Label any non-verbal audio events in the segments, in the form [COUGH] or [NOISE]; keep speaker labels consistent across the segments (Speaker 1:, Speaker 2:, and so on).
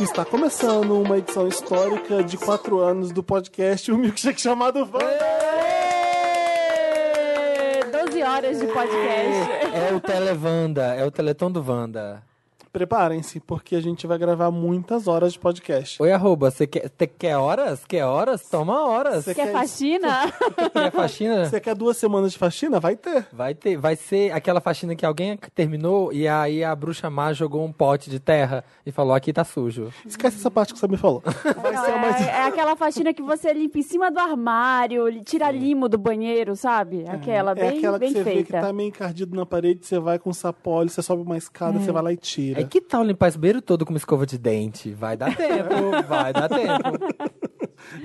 Speaker 1: está começando uma edição histórica de quatro anos do podcast O Milkshake Chamado Wanda.
Speaker 2: 12 horas de podcast.
Speaker 3: É o Televanda, é o Teleton do Vanda.
Speaker 1: Preparem-se, porque a gente vai gravar muitas horas de podcast.
Speaker 3: Oi, arroba, você quer, te- quer horas? Quer horas? Toma horas.
Speaker 1: Você
Speaker 3: Você
Speaker 2: Quer
Speaker 1: é
Speaker 2: faxina?
Speaker 3: quer faxina?
Speaker 1: Você quer duas semanas de faxina? Vai ter.
Speaker 3: Vai, ter, vai ser aquela faxina que alguém terminou e aí a bruxa má jogou um pote de terra e falou, aqui tá sujo.
Speaker 1: Esquece essa parte que você me falou. Vai
Speaker 2: Não,
Speaker 1: ser uma...
Speaker 2: é, é aquela faxina que você limpa em cima do armário, li- tira limo do banheiro, sabe? Aquela,
Speaker 1: É
Speaker 2: bem,
Speaker 1: aquela que
Speaker 2: bem
Speaker 1: você vê que
Speaker 2: feita.
Speaker 1: tá meio encardido na parede, você vai com sapólio, você sobe uma escada,
Speaker 2: É.
Speaker 1: você vai lá e tira.
Speaker 3: Aí que tal limpar esse beiro todo com uma escova de dente? Vai dar tempo, vai dar tempo.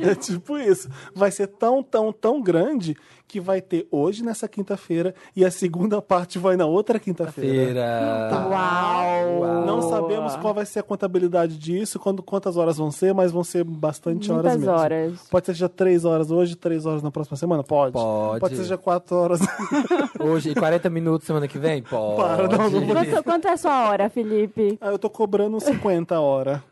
Speaker 1: É tipo isso. Vai ser tão, tão, tão grande que vai ter hoje nessa quinta-feira e a segunda [LAUGHS] parte vai na outra quinta-feira.
Speaker 3: Feira.
Speaker 1: tá
Speaker 2: Uau!
Speaker 1: Não sabemos qual vai ser a contabilidade disso, quando, quantas horas vão ser, mas vão ser bastante horas
Speaker 2: Muitas
Speaker 1: mesmo.
Speaker 2: horas.
Speaker 1: Pode ser que seja três horas hoje, três horas na próxima semana? Pode.
Speaker 3: Pode.
Speaker 1: Pode ser que seja quatro horas. [LAUGHS]
Speaker 3: Hoje, e 40 minutos semana que vem? Pode.
Speaker 1: Para, não, não
Speaker 2: E você, quanto é a sua hora, Felipe?
Speaker 1: Ah, eu tô cobrando uns 50 a
Speaker 2: [LAUGHS]
Speaker 1: hora.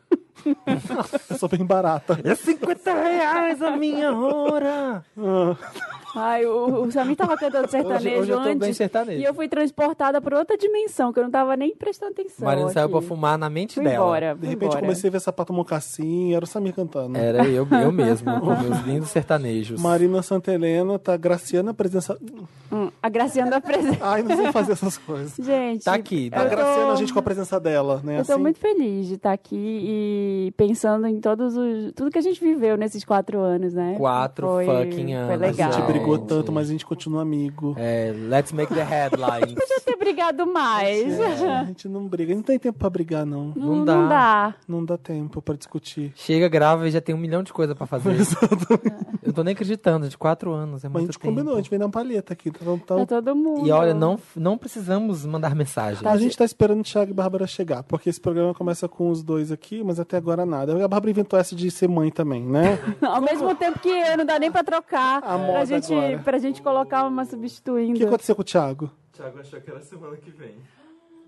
Speaker 1: eu sou bem barata.
Speaker 3: É 50 reais a minha hora.
Speaker 2: Ai, o, o Samir tava cantando sertanejo
Speaker 3: hoje eu tô bem
Speaker 2: antes.
Speaker 3: sertanejo.
Speaker 2: E eu fui transportada por outra dimensão, que eu não tava nem prestando atenção.
Speaker 3: Marina
Speaker 2: aqui.
Speaker 3: saiu pra fumar na mente
Speaker 2: Fui
Speaker 3: dela.
Speaker 2: é embora,
Speaker 1: De
Speaker 2: fui
Speaker 1: repente
Speaker 2: embora.
Speaker 1: comecei a ver sapato mocassim, era o Samir cantando.
Speaker 2: É.
Speaker 3: Era eu, eu mesmo, com
Speaker 2: [LAUGHS]
Speaker 3: meus lindos sertanejos.
Speaker 1: Marina Santelena tá Graciana presença.
Speaker 2: Hum, a Graciana da presença. [LAUGHS]
Speaker 1: Ai, não sei fazer essas coisas.
Speaker 2: Gente,
Speaker 3: Tá aqui,
Speaker 1: A
Speaker 3: Eu tô-
Speaker 1: Graciana, a gente com a presença dela, né?
Speaker 2: Eu tô
Speaker 1: assim,
Speaker 2: muito feliz de estar aqui e pensando em todos os. Tudo que a gente viveu nesses quatro anos, né?
Speaker 3: Quatro
Speaker 2: Foi-
Speaker 3: fucking
Speaker 2: Foi
Speaker 3: anos,
Speaker 2: legal.
Speaker 1: A gente
Speaker 3: Não,
Speaker 1: brigou
Speaker 3: gente.
Speaker 1: tanto, mas a gente continua amigo.
Speaker 3: É, let's make the headlines.
Speaker 2: Podia ter brigado
Speaker 1: É
Speaker 2: mais.
Speaker 1: A gente não briga, não tem tempo pra brigar, não.
Speaker 2: Não,
Speaker 3: Não dá.
Speaker 2: não dá.
Speaker 1: Não dá tempo pra discutir.
Speaker 3: Chega, grava e já tem um milhão de coisa pra fazer. Eu tô nem acreditando, de quatro anos, é
Speaker 1: Mas a
Speaker 3: muito
Speaker 1: gente
Speaker 3: tempo.
Speaker 1: combinou, a gente veio dar uma palheta aqui. Então, então,
Speaker 2: Pra todo mundo.
Speaker 3: E olha, não, não precisamos mandar mensagem.
Speaker 1: a gente tá esperando o Thiago e a Bárbara chegar, porque esse programa começa com os dois aqui, mas até agora nada. A Bárbara inventou essa de ser mãe também, né?
Speaker 2: Ao mesmo tempo que eu, não dá nem pra trocar.
Speaker 1: A
Speaker 2: pra,
Speaker 1: moda
Speaker 2: gente,
Speaker 1: agora.
Speaker 2: pra gente colocar uma
Speaker 1: O que
Speaker 2: substituindo.
Speaker 1: aconteceu com o Thiago?
Speaker 4: Thiago achou que era semana que vem.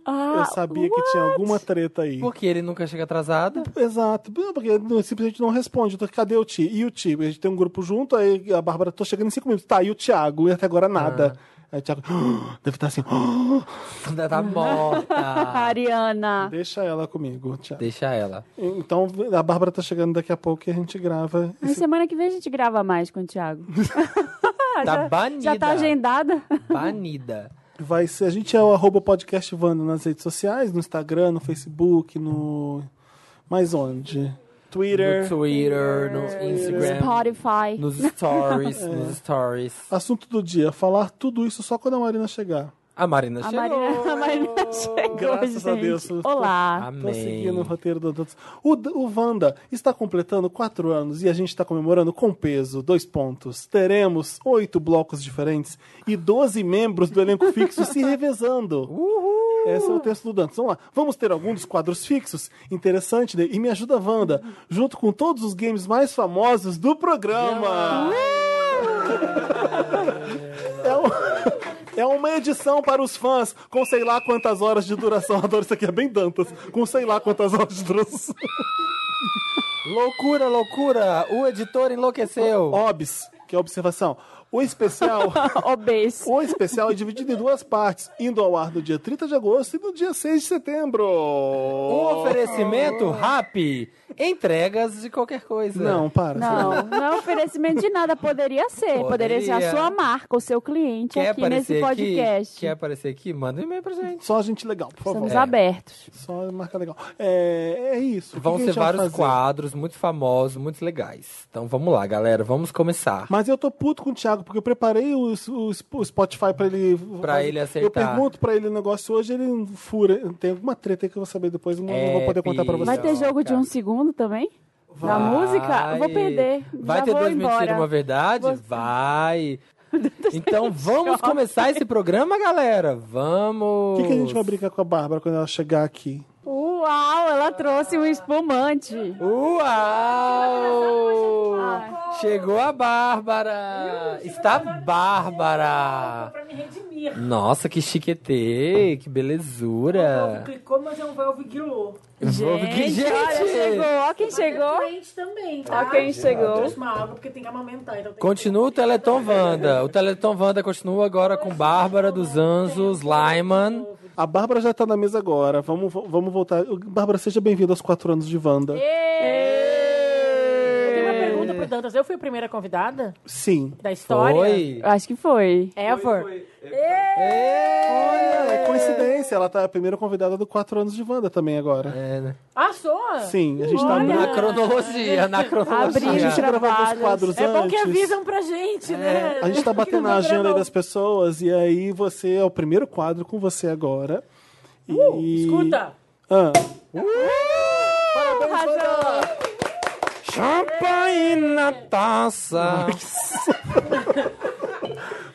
Speaker 2: ah,
Speaker 1: Eu sabia que tinha alguma treta aí.
Speaker 3: Porque ele nunca
Speaker 1: [LAUGHS]
Speaker 3: chega atrasado.
Speaker 1: Exato, Não, porque não- simplesmente não responde. Eu tô, Cadê o Ti? E o Ti? A gente tem um grupo junto, aí a Bárbara, tô chegando em cinco minutos. Tá, e o Thiago? E até agora nada. Aí o Thiago, [GASPS] "Ah", deve estar assim, "Ah".
Speaker 3: Ainda tá morta.
Speaker 2: Ariana.
Speaker 1: deixa ela comigo, Thiago.
Speaker 3: Deixa ela.
Speaker 1: Então a Bárbara tá chegando daqui a pouco e a gente grava.
Speaker 2: Mas semana que vem a gente grava mais com o Thiago.
Speaker 3: Tá banida.
Speaker 2: Já tá agendada?
Speaker 3: Banida.
Speaker 1: Vai ser, a gente é o arroba podcast Wanda nas redes sociais, no Instagram, no Facebook, no. Mais onde?
Speaker 3: No
Speaker 1: Twitter.
Speaker 3: Twitter, no Instagram,
Speaker 2: Spotify.
Speaker 1: [LAUGHS]
Speaker 3: nos stories, nos stories.
Speaker 1: Assunto do dia, falar tudo isso só quando a Marina chegar.
Speaker 3: A Marina
Speaker 2: A
Speaker 3: chegou.
Speaker 2: Marina, a Marina chegou,
Speaker 1: Graças a
Speaker 2: gente.
Speaker 1: Deus.
Speaker 2: Olá.
Speaker 3: Amém.
Speaker 1: Tô seguindo o roteiro do Dantas. O, o Wanda está completando quatro anos e a gente está comemorando com peso. Dois pontos. Teremos oito blocos diferentes e 12 membros do elenco fixo se revezando. Esse é o texto do Dantas. Vamos lá. Vamos ter algum dos quadros fixos. Interessante, né? E me ajuda, Wanda. Junto com todos os games mais famosos do programa. É, um- [LAUGHS] é uma edição para os fãs com sei lá quantas horas de duração. [LAUGHS] Adoro isso aqui, é bem Dantas. Com sei lá quantas horas de duração.
Speaker 3: Loucura, loucura! O editor enlouqueceu.
Speaker 2: Oh.
Speaker 1: OBS, que é observação. O
Speaker 3: [LAUGHS]
Speaker 1: especial.
Speaker 2: [LAUGHS] Obês.
Speaker 1: O especial é dividido em duas partes, indo ao ar no dia 30 de agosto e no dia 6 de setembro.
Speaker 3: Um oferecimento RAP. Entregas de qualquer coisa.
Speaker 1: Não, para.
Speaker 2: Não, um não é oferecimento de nada. Poderia ser. Poderia,
Speaker 3: Poderia.
Speaker 2: ser a sua marca, o seu cliente
Speaker 3: Quer
Speaker 2: aqui nesse
Speaker 3: aparecer aqui?
Speaker 2: podcast.
Speaker 3: Quer aparecer aqui? Manda um e-mail pra gente.
Speaker 1: Só gente legal, por favor.
Speaker 2: Estamos
Speaker 3: É.
Speaker 2: abertos.
Speaker 1: Só marca legal. É, é isso. O que
Speaker 3: Vão
Speaker 1: que a
Speaker 3: ser
Speaker 1: gente vai
Speaker 3: vários
Speaker 1: fazer?
Speaker 3: quadros, muito famosos, muito legais. Então vamos lá, galera. Vamos começar.
Speaker 1: Mas eu tô puto com o Thiago, porque eu preparei o, o- o Spotify pra ele.
Speaker 3: Pra ele
Speaker 1: Eu
Speaker 3: aceitar.
Speaker 1: pergunto pra ele o negócio hoje, ele fura. Tem alguma treta aí que eu vou saber depois, eu não, não
Speaker 3: É,
Speaker 1: vou poder contar pra
Speaker 3: Épica.
Speaker 1: você.
Speaker 2: Vai ter jogo de um segundo também? Da
Speaker 3: Vai.
Speaker 2: música? Eu vou perder.
Speaker 3: Vai
Speaker 2: Já
Speaker 3: ter
Speaker 2: vou
Speaker 3: dois
Speaker 2: embora.
Speaker 3: mentiras, uma verdade?
Speaker 2: Vou- [LAUGHS]
Speaker 3: Vai. Então vamos
Speaker 2: [LAUGHS]
Speaker 3: começar esse programa, galera.
Speaker 1: O
Speaker 3: Vamos.
Speaker 1: que, que a gente vai brincar com a Bárbara quando ela chegar aqui?
Speaker 2: Uh, Uau, ela trouxe um espumante.
Speaker 3: Uau!
Speaker 2: Ai.
Speaker 3: Chegou a Bárbara!
Speaker 5: Chegou
Speaker 3: Está
Speaker 5: a Bárbara.
Speaker 3: Bárbara!
Speaker 5: Pra me redimir.
Speaker 3: Nossa, que chiquetê, que
Speaker 5: O Valve
Speaker 3: belezura!
Speaker 5: clicou, mas é um Valve guilou.
Speaker 3: Vou- que
Speaker 2: Gente, olha, chegou. Ó quem chegou.
Speaker 5: Doente também, tá?
Speaker 2: Ó quem chegou.
Speaker 5: Trouxe uma água porque tem que amamentar. Então tem que-
Speaker 3: Continua o Teleton Wanda. O Teleton Wanda continua agora com Bárbara dos Anjos, Lyman.
Speaker 1: A Bárbara já tá na mesa agora. Vamos, vo- vamos voltar. Bárbara, seja bem-vinda aos quatro anos de Wanda.
Speaker 5: Eu tenho uma pergunta
Speaker 1: É.
Speaker 5: pro Dantas. Eu fui a primeira convidada
Speaker 1: Sim.
Speaker 5: da história?
Speaker 3: Oi!
Speaker 2: Eu acho que foi.
Speaker 5: Ever?
Speaker 4: Foi, foi-
Speaker 1: Olha, é coincidência. Ela tá a primeira convidada do quatro anos de Wanda também agora.
Speaker 3: É, né?
Speaker 5: Ah, sou?
Speaker 1: Sim, a gente tá
Speaker 5: Olha!
Speaker 1: muito...
Speaker 3: Na cronologia, na
Speaker 1: A
Speaker 2: Abrindo
Speaker 3: cronologia.
Speaker 1: gente gravava os
Speaker 2: gravados.
Speaker 1: quadros
Speaker 5: É bom que
Speaker 1: antes.
Speaker 5: avisam pra gente, né?
Speaker 1: A gente tá
Speaker 5: [LAUGHS]
Speaker 1: batendo na agenda aí das
Speaker 5: pessoas.
Speaker 1: pessoas e aí você é o primeiro quadro com você agora. E-
Speaker 5: Uh, Escuta, [LAUGHS]
Speaker 1: Ah,
Speaker 2: Arrasou.
Speaker 3: Champanhe na taça.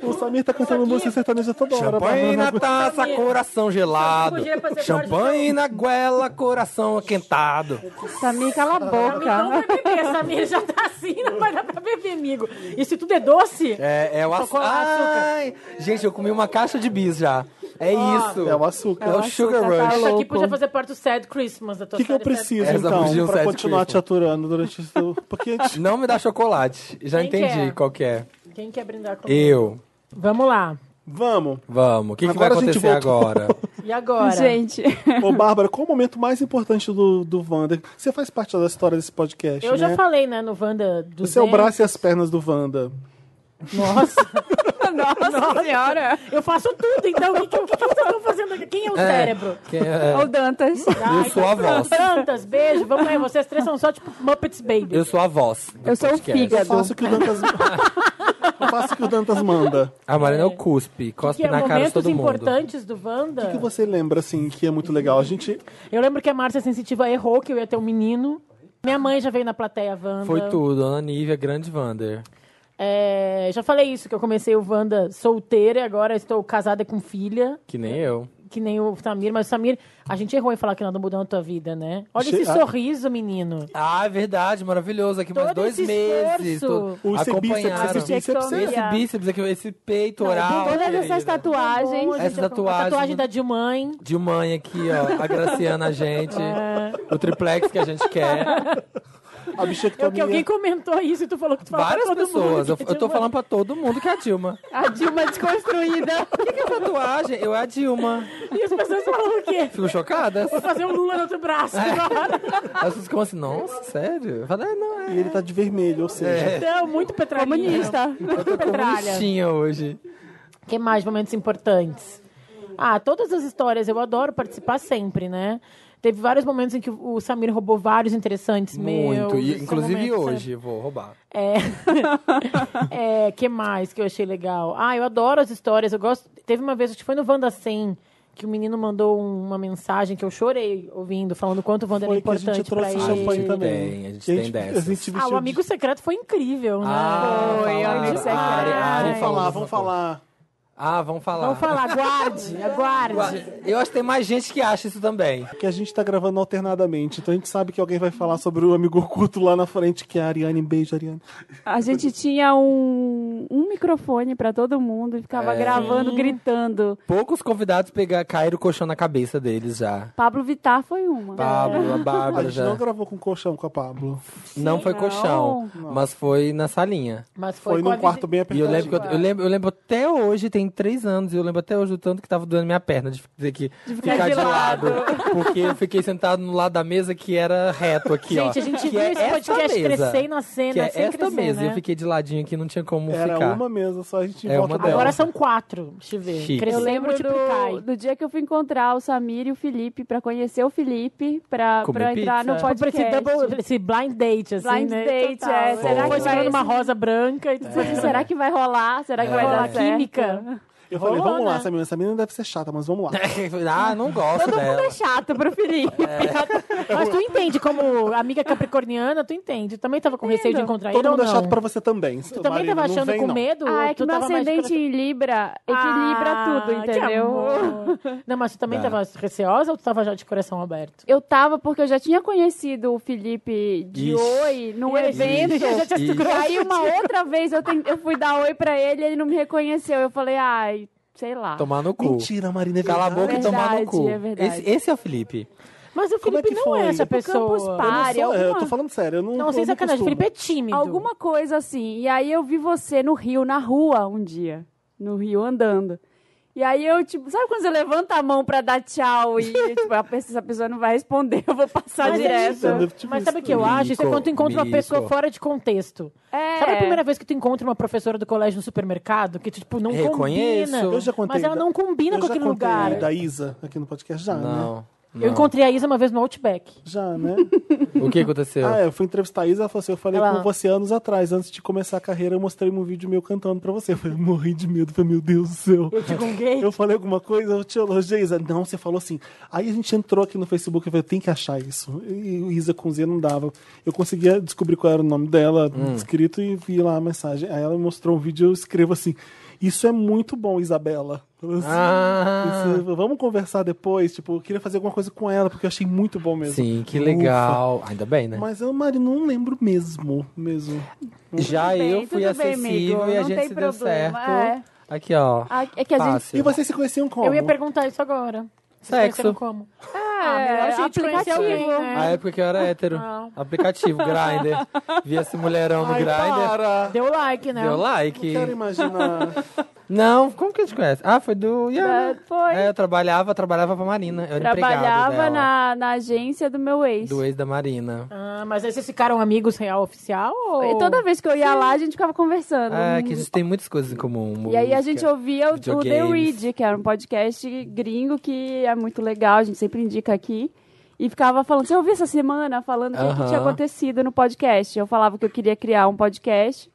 Speaker 1: o Samir tá cantando música sertaneja toda hora.
Speaker 3: Champanhe
Speaker 1: Bárbara.
Speaker 3: na taça, coração gelado.
Speaker 5: Podia fazer um
Speaker 3: Champanhe na guela, coração aquentado.
Speaker 2: Samir, cala a
Speaker 5: não vai
Speaker 2: boca.
Speaker 5: um beber.
Speaker 1: [LAUGHS]
Speaker 5: Essa minha já tá assim, não vai dar pra beber, amigo. E se tudo é doce?
Speaker 3: É, é o açúcar. Ai, gente, eu comi uma caixa de bis já. É isso.
Speaker 1: É o açúcar.
Speaker 3: É o
Speaker 2: açúcar,
Speaker 3: Sugar
Speaker 2: tá
Speaker 3: Rush.
Speaker 5: Isso aqui
Speaker 2: louco.
Speaker 5: podia fazer parte do Sad Christmas da
Speaker 1: O
Speaker 5: tua
Speaker 1: que, que eu
Speaker 5: série Sad
Speaker 1: preciso,
Speaker 3: Essa podia
Speaker 1: então,
Speaker 3: um
Speaker 1: pra
Speaker 3: Sad
Speaker 1: continuar
Speaker 3: Christmas.
Speaker 1: te aturando durante isso? Porque
Speaker 3: Não me dá chocolate. Já
Speaker 5: Quem que
Speaker 3: entendi
Speaker 5: é?
Speaker 3: qual que é.
Speaker 5: Quem quer brindar comigo?
Speaker 3: Eu.
Speaker 5: Vamos lá.
Speaker 1: Vamos.
Speaker 3: Vamos. O que, que vai
Speaker 1: Agora a gente
Speaker 3: acontecer
Speaker 1: voltou.
Speaker 3: agora? [LAUGHS]
Speaker 5: E agora?
Speaker 2: Gente,
Speaker 1: Ô, Bárbara, qual o momento mais importante do, do Wanda? Você faz parte da história desse podcast,
Speaker 5: eu
Speaker 1: né?
Speaker 5: já falei, né, no Wanda do
Speaker 1: Você é o braço e as pernas do Wanda.
Speaker 5: Nossa.
Speaker 2: nossa senhora.
Speaker 5: Eu faço tudo, então. O que, que, o que que vocês estão fazendo aqui? Quem é o
Speaker 3: É.
Speaker 5: cérebro?
Speaker 3: Que é-
Speaker 2: Ou Dantas.
Speaker 5: Ah,
Speaker 3: Eu sou a
Speaker 5: então,
Speaker 3: voz.
Speaker 5: Tantas, beijo. Vamos aí. Vocês três são só tipo Muppets Baby.
Speaker 3: Eu sou a voz. do
Speaker 2: Eu sou o
Speaker 3: podcast.
Speaker 1: Eu
Speaker 5: é
Speaker 2: fígado.
Speaker 1: faço o que o
Speaker 5: [LAUGHS]
Speaker 1: Dantas... Eu faço o que o Dantas manda.
Speaker 3: A Marina é o cuspe.
Speaker 5: Que
Speaker 3: Cospe
Speaker 5: é
Speaker 3: na cara de
Speaker 5: momentos
Speaker 3: todo mundo.
Speaker 5: importantes do Wanda.
Speaker 1: O que você lembra, assim, que é muito legal? A gente...
Speaker 5: Eu lembro que a Márcia Sensitiva errou que eu ia ter um menino. Minha mãe já veio na plateia Wanda.
Speaker 3: Foi tudo. Ana Nívia, grande Vander.
Speaker 5: É, já falei isso, que eu comecei o Wanda solteira e agora estou casada com filha,
Speaker 3: Que nem eu.
Speaker 5: que nem o Samir. Mas o Samir, a gente errou em falar que nada mudando a tua vida, né? Olha
Speaker 1: Che-
Speaker 5: esse
Speaker 1: ah.
Speaker 5: sorriso, menino.
Speaker 3: Ah, é verdade, maravilhoso. Aqui mais
Speaker 5: Todo
Speaker 3: dois
Speaker 5: esse
Speaker 3: meses.
Speaker 5: esforço.
Speaker 3: tô-
Speaker 1: O esse
Speaker 3: Acompanharam.
Speaker 1: bíceps, esse bíceps. é
Speaker 2: Sexo-
Speaker 5: É
Speaker 3: Esse bíceps aqui, esse peito oral.
Speaker 2: Todas
Speaker 3: querida.
Speaker 2: essas
Speaker 5: Bom,
Speaker 2: tatuagens.
Speaker 5: gente,
Speaker 3: Essa
Speaker 5: a-
Speaker 3: tatuagem-
Speaker 5: A tatuagem da Dilmãe.
Speaker 3: De mãe aqui, ó. Agraciando a gente. O triplex que a gente quer.
Speaker 1: A
Speaker 5: Eu, que
Speaker 1: bichectomia...
Speaker 5: alguém comentou isso e tu falou que tu falou pra
Speaker 3: Várias
Speaker 5: todo
Speaker 3: pessoas.
Speaker 5: mundo
Speaker 3: Eu,
Speaker 5: que é
Speaker 3: eu tô
Speaker 5: Dilmãe.
Speaker 3: falando pra todo mundo que é a Dilma.
Speaker 2: A Dilma
Speaker 3: [LAUGHS]
Speaker 2: desconstruída.
Speaker 3: O que, que é tatuagem? Eu é a Dilma.
Speaker 5: E as pessoas falam o quê?
Speaker 3: Ficam chocadas?
Speaker 5: Vou fazer um Lula no outro braço.
Speaker 3: É. As pessoas ficam assim, nossa, sério? Eu falo, é, não, é.
Speaker 1: E ele tá de vermelho, ou seja...
Speaker 3: É.
Speaker 5: Então, muito petralha.
Speaker 2: Comunista.
Speaker 5: Muito petralha.
Speaker 3: Tinha hoje.
Speaker 5: que mais momentos importantes? Ah, todas as histórias eu adoro participar sempre, né? Teve vários momentos em que o Samir roubou vários interessantes meus.
Speaker 3: Muito. E,
Speaker 5: São
Speaker 3: inclusive
Speaker 5: momentos,
Speaker 3: hoje, eu vou roubar.
Speaker 5: [LAUGHS] É, que mais que eu achei legal? Ah, eu adoro as histórias. Eu gosto. Teve uma vez, acho que foi no Wanda 100, que o menino mandou um- uma mensagem que eu chorei ouvindo, falando quanto o Wanda era
Speaker 1: Foi que a
Speaker 5: importante
Speaker 1: gente
Speaker 5: pra
Speaker 1: trouxe
Speaker 5: ele.
Speaker 1: champanhe
Speaker 3: gente
Speaker 1: também.
Speaker 3: tem, a gente
Speaker 1: E
Speaker 3: tem dessas.
Speaker 1: A gente
Speaker 5: Ah, o
Speaker 1: então, vestiu
Speaker 5: amigo
Speaker 1: de...
Speaker 5: secreto foi incrível, né?
Speaker 3: Ah,
Speaker 2: Foi,
Speaker 3: falaram.
Speaker 2: amigo secreto.
Speaker 3: Ari- Ari
Speaker 1: Ah, Vamos
Speaker 3: falou
Speaker 1: falar,
Speaker 3: uma
Speaker 1: vamos
Speaker 3: coisa.
Speaker 1: falar.
Speaker 3: Ah, vamos falar.
Speaker 5: Vamos falar, aguarde, aguarde.
Speaker 3: Eu acho que tem mais gente que acha isso também.
Speaker 1: Porque a gente tá gravando alternadamente, então a gente sabe que alguém vai falar sobre o amigo oculto lá na frente, que é a Ariane. Beijo, Ariane.
Speaker 2: A gente tinha um, um microfone pra todo mundo e ficava
Speaker 3: É.
Speaker 2: gravando, gritando.
Speaker 3: Poucos convidados pegar, caíram o colchão na cabeça deles já.
Speaker 2: Pablo Vittar foi uma.
Speaker 3: Pablo, a
Speaker 5: É.
Speaker 1: Ah, A gente
Speaker 3: Bárbara Ah, já. é.
Speaker 1: não
Speaker 3: Não,
Speaker 1: gravou com colchão com a Pablo.
Speaker 3: foi
Speaker 2: não.
Speaker 3: colchão, mas foi na salinha.
Speaker 5: Mas foi,
Speaker 1: Foi
Speaker 5: com a
Speaker 1: num quarto bem
Speaker 3: E eu
Speaker 1: apertadinho.
Speaker 3: lembro, que eu, eu lembro, eu lembro até hoje, tem três anos, e eu lembro até hoje o tanto que tava doendo minha perna de, de, que-
Speaker 2: ficar de
Speaker 3: Porque eu fiquei sentado no lado da mesa que era reto aqui, ó.
Speaker 5: Gente, a gente
Speaker 3: que é
Speaker 5: viu esse
Speaker 3: essa
Speaker 5: podcast
Speaker 3: mesa,
Speaker 5: crescer e nascer,
Speaker 3: Que é
Speaker 5: nascer e
Speaker 3: esta
Speaker 5: crescer,
Speaker 3: mesa,
Speaker 5: né?
Speaker 3: eu fiquei de ladinho aqui, não tinha como
Speaker 1: Era
Speaker 3: ficar.
Speaker 1: uma mesa, só a gente
Speaker 3: É
Speaker 1: volta
Speaker 3: uma
Speaker 1: dela.
Speaker 5: Agora são quatro, deixa eu ver.
Speaker 3: Chique.
Speaker 5: Crescer
Speaker 2: Eu lembro tipo,
Speaker 5: e multiplicar.
Speaker 2: do, do dia que eu fui encontrar o Samir e o Felipe pra conhecer o Felipe, pra
Speaker 3: Comer
Speaker 2: pra entrar
Speaker 3: pizza.
Speaker 2: no
Speaker 5: Tipo, pra
Speaker 2: podcast.
Speaker 5: esse, double, esse blind date, assim,
Speaker 2: é Blind
Speaker 5: né?
Speaker 2: date, é.
Speaker 5: Total.
Speaker 2: Será
Speaker 5: Foi
Speaker 2: que vai- Tipo É.
Speaker 5: segurando uma rosa branca e tudo
Speaker 2: Será que assim, vai rolar? Será que vai
Speaker 3: Vai
Speaker 2: dar
Speaker 5: rolar
Speaker 2: certo?
Speaker 5: química?
Speaker 1: Eu falei,
Speaker 5: Rolou,
Speaker 1: vamos lá,
Speaker 5: né?
Speaker 1: essa menina, essa menina deve ser chata, mas vamos lá.
Speaker 3: [LAUGHS] ah, não gosto
Speaker 2: Todo mundo
Speaker 3: dela.
Speaker 2: é chato pro Felipe.
Speaker 3: É.
Speaker 5: Mas tu entende, como amiga capricorniana, tu entende. Tu também tava com receio de encontrar ele
Speaker 1: Todo
Speaker 5: ou
Speaker 1: mundo
Speaker 5: não?
Speaker 1: é chato pra você também.
Speaker 5: Tu também tava achando com
Speaker 2: [LAUGHS]
Speaker 5: medo?
Speaker 2: Ah, é que
Speaker 5: tu
Speaker 2: meu
Speaker 5: tava mais
Speaker 2: ascendente em Libra equilibra
Speaker 5: Ah,
Speaker 2: tudo,
Speaker 5: que
Speaker 2: entendeu?
Speaker 5: amor. Não, mas tu também
Speaker 3: Dá.
Speaker 5: tava receosa ou tu tava já de coração aberto?
Speaker 2: Eu tava porque eu já tinha conhecido o Felipe de
Speaker 3: Ixi.
Speaker 2: Oi num
Speaker 5: E ele-
Speaker 2: Um evento.
Speaker 5: ele [LAUGHS] já tinha
Speaker 3: Ixi.
Speaker 5: se
Speaker 2: E
Speaker 5: grudado
Speaker 2: aí uma outra vez eu, ten- eu fui dar oi pra ele ele não me reconheceu. Eu falei, ai, sei lá.
Speaker 3: Tomar no cu.
Speaker 1: Mentira, Marina. é
Speaker 3: Cala a
Speaker 1: verdade.
Speaker 3: boca e tomar no
Speaker 2: Verdade,
Speaker 3: cu.
Speaker 2: é verdade.
Speaker 3: esse, esse é o Felipe.
Speaker 5: Mas o
Speaker 1: Como é
Speaker 5: Felipe
Speaker 1: que
Speaker 5: não
Speaker 1: foi?
Speaker 5: é essa
Speaker 1: É pro
Speaker 5: pessoa.
Speaker 2: Campus
Speaker 1: Eu não
Speaker 2: Party,
Speaker 1: sou- é, eu
Speaker 2: alguma-
Speaker 1: tô falando sério. Eu não,
Speaker 5: Não, sem
Speaker 1: eu
Speaker 5: sacanagem,
Speaker 1: costumo.
Speaker 5: o Felipe é
Speaker 3: um
Speaker 5: tímido.
Speaker 2: Alguma coisa assim. E aí eu vi você no Rio, na rua, um dia. No Rio, andando. E aí eu, tipo, sabe quando você levanta a mão pra dar tchau
Speaker 3: [LAUGHS]
Speaker 2: e, tipo, a pessoa- essa pessoa não vai responder, eu vou passar
Speaker 5: Mas é
Speaker 2: direto.
Speaker 5: isso.
Speaker 1: Eu devo te
Speaker 5: Mas
Speaker 1: ver
Speaker 5: sabe o que eu
Speaker 3: isso.
Speaker 5: acho? Isso é quando tu encontra uma
Speaker 3: Mico,
Speaker 5: pessoa
Speaker 3: mico.
Speaker 5: fora de contexto.
Speaker 2: É.
Speaker 5: Sabe a primeira vez que tu encontra uma professora do colégio no supermercado? Que, tipo, não
Speaker 3: Reconheço.
Speaker 5: combina.
Speaker 3: Eu
Speaker 1: já contei
Speaker 5: Mas ela
Speaker 1: da-
Speaker 5: não combina
Speaker 1: eu
Speaker 5: com
Speaker 1: já
Speaker 5: aquele
Speaker 1: contei
Speaker 5: lugar.
Speaker 1: da Isa aqui no podcast já, né?
Speaker 3: Não. não.
Speaker 5: Eu encontrei a Isa uma vez no Outback.
Speaker 1: Já, né?
Speaker 3: O que aconteceu?
Speaker 1: Ah, é, eu fui entrevistar a Isa, ela falou assim, eu falei
Speaker 5: Ela-
Speaker 1: com você anos atrás, antes de começar a carreira, eu mostrei um vídeo meu cantando pra você. Eu falei, eu morri de medo, eu falei, meu Deus do céu.
Speaker 5: Eu digo um gay.
Speaker 1: Eu falei alguma coisa, eu te elogiei, Isa. Não, você falou assim. Aí a gente entrou aqui no Facebook e falei, tem que achar isso. E o Isa com Z não dava. Eu conseguia descobrir qual era o nome dela,
Speaker 3: Hum.
Speaker 1: escrito, e vi lá a mensagem. Aí ela me mostrou um vídeo, eu escrevo assim, isso é muito bom, Isabela. Falei assim,
Speaker 3: Ah.
Speaker 1: "Isso- vamos conversar depois, tipo, eu queria fazer alguma coisa com ela, porque eu achei muito bom mesmo.
Speaker 3: Sim, que
Speaker 1: Ufa.
Speaker 3: legal. Ainda bem, né?
Speaker 1: Mas eu, Mari, não lembro mesmo, mesmo.
Speaker 3: Já
Speaker 2: Tudo bem,
Speaker 3: eu fui
Speaker 2: tudo bem,
Speaker 3: acessível
Speaker 2: amigo,
Speaker 3: e a
Speaker 2: não
Speaker 3: gente
Speaker 2: tem
Speaker 3: se deu
Speaker 2: problema,
Speaker 3: certo.
Speaker 2: é.
Speaker 3: Aqui, ó.
Speaker 2: Ah, é que a gente- tá
Speaker 3: Fácil.
Speaker 1: E vocês se conheciam como?
Speaker 5: Eu ia perguntar isso agora. Vocês
Speaker 3: Sexo.
Speaker 5: conheceram como?
Speaker 2: Ah,
Speaker 5: melhor a gente conhecer
Speaker 2: aplicativo.
Speaker 5: alguém, né?
Speaker 3: A época que eu era hétero.
Speaker 5: Não.
Speaker 3: Aplicativo, Grindr.
Speaker 2: [LAUGHS]
Speaker 3: Vi esse mulherão no
Speaker 1: Ai,
Speaker 3: Grindr.
Speaker 1: para!
Speaker 5: Deu like, né?
Speaker 3: Deu like.
Speaker 1: Quero imaginar.
Speaker 3: Não, como que a gente conhece? Ah, foi do.
Speaker 2: É, foi.
Speaker 3: É, eu trabalhava, trabalhava pra Marina. Eu era empregado
Speaker 2: Trabalhava
Speaker 3: dela,
Speaker 2: na, na agência do meu ex.
Speaker 3: Do ex da Marina.
Speaker 5: Ah, mas aí vocês ficaram amigos real oficial? Ou...
Speaker 2: E toda vez que eu ia lá, a gente ficava conversando. Hum.
Speaker 3: É, que a gente tem muitas coisas em comum.
Speaker 2: E aí a
Speaker 3: música.
Speaker 2: gente ouvia o, o The
Speaker 3: videogames.
Speaker 2: Read, que era um podcast gringo que é muito legal, a gente sempre indica aqui. E ficava falando, você ouviu essa semana falando o que, que
Speaker 3: Aham.
Speaker 2: tinha acontecido no podcast? Eu falava que eu queria criar um podcast.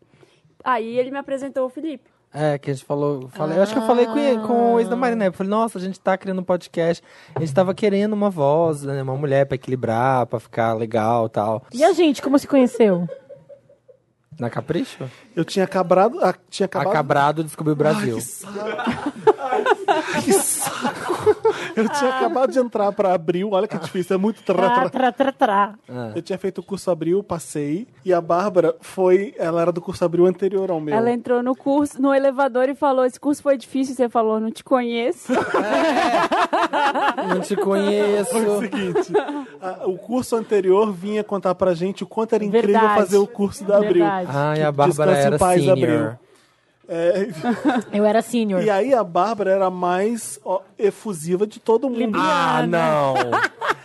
Speaker 2: Aí ele me apresentou o Felipe.
Speaker 3: É, que a gente falou. Falei, eu acho que eu falei com, ele- com o
Speaker 1: Ah.
Speaker 3: ex da Marina. Eu falei, nossa, a gente tá criando um podcast. A gente tava querendo uma voz, né, uma mulher pra equilibrar, pra ficar legal e tal.
Speaker 5: E a gente, como
Speaker 1: [LAUGHS]
Speaker 5: se conheceu?
Speaker 3: Na Capricho?
Speaker 1: Eu tinha acabado. ah, tinha acabado.
Speaker 3: A Cabrado descobriu o Brasil.
Speaker 1: Que saco! [LAUGHS] Ai, que saco! Eu
Speaker 5: Ah.
Speaker 1: tinha acabado de entrar pra abril, olha que difícil, é muito
Speaker 5: Tra,
Speaker 1: tra, tra.
Speaker 5: tra, tra, tra.
Speaker 1: Eu tinha feito o curso abril, passei, e a Bárbara foi. Ela era do curso abril anterior ao meu.
Speaker 5: é
Speaker 2: Ela entrou no curso, no elevador e falou, esse curso foi difícil. Você falou, não te conheço. [LAUGHS]
Speaker 3: Não te conheço.
Speaker 1: Foi o seguinte, a- o curso anterior vinha contar pra gente o quanto era incrível
Speaker 5: Verdade.
Speaker 1: fazer o curso da Abril.
Speaker 5: Verdade.
Speaker 3: Ai, a Bárbara
Speaker 1: Descanse em
Speaker 3: era
Speaker 1: paz,
Speaker 3: senior.
Speaker 1: Abril. É,
Speaker 5: Eu era senior.
Speaker 1: e aí a Bárbara era a mais ó, efusiva de todo mundo. [LAUGHS]
Speaker 3: Ah, não.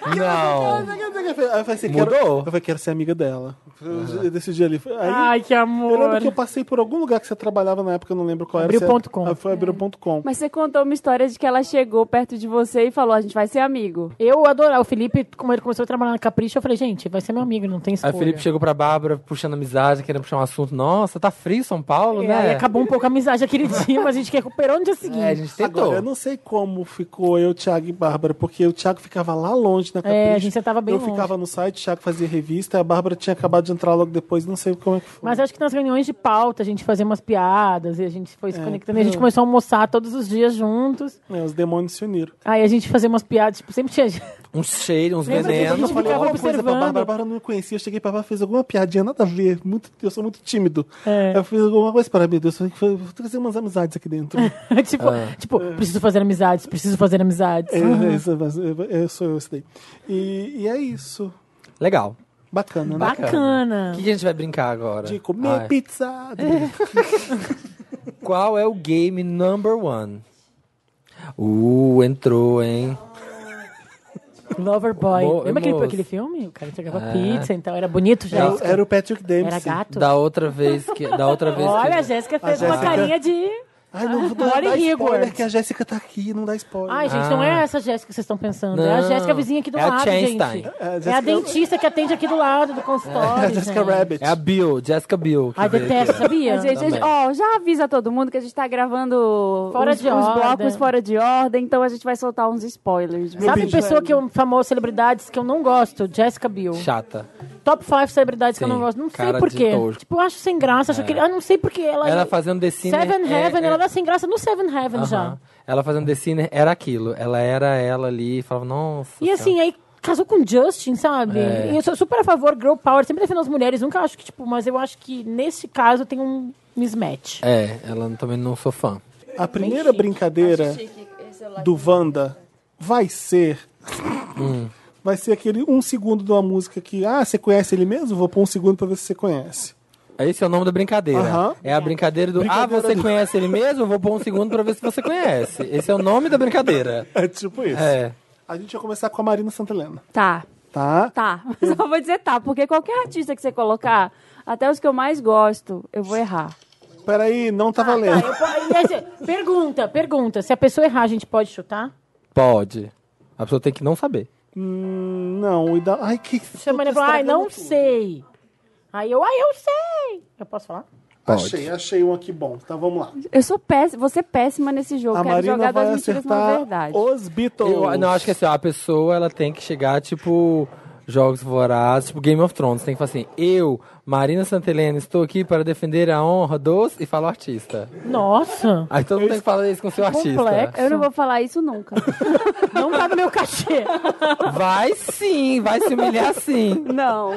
Speaker 3: Ah, não.
Speaker 1: Aí eu falei assim,
Speaker 3: Mudou? Ah.
Speaker 1: quero- Eu falei, quero ser amiga dela. Eu decidi ali. Aí,
Speaker 5: Ai, que
Speaker 1: eu lembro
Speaker 5: amor.
Speaker 1: que eu passei por algum lugar que você trabalhava na época, eu não lembro qual era.
Speaker 5: Abril
Speaker 1: se era-
Speaker 5: ponto com. É.
Speaker 1: Ah, Foi abril.com.
Speaker 2: Mas você contou uma história de que ela chegou perto de você e falou, a gente vai ser amigo.
Speaker 5: Eu adorava. O Felipe, como ele começou a trabalhar na Capricho, eu falei, gente, vai ser meu amigo, não tem
Speaker 3: Aí
Speaker 5: escolha.
Speaker 3: o Felipe chegou pra Bárbara puxando amizade, querendo puxar um assunto. Nossa, tá frio São Paulo,
Speaker 5: É,
Speaker 3: né?
Speaker 5: Aí acabou um pouco a amizade aquele [LAUGHS] dia, mas a gente recuperou no dia seguinte.
Speaker 3: É, a gente tentou.
Speaker 1: Agora, eu não sei como ficou eu, Thiago e Bárbara, porque o Thiago ficava lá longe na Capricho.
Speaker 5: É, a gente sentava bem
Speaker 1: Eu
Speaker 5: longe.
Speaker 1: ficava no site, o Thiago fazia revista, a Bárbara tinha acabado de entrar logo depois, não sei como é que foi.
Speaker 5: Mas acho que nas reuniões de pauta a gente fazia umas piadas e a gente É, foi se conectando. E a gente começou a almoçar todos os dias juntos.
Speaker 1: É, os demônios se uniram.
Speaker 5: Aí a gente fazia umas piadas, tipo, sempre tinha.
Speaker 3: Uns cheiros, uns
Speaker 5: Lembra que a gente
Speaker 1: eu
Speaker 3: venenos.
Speaker 1: falei
Speaker 5: ficava
Speaker 1: alguma coisa pra
Speaker 5: observando.
Speaker 1: Bárbara, a Bárbara não me conhecia, eu cheguei pra Bárbara, fez alguma piadinha, nada a ver, muito, eu sou muito tímido.
Speaker 5: É.
Speaker 1: Eu fiz alguma coisa para meu Deus, eu falei, vou trazer umas amizades aqui dentro.
Speaker 5: [LAUGHS] tipo,
Speaker 3: Ah.
Speaker 5: tipo, preciso fazer amizades, preciso fazer amizades.
Speaker 1: É, isso, mas, é, é, sou eu esse daí. E, e é isso.
Speaker 3: Legal.
Speaker 1: Bacana, né?
Speaker 5: Bacana.
Speaker 3: O que que a gente vai brincar agora?
Speaker 1: De comer
Speaker 3: Ah, é.
Speaker 1: pizza.
Speaker 5: É.
Speaker 3: Qual é o game number one? Uh, entrou, hein?
Speaker 5: Lover Boy.
Speaker 3: Mo-
Speaker 5: Lembra aquele,
Speaker 3: moço.
Speaker 5: aquele filme? O cara entregava
Speaker 3: É.
Speaker 5: pizza, então era bonito já.
Speaker 1: Era, o- era o Patrick
Speaker 5: Era
Speaker 1: Dempsey.
Speaker 5: gato.
Speaker 3: Da outra vez que. Da outra vez
Speaker 5: Olha, a
Speaker 3: que...
Speaker 5: Jéssica fez
Speaker 1: A
Speaker 5: uma
Speaker 1: Jéssica-
Speaker 5: carinha de.
Speaker 1: Ai, não, vou dar
Speaker 5: Mora em
Speaker 1: dar spoiler
Speaker 5: é Hogwarts.
Speaker 1: que a Jéssica tá aqui, não dá spoiler.
Speaker 5: Ai, gente, não
Speaker 3: Ah.
Speaker 5: é essa Jéssica que vocês estão pensando. É a
Speaker 3: Não.
Speaker 5: Jéssica vizinha aqui do
Speaker 3: É a
Speaker 5: lado,
Speaker 3: Chastain.
Speaker 5: gente.
Speaker 1: É a
Speaker 5: É a
Speaker 1: Jessica-
Speaker 5: dentista que atende aqui do lado do consultório.
Speaker 1: É [LAUGHS] a Jessica
Speaker 5: gente.
Speaker 1: Rabbit.
Speaker 3: É a Bill, Jessica Bill. que
Speaker 5: Ai,
Speaker 3: veio aqui.
Speaker 5: detesto, sabia?
Speaker 2: A gente, a gente- ó, já avisa todo mundo que a gente tá gravando
Speaker 5: Fora
Speaker 2: os,
Speaker 5: de
Speaker 2: os
Speaker 5: ordem.
Speaker 2: blocos fora de ordem, então a gente vai soltar uns spoilers.
Speaker 1: No
Speaker 5: Sabe
Speaker 1: vídeo.
Speaker 5: pessoa que eu famosa celebridades que eu não gosto? Jessica Biel.
Speaker 3: Chata.
Speaker 5: Top 5 celebridades que eu
Speaker 3: Sim,
Speaker 5: não gosto. Não sei
Speaker 3: cara
Speaker 5: por
Speaker 3: de
Speaker 5: quê.
Speaker 3: nojo.
Speaker 5: Tipo, eu acho sem graça. Acho que... Eu não sei por quê. Ela, é
Speaker 3: Ela fazendo The Sinner.
Speaker 5: Seven
Speaker 3: é-
Speaker 5: Heaven,
Speaker 3: é-
Speaker 5: ela dá sem graça no Seven Heaven
Speaker 3: Aham.
Speaker 5: já.
Speaker 3: Ela fazendo The Sinner era aquilo. Ela era ela ali, falava, nossa.
Speaker 5: E assim, aí casou com o Justin, sabe?
Speaker 3: É.
Speaker 5: E eu sou super a favor, girl power. Sempre defendo as mulheres. Nunca acho que, tipo... Mas eu acho que, nesse caso, tem um mismatch.
Speaker 3: É, ela também não sou fã.
Speaker 1: A primeira brincadeira do Wanda vai ser.
Speaker 3: Hum.
Speaker 1: Vai ser aquele um segundo de uma música que, ah, você conhece ele mesmo? Vou pôr um segundo pra ver se você conhece.
Speaker 3: Esse é o nome da brincadeira.
Speaker 1: Aham.
Speaker 3: É a brincadeira do. ah,
Speaker 1: Brincadeira
Speaker 3: você
Speaker 1: do-
Speaker 3: conhece ele mesmo? Vou pôr um segundo pra ver se você conhece. Esse é o nome da
Speaker 5: [LAUGHS]
Speaker 3: brincadeira.
Speaker 1: É tipo isso.
Speaker 3: É.
Speaker 1: A gente vai começar com a Marina Santelena,
Speaker 2: Tá,
Speaker 1: tá?
Speaker 2: tá. [LAUGHS] Só vou dizer tá, porque qualquer artista que você colocar, até os que eu mais gosto, eu vou errar.
Speaker 1: Peraí, não
Speaker 5: Ah,
Speaker 1: tá valendo.
Speaker 5: Eu po- e assim, pergunta, pergunta. Se a pessoa errar, a gente pode chutar?
Speaker 3: Pode. A pessoa tem que não saber.
Speaker 1: Hum, não, e da... Ai, que.
Speaker 5: Chama ele e fala, ai, não sei. Aí eu, ai, eu sei. Eu posso falar?
Speaker 3: Pode.
Speaker 1: Achei, achei um aqui bom. Tá, vamos lá.
Speaker 2: Eu sou péssima, você péssima nesse jogo.
Speaker 1: a
Speaker 2: Quero
Speaker 1: Marina
Speaker 2: jogar
Speaker 1: vai
Speaker 2: das mentiras na
Speaker 1: acertar
Speaker 2: verdade.
Speaker 1: os Beatles.
Speaker 3: Eu, não, acho que assim, ó, a pessoa ela tem que chegar, tipo, jogos vorazes, tipo Game of Thrones. Tem que falar assim, eu, Marina Santelena, estou aqui para defender a honra dos... E fala o artista.
Speaker 5: Nossa.
Speaker 3: Aí todo mundo tem que falar isso com o seu artista.
Speaker 5: Complexo.
Speaker 2: Eu não vou falar isso
Speaker 5: [LAUGHS]
Speaker 2: nunca.
Speaker 5: Não tá no meu cachê.
Speaker 3: Vai sim, vai se humilhar
Speaker 2: [LAUGHS]
Speaker 3: sim.
Speaker 2: Não.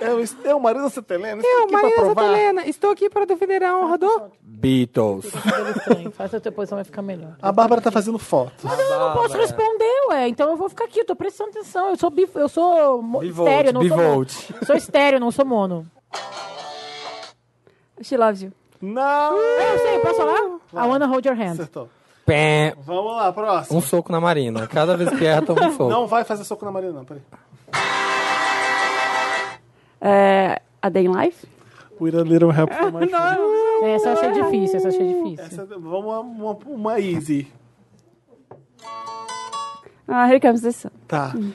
Speaker 1: Eu, eu Marina Santelena, eu, aqui é pra provar.
Speaker 3: estou aqui para defender a honra do... Beatles.
Speaker 5: Faça a tua posição, vai ficar melhor.
Speaker 1: A Bárbara tá fazendo foto.
Speaker 5: Mas eu
Speaker 3: Ah,
Speaker 5: não
Speaker 3: é.
Speaker 5: posso responder, ué. Então eu vou ficar aqui, eu tô prestando atenção. Eu sou, bif, eu sou mo-
Speaker 3: Bivolt,
Speaker 5: estéreo, eu não sou mono.
Speaker 3: bivolt.
Speaker 5: Sou estéreo, não sou mono.
Speaker 2: She loves you.
Speaker 1: Não!
Speaker 5: É, Eu sei, posso falar? A Wanna Hold Your Hand.
Speaker 1: Acertou.
Speaker 3: Pé.
Speaker 1: Vamos lá, próximo.
Speaker 3: Um soco na Marina. Cada vez que erra, toma um soco.
Speaker 1: Não vai fazer soco na Marina, não, peraí.
Speaker 2: É, a Day in Life?
Speaker 1: We don't little help from
Speaker 5: [LAUGHS]
Speaker 1: my friend.
Speaker 5: Essa eu achei difícil, essa eu achei difícil.
Speaker 1: Essa- é- Vamos a uma, uma easy.
Speaker 2: Ah, Here Comes the Sun.
Speaker 1: Tá.
Speaker 5: Hum.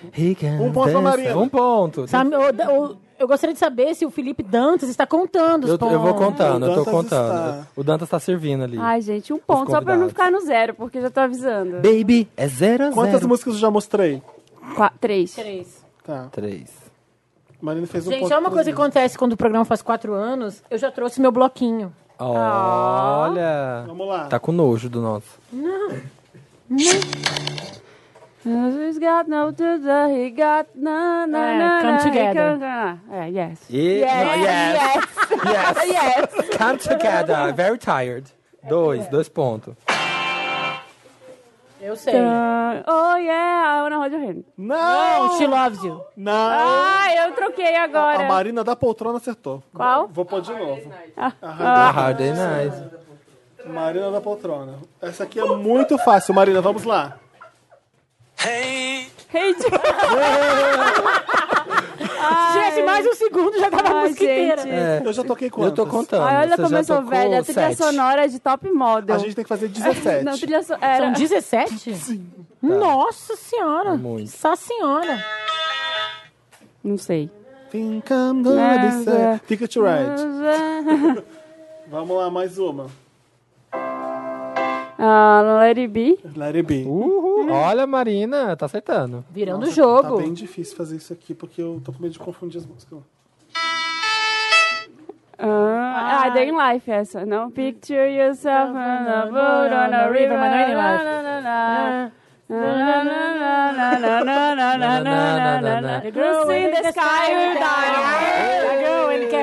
Speaker 3: Um
Speaker 1: ponto pra Marina.
Speaker 3: Um ponto.
Speaker 5: Sabe, eu, eu- eu gostaria de saber se o Felipe Dantas está contando os
Speaker 3: Eu, eu vou
Speaker 5: pontos.
Speaker 3: contando,
Speaker 1: O
Speaker 3: eu tô
Speaker 1: Dantas
Speaker 3: contando.
Speaker 1: está-
Speaker 3: O Dantas tá servindo
Speaker 1: Hum.
Speaker 3: ali.
Speaker 2: Ai, gente, um ponto, só pra eu não
Speaker 3: convidados.
Speaker 2: ficar no zero, porque eu já tô avisando.
Speaker 3: Baby, é zero a
Speaker 1: Quantas
Speaker 3: zero.
Speaker 1: músicas eu já mostrei?
Speaker 2: Qua- três.
Speaker 5: Três.
Speaker 1: Tá.
Speaker 3: Três.
Speaker 1: Marina fez um
Speaker 5: Gente,
Speaker 1: ponto
Speaker 5: é uma coisa que
Speaker 1: positivo.
Speaker 5: acontece quando o programa faz quatro anos. Eu já trouxe meu bloquinho.
Speaker 3: Olha.
Speaker 1: Vamos lá.
Speaker 3: Tá com nojo do nosso.
Speaker 2: He's got no tutor, he got na na
Speaker 5: É,
Speaker 2: na
Speaker 5: come
Speaker 2: na, he
Speaker 5: together.
Speaker 2: come- na, na. É, yes.
Speaker 3: E... Não, yes. [LAUGHS] yes.
Speaker 2: yes.
Speaker 3: Come together. Very tired. Dois, dois pontos.
Speaker 5: Eu sei.
Speaker 2: Ah, oh, yeah, I wanna hold your hand.
Speaker 1: Não!
Speaker 5: She loves you.
Speaker 1: Não!
Speaker 2: Ah, eu troquei agora.
Speaker 1: A Marina da poltrona acertou.
Speaker 2: Qual?
Speaker 1: Vou pôr de novo.
Speaker 3: Ah. Hard Day's Night.
Speaker 1: Marina da poltrona. Essa aqui é muito fácil, Marina. Vamos lá.
Speaker 2: Hey, Ju-
Speaker 5: Se tivesse mais um segundo, já tava
Speaker 2: Ai,
Speaker 5: a música inteira.
Speaker 2: gente.
Speaker 3: É.
Speaker 1: Eu já toquei
Speaker 3: Eu
Speaker 1: quantas?
Speaker 3: tô contando.
Speaker 2: Ai, olha
Speaker 3: Você
Speaker 2: como
Speaker 3: Ah, já
Speaker 2: eu sou
Speaker 3: tocou
Speaker 2: velha. é A trilha
Speaker 3: sete.
Speaker 2: sonora de top model.
Speaker 1: A gente tem que fazer 17.
Speaker 2: Não, trilha so...
Speaker 5: São [LAUGHS]
Speaker 2: era...
Speaker 5: 17? Sim. Nossa senhora.
Speaker 3: Tá. muito.
Speaker 5: Nossa senhora.
Speaker 2: Não sei.
Speaker 1: Think I'm gonna be sad. Ticket to ride. Vamos lá, mais uma.
Speaker 2: [LAUGHS] Ah, Let It Be.
Speaker 1: Let it be.
Speaker 3: Uhul. Olha, Marina, tá acertando.
Speaker 5: Virando o
Speaker 1: Nossa, Tá
Speaker 5: jogo.
Speaker 1: bem difícil fazer isso aqui, porque eu tô com medo de confundir as músicas.
Speaker 2: Ah, ah, Day in Life essa. Não picture yourself on a boat on a river.
Speaker 5: Mas não é Day in Life. É.
Speaker 2: Na, na, na, na, na, na, na, na, na, na, na, na, na.
Speaker 5: The
Speaker 2: Lucy in the sky will die.
Speaker 5: The girl in the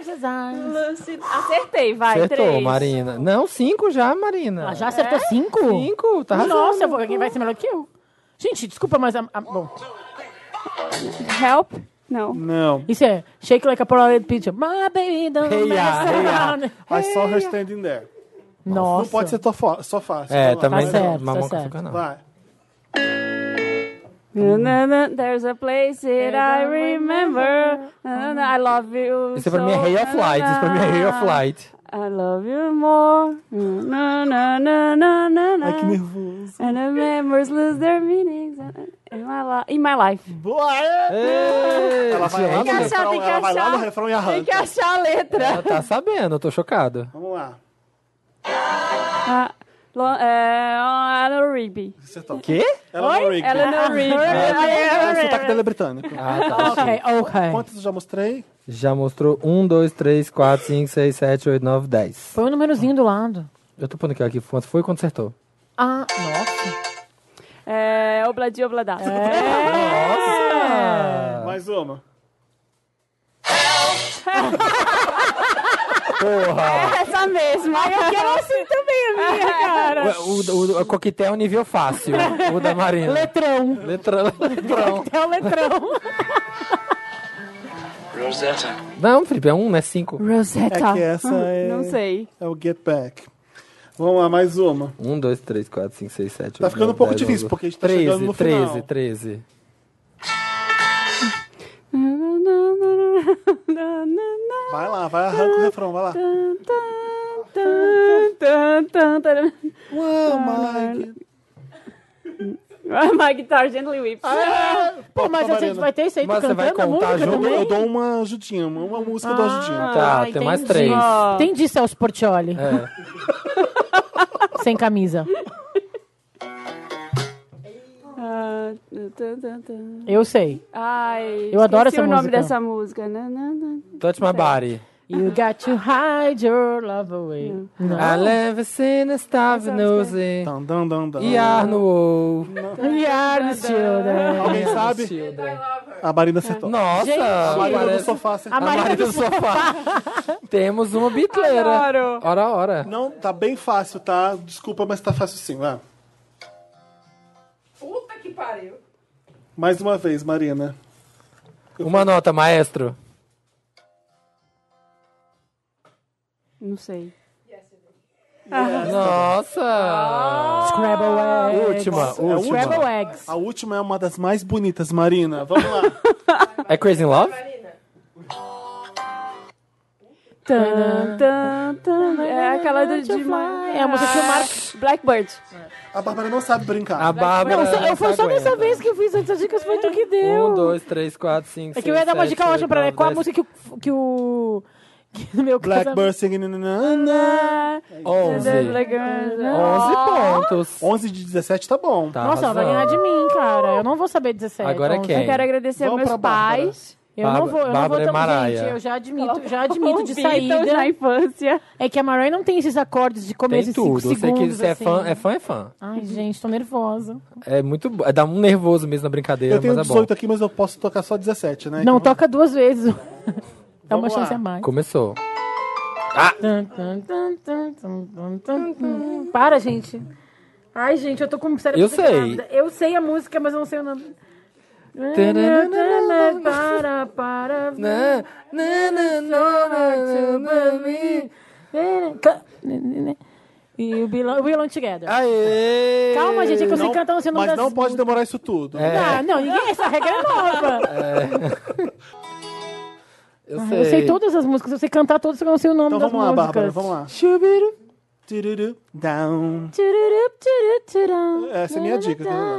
Speaker 5: sky will die.
Speaker 2: Lucy- Acertei, vai.
Speaker 3: Acertou,
Speaker 2: três.
Speaker 3: Marina. Não, cinco já, Marina.
Speaker 5: Ah, já acertou cinco?
Speaker 3: Cinco, tá arrasando.
Speaker 5: Nossa, eu vou- quem vai ser melhor que eu? Gente, desculpa, mas... a- a- bom,
Speaker 2: Help? Não.
Speaker 1: Não.
Speaker 5: isso é Shake Like a Polaroid Picture. My baby don't
Speaker 3: Hey,
Speaker 5: mess
Speaker 3: yeah, hey, yeah.
Speaker 5: around.
Speaker 1: I saw her standing there.
Speaker 5: Nossa.
Speaker 1: Não pode ser tão fo- só fácil. Vai
Speaker 3: É,
Speaker 1: lá,
Speaker 3: também
Speaker 1: vai lá.
Speaker 5: Tá certo, tá
Speaker 3: mamão com
Speaker 5: certo.
Speaker 3: açúcar, não.
Speaker 1: Vai.
Speaker 2: Na, na, na, There's a place that I remember. Na, na, na, I love you.
Speaker 3: Isso pra mim é Ray of Light. Isso pra mim é Ray of Light.
Speaker 2: I love you more. Na, na, na, na, na, na.
Speaker 1: Ai, que nervoso.
Speaker 2: And the memories lose their meanings in my, li in my life.
Speaker 1: Boa! é!
Speaker 3: Ei,
Speaker 1: Ela vai lá
Speaker 3: gente,
Speaker 1: no
Speaker 2: Tem que achar,
Speaker 1: refrão,
Speaker 2: tem que
Speaker 1: ela vai lá no
Speaker 2: achar.
Speaker 1: refrão e
Speaker 2: Tem que
Speaker 1: arranca.
Speaker 2: achar a letra.
Speaker 3: Ela tá sabendo, eu tô chocado.
Speaker 1: Vamos lá.
Speaker 2: Ah, lo- é, Eleanor Rigby.
Speaker 1: Você toca.
Speaker 3: Quê? um
Speaker 1: Eleanor Rigby.
Speaker 2: [LAUGHS] Eleanor
Speaker 1: É o sotaque
Speaker 2: Rigby.
Speaker 1: dela é britânico.
Speaker 3: Ah, tá.
Speaker 5: Ok, ok.
Speaker 1: Quantos eu já mostrei?
Speaker 3: Já mostrou 1, 2, 3, 4, 5, 6, 7, 8, 9, 10.
Speaker 5: Põe um númerozinho do lado.
Speaker 3: Eu tô pondo aqui, ó, aqui. Quanto foi e quanto acertou?
Speaker 5: Ah, nossa.
Speaker 2: É, Obladi Obladá.
Speaker 3: Tá.
Speaker 1: Mais uma.
Speaker 2: [LAUGHS] Essa mesma. Eu quero
Speaker 5: É
Speaker 2: assim também,
Speaker 5: né?
Speaker 2: a [LAUGHS] minha, cara.
Speaker 3: Ué, O, o, o coquetel é um nível fácil. o da Marina.
Speaker 5: [LAUGHS] Letrão.
Speaker 3: Letrão. Letrão.
Speaker 5: É o letrão. [LAUGHS]
Speaker 6: Rosetta.
Speaker 3: Não, Felipe, é um, não é cinco.
Speaker 2: Rosetta.
Speaker 1: É que essa é-
Speaker 2: Tá. Não sei.
Speaker 1: É o Get Back. Vamos lá, mais uma.
Speaker 3: Um, dois, três, quatro, cinco, seis, sete,
Speaker 1: Tá
Speaker 3: oito,
Speaker 1: ficando
Speaker 3: nove,
Speaker 1: um pouco
Speaker 3: dez,
Speaker 1: difícil,
Speaker 3: onze.
Speaker 1: porque a gente tá chegando no
Speaker 3: 13,
Speaker 1: final.
Speaker 3: 13, 13.
Speaker 1: Vai lá, vai, arranca o refrão, vai lá. Uau, Mike.
Speaker 2: My guitar gently weeps.
Speaker 5: Ah, Pô, mas a gente vai ter isso aí tu
Speaker 3: Mas você vai
Speaker 5: cantando a
Speaker 3: contar
Speaker 5: música
Speaker 3: junto?
Speaker 1: Eu,
Speaker 5: também? Ah.
Speaker 1: eu dou uma ajudinha, uma, uma música eu dou ajudinha.
Speaker 3: Tá, tem mais
Speaker 5: entendi.
Speaker 3: três.
Speaker 5: Entendi, Celso Portioli.
Speaker 3: É.
Speaker 5: Sem camisa.
Speaker 2: Ah, tan, tan, tan.
Speaker 5: Eu sei.
Speaker 2: Ai,
Speaker 5: Eu adoro
Speaker 2: esqueci o
Speaker 5: essa
Speaker 2: nome
Speaker 5: música.
Speaker 2: dessa música. Na, na, na.
Speaker 3: Touch my body.
Speaker 5: You got to hide your love away. Não.
Speaker 3: I love a sin, stop nose.
Speaker 1: Dun, dun, dun, dun.
Speaker 3: E ar no...
Speaker 5: We are the children.
Speaker 1: Alguém sabe?
Speaker 3: Children.
Speaker 1: A Marina acertou.
Speaker 3: Nossa,
Speaker 5: Gente,
Speaker 1: a Marina do
Speaker 3: parece-
Speaker 1: sofá
Speaker 5: É. A
Speaker 1: acertou.
Speaker 3: A Marina
Speaker 5: Maria
Speaker 3: do sofá.
Speaker 5: [LAUGHS]
Speaker 3: Temos uma bitleira.
Speaker 2: Adoro.
Speaker 3: Ora, ora.
Speaker 1: Não, tá bem fácil, tá? Desculpa, mas tá fácil sim, lá.
Speaker 2: Puta que pariu.
Speaker 1: Mais uma vez, Marina.
Speaker 3: Uma nota, maestro.
Speaker 2: Não sei.
Speaker 3: Nossa!
Speaker 5: Scrabble Eggs.
Speaker 3: Última, última.
Speaker 5: Scrabble Eggs.
Speaker 1: A última é uma das mais bonitas, Marina. Vamos lá.
Speaker 5: [LAUGHS]
Speaker 3: É Crazy in Love?
Speaker 2: Tan, tan, tan. Ah. É aquela de, de
Speaker 5: É a música que o Marcos...
Speaker 2: Ah. Blackbird.
Speaker 1: A Bárbara não sabe brincar.
Speaker 3: A Bárbara.
Speaker 5: Não, só- eu foi só
Speaker 3: aguenta.
Speaker 5: dessa vez que eu fiz essas dicas, foi tu que deu.
Speaker 3: Um, dois, três, quatro, cinco,
Speaker 5: É que
Speaker 3: seis,
Speaker 5: eu ia dar uma
Speaker 3: sete,
Speaker 5: dica
Speaker 3: oito,
Speaker 5: ótima pra ela. é
Speaker 3: nove,
Speaker 5: Qual a
Speaker 3: dez.
Speaker 5: música que, o- que o... [LAUGHS] Que no meu casamento...
Speaker 1: Blackbird singing. na, na,
Speaker 2: Ah,
Speaker 1: na.
Speaker 3: Onze. Onze pontos.
Speaker 1: 11 de 17 tá bom.
Speaker 3: Tá
Speaker 5: Nossa, ela vai ganhar
Speaker 3: arrasando.
Speaker 5: de mim, cara. Eu não vou saber 17.
Speaker 3: Agora é
Speaker 5: onze.
Speaker 3: quem?
Speaker 2: Eu quero agradecer aos
Speaker 1: Vamos
Speaker 2: meus
Speaker 1: pra Bárbara.
Speaker 2: pais.
Speaker 5: Eu não vou, eu não vou
Speaker 3: Bárbara é
Speaker 5: tão...
Speaker 3: Mariah.
Speaker 5: Gente, eu já admito, já admito
Speaker 2: Muito
Speaker 5: de
Speaker 2: então, na
Speaker 5: saída.
Speaker 2: infância.
Speaker 5: É que a Mariah não tem esses acordes de começo
Speaker 3: Tem
Speaker 5: e cinco
Speaker 3: tudo. Eu sei que
Speaker 5: segundos,
Speaker 3: você é
Speaker 5: assim.
Speaker 3: fã, é fã, é fã.
Speaker 5: Ai, gente, tô nervosa.
Speaker 3: É muito bo- Dá um nervoso mesmo na brincadeira,
Speaker 1: Eu tenho
Speaker 3: mas é bom.
Speaker 1: 18 aqui, mas eu posso tocar só 17, né?
Speaker 5: Não, tá,
Speaker 1: Então,
Speaker 5: toca duas vezes. [LAUGHS] Dá uma
Speaker 1: Vamos lá.
Speaker 5: chance a mais.
Speaker 3: Começou.
Speaker 5: Tum, tum, tum, tum, tum, tum, tum, tum. Para, gente. Ai, gente, eu tô com o cérebro
Speaker 3: Eu sei.
Speaker 5: grávida. Eu sei a música, mas eu não sei o nome.
Speaker 3: Taranana.
Speaker 5: Para, para.
Speaker 3: Na, na, na, na, na, na, na.
Speaker 5: E o Belong, We Belong Together.
Speaker 3: Aê!
Speaker 5: Calma, gente, é que eu sei
Speaker 1: Não,
Speaker 5: cantar o seu nome
Speaker 1: mas
Speaker 5: das
Speaker 1: não pode demorar isso tudo.
Speaker 3: É.
Speaker 5: Ah, não, ninguém, essa regra é nova.
Speaker 3: Eu
Speaker 5: Ah,
Speaker 3: sei.
Speaker 5: Eu sei todas as músicas, eu sei cantar todas, só que eu não sei o
Speaker 1: É.
Speaker 5: nome
Speaker 1: Então
Speaker 5: das
Speaker 1: vamos lá,
Speaker 5: músicas.
Speaker 1: Bárbara, vamos lá.
Speaker 5: Chubiru.
Speaker 1: Tururu, down.
Speaker 5: Tchururu, tchururu, tchururu.
Speaker 1: Essa é minha dica, tá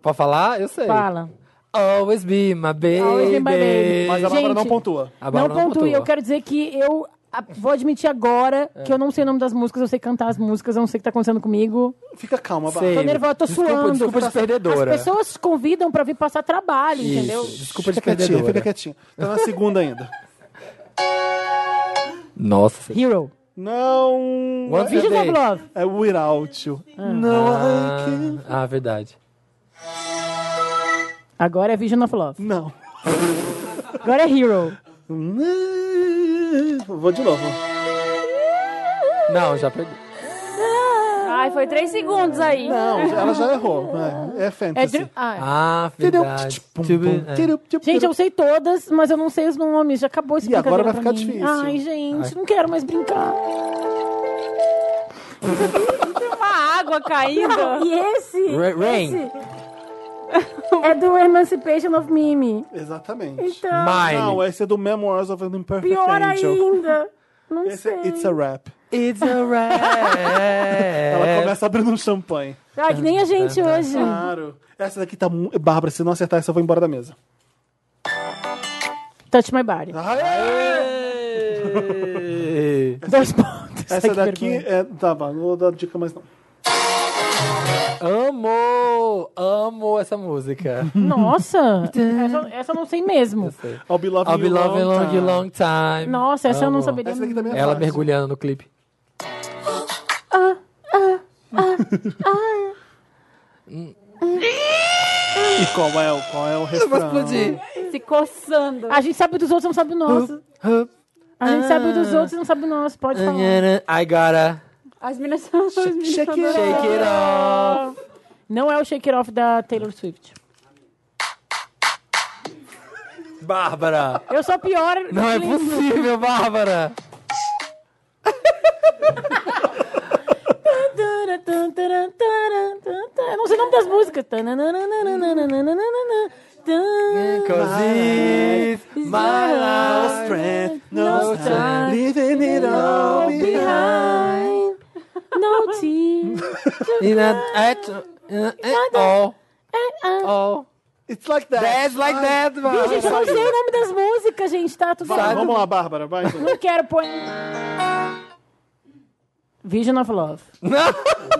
Speaker 3: Pra falar, eu sei.
Speaker 5: Fala.
Speaker 3: Always be my baby.
Speaker 5: Always be my baby.
Speaker 1: Mas a Bárbara
Speaker 5: Gente.
Speaker 1: não pontua.
Speaker 3: A
Speaker 5: não
Speaker 3: Bárbara
Speaker 5: pontue,
Speaker 3: pontua.
Speaker 5: eu quero dizer que eu a- vou admitir agora que eu não sei o nome das músicas, eu sei cantar as músicas, eu não sei o que tá acontecendo comigo.
Speaker 1: Fica calma,
Speaker 3: Sei.
Speaker 5: Tô
Speaker 1: Bárbara.
Speaker 5: nervosa, tô
Speaker 3: Desculpa-
Speaker 5: suando.
Speaker 3: desculpa de perdedora.
Speaker 5: As pessoas te convidam pra vir passar trabalho,
Speaker 3: Isso,
Speaker 5: entendeu?
Speaker 3: Desculpa de
Speaker 1: Fica quietinha, fica
Speaker 3: perdedora.
Speaker 1: quietinha. Tá na segunda ainda.
Speaker 3: Nossa.
Speaker 5: Hero.
Speaker 1: Não.
Speaker 3: One
Speaker 5: Vídeos
Speaker 3: Day.
Speaker 5: of Love.
Speaker 1: É without you. Não, I can't.
Speaker 3: Ah, ah, verdade.
Speaker 5: Agora é Vision of Love.
Speaker 1: Não.
Speaker 5: Agora é Hero.
Speaker 1: Vou de novo.
Speaker 3: Não, já perdi.
Speaker 2: Ai, foi três segundos aí.
Speaker 1: Não, ela já errou. É, é
Speaker 5: É
Speaker 1: fantasy.
Speaker 5: Dr- ah,
Speaker 3: Ah,
Speaker 1: Entendeu?
Speaker 3: verdade.
Speaker 1: Tch, pum, pum, tchiru,
Speaker 3: É.
Speaker 1: tchiru,
Speaker 5: Gente,
Speaker 1: tchiru.
Speaker 5: eu sei todas, mas eu não sei os nomes. Já acabou esse
Speaker 1: E agora vai
Speaker 5: brincadeira pra
Speaker 1: ficar
Speaker 5: mim.
Speaker 1: difícil.
Speaker 5: Ai, gente, não quero mais brincar.
Speaker 2: [LAUGHS] Uma água caindo.
Speaker 5: E esse
Speaker 3: Ra- Rain.
Speaker 5: é do Emancipation of Mimi.
Speaker 1: Exatamente.
Speaker 5: Então,
Speaker 1: Não,
Speaker 3: Mine.
Speaker 1: esse é do Memoirs of an Imperfect
Speaker 5: pior
Speaker 1: Angel.
Speaker 5: ainda.
Speaker 2: Não
Speaker 1: Esse
Speaker 2: sei.
Speaker 1: é It's a Rap.
Speaker 3: It's a rap.
Speaker 1: Ela começa abrindo um champanhe.
Speaker 2: Ah, que nem a gente hoje.
Speaker 1: Claro. Essa daqui tá. mu- Bárbara, se não acertar essa, eu vou embora da mesa.
Speaker 5: Touch My Body.
Speaker 3: é? Ei.
Speaker 5: Dois pontos. Ai,
Speaker 1: Essa
Speaker 5: que
Speaker 1: daqui
Speaker 5: vergonha.
Speaker 1: é. Tá, vá, não vou dar dica mais não.
Speaker 3: Amo! Amo essa música.
Speaker 5: Nossa! essa, essa eu não sei mesmo.
Speaker 3: Eu sei.
Speaker 1: I'll be loving
Speaker 3: I'll be
Speaker 1: you
Speaker 3: loving
Speaker 1: long
Speaker 3: long,
Speaker 1: time.
Speaker 3: long time.
Speaker 5: Nossa, essa eu não
Speaker 3: Amo.
Speaker 5: saberia.
Speaker 1: Essa daqui também é
Speaker 3: Ela
Speaker 1: fácil.
Speaker 3: mergulhando no clipe.
Speaker 1: E qual é, o- qual é o refrão?
Speaker 2: Se coçando.
Speaker 5: A gente sabe dos outros, não sabe o nosso.
Speaker 3: Hup,
Speaker 5: A gente sabe dos outros e não sabe o nosso. Pode falar.
Speaker 3: anana, I gotta
Speaker 2: As meninas são as meninas
Speaker 1: shake it
Speaker 2: adoram.
Speaker 3: shake it off.
Speaker 5: Não é o Shake It Off da Taylor Swift.
Speaker 3: Bárbara!
Speaker 5: Eu sou a pior.
Speaker 3: Não é
Speaker 5: em línguas.
Speaker 3: possível, Bárbara!
Speaker 5: Eu não sei o nome das músicas.
Speaker 3: Cause it's my
Speaker 1: No
Speaker 3: life.
Speaker 1: strength, no
Speaker 3: strength.
Speaker 1: time, leaving it all behind.
Speaker 5: Behind no tears
Speaker 3: In a, at, in a, all,
Speaker 5: É, ah.
Speaker 3: all.
Speaker 1: It's like that.
Speaker 3: That's like that,
Speaker 5: Viu, gente? Eu
Speaker 3: Bárbara.
Speaker 5: não sei o nome das músicas, gente. Tá tudo
Speaker 1: Ah, Vai,
Speaker 5: errado.
Speaker 1: vamos lá, Bárbara, vai.
Speaker 5: Não quero pôr. Vision of Love.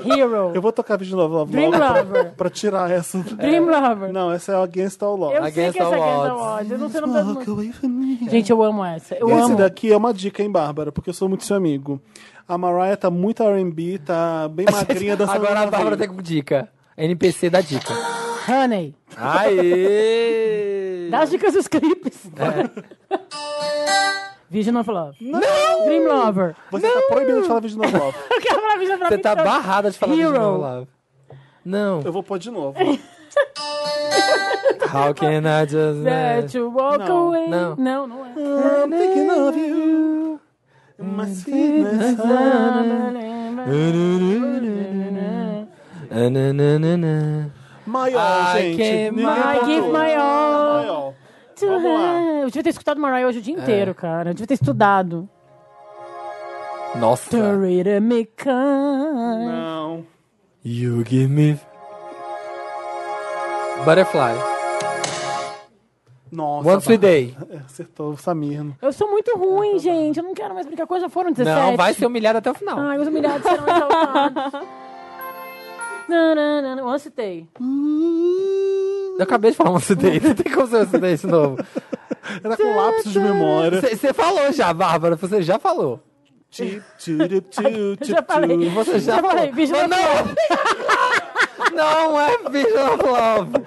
Speaker 5: Hero.
Speaker 1: Eu vou tocar vídeo novo, novo
Speaker 5: Dream
Speaker 1: logo pra-
Speaker 5: Lover.
Speaker 1: pra tirar essa.
Speaker 5: Dream Lover.
Speaker 1: Não, essa é Against All Law.
Speaker 5: Eu sei
Speaker 3: Against
Speaker 5: que essa
Speaker 3: All
Speaker 5: aqui é da
Speaker 3: Odds.
Speaker 5: Odd. Eu não sei o nome das
Speaker 1: Walk
Speaker 5: músicas.
Speaker 1: away from me.
Speaker 5: Gente, eu amo essa. Eu
Speaker 1: Esse
Speaker 5: amo.
Speaker 1: daqui é uma dica, hein, Bárbara, porque eu sou muito seu amigo. A Mariah tá muito R&B, tá
Speaker 3: [LAUGHS]
Speaker 1: bem magrinha dançando.
Speaker 3: Agora a
Speaker 1: na
Speaker 3: Bárbara
Speaker 1: rave.
Speaker 3: tem dica. NPC dá dica.
Speaker 5: Honey.
Speaker 3: Aê!
Speaker 5: Dá as dicas dos clipes.
Speaker 1: É.
Speaker 5: [LAUGHS] Vision of Love. Não! Dream Lover.
Speaker 1: Você tá proibido de falar vídeo novo. Love.
Speaker 5: Eu quero falar Vision of Love.
Speaker 3: Você tá
Speaker 5: então.
Speaker 3: barrada de falar de
Speaker 5: Hero.
Speaker 3: novo, Lava. Não.
Speaker 1: Eu vou pôr de
Speaker 3: [LAUGHS]
Speaker 1: novo.
Speaker 3: How can I just...
Speaker 5: That you walk
Speaker 1: Não,
Speaker 5: away.
Speaker 3: não.
Speaker 5: não, não é.
Speaker 1: É, tipo, I'm thinking of you. My sweetness.
Speaker 3: Ananana.
Speaker 1: My all,
Speaker 3: I
Speaker 1: gente.
Speaker 3: can-
Speaker 1: Ninguém
Speaker 3: I
Speaker 1: botou.
Speaker 5: give my all.
Speaker 1: My all.
Speaker 5: To
Speaker 1: Vamos lá. É.
Speaker 5: her. Eu devia ter escutado Mariah hoje o dia inteiro, cara. Eu devia ter estudado.
Speaker 3: Nossa.
Speaker 5: Torita me kind.
Speaker 1: Não.
Speaker 3: You give me... Butterfly.
Speaker 1: Nossa.
Speaker 3: One
Speaker 1: Bárbara.
Speaker 3: Sweet Day.
Speaker 1: Acertou o Samir.
Speaker 5: Eu sou muito ruim, gente. Eu não quero mais brincar com isso. Já foram 17.
Speaker 3: Não, vai ser humilhada até o final.
Speaker 5: Ai, os humilhados serão exaltados. um [LAUGHS] Não, não, não, não. Once citei.
Speaker 3: Eu acabei de falar um acidente. Não tem como ser um acidente novo.
Speaker 1: Era tá com lapsos de memória.
Speaker 3: Você você falou já, Bárbara. Você já falou.
Speaker 1: Ti, ti, ti,
Speaker 3: [LAUGHS]
Speaker 1: ti, ti,
Speaker 5: Já falei.
Speaker 3: Você já,
Speaker 5: Já
Speaker 3: falou.
Speaker 5: falei, Vision
Speaker 3: Mas
Speaker 5: of
Speaker 3: [LAUGHS] não! não é Vision of Love.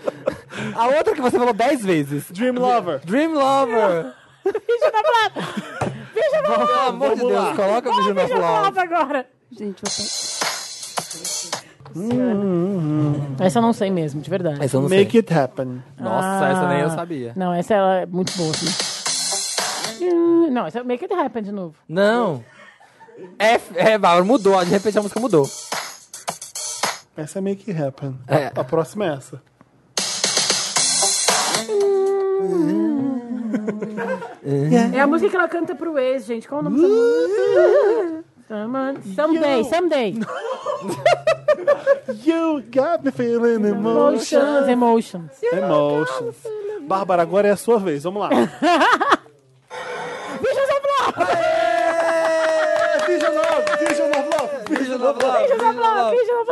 Speaker 3: A outra que você falou dez vezes.
Speaker 1: Dream Lover.
Speaker 3: Dream Lover.
Speaker 5: Vision of
Speaker 3: Pelo
Speaker 5: Love.
Speaker 3: amor de
Speaker 1: Vamos
Speaker 3: Deus,
Speaker 1: lá.
Speaker 3: coloca o Vision of
Speaker 5: Vision of
Speaker 3: Love.
Speaker 5: Love agora.
Speaker 2: Gente, você...
Speaker 5: Essa eu não sei mesmo, de verdade.
Speaker 3: Essa eu não sei.
Speaker 1: Make it happen.
Speaker 3: Nossa, essa nem eu sabia.
Speaker 5: Não, essa ela é muito boa. Assim. Não, essa é Make It Happen de novo.
Speaker 3: Não. É, é, Bárbara, mudou. De repente a música mudou.
Speaker 1: Essa é Make it happen.
Speaker 3: É.
Speaker 1: A próxima é essa.
Speaker 5: É a música que ela canta pro ex, gente. Qual o nome dessa música? Someday, Someday.
Speaker 1: You got me feeling emotion.
Speaker 5: Emotions, Emotions.
Speaker 1: Emotions. Bárbara, agora é a sua vez. Vamos lá.
Speaker 5: Vision of Love!
Speaker 1: Vision of, Vision of Love.
Speaker 3: Vision of Love.
Speaker 5: Vision of Love! Vision of Love!
Speaker 3: Vision of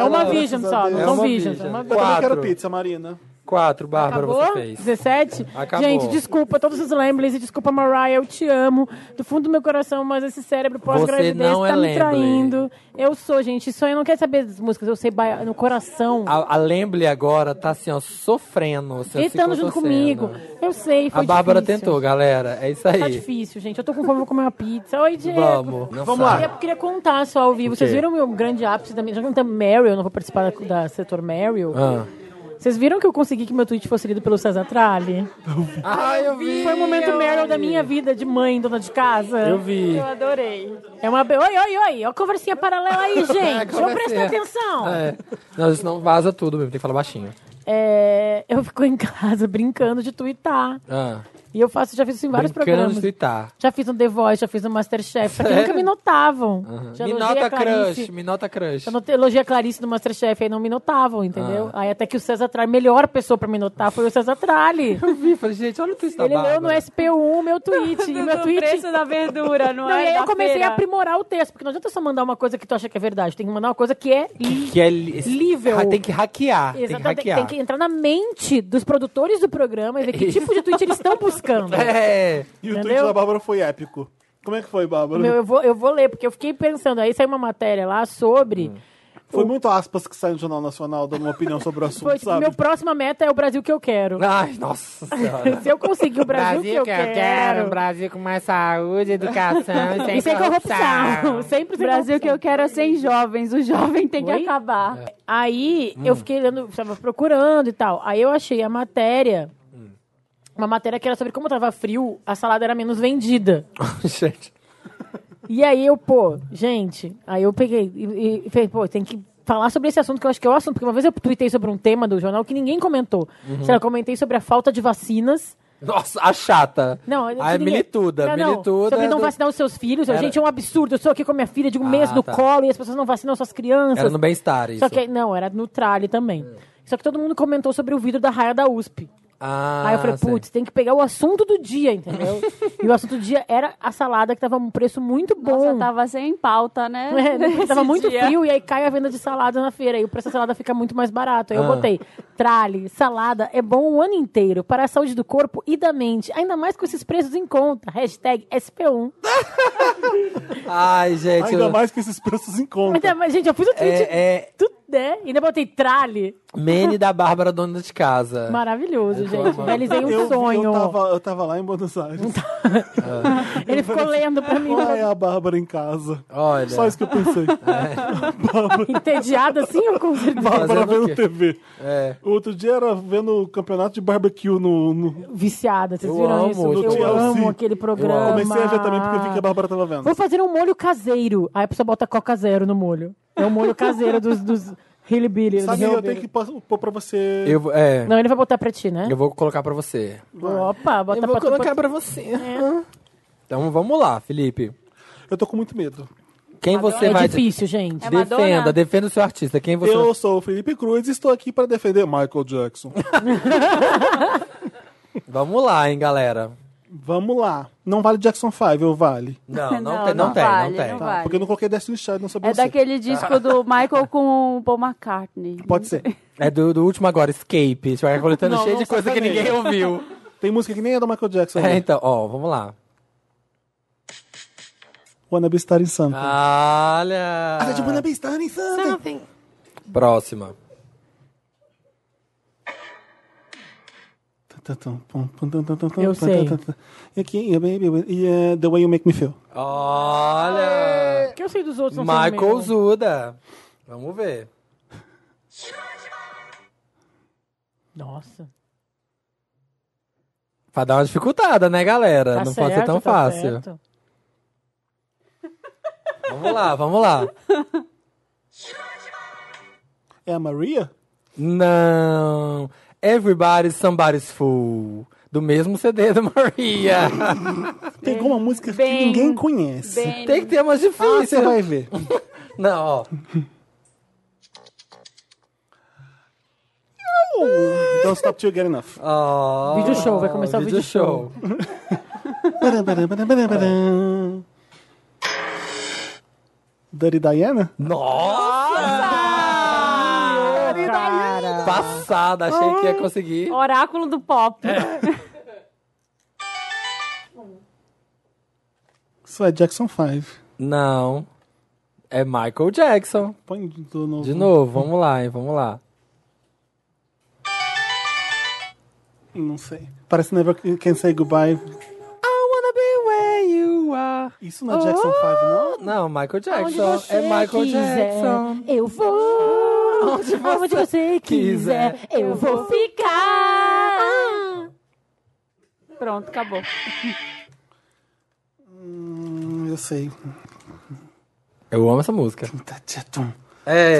Speaker 5: É uma
Speaker 3: Love,
Speaker 5: Vision
Speaker 1: graças a
Speaker 5: só,
Speaker 1: Deus.
Speaker 5: não
Speaker 1: É
Speaker 5: são
Speaker 3: uma
Speaker 5: Visions. É
Speaker 3: Vision.
Speaker 5: uma
Speaker 1: Eu também quero
Speaker 3: Quatro.
Speaker 1: pizza, Marina.
Speaker 3: Quatro, Bárbara,
Speaker 5: Acabou?
Speaker 3: você fez.
Speaker 5: 17?
Speaker 3: Acabou.
Speaker 5: Gente, desculpa todos os Lambles e desculpa, Mariah, eu te amo do fundo do meu coração, mas esse cérebro pós-gravidez
Speaker 3: não
Speaker 5: tá
Speaker 3: é
Speaker 5: me
Speaker 3: Lambley.
Speaker 5: traindo. Eu sou, gente, isso aí eu não quero saber das músicas, eu sei ba- no coração.
Speaker 3: A, a Lembley agora tá assim, ó, sofrendo. Assim, ó, se
Speaker 5: Gritando junto
Speaker 3: contorcendo.
Speaker 5: comigo. Eu sei, foi
Speaker 3: A Bárbara
Speaker 5: difícil.
Speaker 3: tentou, galera. É isso
Speaker 5: Tá
Speaker 3: aí.
Speaker 5: difícil, gente. Eu tô com fome, vou comer uma pizza. Oi, Diego.
Speaker 3: Vamos. Não
Speaker 1: Vamos
Speaker 5: Eu
Speaker 1: lá.
Speaker 5: queria, queria contar só ao vivo. Vocês
Speaker 3: quê?
Speaker 5: viram o meu grande ápice da minha. Já cantando Meryl, eu não vou participar da, da setor Meryl.
Speaker 3: Ah.
Speaker 5: Vocês viram que eu consegui que meu tweet fosse lido pelo César Tralli?
Speaker 3: Ah, eu vi.
Speaker 5: Foi o momento Meryl da minha vida de mãe, dona de casa.
Speaker 3: Eu vi.
Speaker 2: Eu adorei.
Speaker 5: É uma. be- Oi, oi, oi. Ó, a conversinha
Speaker 3: [LAUGHS]
Speaker 5: paralela aí, gente. Vamos prestar
Speaker 3: Conversinha.
Speaker 5: atenção.
Speaker 3: É. Não, isso não vaza tudo mesmo, tem que falar baixinho.
Speaker 5: É, eu fico em casa brincando de twittar.
Speaker 3: Ah.
Speaker 5: E eu faço, já fiz isso em vários
Speaker 3: Brincando de
Speaker 5: programas.
Speaker 3: twittar.
Speaker 5: Já fiz no The Voice, já fiz no Masterchef. Só que nunca
Speaker 3: Sério?
Speaker 5: me notavam. Já
Speaker 3: Me
Speaker 5: elogiei a
Speaker 3: nota
Speaker 5: Clarice.
Speaker 3: crush, me nota crush.
Speaker 5: Eu notei- elogiei a Clarice no Masterchef, aí não me notavam, entendeu?
Speaker 3: Ah.
Speaker 5: Aí até que o César Tralli, melhor pessoa pra me notar foi o César
Speaker 3: [LAUGHS]
Speaker 5: Tralli.
Speaker 3: Eu vi, falei, gente, olha o twist da
Speaker 5: Ele leu
Speaker 3: Bárbara.
Speaker 5: no SPU, meu
Speaker 3: [LAUGHS]
Speaker 5: tweet, e meu
Speaker 2: Do
Speaker 5: tweet...
Speaker 2: preço da verdura, não,
Speaker 5: Não,
Speaker 2: é?
Speaker 5: e aí
Speaker 2: Da
Speaker 5: eu comecei
Speaker 2: feira.
Speaker 5: a aprimorar o texto, porque não adianta só mandar uma coisa que tu acha que é verdade, tem que mandar uma coisa que é li-
Speaker 3: Que é li-
Speaker 5: Lível.
Speaker 3: Ah, Tem que hackear. Tem que
Speaker 5: Exatamente, tem,
Speaker 3: hackear.
Speaker 5: que entrar na mente dos produtores do programa e ver que tipo de tweet eles estão buscando.
Speaker 3: É.
Speaker 1: E o tweet
Speaker 5: Entendeu?
Speaker 1: da Bárbara foi épico. Como é que foi, Bárbara?
Speaker 5: Meu, eu, vou, eu vou ler, porque eu fiquei pensando, aí saiu uma matéria lá sobre.
Speaker 1: Foi muito aspas que sai no Jornal Nacional dando uma opinião sobre o assunto,
Speaker 5: Foi, tipo,
Speaker 1: sabe?
Speaker 5: meu próxima meta é o Brasil que eu quero.
Speaker 3: Ai, nossa
Speaker 5: [LAUGHS]
Speaker 3: senhora.
Speaker 5: Se eu conseguir o Brasil, que eu quero.
Speaker 6: Brasil com mais saúde,
Speaker 7: [LAUGHS]
Speaker 6: educação
Speaker 5: E sem corrupção. [LAUGHS] Sempre
Speaker 2: O
Speaker 5: sem
Speaker 2: Brasil que eu
Speaker 5: corrupção.
Speaker 2: quero é sem jovens. O jovem tem que
Speaker 5: Oi?
Speaker 2: acabar.
Speaker 5: Aí
Speaker 3: Hum.
Speaker 5: eu fiquei lendo, estava procurando e tal. Aí eu achei a matéria.
Speaker 3: Hum.
Speaker 5: Uma matéria que era sobre como tava frio, a salada era menos vendida.
Speaker 3: gente.
Speaker 5: E aí eu, pô, gente, aí eu peguei e, e- e falei, pô, tem que falar sobre esse assunto, que eu acho que é o assunto, porque uma vez eu tuitei sobre um tema do jornal que ninguém comentou.
Speaker 3: Uhum.
Speaker 5: Sei lá, eu comentei sobre a falta de vacinas.
Speaker 3: Nossa, a chata.
Speaker 5: Não,
Speaker 3: Ai,
Speaker 5: é ninguém-
Speaker 3: Ah, é milituda,
Speaker 5: não, não,
Speaker 3: milituda.
Speaker 5: Sobre não
Speaker 3: do-
Speaker 5: vacinar os seus filhos. Eu,
Speaker 3: Era-
Speaker 5: Gente, é um absurdo. Eu sou aqui com a minha filha de um mês
Speaker 3: Ah,
Speaker 5: no
Speaker 3: tá.
Speaker 5: colo e as pessoas não vacinam suas crianças.
Speaker 3: Era no bem-estar isso. É.
Speaker 5: Só que, não, era no tralho também. Só que todo mundo comentou sobre o vidro da raia da USP.
Speaker 3: Ah,
Speaker 5: Aí eu falei,
Speaker 3: sei.
Speaker 5: putz, tem que pegar o assunto do dia,
Speaker 3: [LAUGHS]
Speaker 5: entendeu? e o assunto do dia era a salada, que tava um preço muito bom.
Speaker 2: Nossa,
Speaker 5: [LAUGHS]
Speaker 2: tava sem pauta, né? [LAUGHS]
Speaker 5: É, porque tava
Speaker 2: Esse
Speaker 5: muito
Speaker 2: dia.
Speaker 5: frio e aí cai a venda de salada na feira. E o preço da salada fica muito mais barato. Aí
Speaker 3: Ah.
Speaker 5: eu botei, trale, salada é bom o ano inteiro para a saúde do corpo e da mente. Ainda mais com esses preços em conta. Hashtag SP1.
Speaker 3: Ai, gente.
Speaker 1: Ainda
Speaker 3: eu-
Speaker 1: mais que esses preços em
Speaker 5: Ainda
Speaker 1: conta.
Speaker 5: mais- gente, eu fiz o tweet.
Speaker 3: É, é
Speaker 5: Tudo, né? E ainda botei trale.
Speaker 3: Mene da Bárbara, dona de casa.
Speaker 5: Maravilhoso, gente.
Speaker 3: amando.
Speaker 5: Realizei um
Speaker 1: eu, vi,
Speaker 5: sonho. tá
Speaker 1: Eu, tava, eu tava lá em Buenos Aires.
Speaker 5: Ele ficou lendo pra mim.
Speaker 1: Lá é a Bárbara em casa.
Speaker 3: Olha. É.
Speaker 1: Só isso que eu pensei.
Speaker 5: Entediado assim ou com certeza?
Speaker 1: Bárbara
Speaker 3: Fazendo
Speaker 1: vendo
Speaker 3: o quê?
Speaker 1: TV.
Speaker 3: É.
Speaker 1: Outro dia era vendo o campeonato de barbecue no. no...
Speaker 5: Viciada, vocês
Speaker 3: Eu
Speaker 5: viram
Speaker 3: amo
Speaker 5: isso?
Speaker 3: do
Speaker 5: Eu
Speaker 1: TLC.
Speaker 5: amo aquele
Speaker 1: Eu
Speaker 5: programa.
Speaker 1: Comecei a ver também porque eu vi que é a Bárbara tava vendo.
Speaker 5: Vou fazer um molho caseiro. Aí a pessoa bota coca zero no molho. É o molho caseiro dos, dos hillbillies.
Speaker 1: Sabe, eu tenho que pôr pôr pra você.
Speaker 3: Eu, vou- é,
Speaker 5: Não, ele vai botar pra ti, né?
Speaker 3: eu vou colocar pra você.
Speaker 5: Opa, bota
Speaker 3: eu vou
Speaker 5: pra tu.
Speaker 3: colocar
Speaker 5: bota-
Speaker 3: pra você. Então vamos lá, Felipe.
Speaker 1: Eu tô com muito medo.
Speaker 3: Quem você
Speaker 5: É
Speaker 3: vai...
Speaker 5: difícil, gente.
Speaker 2: É Madonna?
Speaker 3: Defenda, defenda o seu artista. Quem você...
Speaker 1: Eu sou o Felipe Cruz e estou aqui para defender Michael
Speaker 2: [LAUGHS]
Speaker 1: Jackson.
Speaker 3: Vamos lá, hein, galera.
Speaker 1: Vamos lá. Não vale Jackson 5, eu vale.
Speaker 3: Não, não,
Speaker 2: Não,
Speaker 3: tem, não,
Speaker 2: não
Speaker 3: tem,
Speaker 2: vale,
Speaker 3: não tem.
Speaker 2: não
Speaker 1: Tá,
Speaker 2: Vale.
Speaker 1: Porque eu não coloquei Destiny Child, não sabia
Speaker 2: É
Speaker 1: você.
Speaker 2: daquele disco do Michael com o Paul McCartney.
Speaker 1: Pode ser.
Speaker 3: É do, do último agora, Escape. Você vai coletando
Speaker 1: Não,
Speaker 3: cheio
Speaker 1: não
Speaker 3: de coisa que
Speaker 1: sacaneia.
Speaker 3: ninguém ouviu.
Speaker 1: Tem música que nem é do Michael Jackson.
Speaker 3: É,
Speaker 1: É.
Speaker 3: então, ó, vamos
Speaker 2: então.
Speaker 3: lá.
Speaker 1: Wanna Be Star in Something.
Speaker 2: Ah.
Speaker 3: Olha!
Speaker 1: Ah, de Wanna Be Star in Something.
Speaker 3: Próxima.
Speaker 5: Eu sei.
Speaker 1: E aqui, yeah, baby, yeah, the way you make me feel.
Speaker 3: Olha!
Speaker 5: O que eu sei dos outros não sei do
Speaker 3: Michael
Speaker 5: meu.
Speaker 3: Zuda. Vamos ver.
Speaker 5: Nossa.
Speaker 3: Pra dar uma dificultada, né, galera?
Speaker 5: Tá
Speaker 3: Não
Speaker 5: certo,
Speaker 3: pode ser tão
Speaker 5: tá
Speaker 3: fácil.
Speaker 5: certo.
Speaker 3: Vamos lá, vamos lá.
Speaker 1: É a Maria?
Speaker 3: Não. Everybody Somebody's Fool. Do mesmo CD da
Speaker 5: [LAUGHS]
Speaker 3: Maria.
Speaker 1: Tem alguma música que
Speaker 2: É. bem-
Speaker 1: ninguém conhece.
Speaker 2: Bem-
Speaker 3: Tem que ter umas
Speaker 1: Ah, você
Speaker 3: difíceis.
Speaker 1: vai ver.
Speaker 3: Não, ó.
Speaker 1: Don't stop till you get enough.
Speaker 3: Ó,
Speaker 5: Vídeo show, vai começar o vídeo show.
Speaker 1: Baram, baram, baram, baram, baram. Dirty Diana?
Speaker 3: Nossa!
Speaker 5: Cara.
Speaker 3: Passada, achei que ia conseguir.
Speaker 2: Oráculo do Pop.
Speaker 1: Isso é Jackson 5.
Speaker 3: Não. É Michael Jackson.
Speaker 1: Põe de novo.
Speaker 3: De novo, vamos lá, hein? Vamos lá.
Speaker 1: Não sei. Parece Never Can Say Goodbye.
Speaker 3: I wanna be where you are.
Speaker 1: Isso não é Jackson 5, não?
Speaker 3: Não, Michael
Speaker 5: Aonde
Speaker 3: Jackson.
Speaker 5: você
Speaker 3: É Michael
Speaker 5: quiser,
Speaker 3: Jackson.
Speaker 5: Eu vou. Aonde você, quiser, eu vou ficar.
Speaker 2: Pronto, acabou.
Speaker 1: Hum, eu sei.
Speaker 3: Eu amo essa música.
Speaker 1: Tchatum.
Speaker 3: É,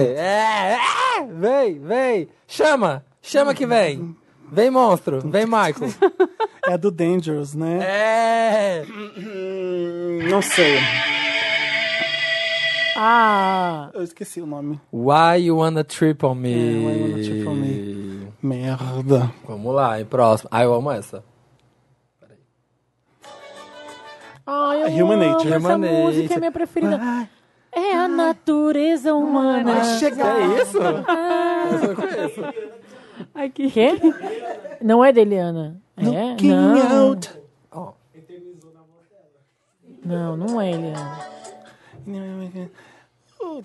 Speaker 3: é, é. Vem, vem. Chama, chama que vem. Vem, monstro. Vem, Michael.
Speaker 1: É a do Dangerous, né?
Speaker 3: [LAUGHS] É!
Speaker 1: Hum, não sei.
Speaker 5: Ah,
Speaker 1: Eu esqueci o nome.
Speaker 3: Why You Wanna Trip On Me?
Speaker 1: É, Why You Wanna Trip On Me. Merda.
Speaker 3: Vamos lá, e próximo. Ah, eu amo essa.
Speaker 5: ai, eu
Speaker 1: A É Human
Speaker 5: amo
Speaker 1: Nature.
Speaker 5: Essa
Speaker 3: Human
Speaker 5: música
Speaker 3: Nature.
Speaker 5: é minha preferida. É a natureza humana.
Speaker 3: É isso?
Speaker 2: Aqui.
Speaker 5: Quê? Não é dele, Ana. É?
Speaker 1: Looking
Speaker 5: Não.
Speaker 1: out.
Speaker 5: não, não é Eliana.
Speaker 1: Oh,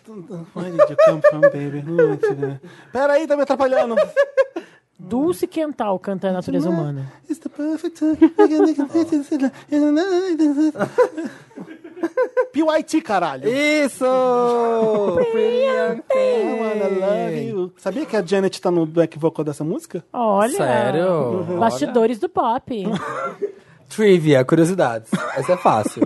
Speaker 1: Where did you come from, baby? Peraí, tá me atrapalhando.
Speaker 5: Dulce Quental canta a natureza humana.
Speaker 1: It's the perfect time. We can- [LAUGHS] we can- we can- we can- [LAUGHS] PYT, caralho.
Speaker 3: Isso!
Speaker 1: I wanna love you. Sabia que a Janet tá no back vocal dessa música?
Speaker 5: Olha.
Speaker 3: Sério?
Speaker 5: Bastidores do pop.
Speaker 3: Trivia, curiosidades. Essa é fácil.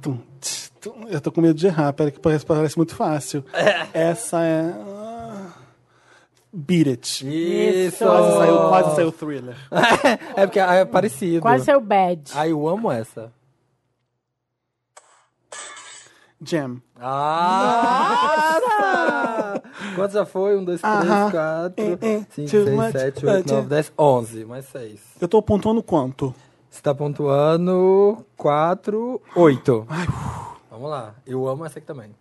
Speaker 1: Tum, tch, tum. Eu tô com medo de errar, peraí, que parece, parece muito fácil. Essa é. ah, Beat It.
Speaker 3: Isso!
Speaker 1: Quase saiu, quase saiu thriller.
Speaker 3: É porque é parecido.
Speaker 5: Quase saiu bad.
Speaker 3: Ah, eu amo essa.
Speaker 1: Jam.
Speaker 3: Nossa! Quanto já foi? Um, dois, três,
Speaker 1: Aham.
Speaker 3: quatro,
Speaker 1: Eh, eh.
Speaker 3: cinco,
Speaker 1: Too
Speaker 3: seis,
Speaker 1: much,
Speaker 3: sete,
Speaker 1: but
Speaker 3: oito,
Speaker 1: you-
Speaker 3: nove, dez, onze. Mais seis.
Speaker 1: Eu tô pontuando quanto?
Speaker 3: Você tá pontuando 4, 8. Vamos lá. Eu amo essa aqui também.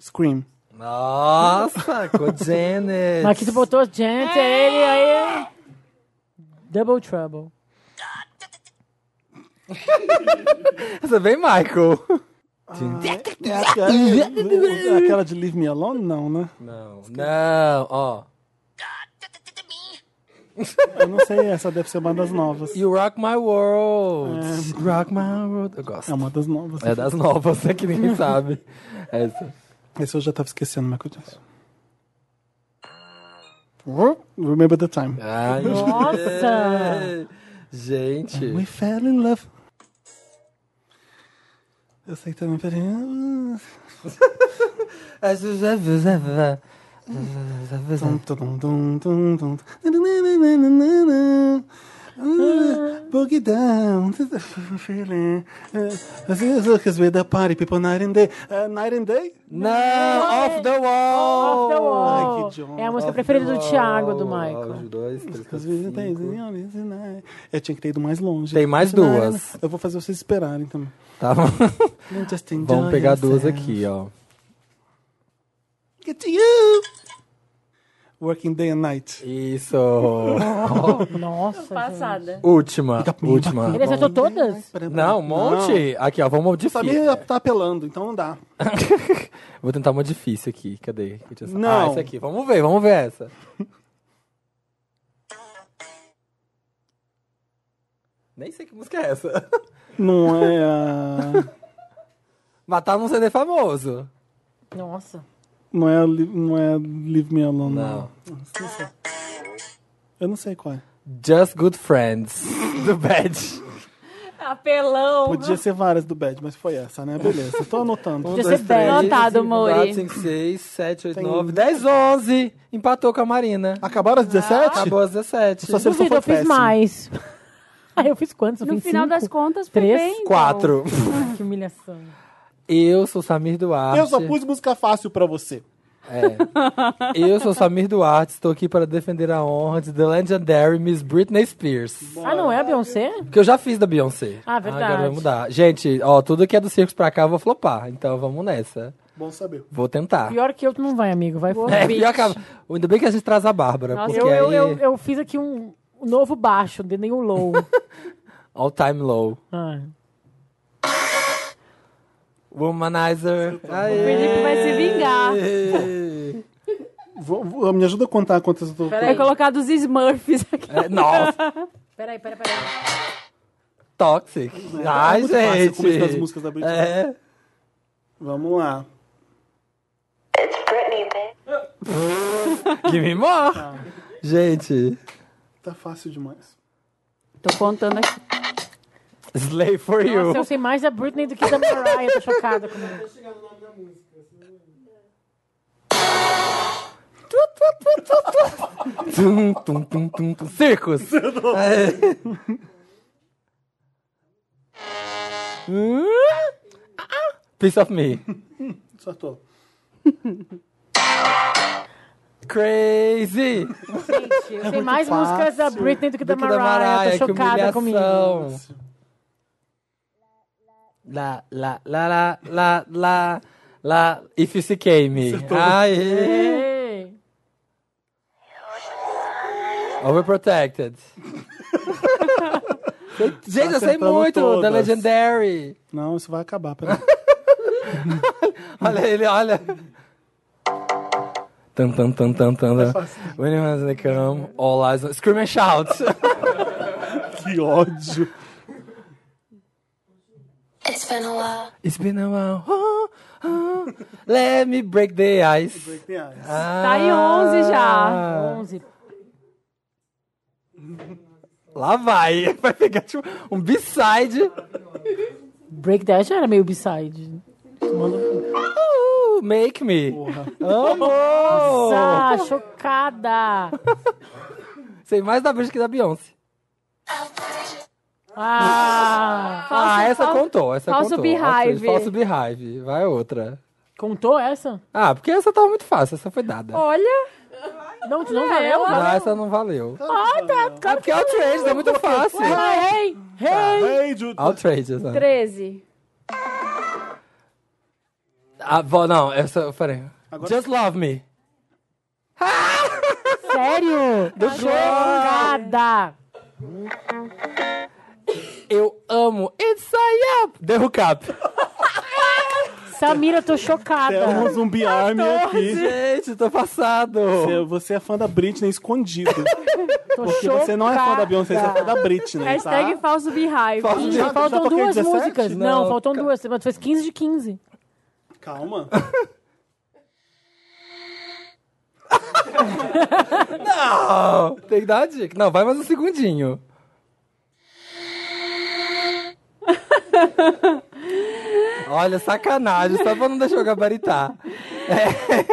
Speaker 1: Scream.
Speaker 3: [LAUGHS] Nossa, Cogenes.
Speaker 5: Mas aqui tu botou gente, é ele aí. Double Trouble.
Speaker 3: Essa vem, Michael.
Speaker 1: É aquela, é aquela de Leave Me Alone? Não, né?
Speaker 3: Não, não, ó.
Speaker 1: Eu não sei, essa deve ser uma das novas.
Speaker 3: You Rock My World. Um, Rock My World. Eu gosto.
Speaker 1: É uma das novas.
Speaker 3: É das novas, é que ninguém sabe. É Essa.
Speaker 1: Esse eu já tava esquecendo, Michael Jackson. Remember the time.
Speaker 3: Ai,
Speaker 5: Nossa!
Speaker 3: Gente.
Speaker 1: We fell in love. Eu sei que tá também. Peraí.
Speaker 3: É,
Speaker 1: Tum, tum, tum, tum, tum, tum. Ah, Boogie down. Feeling. Ah, This is because we're the party people night and day. Ah, Night and day?
Speaker 3: Não, Off the Wall.
Speaker 5: Off the Wall.
Speaker 1: Ai, que idioma.
Speaker 5: É a música
Speaker 3: Off
Speaker 5: preferida
Speaker 3: the
Speaker 5: do
Speaker 3: Wall.
Speaker 5: Thiago, do
Speaker 3: Um,
Speaker 5: Michael.
Speaker 3: dois, três,
Speaker 1: Às
Speaker 3: quatro,
Speaker 1: vezes tem-
Speaker 3: cinco.
Speaker 1: Eu tinha que ter ido mais longe.
Speaker 3: Tem mais duas.
Speaker 1: Eu vou fazer vocês esperarem também.
Speaker 3: Tá bom.
Speaker 1: Just enjoy
Speaker 3: Vamos pegar duas
Speaker 1: yourself.
Speaker 3: aqui, ó.
Speaker 1: Get to you. Working day and night.
Speaker 3: Isso.
Speaker 5: Nossa.
Speaker 2: Passada.
Speaker 3: última, última.
Speaker 5: Ele acertou todas?
Speaker 3: Não, um monte. Aqui, ó, vamos
Speaker 1: Tá
Speaker 3: modificar.
Speaker 1: me tá apelando, então não dá.
Speaker 3: Vou tentar uma difícil aqui. Cadê? Que eu tinha-
Speaker 1: Não.
Speaker 3: Ah, essa aqui. Vamos ver, vamos ver essa. [LAUGHS] Nem sei que música é essa. [LAUGHS]
Speaker 1: Não é a.
Speaker 3: Matar tá num CD famoso.
Speaker 5: Nossa.
Speaker 1: Não é, a Li- não é a Leave Me Alone.
Speaker 3: Não.
Speaker 1: Eu não sei qual é.
Speaker 3: Just Good Friends, [LAUGHS] do Bad.
Speaker 2: Apelão.
Speaker 1: Podia ser várias do Bad, mas foi essa, né? Beleza, tô
Speaker 3: [LAUGHS]
Speaker 1: anotando.
Speaker 3: Um,
Speaker 5: Podia ser Bad.
Speaker 2: Anotado, Mori.
Speaker 3: 4, 5, 6, 7, 8,
Speaker 1: Tem-
Speaker 3: 9, 10, 11. Empatou com a Marina.
Speaker 2: Ah.
Speaker 1: Acabaram as 17?
Speaker 3: Acabou às 17.
Speaker 1: Só se
Speaker 2: Então.
Speaker 1: ele só
Speaker 5: Duvido,
Speaker 1: foi
Speaker 5: eu fiz
Speaker 1: péssimo.
Speaker 5: mais. [LAUGHS] Ah, eu fiz quantos? Eu
Speaker 2: No
Speaker 5: fiz
Speaker 2: final
Speaker 5: cinco?
Speaker 2: das contas, foi
Speaker 5: Três,
Speaker 2: bem. então.
Speaker 3: [LAUGHS] Quatro.
Speaker 5: Que humilhação.
Speaker 3: Eu sou Samir Duarte.
Speaker 1: Eu só pus música fácil pra você.
Speaker 3: É. Eu sou Samir Duarte, estou aqui para defender a honra de The Legendary Miss Britney Spears.
Speaker 5: Ah, não é a Beyoncé?
Speaker 3: Porque eu já fiz da Beyoncé.
Speaker 5: Ah, verdade.
Speaker 3: Agora vai mudar. Gente, ó, tudo que é do circos pra cá eu vou flopar. Então vamos nessa.
Speaker 1: Bom saber.
Speaker 3: Vou tentar.
Speaker 5: Pior que eu, tu não vai, amigo. Vai fora.
Speaker 3: [LAUGHS] É, pior que a- Ainda bem que a gente traz a Bárbara.
Speaker 2: Nossa,
Speaker 3: É porque
Speaker 5: Eu, eu,
Speaker 3: aí...
Speaker 5: eu, eu fiz aqui um um novo baixo, não dei nenhum low.
Speaker 3: All time low.
Speaker 5: Ah.
Speaker 3: Womanizer.
Speaker 2: O Felipe vai se vingar.
Speaker 1: Vou- vou- ah, me ajuda a contar quantas eu tô.
Speaker 2: Vai colocar dos Smurfs aqui.
Speaker 3: É, nossa,
Speaker 5: Peraí, peraí, peraí.
Speaker 3: Toxic. Ai,
Speaker 1: é muito fácil o começo
Speaker 3: gente.
Speaker 1: das músicas da Britney.
Speaker 3: É.
Speaker 1: Vamos lá.
Speaker 3: Give me more.
Speaker 1: Ah.
Speaker 3: Gente.
Speaker 1: Tá fácil demais.
Speaker 2: Tô contando aqui.
Speaker 3: Slay for you.
Speaker 5: Nossa, eu sei mais da Britney do que da Mariah, tô chocada comigo.
Speaker 3: Tum, tum, tum, tum, tum. Circos! É. Hum? Ah, ah. Piece of me.
Speaker 1: Acertou.
Speaker 3: Crazy!
Speaker 5: Gente, eu sei mais músicas da
Speaker 1: fácil
Speaker 5: Britney do que da
Speaker 3: Do que da
Speaker 5: Mariah.
Speaker 3: Mariah,
Speaker 5: Eu
Speaker 3: que
Speaker 5: Tô chocada comigo.
Speaker 3: humilhação. La, la, la, la, la, la, la. If you see me.
Speaker 5: É.
Speaker 3: Aê!
Speaker 5: Ei.
Speaker 1: [LAUGHS]
Speaker 3: Overprotected. Gente, eu sei
Speaker 1: Acertamos
Speaker 3: muito da
Speaker 1: todas.
Speaker 3: Legendary.
Speaker 1: Não, isso vai acabar, peraí. [LAUGHS]
Speaker 3: Olha ele, olha. Tan, tan, tan, tan, tan,
Speaker 1: É
Speaker 3: tan. When he was in the come, all eyes on... Scream and shout.
Speaker 1: que ódio.
Speaker 8: It's been a while.
Speaker 3: It's been a while. Oh, oh. Let me break the ice.
Speaker 2: Tá aí 11 já.
Speaker 3: Ah.
Speaker 5: 11.
Speaker 3: Lá vai. [LAUGHS] Vai pegar tipo um B-side.
Speaker 5: Break Dash era meio B-side.
Speaker 3: Uh, make me. Amor!
Speaker 5: Ah, chocada.
Speaker 3: Sei mais da Britney que da Beyoncé.
Speaker 5: Ah,
Speaker 3: ah, essa
Speaker 2: falso-
Speaker 3: contou, essa
Speaker 2: falso
Speaker 3: contou.
Speaker 2: Beehive.
Speaker 3: Falso Beehive. Vai outra.
Speaker 5: contou essa?
Speaker 3: Ah, porque essa tava muito fácil, essa foi dada.
Speaker 2: Olha,
Speaker 5: Não, não valeu?
Speaker 3: Não, essa não valeu.
Speaker 5: Ah, tá.
Speaker 3: Ah, porque é outrageous, é muito fácil.
Speaker 5: Ah, ei, ei.
Speaker 1: Hey, Jude.
Speaker 3: Outrageous, né?
Speaker 2: 13.
Speaker 3: Ah, vó, não, essa, eu falei. Just Love Me.
Speaker 5: Sério?
Speaker 3: Do Glory.
Speaker 5: Chocada.
Speaker 3: Eu amo It's a Up. The [LAUGHS] Hookup.
Speaker 5: Samira, eu tô chocada.
Speaker 1: Temos um B-Army aqui.
Speaker 3: Gente, tô passado.
Speaker 1: Você- Você é fã da Britney escondido.
Speaker 5: Tô
Speaker 1: Porque você não é fã da
Speaker 5: chocada.
Speaker 1: Beyoncé, você é fã da Britney.
Speaker 2: Hashtag
Speaker 1: tá?
Speaker 2: falso beehive.
Speaker 3: [LAUGHS] Falso-
Speaker 5: Ih,
Speaker 1: Já- já
Speaker 5: faltam
Speaker 1: toquei
Speaker 5: duas
Speaker 1: 17?
Speaker 5: músicas. Não,
Speaker 3: Não,
Speaker 5: faltam
Speaker 3: ca-
Speaker 5: duas. Mas fez 15 de 15.
Speaker 1: Calma.
Speaker 3: Não, tem que dar uma dica. Não, vai mais um segundinho. [LAUGHS] Olha, sacanagem, só pra não deixar eu gabaritar.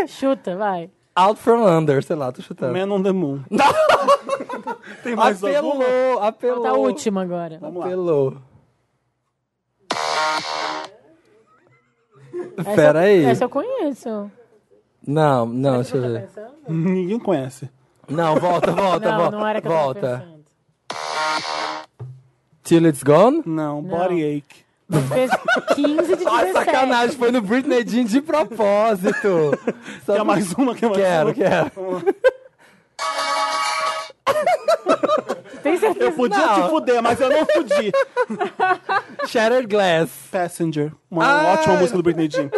Speaker 5: Chuta, vai.
Speaker 3: Out from Under, sei lá, tô chutando.
Speaker 1: Man on the Moon. [LAUGHS] Tem mais alguma?
Speaker 3: apelou, apelou.
Speaker 5: Falta a Então tá última agora.
Speaker 1: Vamos lá.
Speaker 3: Apelou. Pera aí.
Speaker 5: Essa eu conheço.
Speaker 3: Não, não, deixa eu ver.
Speaker 1: Ninguém conhece.
Speaker 3: Não, volta, volta,
Speaker 5: Não,
Speaker 3: volta.
Speaker 5: não era que eu tava
Speaker 3: volta.
Speaker 5: pensando.
Speaker 3: Till It's Gone?
Speaker 1: Não, Body Ache.
Speaker 5: Fez 15 de 17.
Speaker 3: Ah, sacanagem, foi no Britney Jean de propósito. [LAUGHS] Só
Speaker 1: Quer mais uma? Quer mais
Speaker 3: Quero,
Speaker 1: uma?
Speaker 3: quero.
Speaker 5: Tem certeza?
Speaker 1: Eu podia
Speaker 3: Não.
Speaker 1: te fuder, mas eu não
Speaker 3: [LAUGHS]
Speaker 1: fudi.
Speaker 3: Shattered Glass.
Speaker 1: Passenger. Uma
Speaker 3: Ah.
Speaker 1: ótima música do Britney Jean.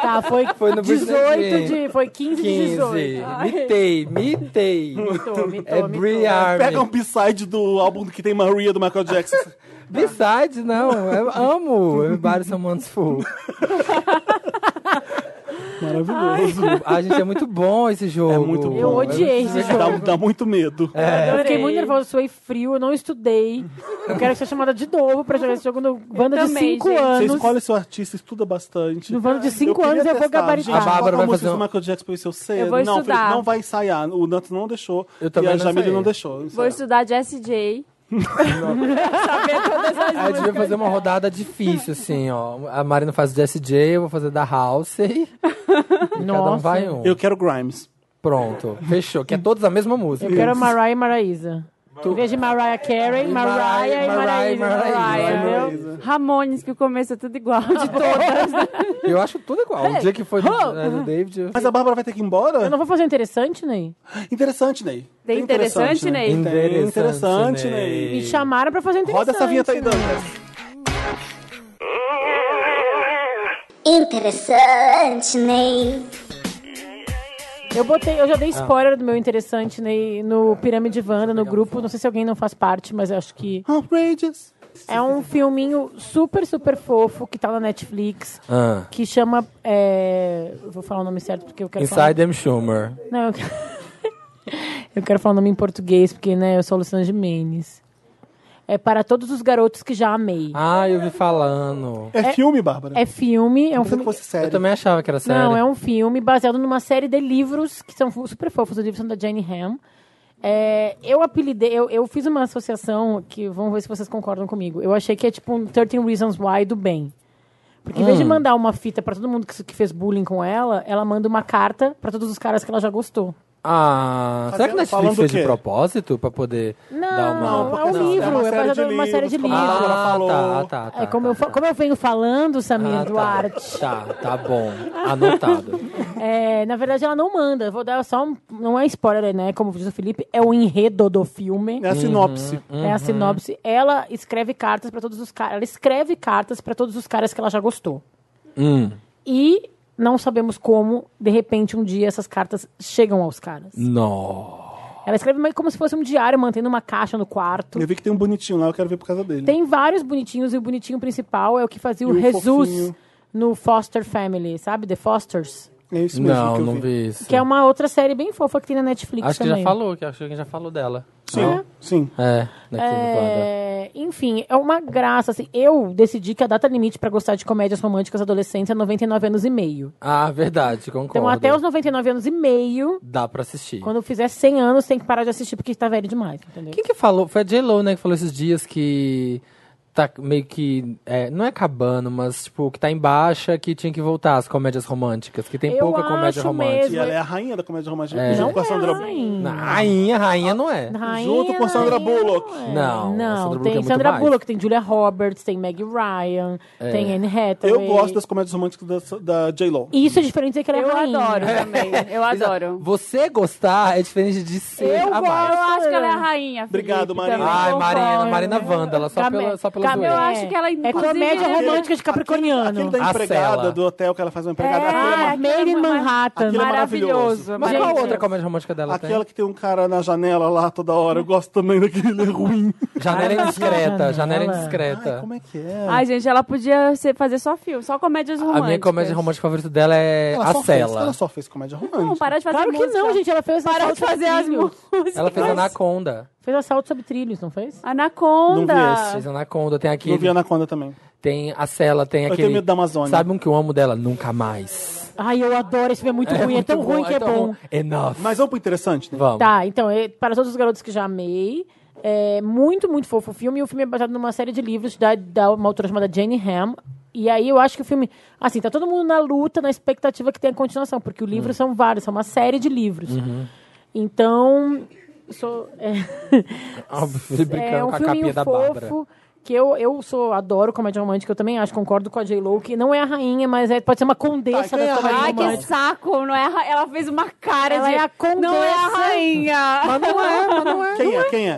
Speaker 5: Tá, foi,
Speaker 3: Foi no
Speaker 5: 18
Speaker 3: Britney Jean.
Speaker 5: de... Foi 15, de
Speaker 3: 15.
Speaker 5: 18.
Speaker 3: Mitei, mitei.
Speaker 5: Mitou, mitou,
Speaker 3: É
Speaker 5: mitou.
Speaker 3: Brie
Speaker 1: Pega um
Speaker 3: Army.
Speaker 1: B-side do álbum que tem Maria do Michael Jackson.
Speaker 3: Besides, não, eu amo Everybody Someone's Fool.
Speaker 1: Maravilhoso.
Speaker 3: A gente é muito bom esse jogo.
Speaker 1: É muito bom. né?
Speaker 5: Eu odiei esse jogo.
Speaker 1: Dá, um- dá muito medo.
Speaker 3: É.
Speaker 5: Eu fiquei
Speaker 2: Adorei.
Speaker 5: muito nervosa, suei frio, eu não estudei. Eu quero ser chamada de novo pra jogar esse jogo no banda de
Speaker 2: também,
Speaker 5: 5
Speaker 2: gente. Você
Speaker 1: Você
Speaker 5: anos.
Speaker 1: escolhe um, seu artista, estuda bastante.
Speaker 5: No bando de
Speaker 1: Eu
Speaker 5: 5
Speaker 1: queria
Speaker 5: anos eu vou
Speaker 1: testar.
Speaker 5: gabaritar.
Speaker 1: Gente,
Speaker 3: A Bárbara
Speaker 1: coloca uma
Speaker 3: vai
Speaker 1: música
Speaker 3: fazer um-
Speaker 1: do Michael Jackson pra ver se eu sei.
Speaker 2: Eu vou
Speaker 1: não,
Speaker 2: estudar.
Speaker 1: Felipe, não vai ensaiar. O Dantas não deixou.
Speaker 3: Eu também
Speaker 1: e a
Speaker 3: não
Speaker 1: Jamile
Speaker 3: ensaiei.
Speaker 1: não deixou.
Speaker 2: Vou estudar de SJ.
Speaker 3: A gente vai fazer uma rodada difícil, assim, ó. A Mari não faz o SJ, eu vou fazer da House. E cada um
Speaker 5: Nossa.
Speaker 3: vai um.
Speaker 1: Eu quero Grimes.
Speaker 3: Pronto, fechou. Que é todas a mesma música.
Speaker 5: Eu quero a Mariah e Maraísa. Em vez de Mariah Carey,
Speaker 3: E
Speaker 5: Mariah e
Speaker 3: Mariah,
Speaker 5: Maraísa.
Speaker 3: Mariah,
Speaker 5: Mariah,
Speaker 2: Mariah.
Speaker 5: entendeu?
Speaker 2: Ramones, que o começo é tudo igual de todas.
Speaker 3: Eu acho tudo igual.
Speaker 5: É.
Speaker 3: O dia que foi do, né, do David. eu-
Speaker 1: Mas a Bárbara vai ter que ir embora?
Speaker 5: Eu não vou fazer interessante, Ney?
Speaker 1: Interessante, Ney.
Speaker 2: Tem interessante, Ney?
Speaker 1: Tem
Speaker 3: Interessante,
Speaker 1: interessante,
Speaker 3: Ney.
Speaker 1: Ney.
Speaker 5: Me chamaram pra fazer interessante.
Speaker 1: Roda essa vinheta aí, Dantas.
Speaker 8: Interessante, Ney.
Speaker 5: Eu botei, eu já dei spoiler do meu interessante né, no Pirâmide Vanda, no grupo. Não sei se alguém não faz parte, mas eu acho que
Speaker 1: Outrageous.
Speaker 5: é um filminho super, super fofo que tá na Netflix,
Speaker 3: Ah,
Speaker 5: que chama. é, eu vou falar o nome certo porque eu quero falar.
Speaker 3: Inside M. Schumer.
Speaker 5: Não, eu quero... [LAUGHS] eu quero falar o nome em português, porque né, eu sou a Luciana Jimenez. É para todos os garotos que já amei.
Speaker 3: Ah, eu vi falando.
Speaker 1: É, filme, Bárbara?
Speaker 5: É filme, é um
Speaker 1: Pensei
Speaker 5: filme.
Speaker 1: que fosse série.
Speaker 3: Eu também achava que era sério.
Speaker 5: Não, é um filme baseado numa série de livros que são fu- super fofos. Os livros são da Jane Ham. É, eu apelidei, eu, eu fiz uma associação que vamos ver se vocês concordam comigo. Eu achei que é tipo um 13 Reasons Why do bem. Porque em vez
Speaker 3: Hum.
Speaker 5: de mandar uma fita pra todo mundo que, se- que fez bullying com ela, ela manda uma carta pra todos os caras que ela já gostou.
Speaker 3: Ah, será que
Speaker 1: Fazendo-
Speaker 3: Netflix
Speaker 1: falando
Speaker 3: fez
Speaker 1: o quê?
Speaker 3: de propósito pra poder dar
Speaker 5: Não,
Speaker 3: uma.
Speaker 5: é um
Speaker 1: não,
Speaker 5: livro, é baseado numa série de
Speaker 1: como
Speaker 5: livros.
Speaker 1: a Bárbara
Speaker 3: né? Ah,
Speaker 1: falou.
Speaker 3: tá, tá, tá.
Speaker 5: é como, eu,
Speaker 3: tá,
Speaker 5: fa- como eu venho falando, Samir
Speaker 3: Ah,
Speaker 5: Duarte.
Speaker 3: Tá, tá, tá bom.
Speaker 5: [LAUGHS]
Speaker 3: Anotado.
Speaker 5: É, na verdade, ela não manda. Vou dar só um. Não é spoiler, né? Como diz o Felipe, é o enredo do filme.
Speaker 1: É a sinopse.
Speaker 3: Uhum,
Speaker 5: É a sinopse. Ela escreve cartas pra todos os caras. Ela escreve cartas pra todos os caras que ela já gostou.
Speaker 3: Hum,
Speaker 5: E não sabemos como, de repente, um dia essas cartas chegam aos caras.
Speaker 3: não.
Speaker 5: Ela escreve meio como se fosse um diário, mantendo uma caixa no quarto.
Speaker 1: Eu vi que tem um bonitinho lá, eu quero ver por causa dele.
Speaker 5: Tem vários bonitinhos e o bonitinho principal é o que fazia o
Speaker 1: E o
Speaker 5: Jesus
Speaker 1: fofinho.
Speaker 5: no Foster Family, sabe? The Fosters.
Speaker 1: É isso mesmo
Speaker 3: Não,
Speaker 1: que eu
Speaker 3: não
Speaker 1: vi.
Speaker 3: vi isso.
Speaker 5: Que é uma outra série bem fofa que tem na Netflix
Speaker 3: Acho que
Speaker 5: também.
Speaker 3: já falou, que acho que a gente já falou dela.
Speaker 1: Sim, sim.
Speaker 3: É, daqui no Guarda.
Speaker 5: É, enfim, é uma graça. Assim, eu decidi que a data limite pra gostar de comédias românticas adolescentes é 99 anos e meio.
Speaker 3: Ah, verdade, concordo.
Speaker 5: Então, até os 99 anos e meio,
Speaker 3: Dá pra assistir.
Speaker 5: quando eu fizer 100 anos, tem que parar de assistir porque tá velho demais, entendeu?
Speaker 3: Quem que falou? Foi a J-Lo, né, que falou esses dias que tá meio que. é, não é acabando, mas tipo, que tá em baixa, que tinha que voltar as comédias românticas, que tem
Speaker 5: Eu
Speaker 3: pouca comédia
Speaker 5: acho
Speaker 1: E
Speaker 3: romântica.
Speaker 1: ela é a rainha da comédia romântica.
Speaker 3: É.
Speaker 1: Junto
Speaker 5: Não
Speaker 1: com a Sandra
Speaker 5: é rainha.
Speaker 3: Na- Rainha, rainha não é.
Speaker 5: Rainha,
Speaker 1: Junto com Sandra
Speaker 5: rainha,
Speaker 1: Bullock.
Speaker 5: é.
Speaker 3: Não,
Speaker 5: não,
Speaker 3: Sandra Bullock
Speaker 5: tem
Speaker 3: é muito
Speaker 5: Sandra
Speaker 3: mais. É.
Speaker 5: Bullock, tem Julia Roberts, tem Meg Ryan, tem Anne Hathaway.
Speaker 1: Eu gosto das comédias românticas da, da J-Lo.
Speaker 5: E Isso é diferente de dizer que ela é
Speaker 2: Eu
Speaker 5: rainha.
Speaker 2: adoro também. Eu adoro.
Speaker 3: é, Você gostar é diferente de ser
Speaker 5: Eu
Speaker 3: a mais.
Speaker 2: Eu acho que ela é a rainha.
Speaker 1: Obrigado,
Speaker 2: Felipe,
Speaker 1: Marina.
Speaker 2: também.
Speaker 3: Ai,
Speaker 2: Eu
Speaker 3: Marina,
Speaker 2: concordo.
Speaker 3: Marina Wanda, ela só
Speaker 5: Camel-
Speaker 3: pela, só pela
Speaker 5: Camel-
Speaker 2: Eu
Speaker 3: zoeira.
Speaker 2: acho que ela,
Speaker 5: É
Speaker 2: inclusive,
Speaker 5: comédia
Speaker 2: é-
Speaker 5: romântica de Capricorniano.
Speaker 1: Aquele, aquele da
Speaker 3: A
Speaker 1: empregada
Speaker 3: cela.
Speaker 1: do hotel que ela faz uma
Speaker 2: É,
Speaker 1: empregada. aquele é
Speaker 5: Ah,
Speaker 1: ma-
Speaker 5: Made in
Speaker 2: aquele é ma-
Speaker 5: Manhattan.
Speaker 1: Aquele é
Speaker 2: Maravilhoso.
Speaker 1: maravilhoso.
Speaker 3: Mas qual
Speaker 2: maravilhoso.
Speaker 3: outra comédia romântica dela
Speaker 1: Aquela que tem um cara na janela lá toda hora. Eu gosto também daquele é
Speaker 3: [LAUGHS]
Speaker 1: ruim.
Speaker 3: tem? Janela
Speaker 5: Ai,
Speaker 3: indiscreta,
Speaker 5: Janela.
Speaker 3: janela
Speaker 1: Ai,
Speaker 3: indiscreta.
Speaker 1: como é que é?
Speaker 2: Ai, gente, ela podia ser- fazer só filme, só comédias
Speaker 5: é
Speaker 3: A
Speaker 2: românticas.
Speaker 3: minha comédia romântica favorita dela é
Speaker 1: ela,
Speaker 3: A
Speaker 1: só fez,
Speaker 3: Cela.
Speaker 1: ela só fez comédia romântica.
Speaker 2: Não, para de fazer
Speaker 5: Claro que
Speaker 2: música.
Speaker 5: não, gente. Ela fez
Speaker 2: Para de
Speaker 5: assalto sobre
Speaker 2: fazer as
Speaker 5: trilhos.
Speaker 2: músicas.
Speaker 3: Ela fez Anaconda.
Speaker 5: Fez assalto sobre trilhos, não fez?
Speaker 2: Anaconda.
Speaker 1: Não vi esse.
Speaker 3: Fez Anaconda, tem
Speaker 1: Não vi
Speaker 3: aquele,
Speaker 1: Anaconda também.
Speaker 3: tem a Cela, tem
Speaker 1: tenho
Speaker 3: aquele...
Speaker 1: medo da Amazônia.
Speaker 3: Sabe um que eu amo dela? Nunca Mais.
Speaker 5: Ai, eu adoro esse filme. É muito ruim. é
Speaker 3: muito
Speaker 5: tão ruim que é
Speaker 3: tão
Speaker 5: bom.
Speaker 3: ruim. Enough.
Speaker 1: Mas vamos pro interessante, né?
Speaker 3: Vamos.
Speaker 5: Tá, então, é, para todos os garotos que já amei, é muito, muito fofo o filme. E o filme é baseado numa série de livros da, da uma autora chamada Jane Ham. E aí eu acho que o filme. Assim, tá todo mundo na luta, na expectativa que tem a continuação, porque os livros são vários, são uma série de livros. Então. Sou, é, [LAUGHS]
Speaker 3: Ah, [LAUGHS] brincando
Speaker 5: é um
Speaker 3: com a
Speaker 5: filminho
Speaker 3: capinha da Bárbara.
Speaker 5: fofo que eu, eu sou adoro comédia romântica, eu também acho, concordo com a J-Lo, que não é a rainha, mas é, pode ser uma
Speaker 1: Tá,
Speaker 5: condessa
Speaker 1: quem é
Speaker 5: da
Speaker 1: a
Speaker 5: comédia
Speaker 1: rainha,
Speaker 2: Ai,
Speaker 5: romântica.
Speaker 2: que saco. Não é a ra- Ela fez uma cara
Speaker 5: Ela
Speaker 2: de...
Speaker 5: é a condessa.
Speaker 2: Não é a rainha. Mas não é, mas não é.
Speaker 1: Quem é? Quem é?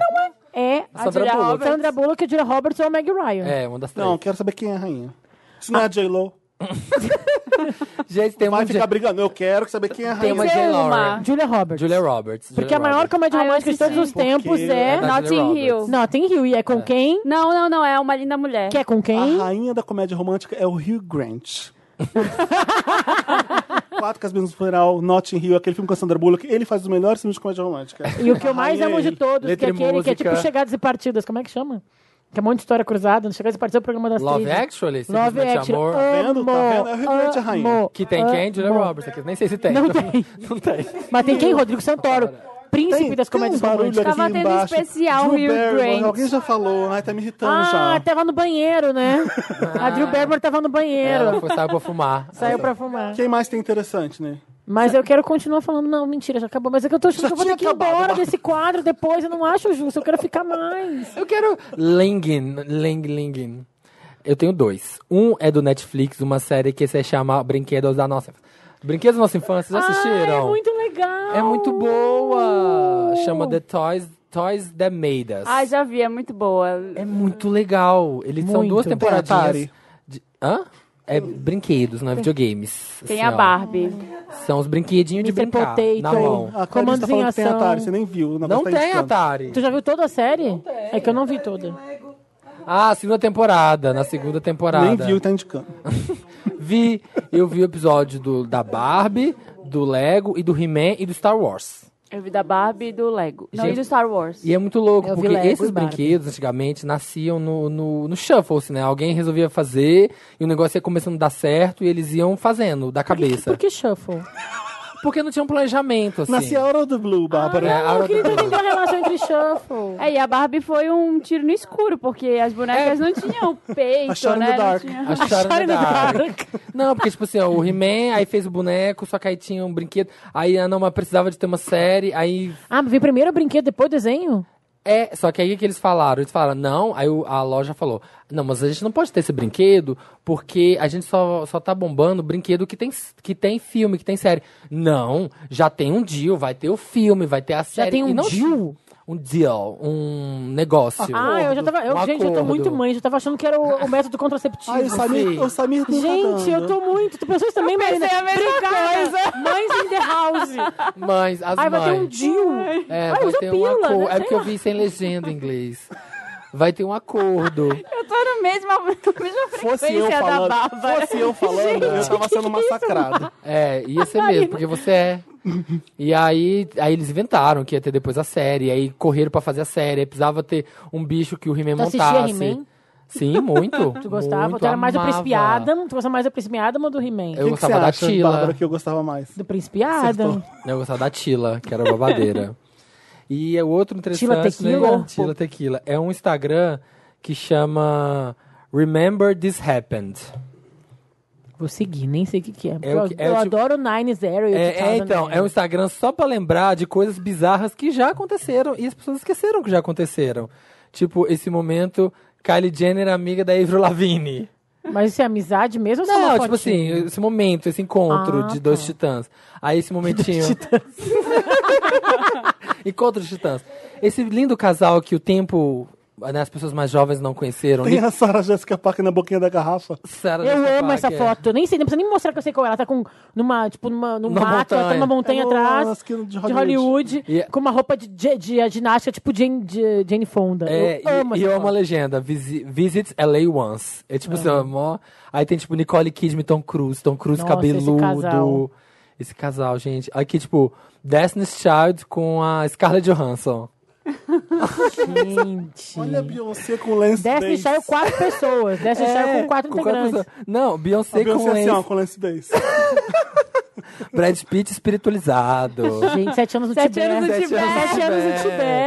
Speaker 5: É
Speaker 3: A Sandra
Speaker 5: Julia
Speaker 3: Bullock.
Speaker 5: Roberts. Sandra Bullock, a Julia Roberts ou a Meg Ryan.
Speaker 3: É, uma das três.
Speaker 1: Não, quero saber quem é a rainha. Se não é a J-Lo,
Speaker 3: Gente, tem
Speaker 1: vai
Speaker 3: uma,
Speaker 1: ficar brigando. Eu quero saber quem é a
Speaker 3: tem
Speaker 1: rainha.
Speaker 3: uma
Speaker 2: Tem
Speaker 3: J.
Speaker 2: uma.
Speaker 3: Lauren.
Speaker 5: Julia Roberts.
Speaker 3: Julia Roberts.
Speaker 5: Porque
Speaker 3: Julia
Speaker 5: a maior
Speaker 3: Roberts.
Speaker 5: comédia
Speaker 2: Ah, eu
Speaker 5: romântica de todos os
Speaker 2: assisti.
Speaker 5: tempos
Speaker 1: Porque-
Speaker 5: é...
Speaker 1: É
Speaker 3: da
Speaker 2: Notting
Speaker 3: Julia
Speaker 2: Hill.
Speaker 3: Roberts.
Speaker 5: Não, tem Hill e é com quem?
Speaker 2: Não, não, não. É uma linda mulher.
Speaker 5: Que é com quem?
Speaker 1: A rainha da comédia romântica é o Hugh Grant. Quatro Casinhos no Funeral, Notting Hill, aquele filme com a Sandra Bullock. Ele faz os melhores filmes de comédia romântica.
Speaker 5: E o que eu mais
Speaker 1: Ai,
Speaker 5: amo de
Speaker 1: ei.
Speaker 5: todos,
Speaker 3: Letra
Speaker 5: que é
Speaker 3: e
Speaker 5: aquele que é
Speaker 3: música.
Speaker 5: tipo Chegadas e Partidas. Como é que chama? Que é um monte de história cruzada. Chegadas e Partidas é o programa das
Speaker 3: Love
Speaker 5: três.
Speaker 3: Actually,
Speaker 5: Love
Speaker 3: Simplesmente
Speaker 5: Actually.
Speaker 3: Amor.
Speaker 1: vendo? Tá vendo? É o
Speaker 5: Amo,
Speaker 1: Rio Grande a rainha.
Speaker 5: amo,
Speaker 3: Que tem quem? Julia
Speaker 5: amo.
Speaker 3: Roberts. aqui. Nem sei se tem.
Speaker 5: Não tem.
Speaker 3: [LAUGHS] Não tem.
Speaker 5: Mas tem quem? Rodrigo Santoro. Príncipe
Speaker 1: Tem-
Speaker 5: das
Speaker 1: tem
Speaker 5: comédias
Speaker 1: um barulho
Speaker 5: românticas.
Speaker 1: aqui
Speaker 2: Tava tendo
Speaker 1: embaixo.
Speaker 2: especial
Speaker 1: Drew
Speaker 2: Hugh
Speaker 1: Barrymore,
Speaker 2: Grant.
Speaker 1: Alguém já falou, ai, tá me irritando
Speaker 5: Ah,
Speaker 1: já.
Speaker 5: tava no banheiro, né? A Drew Barrymore tava no
Speaker 3: Ela
Speaker 5: banheiro.
Speaker 3: foi, saiu pra fumar.
Speaker 5: Saiu pra fumar.
Speaker 1: Quem mais tem interessante, né?
Speaker 5: Mas eu quero continuar falando, não, mentira, já acabou. Mas é que eu tô achando que eu vou ter
Speaker 1: tinha
Speaker 5: que ir
Speaker 1: acabado,
Speaker 5: embora
Speaker 1: Bárbara.
Speaker 5: desse quadro depois, eu não acho justo, eu quero ficar mais.
Speaker 3: Eu quero. Lingin, Ling, Lingin. Eu tenho dois. Um é do Netflix, uma série que se chama Brinquedos da Nossa Infância. Brinquedos da Nossa Infância, já
Speaker 5: Ah,
Speaker 3: assistiram?
Speaker 5: é muito legal.
Speaker 3: É muito boa! Chama The Toys, Toys That Made Us.
Speaker 2: Ai, já vi. É muito boa.
Speaker 3: É muito legal. Eles são
Speaker 5: Muito.
Speaker 3: duas temporadinhas.
Speaker 1: Atari.
Speaker 3: De... Hã? É brinquedos, não é videogames.
Speaker 2: Tem
Speaker 3: Assim,
Speaker 2: a
Speaker 3: ó.
Speaker 2: Barbie.
Speaker 3: São os brinquedinhos de
Speaker 5: Mr.
Speaker 3: brincar
Speaker 5: Potato.
Speaker 3: na mão.
Speaker 1: A Clarice
Speaker 5: Comandos
Speaker 1: tá
Speaker 5: em
Speaker 1: falando que tem
Speaker 5: ação.
Speaker 1: Atari, você nem viu. o negócio
Speaker 3: Não
Speaker 1: tá
Speaker 3: tem
Speaker 1: indicando.
Speaker 3: Atari.
Speaker 5: Tu já viu toda a série? É que eu não vi toda.
Speaker 3: Ah, segunda temporada. Na segunda temporada.
Speaker 1: Nem viu, tá indicando.
Speaker 3: Vi, eu vi o episódio do, da Barbie, do Lego e do He-Man e do Star Wars.
Speaker 2: Eu vi da Barbie e do Lego. Não,
Speaker 3: Gente,
Speaker 2: e do Star Wars.
Speaker 3: E é muito louco,
Speaker 5: Eu vi
Speaker 3: porque
Speaker 5: Lego
Speaker 3: esses
Speaker 5: e Barbie.
Speaker 3: brinquedos antigamente nasciam no, no, no shuffle, assim, né? Alguém resolvia fazer e o negócio ia começando a dar certo e eles iam fazendo da cabeça.
Speaker 5: Por que shuffle?
Speaker 3: Porque não tinha um planejamento, assim.
Speaker 1: Nasci a hora do Blue,
Speaker 3: É,
Speaker 1: Bárbara.
Speaker 3: a hora
Speaker 5: Eu queria
Speaker 3: do-
Speaker 5: entender a relação entre shuffle.
Speaker 2: É, e a Barbie foi um tiro no escuro, porque as bonecas
Speaker 3: É.
Speaker 2: não
Speaker 3: [LAUGHS]
Speaker 2: tinham peito,
Speaker 1: A Shaun in
Speaker 2: né?
Speaker 1: the
Speaker 2: Não
Speaker 1: Dark.
Speaker 2: tinha-
Speaker 3: A Shaun in the
Speaker 5: Shaun in the
Speaker 3: Dark.
Speaker 5: Dark.
Speaker 3: Não, porque, tipo assim, ó, o He-Man, aí fez o boneco, só que aí tinha um brinquedo. Aí, ah, não, mas precisava de ter uma série, aí...
Speaker 5: Ah, mas vem primeiro o brinquedo, depois o desenho?
Speaker 3: É, só que aí o que eles falaram? Eles falaram, não, aí o- a loja falou, não, mas a gente não pode ter esse brinquedo, porque a gente só, só tá bombando brinquedo que tem, que tem filme, que tem série. Não, já tem um deal, vai ter o filme, vai ter a série.
Speaker 5: tem
Speaker 3: e
Speaker 5: um
Speaker 3: não-
Speaker 5: deal?
Speaker 3: Um deal, um negócio.
Speaker 5: Ah, eu já tava. eu-
Speaker 3: Um
Speaker 5: gente, eu tô
Speaker 3: acordo.
Speaker 5: muito mãe, já tava achando que era o, o método contraceptivo.
Speaker 1: Ai, o Samir, o Samir tá
Speaker 5: Gente, eu
Speaker 1: enganando.
Speaker 5: tô muito. Tu pensou isso também, Marina?
Speaker 2: pensei a mesma
Speaker 5: Obrigada. Mães in the
Speaker 3: [LAUGHS]
Speaker 5: house.
Speaker 3: Mães, as mães.
Speaker 5: Ai, tá- vai ter um deal.
Speaker 3: É,
Speaker 5: Ai,
Speaker 3: vai
Speaker 5: usa
Speaker 3: ter um
Speaker 5: pílula,
Speaker 3: acordo.
Speaker 5: né?
Speaker 3: É
Speaker 5: Sei
Speaker 3: porque eu vi sem legenda em inglês. Vai ter um acordo.
Speaker 2: Eu tô no mesmo, na mesma
Speaker 1: Fosse eu
Speaker 2: frequência da
Speaker 1: falando,
Speaker 2: Bárbara.
Speaker 1: fosse eu falando, eu tava sendo massacrado.
Speaker 3: É, ia ser mesmo, porque você é. E aí, aí eles inventaram que ia ter depois a série, aí correram pra fazer a série, aí precisava ter um bicho que o He-Man
Speaker 5: Tu assistia
Speaker 3: montasse.
Speaker 5: He-Man?
Speaker 3: Sim, muito.
Speaker 5: [LAUGHS] Tu gostava?
Speaker 3: muito,
Speaker 5: tu era mais do
Speaker 3: amava.
Speaker 5: Príncipe Adam? Tu gostava mais do Príncipe Adam ou do He-Man?
Speaker 3: Eu
Speaker 1: O que que você
Speaker 3: gostava da
Speaker 1: acha,
Speaker 3: Tila.
Speaker 1: Bárbara, que eu gostava mais?
Speaker 5: Do Príncipe Adam.
Speaker 3: Eu gostava da Tila, que era babadeira. E é o outro interessante...
Speaker 5: Tila Tequila?
Speaker 3: né? Tila Tequila. É um Instagram que chama Remember This Happened.
Speaker 5: Vou seguir, nem sei o que, que é. porque
Speaker 3: o
Speaker 5: eu
Speaker 3: que- é
Speaker 5: eu
Speaker 3: o tipo-
Speaker 5: adoro o Nine Zero e o
Speaker 3: É, é,
Speaker 5: 2009.
Speaker 3: então, é um Instagram só pra lembrar de coisas bizarras que já aconteceram e as pessoas esqueceram que já aconteceram. Tipo, esse momento, Kylie Jenner amiga da Avril Lavigne.
Speaker 5: Mas isso é amizade mesmo ou só
Speaker 3: um- Não,
Speaker 5: uma
Speaker 3: tipo assim,
Speaker 5: fotinho?
Speaker 3: esse momento, esse encontro
Speaker 5: Ah,
Speaker 3: de dois
Speaker 5: tá.
Speaker 3: titãs. Aí esse momentinho. [LAUGHS] encontro de titãs. Esse lindo casal que o tempo, né, as pessoas mais jovens não conheceram.
Speaker 1: Tem a Sarah Jessica Parker na boquinha da garrafa.
Speaker 3: Sarah
Speaker 5: Eu
Speaker 3: Jessica
Speaker 5: amo essa
Speaker 3: Parker.
Speaker 5: foto. Eu nem sei, não precisa nem mostrar que eu sei qual é. Ela tá com numa, tipo, numa, num
Speaker 3: Numa
Speaker 5: mato, ela tá
Speaker 3: montanha.
Speaker 5: numa montanha
Speaker 1: É,
Speaker 5: atrás.
Speaker 1: nas esquinas de
Speaker 5: de
Speaker 1: Hollywood.
Speaker 5: Hollywood.
Speaker 3: E- é-
Speaker 5: Com uma roupa de, de, de ginástica, tipo Jane, de- Jane Fonda.
Speaker 3: É,
Speaker 5: eu amo
Speaker 3: e, e
Speaker 5: essa
Speaker 3: eu amo
Speaker 5: foto.
Speaker 3: a legenda. Visi- Visits LA once. É tipo assim, ó, mó... Aí tem tipo Nicole Kidman e Tom Cruise. Tom Cruise
Speaker 5: Nossa, esse
Speaker 3: cabeludo.
Speaker 5: casal.
Speaker 3: Esse casal, gente. Aqui, tipo, Destiny's Child com a Scarlett Johansson.
Speaker 5: Gente.
Speaker 1: Olha a Beyoncé com Lance
Speaker 5: Destiny
Speaker 1: Days.
Speaker 5: Child, quatro pessoas. Destiny
Speaker 3: É,
Speaker 5: Child com quatro integrantes.
Speaker 3: pessoas. Não,
Speaker 1: A
Speaker 3: Beyoncé
Speaker 1: Beyoncé
Speaker 3: com
Speaker 1: assim, ó,
Speaker 3: esse
Speaker 1: com Lance Days.
Speaker 3: Brad Pitt
Speaker 5: [LAUGHS]
Speaker 3: espiritualizado.
Speaker 5: Gente, sete anos no
Speaker 2: Sete
Speaker 5: Tibete.
Speaker 2: anos no
Speaker 3: Sete anos no
Speaker 2: Tibete.
Speaker 5: Sete anos no
Speaker 3: Tibete.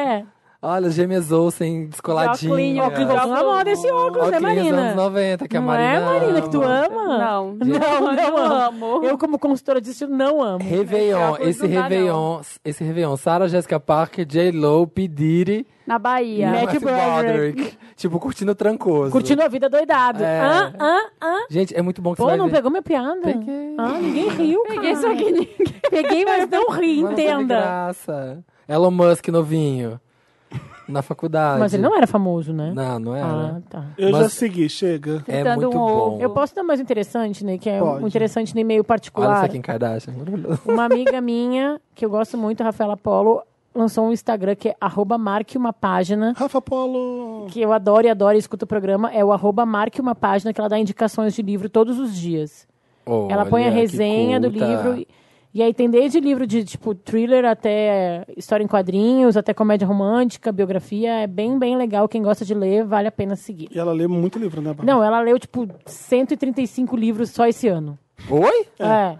Speaker 5: Tibete.
Speaker 3: Olha, gêmeas Olsen
Speaker 2: De
Speaker 3: descoladinho.
Speaker 2: óculos,
Speaker 5: Óculos voltou na moda esse óculos, né,
Speaker 3: Óculos anos
Speaker 5: Marina?
Speaker 3: 90, que a
Speaker 5: Não
Speaker 3: Marina
Speaker 5: é, Marina, que tu
Speaker 3: ama.
Speaker 5: ama?
Speaker 2: Não,
Speaker 5: Não,
Speaker 2: eu
Speaker 5: não amo.
Speaker 2: amo.
Speaker 5: Eu, como consultora disso, não amo.
Speaker 3: Réveillon,
Speaker 2: Esse óculos
Speaker 3: esse
Speaker 2: não dá,
Speaker 3: Réveillon, esse Réveillon, Sarah Jessica Parker, J-Lo, P. Diddy
Speaker 2: Na
Speaker 3: e
Speaker 2: Bahia.
Speaker 5: Matt
Speaker 3: Matthew
Speaker 5: Broderick.
Speaker 3: Broderick. Tipo, curtindo o trancoso.
Speaker 5: Curtindo a vida doidado.
Speaker 3: É.
Speaker 5: Ah, ah, ah.
Speaker 3: Gente, é muito bom que
Speaker 5: Pô,
Speaker 3: você vai
Speaker 5: não
Speaker 3: ver.
Speaker 5: pegou minha piada?
Speaker 3: Peguei.
Speaker 5: Ah, ninguém riu,
Speaker 2: Peguei
Speaker 5: cara.
Speaker 2: isso aqui. ninguém-
Speaker 5: Peguei, mas não ri,
Speaker 3: Mas não teve
Speaker 5: entenda.
Speaker 3: graça. Elon Musk novinho. Na faculdade.
Speaker 5: Mas ele não era famoso, né?
Speaker 3: Não, não era.
Speaker 5: Ah, tá.
Speaker 1: Eu já
Speaker 3: Mas-
Speaker 1: segui, chega.
Speaker 3: É
Speaker 2: Fritando
Speaker 3: muito
Speaker 2: um
Speaker 3: bom.
Speaker 2: ovo.
Speaker 5: Eu posso dar mais um interessante, né? Que é
Speaker 1: Pode.
Speaker 5: um interessante nem meio
Speaker 3: Olha essa
Speaker 5: particular.
Speaker 3: Kim Kardashian.
Speaker 5: Uma amiga minha, que eu gosto muito, a Rafaela Polo, lançou um Instagram que é arroba marque uma página.
Speaker 1: Rafa Polo.
Speaker 5: que eu adoro e adoro e escuto o programa, é o arroba marque uma página que ela dá indicações de livro todos os dias. ela põe a
Speaker 3: Olha, que
Speaker 5: resenha do
Speaker 3: culta.
Speaker 5: livro. e- E aí tem desde livro de, tipo, thriller até história em quadrinhos, até comédia romântica, biografia. É bem, bem legal. Quem gosta de ler, vale a pena seguir.
Speaker 1: E ela lê muito livro, né, Bárbara?
Speaker 5: Não, ela leu, tipo, 135 livros só esse ano.
Speaker 3: Oi?
Speaker 5: É.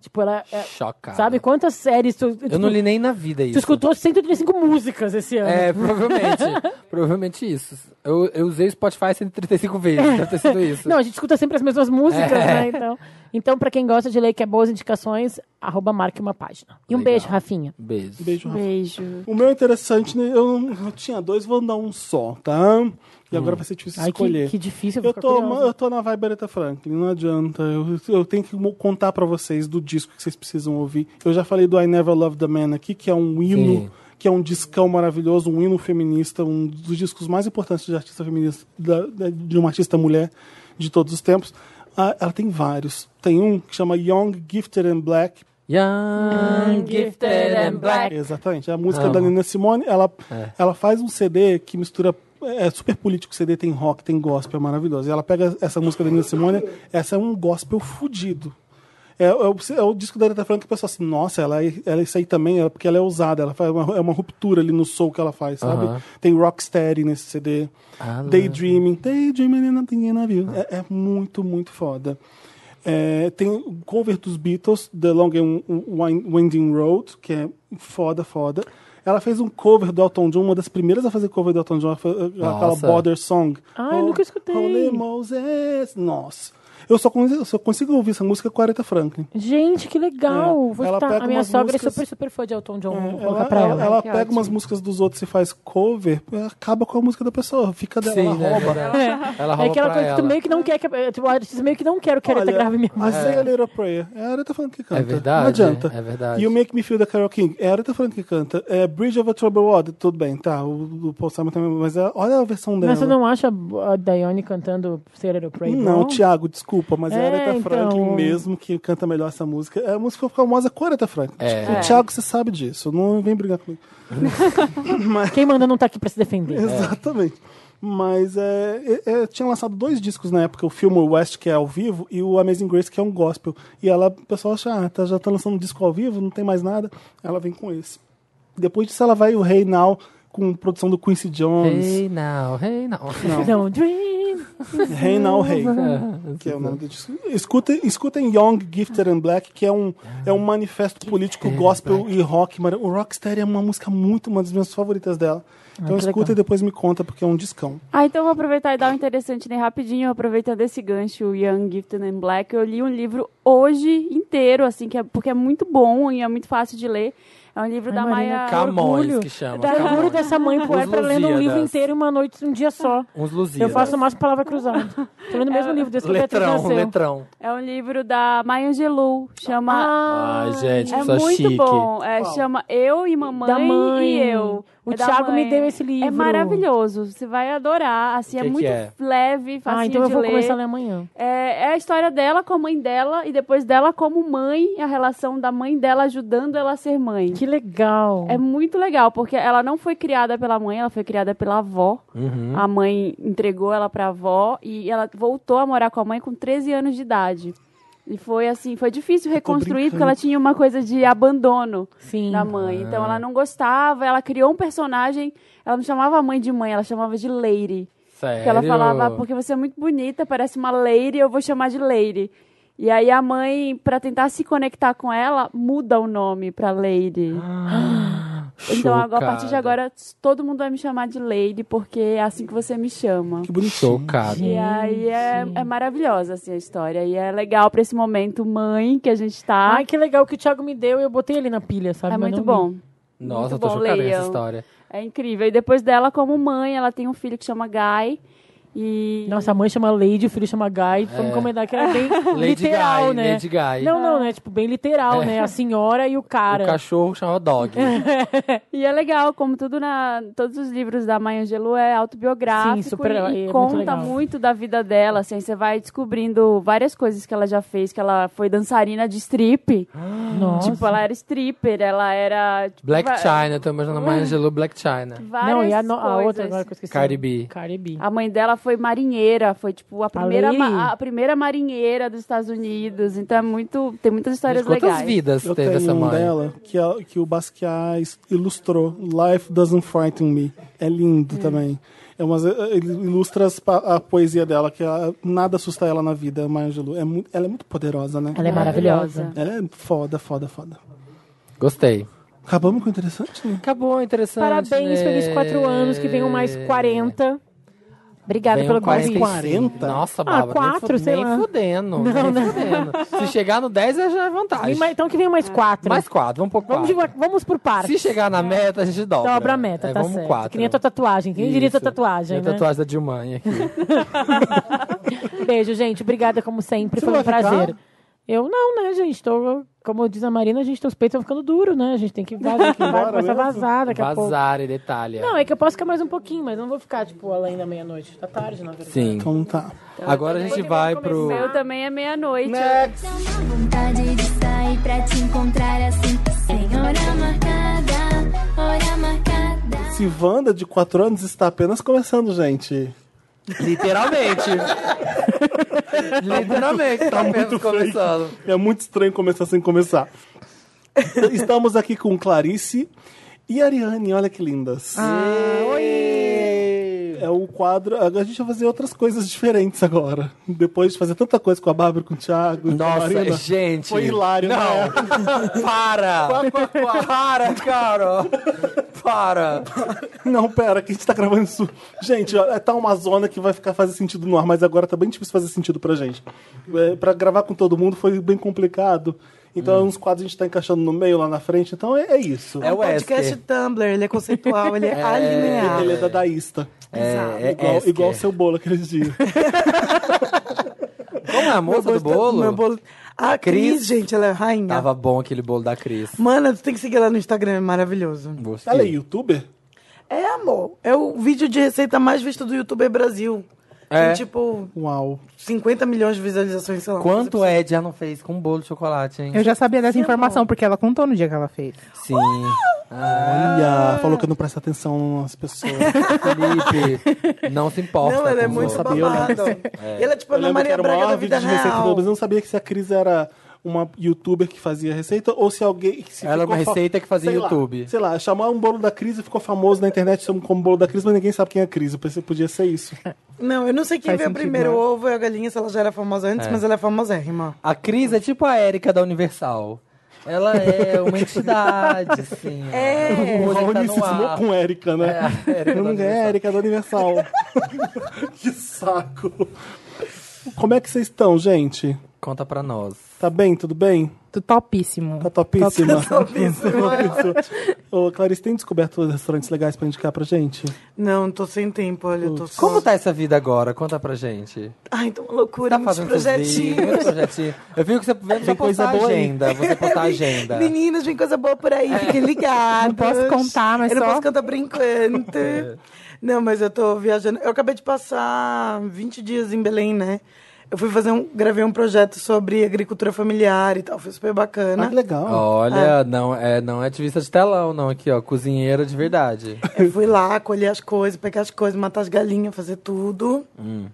Speaker 5: Tipo, ela... é-
Speaker 3: Chocada.
Speaker 5: sabe quantas séries... Tu,
Speaker 3: Eu não li nem na vida isso.
Speaker 5: Tu né? escutou 135 músicas esse ano.
Speaker 3: É, provavelmente. [LAUGHS] provavelmente isso. Eu, eu usei o Spotify 135 vezes. Deve ter sido isso.
Speaker 5: Não, a gente escuta sempre as mesmas músicas,
Speaker 3: É.
Speaker 5: né? Então, então para quem gosta de ler que é boas indicações, arroba marque uma página. E um
Speaker 3: Legal.
Speaker 5: beijo, Rafinha.
Speaker 3: Beijo.
Speaker 1: Um Beijo, Rafa.
Speaker 2: Beijo.
Speaker 1: O meu é interessante, né? Eu, não- eu tinha dois, vou dar um só, tá? E agora vai ser difícil
Speaker 5: Ai, que,
Speaker 1: escolher.
Speaker 5: que difícil.
Speaker 1: Eu
Speaker 5: ficar
Speaker 1: tô,
Speaker 5: curiosa.
Speaker 1: eu tô na vibe Aretha Franklin, não adianta. Eu, eu tenho que mo- contar pra vocês do disco que vocês precisam ouvir. Eu já falei do I Never Loved the Man aqui, que é um hino,
Speaker 3: Sim.
Speaker 1: que é um discão maravilhoso, um hino feminista, um dos discos mais importantes de artista feminista, da- da- de uma artista mulher de todos os tempos. Ah, ela tem vários. Tem um que chama Young, Gifted and Black.
Speaker 3: Young, gifted and black.
Speaker 1: Exatamente. É a música
Speaker 3: Amo.
Speaker 1: da Nina Simone. Ela,
Speaker 3: É.
Speaker 1: ela faz um CD que mistura. É super político o CD, tem rock, tem gospel, é maravilhoso. E ela pega essa música da Nina Simone, essa é um gospel fudido. É, é o, é o disco da Aretha Franklin que o pessoal assim, nossa, ela, é- ela isso aí também, é porque ela é ousada, ela faz uma, é uma ruptura ali no soul que ela faz, sabe?
Speaker 3: Aham.
Speaker 1: Tem Rocksteady nesse CD,
Speaker 3: Ah,
Speaker 1: Daydreaming, Daydreaming and I'm thinking of you. É, é muito, muito foda. É, tem o cover dos Beatles, The Long and Wind- Winding Road, que é foda, foda. Ela fez um cover do Elton John, uma das primeiras a fazer cover do Elton John, foi, uh, aquela
Speaker 3: Nossa.
Speaker 1: Border Song.
Speaker 5: Ah, eu nunca escutei.
Speaker 1: Holy Moses. Nossa. Eu só, con- eu só consigo ouvir essa música com a Aretha Franklin.
Speaker 5: Gente, que legal.
Speaker 1: É,
Speaker 5: Vou
Speaker 1: ela
Speaker 5: tá-
Speaker 1: pega
Speaker 5: a minha
Speaker 1: umas
Speaker 5: sogra
Speaker 1: músicas-
Speaker 5: é super, super fã de Elton John. Vou
Speaker 1: É,
Speaker 5: colocar pra ela.
Speaker 1: ela
Speaker 5: Ai, que
Speaker 1: pega
Speaker 5: ótimo.
Speaker 1: umas músicas dos outros e faz cover, acaba com a música da pessoa, fica dela,
Speaker 3: Sim,
Speaker 1: ela
Speaker 3: né?
Speaker 1: rouba.
Speaker 3: Ela, ela
Speaker 5: É
Speaker 3: rouba
Speaker 5: aquela
Speaker 3: pra
Speaker 5: coisa que tu
Speaker 3: ela.
Speaker 5: meio que não quer que. é, Tipo, a artista meio que não quero que a Aretha
Speaker 1: Olha,
Speaker 5: grave minha
Speaker 1: I
Speaker 5: música.
Speaker 1: Say a Little Prayer. É a Aretha Franklin que canta.
Speaker 3: É verdade,
Speaker 1: Não adianta.
Speaker 3: é verdade.
Speaker 1: E o Make Me Feel da Carole King. É a Aretha Franklin que canta. É Bridge Over Troubled Water. Tudo bem, tá. O, o Paul Simon também. Mas é- olha a versão dela.
Speaker 5: Mas você não acha a Daiane cantando Say Little Pray?
Speaker 1: Não, Thiago, desculpa, mas é, a
Speaker 5: É,
Speaker 1: Aretha Franklin
Speaker 5: então.
Speaker 1: mesmo que canta melhor essa música. É a música famosa com a Aretha Franklin.
Speaker 3: É.
Speaker 1: O Thiago, você sabe disso. Não vem brigar comigo.
Speaker 5: Quem manda não tá aqui pra se defender.
Speaker 1: Exatamente. Mas é, é, é, tinha lançado dois discos na época, o filme West, que é ao vivo, e o Amazing Grace, que é um gospel. E ela, o pessoal acha, ah, tá, já tá lançando um disco ao vivo, não tem mais nada. Ela vem com esse. Depois disso, ela vai o Hey Now, com produção do Quincy Jones.
Speaker 3: Hey now, hey now.
Speaker 5: Não, Dream.
Speaker 1: Hey Now Hey. Que é o nome do disco. Escutem, escutem Young, Gifted and Black, que é um, é um manifesto político gospel e rock. mara- O Rocksteady é uma música muito, uma das minhas favoritas dela. Então
Speaker 5: que
Speaker 1: escuta e depois me conta, porque é um discão.
Speaker 2: Ah, então vou aproveitar e dar um interessante né, rapidinho, aproveitando esse gancho Young, Gifted and Black. Eu li um livro hoje inteiro, assim, que é, porque é muito bom e é muito fácil de ler. É um livro da
Speaker 5: Marina,
Speaker 2: Maia...
Speaker 3: Camões
Speaker 5: orgulho.
Speaker 3: que chama.
Speaker 5: Dá orgulho
Speaker 3: Camões.
Speaker 5: dessa mãe poeta
Speaker 3: Os
Speaker 5: lendo um livro
Speaker 3: Lusíadas.
Speaker 5: inteiro em uma noite, um dia só.
Speaker 3: Uns Lusíadas.
Speaker 5: Eu faço mais palavra cruzada. Tô lendo o mesmo livro desse que a Beatriz
Speaker 3: É. Letrão,
Speaker 5: nasceu.
Speaker 3: letrão.
Speaker 2: É um livro da Maya Angelou, chama...
Speaker 5: Ah,
Speaker 3: Ai, gente,
Speaker 2: é
Speaker 3: pessoa
Speaker 2: muito
Speaker 3: chique.
Speaker 2: bom. É, chama Eu e Mamãe
Speaker 5: Da mãe.
Speaker 2: e Eu.
Speaker 5: O
Speaker 2: é da
Speaker 5: Thiago
Speaker 2: mãe.
Speaker 5: me deu esse livro.
Speaker 2: É maravilhoso, você vai adorar. Assim, é
Speaker 3: Que que
Speaker 2: muito
Speaker 3: é?
Speaker 2: leve, facinho
Speaker 5: Ah, então eu
Speaker 2: de
Speaker 5: vou
Speaker 2: ler.
Speaker 5: começar a ler amanhã.
Speaker 2: É, é a história dela com a mãe dela e depois dela como mãe, a relação da mãe dela ajudando ela a ser mãe.
Speaker 5: Que legal.
Speaker 2: É muito legal, porque ela não foi criada pela mãe, ela foi criada pela avó. A mãe entregou ela pra avó e ela voltou a morar com a mãe com 13 anos de idade. E foi assim, foi difícil
Speaker 1: tô
Speaker 2: reconstruir, porque
Speaker 1: brincando.
Speaker 2: ela tinha uma coisa de abandono
Speaker 5: Sim.
Speaker 2: da mãe. Então ela não gostava, ela criou um personagem, ela não chamava a mãe de mãe, ela chamava de Lady.
Speaker 3: Sério.
Speaker 2: Porque ela falava,
Speaker 3: [GASPS]
Speaker 2: porque você é muito bonita, parece uma Lady, eu vou chamar de Lady. E aí a mãe, pra tentar se conectar com ela, muda o nome pra Lady. Então, agora, a partir de
Speaker 3: Chocado.
Speaker 2: agora, todo mundo vai me chamar de Lady, porque é assim que você me chama.
Speaker 1: Que bonitinho.
Speaker 3: Chocado.
Speaker 2: E aí é, é maravilhosa, assim, a história. E é legal pra esse momento mãe que a gente tá.
Speaker 5: Ai, tá que legal que o Thiago me deu e eu botei ele na pilha, sabe?
Speaker 2: é
Speaker 5: Mas
Speaker 2: muito
Speaker 5: não li.
Speaker 2: bom.
Speaker 3: Nossa,
Speaker 2: Muito
Speaker 3: eu tô
Speaker 2: bom,
Speaker 3: chocada com essa
Speaker 2: leiam.
Speaker 3: história.
Speaker 2: É incrível. E depois dela, como mãe, ela tem um filho que chama Guy. E...
Speaker 5: Nossa, a mãe chama Lady, o filho chama Guy. Vamos comentar que era bem
Speaker 3: É. [LAUGHS] Lady
Speaker 5: literal,
Speaker 3: Guy,
Speaker 5: né?
Speaker 3: Lady Guy.
Speaker 5: Não, não,
Speaker 2: Ah.
Speaker 5: né? Tipo, bem literal,
Speaker 3: É.
Speaker 5: né? A senhora e o cara.
Speaker 3: O cachorro
Speaker 2: [LAUGHS]
Speaker 3: chamava Dog.
Speaker 2: E é legal, como tudo na todos os livros da Maya Angelou é autobiográfico
Speaker 5: Sim, super-
Speaker 2: e,
Speaker 5: é
Speaker 2: e
Speaker 5: muito
Speaker 2: conta
Speaker 5: legal.
Speaker 2: muito, da vida dela, assim, você vai descobrindo várias coisas que ela já fez, que ela foi dançarina de strip,
Speaker 5: Nossa.
Speaker 2: tipo, ela era stripper, ela era tipo,
Speaker 3: Black
Speaker 2: va-
Speaker 3: China, tô imaginando mais Angelou Black China.
Speaker 2: várias
Speaker 5: não, e a, no- a
Speaker 2: coisas.
Speaker 5: outra agora que eu esqueci.
Speaker 3: Caribe.
Speaker 5: Caribe.
Speaker 2: A mãe dela foi marinheira, foi tipo a primeira,
Speaker 5: Lily?
Speaker 2: ma- a primeira marinheira dos Estados Unidos, então é muito, tem muitas histórias
Speaker 3: Gente, quantas
Speaker 2: legais.
Speaker 3: vidas
Speaker 1: Eu
Speaker 3: teve
Speaker 1: tenho
Speaker 3: essa
Speaker 1: um
Speaker 3: mãe?
Speaker 1: dela que, a- que o Basquiat ilustrou. Life Doesn't Frighten Me. É lindo também. É umas, ele ilustra as pa- a poesia dela, que a- nada assusta ela na vida, Maya Angelou. É muito, ela é muito poderosa, né?
Speaker 5: Ela é maravilhosa.
Speaker 1: Ela é foda, foda, foda.
Speaker 3: Gostei.
Speaker 1: Acabamos com o interessante, né?
Speaker 3: Acabou, interessante.
Speaker 5: Parabéns
Speaker 3: né?
Speaker 5: pelos quatro anos, que venham mais 40. Obrigada
Speaker 3: Venham
Speaker 5: pelo convite. Ah,
Speaker 3: 45.
Speaker 1: 40?
Speaker 3: Nossa, Bárbara. nem
Speaker 5: quatro,
Speaker 3: fu-
Speaker 5: sei
Speaker 3: nem
Speaker 5: lá.
Speaker 3: fudendo. nem fudendo. Se chegar no 10, é já é vantagem.
Speaker 5: E mais- Então que venham
Speaker 2: Ah.
Speaker 5: mais quatro.
Speaker 3: Mais quatro, vamos por
Speaker 5: Vamos,
Speaker 3: quatro.
Speaker 5: de- vamos por partes.
Speaker 3: Se chegar na meta, a gente dobra.
Speaker 5: Dobra a meta,
Speaker 3: É,
Speaker 5: tá
Speaker 3: vamos
Speaker 5: certo.
Speaker 3: quatro.
Speaker 5: Que nem a tua tatuagem. Quem diria a tua
Speaker 3: Isso.
Speaker 5: tatuagem,
Speaker 3: Minha
Speaker 5: né?
Speaker 3: tatuagem da Dilmane aqui.
Speaker 5: Beijo, gente. Obrigada, como sempre.
Speaker 1: Você
Speaker 5: Foi um
Speaker 1: vai ficar?
Speaker 5: prazer. Eu não, né, gente? Tô, como diz a Marina, a gente, os peitos estão ficando duros, né? A gente tem que vazar, que vai
Speaker 1: Bora
Speaker 5: começar a
Speaker 1: mesmo?
Speaker 5: vazar daqui a pouco.
Speaker 3: Vazar e detalhe.
Speaker 5: Não, é que eu posso ficar mais um pouquinho, mas não vou ficar, tipo, além da meia-noite. Tá tarde, na verdade.
Speaker 3: Sim.
Speaker 1: Então tá.
Speaker 3: Agora a gente vai pro...
Speaker 2: O meu também é meia-noite.
Speaker 3: Né?
Speaker 8: Não dá vontade de sair pra te encontrar assim. Sem hora marcada, hora marcada.
Speaker 1: Se Wanda de 4 anos está apenas começando, gente.
Speaker 5: [LAUGHS]
Speaker 3: Literalmente. Literalmente. Tá
Speaker 1: muito
Speaker 3: muito
Speaker 1: fake.
Speaker 3: começando.
Speaker 1: É muito estranho começar sem
Speaker 3: [LAUGHS]
Speaker 1: começar. Estamos aqui com Clarice e Ariane, olha que
Speaker 3: Ah,
Speaker 1: lindas.
Speaker 5: Ah,
Speaker 1: É o quadro. A gente vai fazer outras coisas diferentes agora. Depois de fazer tanta coisa com a Bárbara, com o Thiago, e com a
Speaker 3: Nossa, é,
Speaker 1: Marina.
Speaker 3: gente.
Speaker 1: Foi hilário, né?
Speaker 3: Não. Para. Para, cara. Para.
Speaker 1: [LAUGHS] Não, pera, que a gente tá gravando isso. Gente, ó, tá uma zona que vai ficar fazer sentido no ar, mas agora tá bem difícil fazer sentido pra gente. É, pra gravar com todo mundo foi bem complicado. Então, uns quadros a gente tá encaixando no meio, lá na frente. Então, é, é isso.
Speaker 3: Hum. É
Speaker 9: É
Speaker 3: o
Speaker 9: um podcast
Speaker 3: Esther.
Speaker 9: Tumblr, ele é conceitual, ele é, alineado.
Speaker 1: Ele é dadaísta.
Speaker 3: Ah, É, é
Speaker 1: igual,
Speaker 3: Esker.
Speaker 1: igual o seu bolo aqueles
Speaker 3: [LAUGHS]
Speaker 1: dias.
Speaker 3: Como é a moça do bolo?
Speaker 9: Meu bolo... A Cris,
Speaker 3: Cris.
Speaker 9: gente, ela é rainha.
Speaker 3: Tava bom aquele bolo da Cris.
Speaker 9: Mana, tu tem que seguir ela no Instagram, é maravilhoso.
Speaker 3: Gostei.
Speaker 1: Ela é youtuber?
Speaker 9: É, amor. É o vídeo de receita mais visto do YouTube Brasil.
Speaker 3: É.
Speaker 9: Tem, tipo,
Speaker 1: Uau.
Speaker 9: 50 milhões de visualizações, sei lá.
Speaker 3: Quanto é? Ed já não fez com um bolo de chocolate, hein?
Speaker 7: Eu já sabia dessa informação, porque ela contou no dia que ela fez.
Speaker 3: Sim.
Speaker 1: Olha, falou que eu não presto atenção nas pessoas.
Speaker 3: Felipe, não se importa.
Speaker 9: Não, ela é
Speaker 3: com
Speaker 9: muito
Speaker 3: bolo.
Speaker 1: sabia, eu lembro.
Speaker 9: babada. Ela é tipo
Speaker 1: Eu
Speaker 9: Ana
Speaker 1: lembro que
Speaker 9: Maria
Speaker 1: era o
Speaker 9: Braga da
Speaker 1: maior
Speaker 9: vida
Speaker 1: vídeo de receita do
Speaker 9: real.
Speaker 1: Brasil. Eu não sabia que se a Cris era uma youtuber que fazia receita ou se alguém... que Se
Speaker 3: Ela era
Speaker 1: ficou
Speaker 3: uma
Speaker 1: fa-
Speaker 3: receita que fazia
Speaker 1: sei lá,
Speaker 3: YouTube.
Speaker 1: sei lá, chamar um bolo da Cris e ficou famoso na internet como bolo da Cris, mas ninguém sabe quem é a Cris. Eu pensei que podia ser isso.
Speaker 9: Não, eu não sei quem
Speaker 7: Faz
Speaker 9: veio
Speaker 7: sentido,
Speaker 9: primeiro,
Speaker 7: né?
Speaker 9: o ovo e a galinha, se ela já era famosa antes, mas ela é famosérrima.
Speaker 3: A Cris é tipo a Érica da Universal. Ela é uma entidade, assim. É,
Speaker 1: o Raoni se esmou com Érica, né?
Speaker 3: É, a Érica
Speaker 1: eu não
Speaker 3: da
Speaker 1: ganhei a Érica da Universal. [LAUGHS] que saco. Como é que vocês estão, gente?
Speaker 3: Conta pra nós.
Speaker 1: Tá bem? Tudo bem?
Speaker 7: Tu topíssimo.
Speaker 1: Tá topíssima. [LAUGHS] Tá Topíssima. Ô, Clarice, tem descoberto restaurantes legais pra indicar pra gente?
Speaker 9: Não, tô sem tempo, olha, eu tô só...
Speaker 3: Como tá essa vida agora? Conta pra gente.
Speaker 9: Ai, tô uma loucura,
Speaker 3: Tá
Speaker 9: muitos
Speaker 3: fazendo cozinha,
Speaker 9: projetinhos.
Speaker 3: muito projetinho. Eu vi que você vendo só
Speaker 1: Tem coisa
Speaker 3: postar a
Speaker 1: boa aí.
Speaker 3: agenda. Você postar
Speaker 9: [LAUGHS]
Speaker 3: a agenda.
Speaker 9: Meninas, vem coisa boa por aí,
Speaker 1: [LAUGHS]
Speaker 9: fiquem ligados.
Speaker 7: Não posso contar, mas
Speaker 9: Eu não
Speaker 7: só-
Speaker 9: posso contar
Speaker 1: [LAUGHS]
Speaker 9: por enquanto.
Speaker 1: É.
Speaker 9: Não, mas eu tô viajando. Eu acabei de passar 20 dias em Belém, né? Eu fui fazer um... Gravei um projeto sobre agricultura familiar e tal, foi super
Speaker 1: Ah,
Speaker 9: bacana.
Speaker 1: que legal.
Speaker 3: Olha,
Speaker 9: ah.
Speaker 3: não, é, não é ativista de telão, não. Aqui, ó. Cozinheira de verdade.
Speaker 9: Eu fui lá colher as coisas, pegar as coisas, matar as galinhas, fazer tudo.
Speaker 1: Hum.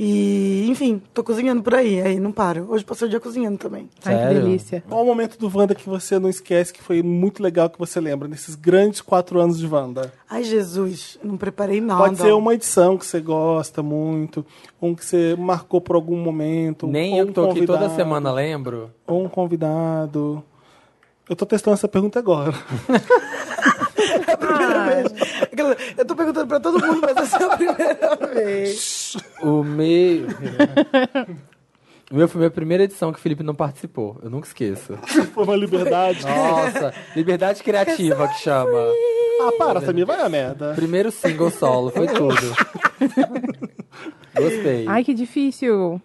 Speaker 9: E, enfim, tô cozinhando por aí, aí não paro. Hoje passei o dia cozinhando também.
Speaker 7: Ai, que
Speaker 3: Sério?
Speaker 7: delícia.
Speaker 1: Qual o momento do Wanda que você não esquece, que foi muito legal, que você lembra, nesses grandes quatro anos de Wanda?
Speaker 9: Ai, Jesus, não preparei nada.
Speaker 1: Pode ser uma edição que você gosta muito, um que você marcou por algum momento.
Speaker 3: Nem
Speaker 1: ou
Speaker 3: eu
Speaker 1: um
Speaker 3: que tô aqui toda
Speaker 1: convidado,
Speaker 3: semana, lembro.
Speaker 1: Ou um convidado. Eu tô testando essa pergunta agora. [LAUGHS]
Speaker 9: Aquela- [LAUGHS] Eu tô perguntando pra todo mundo, mas essa é
Speaker 3: [LAUGHS]
Speaker 9: a primeira vez.
Speaker 3: O meu. o meu foi a minha primeira edição que o Felipe não participou. Eu nunca esqueço.
Speaker 1: Foi uma liberdade.
Speaker 9: [LAUGHS]
Speaker 3: Nossa, Liberdade Criativa que chama.
Speaker 1: ah, para, Samir, vai a merda.
Speaker 3: Primeiro single solo, foi tudo. Gostei.
Speaker 7: Ai, que difícil.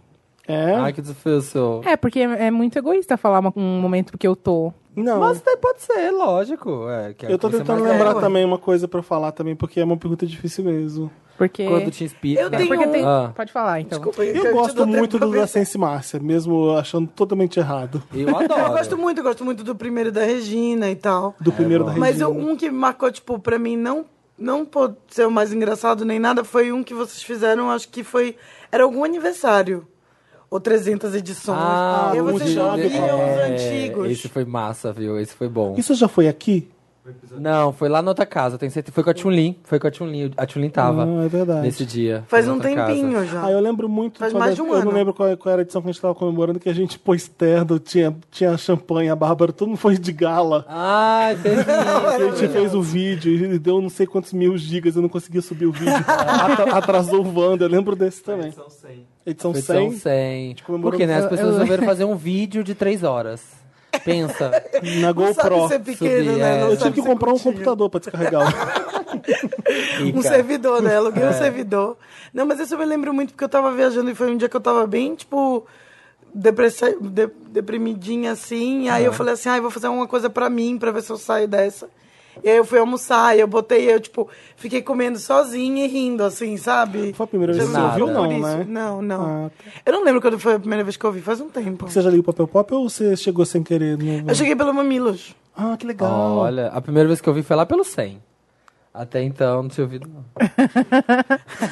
Speaker 1: É?
Speaker 3: Ai, que difícil.
Speaker 7: É, porque é muito egoísta falar uma- um momento que eu tô.
Speaker 1: Não.
Speaker 3: Mas até pode ser, lógico. É, que
Speaker 1: eu tô
Speaker 3: que você
Speaker 1: tentando
Speaker 3: mais-
Speaker 1: lembrar
Speaker 9: ué.
Speaker 1: também uma coisa pra eu falar também, porque é uma pergunta difícil mesmo.
Speaker 7: Porque.
Speaker 3: Quando te inspira.
Speaker 9: Eu
Speaker 3: né?
Speaker 9: tenho um-
Speaker 7: Porque tem-
Speaker 3: Ah.
Speaker 7: Pode falar, então.
Speaker 1: Eu, gosto muito assim, do da Sense Márcia, mesmo achando totalmente errado.
Speaker 3: Eu adoro.
Speaker 9: Eu gosto muito, eu gosto muito do primeiro da Regina e tal.
Speaker 3: É,
Speaker 1: Do primeiro da Regina.
Speaker 9: Mas eu- um que me marcou, tipo, pra mim não, não pode ser o mais engraçado nem nada, foi um que vocês fizeram, acho que foi. Era algum aniversário. Ou 300 edições.
Speaker 3: Ah,
Speaker 9: e aí
Speaker 1: o
Speaker 9: vocês
Speaker 1: Multishopping.
Speaker 9: liam
Speaker 3: É,
Speaker 9: os antigos.
Speaker 3: Esse foi massa, viu? Esse foi bom.
Speaker 1: Isso já foi aqui?
Speaker 3: Não, foi lá na outra casa. Tem certeza. Foi com a Chun-Lin. Foi com a Chun-Lin. A Chun-Lin tava
Speaker 1: Ah, é verdade.
Speaker 3: nesse dia.
Speaker 9: Faz
Speaker 3: na
Speaker 9: um
Speaker 3: outra casa.
Speaker 9: tempinho já.
Speaker 1: Ah, eu lembro muito.
Speaker 9: Faz
Speaker 1: só
Speaker 9: mais
Speaker 1: das-
Speaker 9: de um
Speaker 1: eu
Speaker 9: ano.
Speaker 1: não lembro qual, qual era a edição que a gente tava comemorando, que a gente pôs terno, tinha, tinha champanhe, a Bárbara, todo mundo foi de gala.
Speaker 3: Ah, entendi.
Speaker 1: a
Speaker 9: [LAUGHS]
Speaker 1: gente fez o vídeo e deu não sei quantos mil gigas, eu não conseguia subir o vídeo. Atra- Atrasou o Wanda, eu lembro desse também.
Speaker 4: São 100.
Speaker 1: Edição 100.
Speaker 3: Edição 100.
Speaker 1: comemorou
Speaker 3: Porque, né,
Speaker 1: no-
Speaker 3: as
Speaker 9: [LAUGHS]
Speaker 3: pessoas
Speaker 7: eu-
Speaker 3: resolveram fazer um vídeo de três horas. Pensa.
Speaker 1: Na
Speaker 9: Não sabe
Speaker 1: GoPro.
Speaker 9: ser pequeno,
Speaker 3: subir, é.
Speaker 9: né? Não
Speaker 1: Eu
Speaker 9: sabe
Speaker 1: tive que
Speaker 9: ser
Speaker 1: comprar um
Speaker 9: curtinho.
Speaker 1: computador pra
Speaker 9: [LAUGHS]
Speaker 1: descarregar.
Speaker 9: Um
Speaker 3: Fica.
Speaker 9: servidor, né? Aluguei
Speaker 1: É.
Speaker 9: um servidor. Não, mas esse eu me lembro muito porque eu tava viajando e foi um dia que eu tava bem, tipo, depressa- de- deprimidinha assim. Aí eu falei assim, ai, vou fazer uma coisa pra mim, pra ver se eu saio dessa. E aí eu fui almoçar, e eu botei, eu, tipo, fiquei comendo sozinha e rindo, assim, sabe?
Speaker 1: Foi a primeira vez
Speaker 9: Já
Speaker 1: que você
Speaker 9: me
Speaker 1: ouviu,
Speaker 9: lembro
Speaker 1: não,
Speaker 9: por isso.
Speaker 1: né?
Speaker 9: Não, não.
Speaker 1: Ah,
Speaker 9: Eu não lembro quando foi a primeira vez que eu ouvi, faz um tempo.
Speaker 1: Você já liga o papel pop ou você chegou sem querer? no-
Speaker 9: Eu cheguei pelo Mamilos. Então
Speaker 1: Ah, que legal.
Speaker 3: Olha, a primeira vez que eu vi foi lá pelo 100. Até então, não tinha ouvido, não.
Speaker 9: [LAUGHS]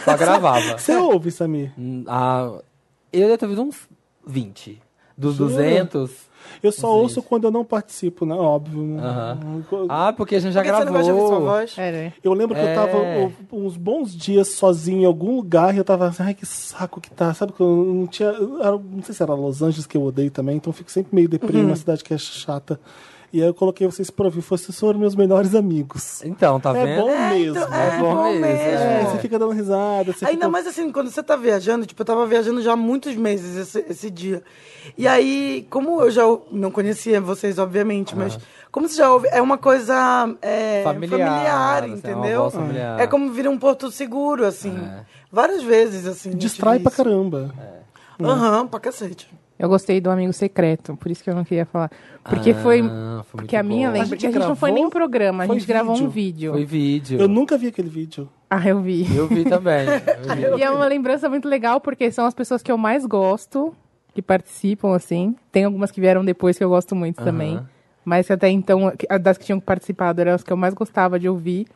Speaker 3: Só gravava.
Speaker 1: Você ouve, Samir?
Speaker 3: Hum, Ah, eu devo ter ouvido uns 20. Dos
Speaker 1: Jura?
Speaker 3: 200...
Speaker 1: Eu só
Speaker 3: Sim.
Speaker 1: ouço quando eu não participo, né? Óbvio. né?
Speaker 3: Aham. Ah, porque a gente já
Speaker 9: Por que você não gosta de ouvir sua
Speaker 3: gravou.
Speaker 9: voz?
Speaker 7: É, né?
Speaker 1: Eu lembro que eu tava
Speaker 3: É.
Speaker 1: uh, uns bons dias sozinho em algum lugar e eu tava assim, ai que saco que tá. Sabe que eu não tinha. eu era- não sei se era Los Angeles que eu odeio também, então eu fico sempre meio deprimido,
Speaker 9: Uhum.
Speaker 1: uma cidade que é chata. E aí eu coloquei vocês pra ouvir, vocês foram meus melhores amigos.
Speaker 3: Então, tá
Speaker 1: é
Speaker 3: vendo?
Speaker 1: bom mesmo.
Speaker 9: É bom mesmo.
Speaker 1: É,
Speaker 3: é.
Speaker 1: você fica dando risada. Você
Speaker 9: Ainda
Speaker 1: fica...
Speaker 9: mais assim, quando você tá viajando, tipo, eu tava viajando já há muitos meses esse, esse dia. E aí, como eu já ou- não conhecia vocês, obviamente, mas como você já ouve, é uma coisa é,
Speaker 3: Familiar,
Speaker 9: familiar,
Speaker 3: assim, é uma
Speaker 9: entendeu?
Speaker 3: voz familiar.
Speaker 9: É como vir um porto seguro, assim. Várias vezes, assim. eu
Speaker 1: Distrai
Speaker 9: tive
Speaker 1: pra
Speaker 9: isso.
Speaker 1: caramba.
Speaker 9: Aham, pra cacete.
Speaker 7: Eu gostei do Amigo Secreto, por isso que eu não queria falar. Porque
Speaker 3: Ah,
Speaker 7: foi.
Speaker 3: foi
Speaker 7: Porque
Speaker 3: muito
Speaker 7: a minha
Speaker 3: bom.
Speaker 1: A
Speaker 7: lembra
Speaker 1: gente
Speaker 7: que a gente não foi
Speaker 1: gravou?
Speaker 7: nem um programa, a
Speaker 1: Foi
Speaker 7: gente gravou um
Speaker 1: vídeo.
Speaker 7: vídeo.
Speaker 3: Foi vídeo.
Speaker 1: Eu nunca vi aquele vídeo.
Speaker 7: Ah, eu vi.
Speaker 3: Eu vi também. eu
Speaker 7: [LAUGHS]
Speaker 3: vi.
Speaker 7: E é uma lembrança muito legal, porque são as pessoas que eu mais gosto, que participam, assim. Tem algumas que vieram depois que eu gosto muito também.
Speaker 3: Aham.
Speaker 7: Mas que até então, que- das que tinham participado, eram as que eu mais gostava de ouvir.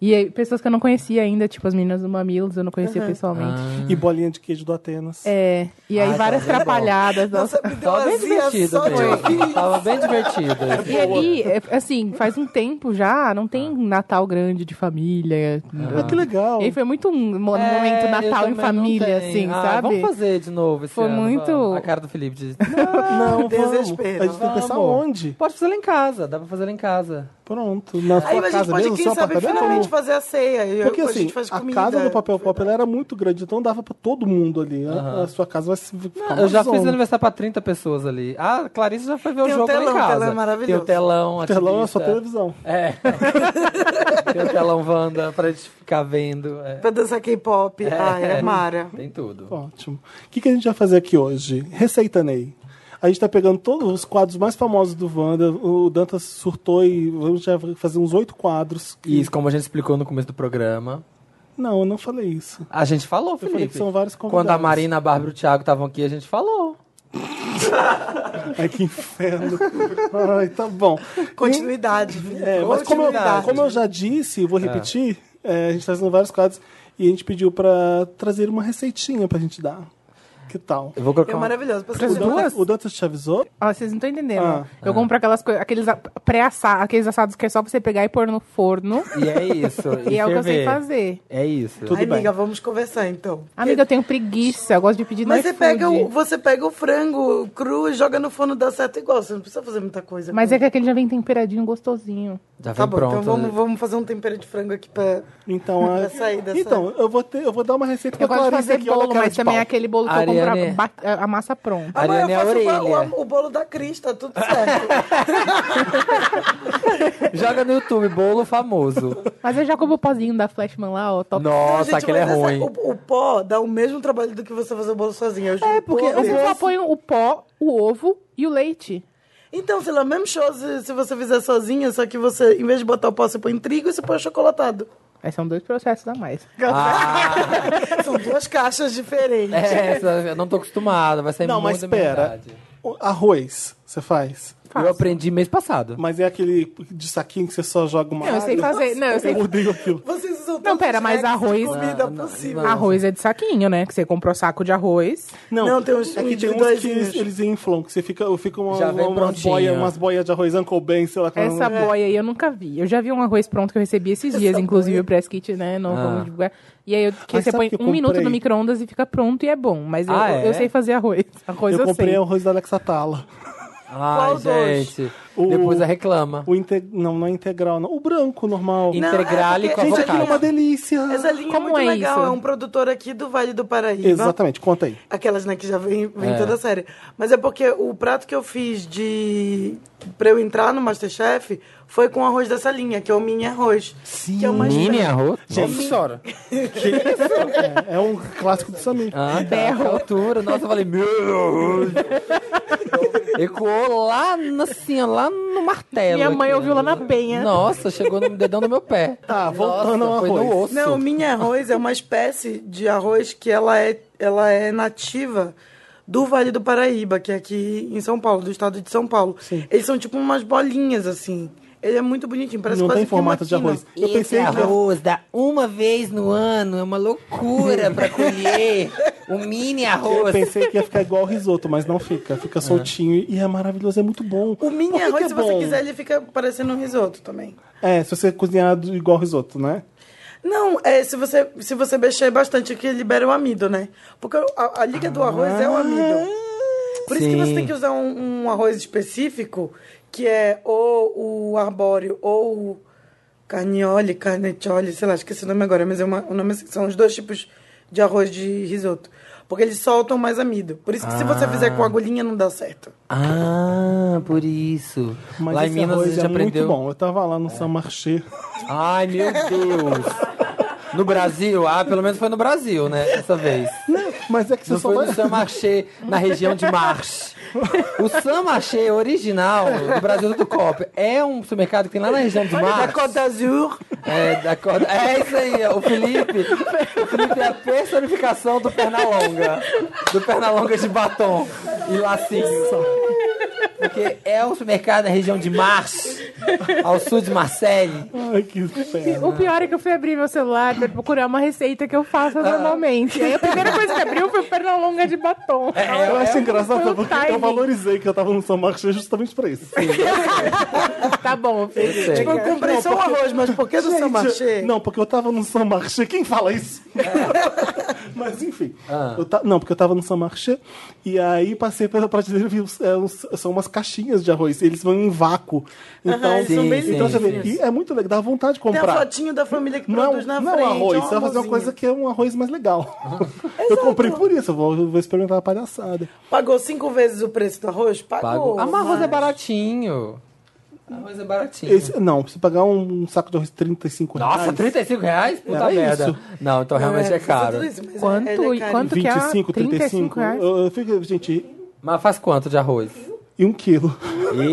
Speaker 7: E aí, pessoas que eu não conhecia ainda, tipo as meninas do Mamilos, eu não conhecia pessoalmente.
Speaker 3: Ah,
Speaker 9: Hum.
Speaker 1: E bolinha de queijo do Atenas.
Speaker 7: É, e aí
Speaker 3: Ah,
Speaker 7: várias
Speaker 3: tá bem bom.
Speaker 7: atrapalhadas.
Speaker 9: Nossa, me deu
Speaker 3: Tava bem
Speaker 9: azia
Speaker 3: divertido
Speaker 9: só de ouvir.
Speaker 3: mesmo. Tava bem divertido.
Speaker 7: E aí, é, assim, faz um tempo já, não tem
Speaker 3: Ah.
Speaker 7: Natal grande de família.
Speaker 1: Ah, que legal.
Speaker 7: E aí foi muito um mo- momento
Speaker 3: É, eu
Speaker 7: Natal
Speaker 3: também
Speaker 7: em
Speaker 3: não
Speaker 7: família,
Speaker 3: tenho.
Speaker 7: assim,
Speaker 3: Ah,
Speaker 7: sabe?
Speaker 3: Vamos fazer de novo esse
Speaker 7: Foi
Speaker 3: ano,
Speaker 7: muito-
Speaker 3: vamos. A cara do Felipe de...
Speaker 1: Não, vamos.
Speaker 9: Desespero.
Speaker 1: A gente tem que pensar
Speaker 3: Vamos.
Speaker 1: onde?
Speaker 3: Pode fazer lá em casa, dá pra fazer lá em casa.
Speaker 1: Pronto. Na
Speaker 9: Aí
Speaker 1: sua
Speaker 9: a gente
Speaker 1: casa mesmo,
Speaker 9: pode,
Speaker 1: no
Speaker 9: quem
Speaker 1: seu
Speaker 9: sabe,
Speaker 1: apartamento?
Speaker 9: finalmente fazer a ceia. e eu-
Speaker 1: Porque
Speaker 9: É, a
Speaker 1: assim,
Speaker 9: gente faz
Speaker 1: a
Speaker 9: comida. é
Speaker 1: casa do papel pop ela era muito grande, então dava pra todo mundo ali. A- A, sua casa vai se ficar um. uma
Speaker 3: eu já
Speaker 1: zona.
Speaker 3: fiz aniversário pra 30 pessoas ali. Ah, Clarice já foi ver
Speaker 9: Tem
Speaker 3: o
Speaker 9: um
Speaker 3: jogo lá
Speaker 9: telão,
Speaker 3: em casa.
Speaker 9: o telão é maravilhoso.
Speaker 3: Tem o telão,
Speaker 1: O telão é só
Speaker 3: ativista.
Speaker 1: televisão.
Speaker 3: É. [LAUGHS] tem o telão Wanda pra gente ficar vendo. é.
Speaker 9: Pra dançar K-pop. Ai, é Mara.
Speaker 3: Tem tudo.
Speaker 1: Ótimo. O que, que a gente vai fazer aqui hoje? Receita Ney. A gente tá pegando todos os quadros mais famosos do Wanda. O Dantas surtou e vamos já fazer uns oito quadros.
Speaker 3: E isso, como a gente explicou no começo do programa,
Speaker 1: Não, eu não falei isso.
Speaker 3: a gente falou, Felipe.
Speaker 1: falei que são vários
Speaker 3: Quando a
Speaker 1: convidados.
Speaker 3: Marina, a Bárbara e o Thiago estavam aqui, a gente falou.
Speaker 1: Ai, que inferno. [LAUGHS] Ai, tá bom.
Speaker 9: Continuidade.
Speaker 1: É, mas como eu,
Speaker 9: continuidade.
Speaker 1: como eu já disse,
Speaker 3: Ah.
Speaker 1: e vou repetir, é, a gente tá fazendo vários quadros e a gente pediu pra trazer uma receitinha pra gente dar. Que tal?
Speaker 3: Eu vou colocar.
Speaker 9: É
Speaker 3: uma-
Speaker 9: maravilhoso. Pra
Speaker 1: O
Speaker 9: você-
Speaker 1: Dantas, o Dantas te avisou?
Speaker 7: Ó, vocês não estão entendendo.
Speaker 1: Ah.
Speaker 7: eu compro aquelas coisas, aqueles a- pré-assados, aqueles assados que é só você pegar e pôr no forno.
Speaker 3: E é
Speaker 9: [LAUGHS]
Speaker 3: isso.
Speaker 7: e é o que eu
Speaker 3: ferver.
Speaker 7: sei fazer.
Speaker 3: É isso.
Speaker 1: Tudo
Speaker 9: Ai,
Speaker 1: bem.
Speaker 9: amiga, vamos conversar então.
Speaker 7: Amiga, eu tenho preguiça, eu gosto de pedir no
Speaker 9: Mas você
Speaker 7: iFood.
Speaker 9: pega, o, você pega o frango cru e joga no forno, dá certo igual. Você não precisa fazer muita coisa.
Speaker 7: Mas
Speaker 9: com
Speaker 7: é que aquele já vem temperadinho, gostosinho.
Speaker 3: Já vem
Speaker 9: Tá bom,
Speaker 3: pronto.
Speaker 9: então vamos, vamos fazer um tempero de frango aqui pra...
Speaker 7: [LAUGHS]
Speaker 1: Então, a...
Speaker 9: Pra sair dessa-
Speaker 1: então eu, vou ter, eu vou dar uma receita pra
Speaker 7: Eu gosto de
Speaker 1: Clarice
Speaker 7: fazer
Speaker 1: aqui. Olha a
Speaker 7: bolo,
Speaker 1: cara
Speaker 7: mas
Speaker 1: de
Speaker 7: também é
Speaker 1: pau.
Speaker 7: aquele bolo que eu compro a,
Speaker 3: Ariane-
Speaker 7: ba- a massa pronta.
Speaker 9: Amanhã
Speaker 3: Ariane é a
Speaker 9: eu faço
Speaker 3: orelha.
Speaker 9: o, o, o bolo da Cris, tá tudo
Speaker 3: [LAUGHS]
Speaker 9: certo.
Speaker 3: Joga no YouTube, bolo
Speaker 9: [LAUGHS]
Speaker 3: famoso.
Speaker 7: Mas eu já como o pozinho da Flashman lá, ó, top.
Speaker 3: Nossa,
Speaker 9: Gente,
Speaker 3: aquele é
Speaker 9: mas essa-
Speaker 3: ruim.
Speaker 9: O, o pó dá o mesmo trabalho do que você fazer o bolo sozinha. Eu é,
Speaker 7: Porque eu só ponho o pó, o ovo e o leite.
Speaker 9: Então, sei lá, mesmo show se, se você fizer sozinha, só que você, em vez de botar o pó, você põe trigo e você põe achocolatado. [LAUGHS]
Speaker 7: Aí são dois processos a mais.
Speaker 9: São duas caixas diferentes.
Speaker 3: [LAUGHS] É, essa- eu não tô acostumada, vai sair
Speaker 1: Não,
Speaker 3: muito
Speaker 1: mas espera.
Speaker 3: verdade.
Speaker 1: O- Arroz, você faz?
Speaker 3: Eu aprendi mês passado.
Speaker 1: Mas é aquele de saquinho que você só joga uma
Speaker 7: Não, eu sei
Speaker 1: água?
Speaker 7: fazer. Não, eu sei
Speaker 1: Eu odeio aquilo.
Speaker 9: Vocês usam
Speaker 7: Não, pera, mas arroz-
Speaker 9: comida
Speaker 3: Não, Ah, não,
Speaker 9: possível.
Speaker 3: não.
Speaker 7: Arroz é de saquinho, né? Que você comprou saco de arroz.
Speaker 1: Não,
Speaker 9: Não, tem uns-
Speaker 1: é que
Speaker 9: uns
Speaker 1: tem uns que
Speaker 9: individuaizinhos.
Speaker 1: eles inflam, que você fica, fica uma,
Speaker 3: Já vem
Speaker 1: uma- umas,
Speaker 3: prontinho.
Speaker 1: boia, umas boias de arroz Uncle Ben, sei lá é como
Speaker 7: Essa boia aí eu nunca vi. Eu já vi um arroz pronto que eu recebi esses dias, inclusive o press kit, né? Não
Speaker 3: Ah.
Speaker 7: vamos divulgar. E aí eu, que
Speaker 1: Ai,
Speaker 7: você
Speaker 1: sabe
Speaker 7: põe
Speaker 1: que eu
Speaker 7: um minuto
Speaker 1: comprei?
Speaker 7: no micro-ondas e fica pronto e é bom. Mas eu,
Speaker 3: Ah, é?
Speaker 7: eu sei fazer arroz. Arroz
Speaker 1: Eu,
Speaker 7: eu,
Speaker 1: comprei um.
Speaker 7: sei.
Speaker 1: arroz da Alexa Tala.
Speaker 3: Ai,
Speaker 9: Qual dois?
Speaker 3: gente.
Speaker 1: O-
Speaker 3: Depois a reclama.
Speaker 1: O inte... Não, não é integral, não. O branco, normal.
Speaker 3: Não, Integrale
Speaker 9: é
Speaker 3: com
Speaker 9: porque-
Speaker 1: Gente,
Speaker 9: avocado.
Speaker 1: aquilo é uma
Speaker 3: avocado.
Speaker 1: delícia.
Speaker 9: Essa linha
Speaker 7: Como
Speaker 9: é muito
Speaker 7: é
Speaker 9: legal.
Speaker 7: isso?
Speaker 9: É um produtor aqui do Vale do Paraíba.
Speaker 1: Exatamente, conta aí.
Speaker 9: Aquelas, né, que já vem, vem toda a série. Mas é porque o prato que eu fiz de... Pra eu entrar no Masterchef foi com arroz dessa linha, que é o mini arroz. Sim. Que é uma espé-
Speaker 3: arroz?
Speaker 1: Gente,
Speaker 3: senhora.
Speaker 1: É, é um clássico do Samir.
Speaker 3: Ah, tá. Que altura. Nossa, eu falei, meu Deus. Ecoou lá, na- assim, ó, lá no martelo.
Speaker 7: Minha mãe
Speaker 3: aqui,
Speaker 7: ouviu lá
Speaker 3: né?
Speaker 7: na penha.
Speaker 3: Nossa, chegou no dedão do meu pé.
Speaker 1: Tá, voltando
Speaker 3: Nossa,
Speaker 1: ao
Speaker 3: foi
Speaker 1: arroz.
Speaker 3: no osso.
Speaker 9: Não, o mini arroz é uma espécie de arroz que ela é, ela é nativa do Vale do Paraíba, que é aqui em São Paulo, do estado de São Paulo. Eles são tipo umas bolinhas, assim. Ele é muito bonitinho, parece
Speaker 1: não
Speaker 9: quase
Speaker 1: tem
Speaker 9: que uma
Speaker 1: formato de
Speaker 9: quina.
Speaker 1: arroz. Eu pensei que eu-
Speaker 6: arroz dá uma vez no ano, é uma loucura pra colher o mini
Speaker 1: Eu
Speaker 6: arroz.
Speaker 1: pensei que ia ficar igual risoto, mas não fica.
Speaker 3: Ah.
Speaker 1: Fica soltinho e é maravilhoso, é muito bom.
Speaker 9: O mini
Speaker 1: Por que
Speaker 9: arroz,
Speaker 1: que é
Speaker 9: se você
Speaker 1: bom?
Speaker 9: quiser, ele fica parecendo um risoto também.
Speaker 1: É, se você cozinhar do- igual risoto, né?
Speaker 9: Não, é, se você, se você mexer bastante aqui, libera o amido, né? Porque a, a liga do arroz
Speaker 1: Ah,
Speaker 9: é o amido. Por isso que você
Speaker 3: Sim.
Speaker 9: tem que usar um, um arroz específico, que é ou o arbóreo ou o carnioli, carnecioli, sei lá, esqueci o nome agora, mas é uma, o nome é- são os dois tipos de arroz de risoto. Porque eles soltam mais amido. Por isso que se você fizer com
Speaker 1: Ah.
Speaker 9: agulhinha, não dá certo.
Speaker 6: Ah, por isso.
Speaker 1: Mas
Speaker 3: Lá em
Speaker 1: esse
Speaker 3: Minas a
Speaker 1: arroz
Speaker 3: gente
Speaker 1: é
Speaker 3: aprendeu. É.
Speaker 1: muito bom. Eu tava lá no Saint Marché.
Speaker 3: Ai, meu Deus. No Brasil? Ah, pelo menos foi no Brasil, né? Dessa vez.
Speaker 1: Mas é que você
Speaker 3: Não
Speaker 1: só
Speaker 3: foi
Speaker 1: vai...
Speaker 3: no Saint-Marché, na região de Marche. O Saint-Marché original do Brasil do Copo é um supermercado que tem lá na região de
Speaker 9: Da
Speaker 3: Marche.
Speaker 9: Côte d'Azur,
Speaker 3: É, da corda. É isso aí, ó. o Felipe. O Felipe é a personificação do Pernalonga. Do Pernalonga de batom e lacinho. Porque é um supermercado na região de Marche, ao sul de Marseille.
Speaker 1: Ai, que pena.
Speaker 7: O pior é que eu fui abrir meu celular pra procurar uma receita que eu [LAUGHS] faço normalmente. E aí a primeira coisa que abriu foi perna longa de batom.
Speaker 3: É,
Speaker 1: Eu
Speaker 3: um
Speaker 1: acho
Speaker 7: foi
Speaker 1: engraçado
Speaker 7: o
Speaker 1: porque eu
Speaker 7: timing.
Speaker 1: valorizei que eu tava no Saint Marché justamente pra isso.
Speaker 7: [LAUGHS] Tá bom, filho.
Speaker 9: tipo, eu comprei só o arroz, mas por que do
Speaker 1: Gente,
Speaker 9: seu marché?
Speaker 1: Não, porque eu tava no Saint Marché. Quem fala isso?
Speaker 9: É.
Speaker 1: [LAUGHS] Mas enfim.
Speaker 9: Ah.
Speaker 1: Eu ta- Não, porque eu tava no Saint Marché. E aí passei pela prateleira e vi os- é, uns- são umas caixinhas de arroz. Eles vão em vácuo. Então,
Speaker 9: Aham, eles são bem
Speaker 1: então você vê.
Speaker 9: lisinhos.
Speaker 1: E é muito legal, dá vontade de
Speaker 9: Tem a
Speaker 1: comprar.
Speaker 9: fotinho da família que
Speaker 1: Não,
Speaker 9: produz na
Speaker 1: não
Speaker 9: frente.
Speaker 1: é um arroz, você
Speaker 9: ó,
Speaker 1: vai fazer uma
Speaker 9: arrozinho.
Speaker 1: coisa que é um arroz mais legal.
Speaker 9: [LAUGHS]
Speaker 1: eu comprei por isso, eu vou, eu vou experimentar a palhaçada.
Speaker 9: Pagou cinco vezes o preço do arroz?
Speaker 3: Pago.
Speaker 9: Pagou.
Speaker 3: Ah, mas arroz é
Speaker 9: Mas-
Speaker 3: baratinho. Arroz é baratinho.
Speaker 1: Esse- não, se pagar um, um saco de arroz 35
Speaker 3: Nossa,
Speaker 1: reais.
Speaker 3: 35 reais? Puta
Speaker 1: Era
Speaker 3: é merda.
Speaker 1: isso?
Speaker 3: Não, então realmente é,
Speaker 9: custa
Speaker 3: caro.
Speaker 9: tudo isso, mas
Speaker 7: Quanto-
Speaker 9: é- ele é
Speaker 7: e
Speaker 9: caro.
Speaker 7: quanto- que é
Speaker 1: 25, 35.
Speaker 7: 35 reais.
Speaker 1: Eu, eu fico, gente,
Speaker 3: Mas faz quanto de arroz?
Speaker 1: e um quilo.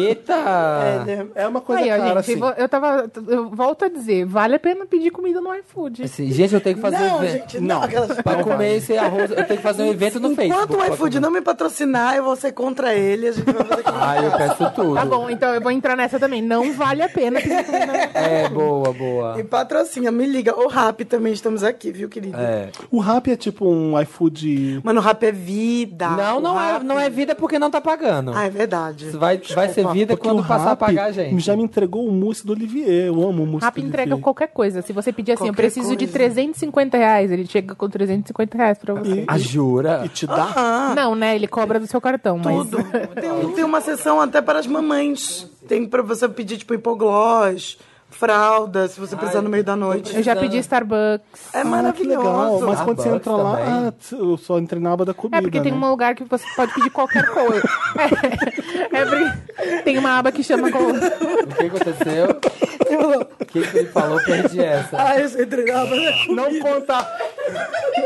Speaker 3: Eita!
Speaker 9: Ele é-
Speaker 1: É uma coisa
Speaker 7: Aí, ó,
Speaker 1: cara,
Speaker 7: gente,
Speaker 1: assim.
Speaker 7: eu tava. Eu volto a dizer, vale a pena pedir comida no iFood.
Speaker 3: Esse- gente, eu tenho que fazer um
Speaker 9: Não,
Speaker 3: evento.
Speaker 9: gente, não.
Speaker 1: Não.
Speaker 9: aquelas-
Speaker 3: Pra comer esse arroz, eu tenho que fazer um evento no
Speaker 9: Enquanto
Speaker 3: Facebook.
Speaker 9: o
Speaker 3: pra
Speaker 9: iFood
Speaker 3: comer.
Speaker 9: não me patrocinar, eu vou ser contra ele. A gente vai fazer aqui.
Speaker 3: Ai, Ah, eu peço tudo.
Speaker 7: Tá bom, então eu vou entrar nessa também. Não vale a pena pedir comida no
Speaker 3: É, boa, boa.
Speaker 9: E patrocina, me liga. O Rap também estamos aqui, viu, querido?
Speaker 3: É.
Speaker 1: O rap é tipo um iFood.
Speaker 9: Mano, o Rap é vida.
Speaker 3: Não,
Speaker 9: O
Speaker 3: não é,
Speaker 9: Rap-
Speaker 3: não é vida porque não tá pagando.
Speaker 9: Ah, é verdade.
Speaker 3: Vai, vai ser vida
Speaker 1: Porque
Speaker 3: quando
Speaker 1: o
Speaker 3: passar a
Speaker 1: Rappi
Speaker 3: pagar a gente.
Speaker 1: Já me entregou o mousse do Olivier. Eu amo o mousse
Speaker 7: Rap
Speaker 1: do
Speaker 7: entrega
Speaker 1: Olivier.
Speaker 7: qualquer coisa. Se você pedir assim, eu
Speaker 9: Qualquer
Speaker 7: preciso de
Speaker 9: coisa.
Speaker 7: 350 reais, ele chega com 350 reais pra você.
Speaker 3: Ah, jura?
Speaker 1: [LAUGHS] E te dá?
Speaker 7: Não, né? Ele cobra do seu cartão, mas.
Speaker 9: Tudo. Tem, um- tem uma sessão até para as mamães. Tem pra você pedir, tipo, hipoglós, fralda, se você precisar no meio da noite.
Speaker 7: Eu já pedi Starbucks.
Speaker 9: É
Speaker 1: Ah, que legal.
Speaker 9: maravilhoso.
Speaker 1: Mas quando você entra
Speaker 3: Starbucks
Speaker 1: lá,
Speaker 3: também.
Speaker 1: ah, t- eu só entrei na aba da comida.
Speaker 7: É porque tem
Speaker 1: né?
Speaker 7: um lugar que você pode pedir qualquer coisa. É, é porque tem uma aba que chama. como-
Speaker 3: O que aconteceu? O que, que ele falou? Perdi essa.
Speaker 9: Ah, eu só entrei na aba da comida.
Speaker 1: Não conta! é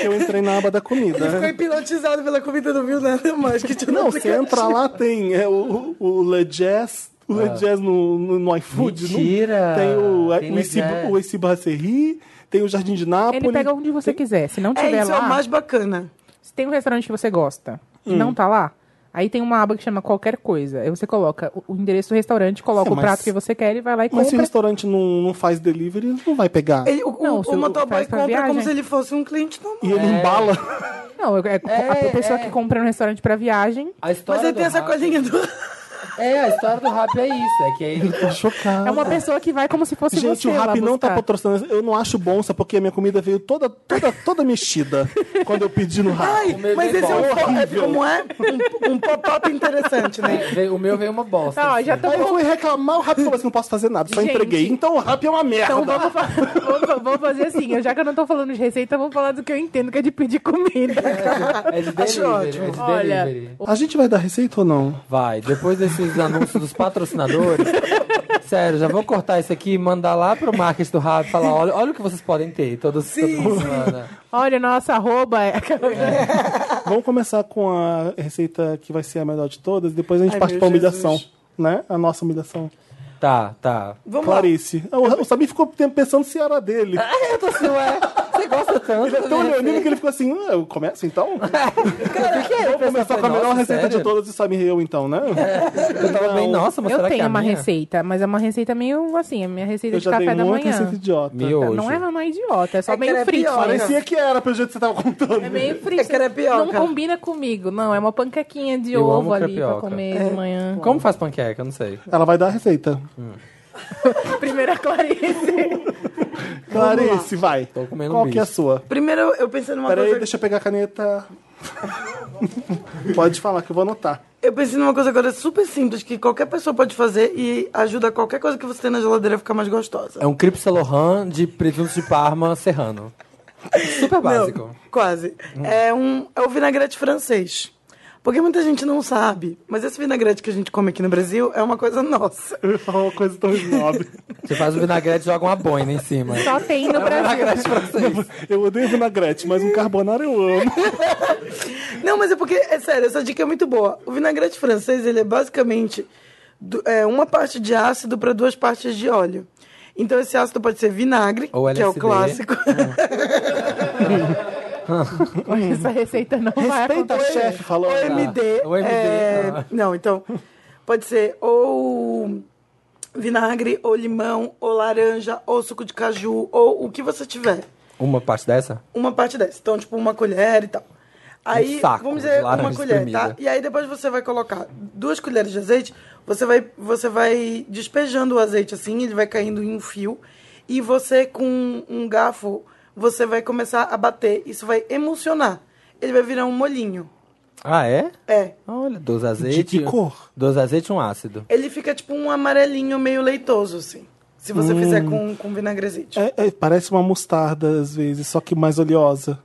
Speaker 1: que eu entrei na aba da comida.
Speaker 9: Ficou
Speaker 1: né?
Speaker 9: hipnotizado pela comida, né? não viu nada mais. Que tinha no
Speaker 1: Não, você
Speaker 9: aplicativo.
Speaker 1: entra lá, tem é, o, o Le Jazz. O Le Jazz no, no, no iFood. não-
Speaker 3: Ah. Mentira!
Speaker 1: Tem o, é,
Speaker 3: Tem
Speaker 1: o,
Speaker 3: Le
Speaker 1: Ici-
Speaker 3: Jazz.
Speaker 1: o Ici Brasserie, tem o Jardim de Nápoles.
Speaker 7: Ele pega onde você quiser. Se não
Speaker 9: É,
Speaker 7: tiver
Speaker 9: isso é
Speaker 7: lá,
Speaker 9: o mais bacana.
Speaker 7: se tem um restaurante que você gosta e
Speaker 1: Hum.
Speaker 7: não tá lá, aí tem uma aba que chama qualquer coisa. Aí você coloca o- o endereço do restaurante, coloca
Speaker 1: É,
Speaker 7: o
Speaker 1: mas-
Speaker 7: prato que você quer e vai lá e
Speaker 1: Mas se o
Speaker 7: compra.
Speaker 1: restaurante não, não faz delivery, ele não vai pegar.
Speaker 9: Ele- o,
Speaker 7: Não,
Speaker 9: o,
Speaker 7: se
Speaker 9: o
Speaker 7: o-
Speaker 9: motoboy
Speaker 7: faz pra
Speaker 9: compra como
Speaker 7: viagem.
Speaker 9: se ele fosse um cliente normal.
Speaker 1: E
Speaker 7: É.
Speaker 1: ele embala.
Speaker 7: Não, é, é- a pessoa que compra no restaurante pra viagem
Speaker 3: A história
Speaker 9: Mas aí
Speaker 3: do
Speaker 9: tem essa
Speaker 3: rap-
Speaker 9: colinha do.
Speaker 3: É, a história do rap é isso. É que ele
Speaker 1: Tô chocado.
Speaker 7: É uma pessoa que vai como se fosse
Speaker 1: Ah. Gente,
Speaker 7: você
Speaker 1: o
Speaker 7: lá
Speaker 1: rap não tá
Speaker 7: buscar.
Speaker 1: patrocinando. Eu não acho bom, sabe? Porque a minha comida veio toda, toda, toda
Speaker 7: [LAUGHS]
Speaker 1: mexida quando eu pedi no rap.
Speaker 9: Ai,
Speaker 3: meu
Speaker 9: mas esse é um,
Speaker 3: Deus,
Speaker 9: pop- é como é? Um, um pop-up interessante, né?
Speaker 3: veio- o meu veio uma bosta.
Speaker 7: Tá, ó, já
Speaker 1: Aí eu
Speaker 7: estamos...
Speaker 1: fui reclamar, o rap falou assim, não posso fazer nada, só
Speaker 7: Gente.
Speaker 1: entreguei. Então o rap é uma merda.
Speaker 7: Então vamos, fa- vamos- vamos fazer assim, eu- já que eu não tô falando de receita, eu vou falar do que eu entendo, que é de pedir comida.
Speaker 3: É de delivery. É de
Speaker 7: Olha,
Speaker 3: delivery.
Speaker 1: A gente vai dar receita ou não?
Speaker 3: Vai, depois desses anúncios dos patrocinadores. sério, já vou cortar isso aqui e mandar lá pro marketing do Rap e falar: olha, olha o que vocês podem ter toda, toda semana.
Speaker 7: olha, nossa arroba é...
Speaker 1: Vamos começar com a receita que vai ser a melhor de todas, depois a gente
Speaker 9: Ai,
Speaker 1: parte
Speaker 9: meu
Speaker 1: pra
Speaker 9: Jesus.
Speaker 1: humilhação. Né? A nossa humilhação. Ah,
Speaker 3: Tá, tá.
Speaker 9: Vamos lá.
Speaker 1: Clarice. O, o Samir ficou pensando se era dele.
Speaker 7: Ah,
Speaker 3: Eu tô assim, ué. Você
Speaker 6: Você gosta tanto.
Speaker 1: Ele é tão leonino que ele ficou assim, ah, eu começo
Speaker 7: [LAUGHS]
Speaker 1: então?
Speaker 6: Cara, que é?
Speaker 1: Vou começar com a melhor receita de todas e sabe eu então, né?
Speaker 7: É,
Speaker 6: Eu tava bem, nossa, mas
Speaker 7: Eu
Speaker 6: será que
Speaker 7: tenho
Speaker 6: é a
Speaker 7: uma
Speaker 6: minha?
Speaker 7: receita, mas é uma receita meio assim, a minha receita
Speaker 1: Eu
Speaker 7: de
Speaker 1: já dei um
Speaker 7: café da
Speaker 1: muita
Speaker 7: manhã.
Speaker 1: receita idiota.
Speaker 6: Miojo.
Speaker 7: Não é não é idiota, é só
Speaker 9: É que ela
Speaker 7: meio
Speaker 9: é
Speaker 7: frito.
Speaker 9: pior,
Speaker 7: né?
Speaker 1: Parecia que era, pelo jeito que você tava contando.
Speaker 7: É meio frito.
Speaker 9: É crepioca.
Speaker 7: Não combina comigo, não. É uma panquequinha de
Speaker 3: Eu
Speaker 7: ovo
Speaker 3: amo
Speaker 7: ali pra
Speaker 3: crepioca.
Speaker 7: comer
Speaker 3: [LAUGHS]
Speaker 7: de manhã.
Speaker 3: Como faz panqueca? Eu não sei.
Speaker 1: Ela vai dar a receita.
Speaker 7: Primeira Clarice.
Speaker 1: Clarice, vai.
Speaker 3: Tô comendo
Speaker 1: Qual
Speaker 3: um
Speaker 1: que é a
Speaker 3: bicho.
Speaker 1: sua?
Speaker 9: Primeiro eu- eu pensei numa
Speaker 1: Peraí,
Speaker 9: coisa.
Speaker 1: deixa eu pegar a caneta. Pode falar que eu vou anotar.
Speaker 9: Eu pensei numa coisa agora super simples que qualquer pessoa pode fazer e ajuda qualquer coisa que você tem na geladeira a ficar mais gostosa.
Speaker 3: É um crepe Lohan de presunto de parma serrano. Super básico.
Speaker 9: Quase.
Speaker 3: Hum.
Speaker 9: É um é o vinagrete francês. Porque muita gente não sabe, mas esse vinagrete que a gente come aqui no Brasil é uma
Speaker 3: [LAUGHS]
Speaker 9: coisa nossa.
Speaker 1: Eu ia falar uma coisa tão snob.
Speaker 3: Você faz o vinagrete e joga uma boina em cima.
Speaker 7: Só tem no Brasil.
Speaker 1: [LAUGHS] Eu odeio vinagrete, mas um carbonara eu amo.
Speaker 9: Não, mas é porque, é sério, essa dica é muito boa. O vinagrete francês, ele é basicamente du- é, uma parte de ácido para duas partes de óleo. Então esse ácido pode ser vinagre,
Speaker 3: Ou
Speaker 9: que é o
Speaker 3: LSD. [LAUGHS]
Speaker 9: clássico.
Speaker 7: Essa receita não vai
Speaker 1: Respeita a
Speaker 7: acontecer.
Speaker 1: chefe, falou. né?
Speaker 9: ou [LAUGHS] MD.
Speaker 3: Ou MD,
Speaker 9: é,
Speaker 3: ah.
Speaker 9: Não, então. Pode ser ou vinagre, ou limão, ou laranja, ou suco de caju, ou o que você tiver.
Speaker 3: Uma parte dessa?
Speaker 9: Uma parte dessa. Então, tipo, uma colher e tal. Aí,
Speaker 3: saco
Speaker 9: vamos
Speaker 3: de
Speaker 9: dizer
Speaker 3: laranja
Speaker 9: uma colher,
Speaker 3: espremida.
Speaker 9: tá? E aí depois você vai colocar duas colheres de azeite, você vai, você vai despejando o azeite assim, ele vai caindo em um fio. E você, com um garfo, você vai começar a bater. Isso vai emulsionar. Ele vai virar um molhinho.
Speaker 3: Ah, é?
Speaker 9: É.
Speaker 3: Olha, dois azeites.
Speaker 1: que cor?
Speaker 3: Dois azeites e um ácido.
Speaker 9: Ele fica tipo um amarelinho meio leitoso, assim. Se você fizer com, com vinagrezite.
Speaker 1: É, é, parece uma mostarda às vezes, só que mais oleosa.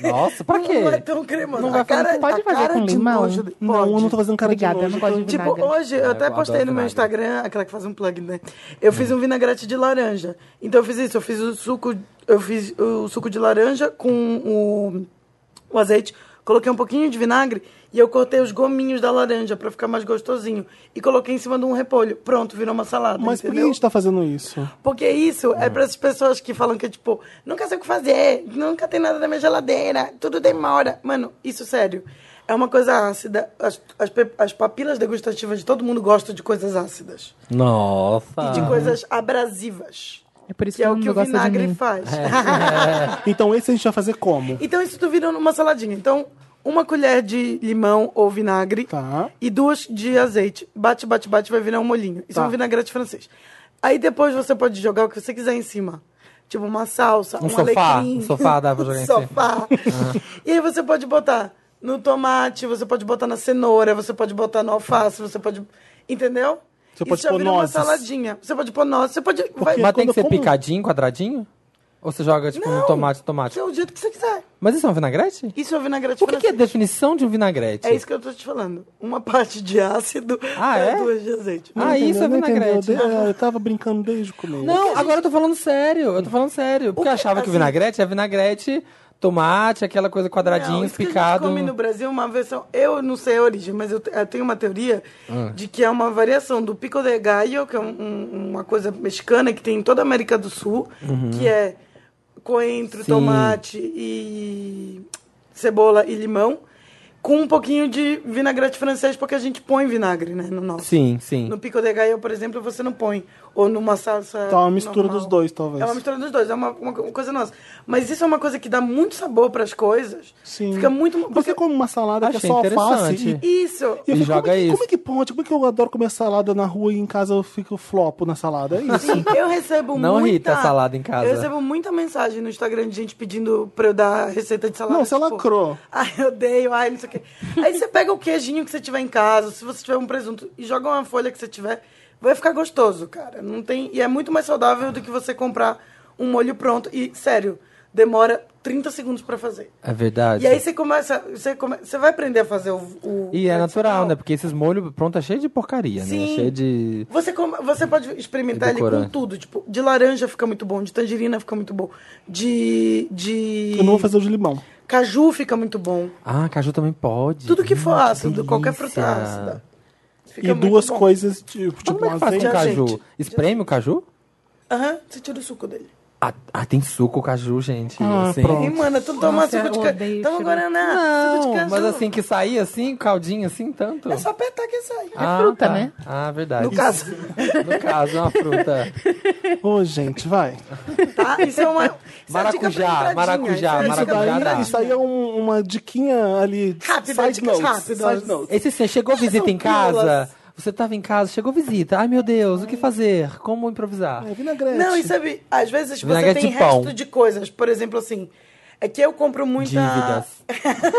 Speaker 3: Nossa, pra
Speaker 9: Não-
Speaker 3: quê?
Speaker 9: Não é tão cremoso.
Speaker 7: Não vai
Speaker 9: a cara, é
Speaker 7: fazer- pode
Speaker 9: a
Speaker 7: fazer
Speaker 9: cara
Speaker 7: com
Speaker 9: de
Speaker 7: limão?
Speaker 9: nojo dele-
Speaker 1: Não, eu
Speaker 9: Pode.
Speaker 1: não tô fazendo cara
Speaker 7: Obrigada,
Speaker 1: de
Speaker 7: eu
Speaker 1: nojo.
Speaker 7: não gosto de
Speaker 1: então-
Speaker 9: Tipo,
Speaker 7: vinagre.
Speaker 9: hoje
Speaker 3: eu
Speaker 9: eu até
Speaker 3: adoro
Speaker 9: postei no meu
Speaker 3: vinagre.
Speaker 9: Instagram, aquela que faz um plug, né? Eu fiz um vinagrete de laranja. Então eu fiz isso, eu fiz o suco, eu fiz o suco de laranja com o, o azeite, coloquei um pouquinho de vinagre e eu cortei os gominhos da laranja pra ficar mais gostosinho e coloquei em cima de um repolho. Pronto, virou uma salada,
Speaker 1: Mas por que a
Speaker 9: entendeu?
Speaker 1: gente tá fazendo isso?
Speaker 9: Porque isso é para as pessoas que falam que, tipo, nunca sei o que fazer, nunca tem nada na minha geladeira, tudo demora. Mano, isso sério. É uma coisa ácida. As, as, pe- as papilas degustativas de todo mundo gostam de coisas ácidas.
Speaker 3: Nossa.
Speaker 9: E de coisas abrasivas.
Speaker 7: É por isso
Speaker 9: Que é
Speaker 7: todo
Speaker 9: o que
Speaker 7: mundo
Speaker 9: o
Speaker 7: gosta de
Speaker 9: vinagre [LAUGHS]
Speaker 7: mim.
Speaker 9: faz.
Speaker 1: Então esse a gente vai fazer como?
Speaker 9: então isso tu vira numa saladinha. Então, uma colher de limão ou vinagre.
Speaker 1: Tá.
Speaker 9: e duas de azeite. Bate, bate, bate, vai virar um molhinho. Isso é
Speaker 1: Tá.
Speaker 9: um vinagrete francês. Aí depois você pode jogar o que você quiser em cima. Tipo uma salsa,
Speaker 3: Um
Speaker 9: um,
Speaker 3: sofá,
Speaker 9: alecrim.
Speaker 3: um sofá dá pra jogar
Speaker 9: [LAUGHS] um
Speaker 3: em Ah.
Speaker 9: sofá. E aí você pode botar no tomate, você pode botar na cenoura, você pode botar no alface, você pode... Entendeu?
Speaker 1: Você
Speaker 9: Isso
Speaker 1: pode
Speaker 9: já
Speaker 1: pôr
Speaker 9: vira uma
Speaker 1: nozes.
Speaker 9: saladinha. Você pode pôr nozes, você pode...
Speaker 3: Mas
Speaker 9: Vai...
Speaker 3: tem
Speaker 1: quando
Speaker 3: que
Speaker 1: eu
Speaker 3: ser
Speaker 1: como-
Speaker 3: picadinho, quadradinho? Ou você joga, tipo, um tomate, tomate?
Speaker 9: Isso é o jeito que você quiser.
Speaker 3: Mas isso é um vinagrete?
Speaker 9: Isso é o vinagrete
Speaker 3: O que, que é a
Speaker 9: francês.
Speaker 3: definição de um vinagrete?
Speaker 9: É isso que eu tô te falando. Uma [LAUGHS] parte de ácido
Speaker 3: Ah,
Speaker 9: pra
Speaker 3: é?
Speaker 9: duas de azeite.
Speaker 3: Ah, isso é
Speaker 1: Entendeu? Não entendeu? É,
Speaker 3: vinagrete.
Speaker 1: Eu de- Eu tava brincando desde o começo.
Speaker 3: Não, agora eu tô falando sério. Eu tô falando sério. Porque eu
Speaker 9: que-
Speaker 3: achava que o
Speaker 9: assim-
Speaker 3: vinagrete é vinagrete, tomate, aquela coisa
Speaker 9: Não,
Speaker 3: quadradinho,
Speaker 9: isso que a gente
Speaker 3: picado.
Speaker 9: come no Brasil é uma versão. Eu não sei a origem, mas eu, te- eu tenho uma teoria
Speaker 3: Ah.
Speaker 9: de que é uma variação do pico de gallo, que é um- um- uma coisa mexicana que tem em toda a América do Sul, que é coentro,
Speaker 3: Uhum. Sim.
Speaker 9: tomate e cebola e limão, com um pouquinho de vinagrete francês, porque a gente põe vinagre, né, no nosso.
Speaker 3: Sim, sim.
Speaker 9: No pico de gallo, por exemplo, você não põe. Ou numa salsa.
Speaker 1: Tá uma mistura
Speaker 9: normal.
Speaker 1: dos dois, talvez.
Speaker 9: É uma mistura dos dois, é uma, uma coisa nossa. Mas isso é uma coisa que dá muito sabor pras coisas.
Speaker 1: Sim.
Speaker 9: Fica muito.
Speaker 1: Você come uma salada que é
Speaker 3: Achei
Speaker 1: só alface
Speaker 3: interessante.
Speaker 1: e
Speaker 9: Isso!
Speaker 1: E eu
Speaker 3: E
Speaker 1: fico,
Speaker 3: joga
Speaker 1: como, é que-
Speaker 3: isso.
Speaker 1: como é que pode? Como é que eu adoro comer salada na rua e em casa eu fico flopo na salada? É
Speaker 3: [LAUGHS]
Speaker 1: isso.
Speaker 9: Sim, eu recebo
Speaker 3: Não
Speaker 9: muita...
Speaker 3: irrita a salada em casa.
Speaker 9: Eu recebo muita mensagem no Instagram de gente pedindo pra eu dar receita de salada.
Speaker 1: Não, você
Speaker 9: tipo,
Speaker 1: lacrou.
Speaker 9: Ai, eu odeio, ai, não sei o quê. Aí você pega o queijinho que você tiver em casa, se você tiver um presunto, e joga uma folha que você tiver, vai ficar gostoso, cara. Não tem... E é muito mais saudável do que você comprar um molho pronto. E, sério, demora 30 segundos pra fazer.
Speaker 3: É verdade.
Speaker 9: E aí você começa... Você, come... você vai aprender a fazer o... o
Speaker 3: E é natural,
Speaker 9: tradicional.
Speaker 3: né? Porque esses molhos, pronto, é cheio de porcaria, né?
Speaker 9: Sim.
Speaker 3: Cheio de.
Speaker 9: Você, come- você pode experimentar ele com
Speaker 3: Decorante.
Speaker 9: tudo. Tipo, de laranja fica muito bom, de tangerina fica muito bom, de, de
Speaker 1: Eu não vou fazer o de limão.
Speaker 9: caju fica muito bom.
Speaker 3: Ah, caju também pode.
Speaker 9: Tudo que for
Speaker 3: Hum, que
Speaker 9: ácido, qualquer
Speaker 3: delícia. Tipo
Speaker 9: fruta ah, assim, ácida. Fica
Speaker 1: e
Speaker 9: muito
Speaker 1: duas
Speaker 9: bom.
Speaker 1: coisas, tipo, tipo
Speaker 3: Como é que faz
Speaker 1: azeite.
Speaker 3: com
Speaker 9: azeite.
Speaker 3: caju? Espreme o caju?
Speaker 9: Aham, você tira o suco dele.
Speaker 3: Ah, ah, tem suco caju, gente.
Speaker 1: Ah,
Speaker 3: assim.
Speaker 1: pronto.
Speaker 9: Ih, mana, tu toma
Speaker 7: Nossa,
Speaker 9: suco de
Speaker 7: eu
Speaker 9: caju.
Speaker 7: odeio
Speaker 9: Toma
Speaker 7: cheiro.
Speaker 9: guaraná. Ah, suco
Speaker 3: Não,
Speaker 9: de caju.
Speaker 3: mas assim, que sair assim, caldinho assim, tanto.
Speaker 9: É só apertar que sai.
Speaker 3: ah,
Speaker 7: fruta, né?
Speaker 3: Ah, verdade.
Speaker 9: No caso.
Speaker 3: [LAUGHS] No caso, é uma fruta.
Speaker 1: Ô, gente, vai.
Speaker 3: Ah,
Speaker 9: Tá? Isso é uma. isso é uma dica
Speaker 3: Maracujá,
Speaker 9: pra entradinha,
Speaker 3: maracujá,
Speaker 9: isso é uma
Speaker 1: Isso
Speaker 9: dica-
Speaker 3: maracujá. dá.
Speaker 1: daí, isso daí é um- uma diquinha ali.
Speaker 9: Rápida,
Speaker 1: side
Speaker 9: dicas
Speaker 1: notes,
Speaker 9: rápidas.
Speaker 1: Side notes.
Speaker 3: Esse sim, chegou visita em casa.
Speaker 9: pílulas.
Speaker 3: Você tava em casa, chegou visita. Ai, meu Deus, o que fazer? Como improvisar?
Speaker 1: É, vinagrete.
Speaker 9: Não, e sabe, às vezes você
Speaker 3: Vinagrete
Speaker 9: tem
Speaker 3: de pão.
Speaker 9: resto de coisas. Por exemplo, assim. É que eu compro muita.
Speaker 3: Dívidas.
Speaker 9: [LAUGHS]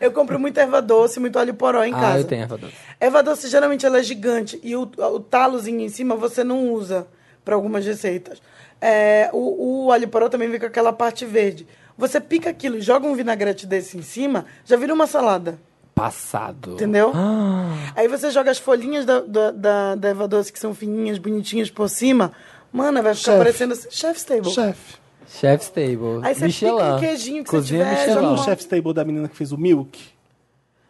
Speaker 9: eu compro muita erva doce, muito alho poró em casa.
Speaker 3: Ah, eu tenho erva doce.
Speaker 9: Erva doce geralmente ela é gigante e o, o talozinho em cima você não usa para algumas receitas. É, o, o alho poró também vem com aquela parte verde. Você pica aquilo, e joga um vinagrete desse em cima, já vira uma salada,
Speaker 3: Passado.
Speaker 9: entendeu?
Speaker 3: Ah,
Speaker 9: Aí você joga as folhinhas da, da, da, da erva doce que são fininhas, bonitinhas por cima. Mano, vai ficar
Speaker 1: Chefe.
Speaker 9: parecendo assim, chef's table.
Speaker 1: Chefe.
Speaker 3: Chef's Table.
Speaker 9: Aí você
Speaker 3: Michelin.
Speaker 9: pica um queijinho que você
Speaker 3: Cozinha
Speaker 9: tiver,
Speaker 1: Já viu
Speaker 3: Michelin.
Speaker 1: o chef's table da menina que fez o Milk?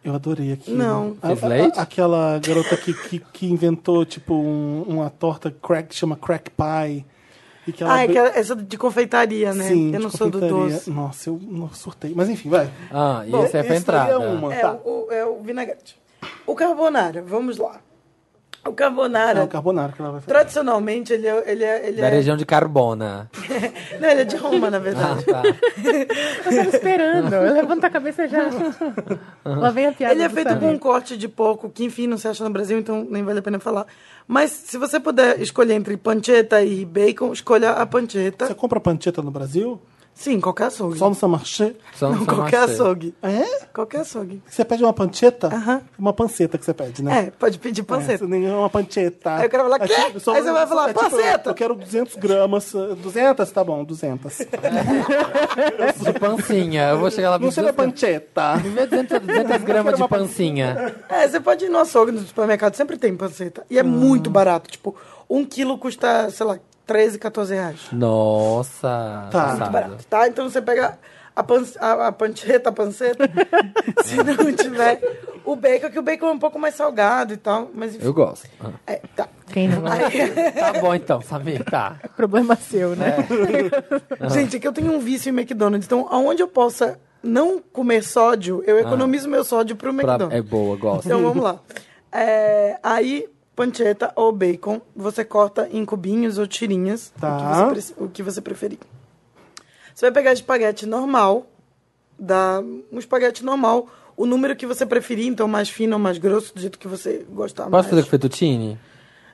Speaker 1: Eu adorei aquilo.
Speaker 9: Não.
Speaker 1: A-
Speaker 3: Fez
Speaker 1: a-
Speaker 3: leite?
Speaker 1: a- aquela garota que, que, que inventou, tipo, um- uma torta crack, que chama crack pie. E que ela
Speaker 9: Ah, é
Speaker 1: abri-
Speaker 9: aquela- essa de confeitaria, né?
Speaker 1: Sim,
Speaker 9: eu não
Speaker 1: de
Speaker 9: sou do
Speaker 1: confeitaria.
Speaker 9: doce.
Speaker 1: Nossa, eu não surtei. Mas enfim, vai.
Speaker 3: Ah, e
Speaker 1: Bom,
Speaker 3: esse é pra
Speaker 1: esse daí
Speaker 3: entrada.
Speaker 1: é uma.
Speaker 9: É,
Speaker 1: Tá.
Speaker 9: o, o- é o vinagrete. O carbonara, vamos lá. O carbonara,
Speaker 1: É o carbonara que ela vai fazer.
Speaker 9: tradicionalmente, ele é. Ele é, ele
Speaker 3: Da
Speaker 9: é-
Speaker 3: região de Carbona.
Speaker 9: [LAUGHS] não, ele é de Roma, na
Speaker 3: Ah,
Speaker 9: verdade.
Speaker 3: tá.
Speaker 7: Eu tava esperando. Eu levanto a cabeça já. Lá vem a
Speaker 5: Ah.
Speaker 7: piada.
Speaker 9: Ele é
Speaker 7: do
Speaker 9: feito
Speaker 7: Samir.
Speaker 9: com um corte de porco, que enfim não se acha no Brasil, então nem vale a pena falar. Mas se você puder escolher entre panceta e bacon, escolha a
Speaker 1: Você
Speaker 9: panceta.
Speaker 1: compra pancheta no Brasil?
Speaker 9: Sim, qualquer açougue.
Speaker 1: Só no San Marché?
Speaker 3: Só
Speaker 9: não,
Speaker 3: só
Speaker 9: qualquer
Speaker 3: maçã.
Speaker 9: açougue.
Speaker 1: É?
Speaker 9: Qualquer açougue.
Speaker 1: Você pede uma pancheta?
Speaker 9: Aham.
Speaker 1: Uma panceta que você pede, né?
Speaker 9: É, pode pedir
Speaker 1: É,
Speaker 9: panceta.
Speaker 1: você nem é uma pancheta. É
Speaker 9: Aí o cara vai lá, "Quê?" Aí você vai falar,
Speaker 1: tipo,
Speaker 9: "Panceta!"
Speaker 1: eu quero 200 gramas. eh, 200? Tá bom, 200.
Speaker 3: De pancinha. Eu vou chegar lá
Speaker 1: Não seria pancheta.
Speaker 3: Em vez de 200, 200 gramas de pancinha.
Speaker 9: É, você pode ir no açougue, no supermercado, sempre tem panceta. E é muito barato. Tipo, um quilo custa, sei lá, 13, 14 reais.
Speaker 3: Nossa.
Speaker 1: Tá.
Speaker 3: passado.
Speaker 1: Muito
Speaker 9: Barato, tá? Então você pega a, pan a, a pancheta, a panceta. [LAUGHS] se não tiver o bacon, que o bacon é um pouco mais salgado e tal. Mas enfim.
Speaker 3: Eu gosto. Ah.
Speaker 9: É, tá.
Speaker 7: Quem não?
Speaker 9: Aí-
Speaker 3: Tá bom então, Samir, tá.
Speaker 7: Problema seu, né?
Speaker 3: Ah.
Speaker 9: gente, é que eu tenho um vício em McDonald's. Então, aonde eu possa não comer sódio, eu economizo meu sódio pro
Speaker 3: Ah. Pra-
Speaker 9: McDonald's.
Speaker 3: É boa, gosto.
Speaker 9: Então vamos lá. É, aí, pancheta ou bacon, você corta em cubinhos ou tirinhas,
Speaker 1: Tá.
Speaker 9: o, que você, preci- o que você preferir. Você vai pegar espaguete normal, da, um espaguete normal, o número que você preferir, então mais fino ou mais grosso, do jeito que você gostar mais.
Speaker 3: Posso fazer com fettuccine?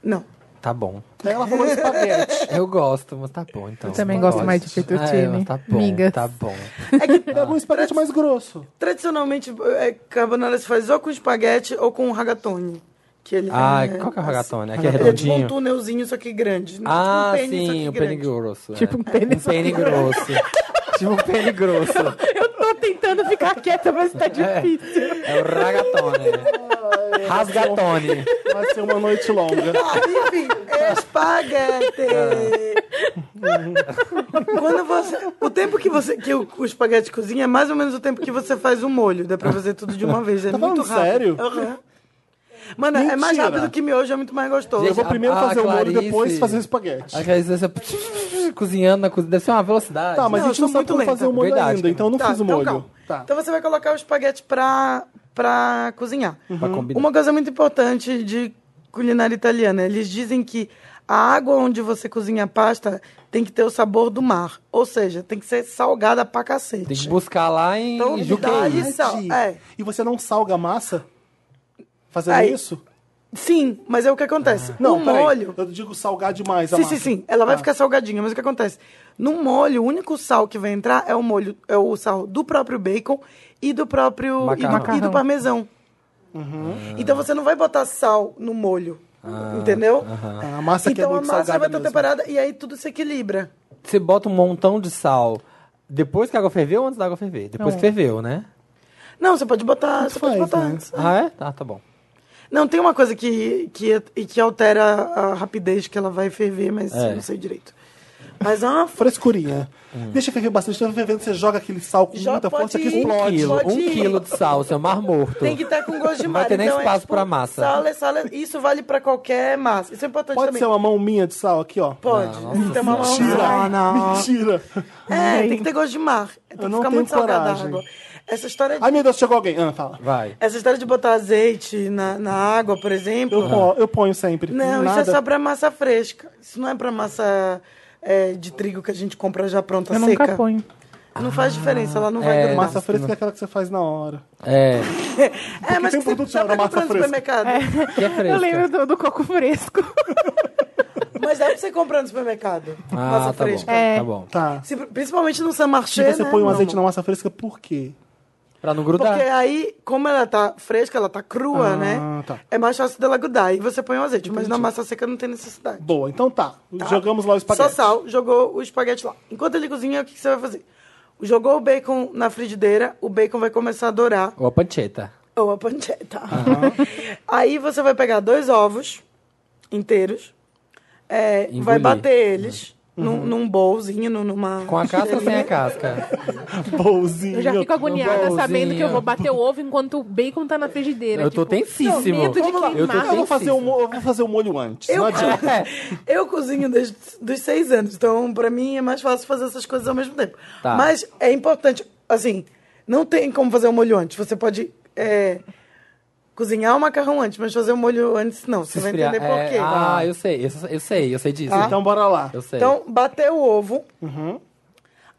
Speaker 9: Não.
Speaker 3: Tá bom.
Speaker 1: Ela falou espaguete.
Speaker 3: Eu gosto, mas tá bom então. Eu
Speaker 7: também gosto mais de fettuccine.
Speaker 3: É, mas tá bom,
Speaker 7: Migas.
Speaker 3: tá bom.
Speaker 9: É que
Speaker 1: Pega um espaguete mais grosso.
Speaker 9: tradicionalmente é, carbonara se faz ou com espaguete ou com ragatone. Que ele
Speaker 3: Ah,
Speaker 9: é,
Speaker 3: qual que é o
Speaker 9: assim.
Speaker 3: ragatone? Aqui é
Speaker 9: Ele é tipo um
Speaker 3: redondinho?
Speaker 9: túnelzinho, só que grande. né?
Speaker 3: Ah,
Speaker 9: tipo um pênis, só
Speaker 3: sim,
Speaker 9: que
Speaker 3: o pene
Speaker 9: grande.
Speaker 3: grosso. é.
Speaker 7: Tipo um pênis.
Speaker 3: Um pene grosso. tipo um pene grosso.
Speaker 7: Eu tô tentando ficar quieta, mas tá difícil.
Speaker 3: É o ragatone.
Speaker 9: é.
Speaker 3: Rasgatone.
Speaker 1: Vai ser uma noite longa.
Speaker 9: Enfim,
Speaker 1: É.
Speaker 9: espaguete. Quando você, o tempo que você que o, o espaguete cozinha é mais ou menos o tempo que você faz o molho. Dá pra fazer tudo de uma vez. É
Speaker 1: Tá
Speaker 9: muito
Speaker 1: falando sério?
Speaker 9: rápido. Aham. Mano, é mais
Speaker 1: Mentira.
Speaker 9: rápido que miojo, é muito mais gostoso.
Speaker 1: Eu vou
Speaker 3: a-
Speaker 1: primeiro
Speaker 3: a
Speaker 1: fazer o molho e
Speaker 3: Clarice-
Speaker 1: depois fazer o espaguete.
Speaker 3: Às vezes você [LAUGHS] cozinhando na cozinha. Deve ser uma velocidade.
Speaker 1: Tá, mas
Speaker 9: Não,
Speaker 1: a gente não
Speaker 9: eu sou
Speaker 1: sabe
Speaker 9: muito
Speaker 1: como
Speaker 9: lenta.
Speaker 1: fazer o molho
Speaker 3: Verdade,
Speaker 1: ainda,
Speaker 3: cara.
Speaker 1: então eu não
Speaker 9: Tá,
Speaker 1: fiz o
Speaker 9: então
Speaker 1: molho.
Speaker 9: calma.
Speaker 1: Tá.
Speaker 9: Então você vai colocar o espaguete pra, pra cozinhar.
Speaker 1: Uhum.
Speaker 3: Pra combinar.
Speaker 9: Uma coisa muito importante de culinária italiana, eles dizem que a água onde você cozinha a pasta tem que ter o sabor do mar. Ou seja, tem que ser salgada pra cacete.
Speaker 3: Tem que buscar lá em
Speaker 9: Então,
Speaker 3: em
Speaker 9: dá-lhe
Speaker 3: Juqueí.
Speaker 9: sal. É.
Speaker 1: E você não salga a massa? Fazendo
Speaker 9: Aí-
Speaker 1: isso?
Speaker 9: Sim, mas é o que
Speaker 3: Ah.
Speaker 9: acontece.
Speaker 1: Não,
Speaker 9: no
Speaker 1: peraí.
Speaker 9: molho.
Speaker 1: Eu digo salgar demais a
Speaker 9: Sim,
Speaker 1: massa.
Speaker 9: sim, sim. Ela vai
Speaker 1: Tá.
Speaker 9: ficar salgadinha, mas o que acontece? No molho, o único sal que vai entrar é o molho, é o sal do próprio bacon e do próprio e do,
Speaker 3: Macarrão.
Speaker 9: e do parmesão.
Speaker 1: Uhum.
Speaker 9: Então você não vai botar sal no molho, entendeu?
Speaker 1: Ah, A massa que é
Speaker 9: Então a
Speaker 1: muito
Speaker 9: massa vai
Speaker 1: salgada
Speaker 9: estar
Speaker 1: mesmo.
Speaker 9: temperada e aí tudo se equilibra.
Speaker 3: Você bota um montão de sal. Depois que a água ferveu ou antes da água ferver? Depois que ferveu, né?
Speaker 9: Não, você pode botar,
Speaker 1: Tanto
Speaker 9: você pode
Speaker 1: faz,
Speaker 9: botar
Speaker 1: né?
Speaker 9: antes.
Speaker 3: Ah, é? Tá, tá bom.
Speaker 9: Não, tem uma coisa que, que, e que altera a rapidez que ela vai ferver, mas
Speaker 3: É.
Speaker 9: eu não sei direito. Mas é uma f...
Speaker 1: Frescurinha. Deixa ferver bastante, deixa fervendo, você joga aquele sal com
Speaker 9: Hum. Já
Speaker 1: muita força
Speaker 9: pode
Speaker 1: que
Speaker 9: ir.
Speaker 3: Um
Speaker 1: explode.
Speaker 3: quilo,
Speaker 9: pode
Speaker 3: um
Speaker 9: ir.
Speaker 3: quilo de salsa, mar morto.
Speaker 9: Tem que estar com gosto de
Speaker 3: Não
Speaker 9: mar.
Speaker 3: vai ter nem
Speaker 9: Então, é
Speaker 3: espaço
Speaker 9: tipo,
Speaker 3: pra massa.
Speaker 9: Sal, é sal, é- Isso vale pra qualquer massa. Isso é importante
Speaker 1: Pode
Speaker 9: também.
Speaker 1: ser uma mão minha de sal aqui, ó.
Speaker 9: Pode. Tem que ter uma mão
Speaker 1: Mentira. Mentira.
Speaker 9: É, tem que ter gosto de mar. Tem que
Speaker 1: não
Speaker 9: ficar
Speaker 1: tenho
Speaker 9: muito salgada a
Speaker 1: coragem.
Speaker 9: água. Essa história de,
Speaker 1: Ai, meu Deus, chegou alguém. Ah, fala.
Speaker 3: Vai.
Speaker 9: essa história de botar azeite na, na água, por exemplo.
Speaker 1: Eu, ponho, eu ponho sempre.
Speaker 9: Não,
Speaker 1: Nada.
Speaker 9: isso é só pra massa fresca. Isso não é pra massa é, de trigo que a gente compra já pronta
Speaker 7: Eu
Speaker 9: seca.
Speaker 7: nunca ponho.
Speaker 9: Não
Speaker 3: Ah,
Speaker 9: faz diferença, ela não vai grudar.
Speaker 1: Massa fresca é aquela que você faz na hora.
Speaker 3: É.
Speaker 9: É, mas
Speaker 1: tem um
Speaker 9: que você
Speaker 1: produto
Speaker 9: já
Speaker 1: chamado
Speaker 9: vai
Speaker 1: massa
Speaker 9: comprar no
Speaker 1: fresca.
Speaker 9: supermercado.
Speaker 3: Que é fresca.
Speaker 7: Eu lembro do, do coco fresco.
Speaker 9: Mas dá pra você comprar no supermercado.
Speaker 3: Ah,
Speaker 9: massa
Speaker 3: tá
Speaker 9: fresca.
Speaker 3: bom.
Speaker 7: É.
Speaker 3: Tá bom.
Speaker 1: Tá.
Speaker 9: Se- principalmente no San
Speaker 1: Se
Speaker 9: Marché,
Speaker 1: você
Speaker 9: né,
Speaker 1: põe um
Speaker 9: meu
Speaker 1: azeite na
Speaker 9: amor?
Speaker 1: massa fresca, por quê?
Speaker 3: Pra não
Speaker 9: Porque
Speaker 3: grudar.
Speaker 9: aí, como ela tá fresca, ela tá crua,
Speaker 1: Ah,
Speaker 9: né?
Speaker 1: tá.
Speaker 9: É mais fácil dela grudar. E você põe o azeite. Mas na massa seca não tem necessidade.
Speaker 1: Boa, então tá. Jogamos lá o espaguete.
Speaker 9: Só sal, jogou o espaguete lá. Enquanto ele cozinha, o que que você vai fazer? Jogou o bacon na frigideira, o bacon vai começar a dourar.
Speaker 3: Ou a pancheta.
Speaker 9: Ou a panceta. [LAUGHS] Aí você vai pegar dois ovos inteiros, é,
Speaker 3: Engolir.
Speaker 9: vai bater eles num, num bolzinho, num- numa.
Speaker 3: Uhum. Com a casca ou sem a casca?
Speaker 1: [LAUGHS] Bolzinho.
Speaker 10: Eu já fico agoniada
Speaker 3: bolzinho.
Speaker 10: sabendo que eu vou bater o ovo enquanto o bacon tá na frigideira.
Speaker 3: Eu tô tensíssimo.
Speaker 10: Eu medo de
Speaker 3: Vamos lá.
Speaker 10: queimar.
Speaker 3: Eu tô
Speaker 1: Eu vou, fazer o mo- eu vou fazer o molho antes. Não adianta.
Speaker 9: Eu cozinho desde os seis anos, então pra mim é mais fácil fazer essas coisas ao mesmo tempo.
Speaker 3: Tá.
Speaker 9: Mas é importante, assim, não tem como fazer o molho antes. Você pode é, cozinhar o macarrão antes, mas fazer o molho antes não. Você vai
Speaker 3: Esfriar.
Speaker 9: entender por
Speaker 3: É,
Speaker 9: quê. Tá.
Speaker 3: Ah, eu sei, eu, eu sei, eu sei disso.
Speaker 1: Então bora lá.
Speaker 3: eu sei.
Speaker 9: Então, bater o ovo.
Speaker 1: Uhum.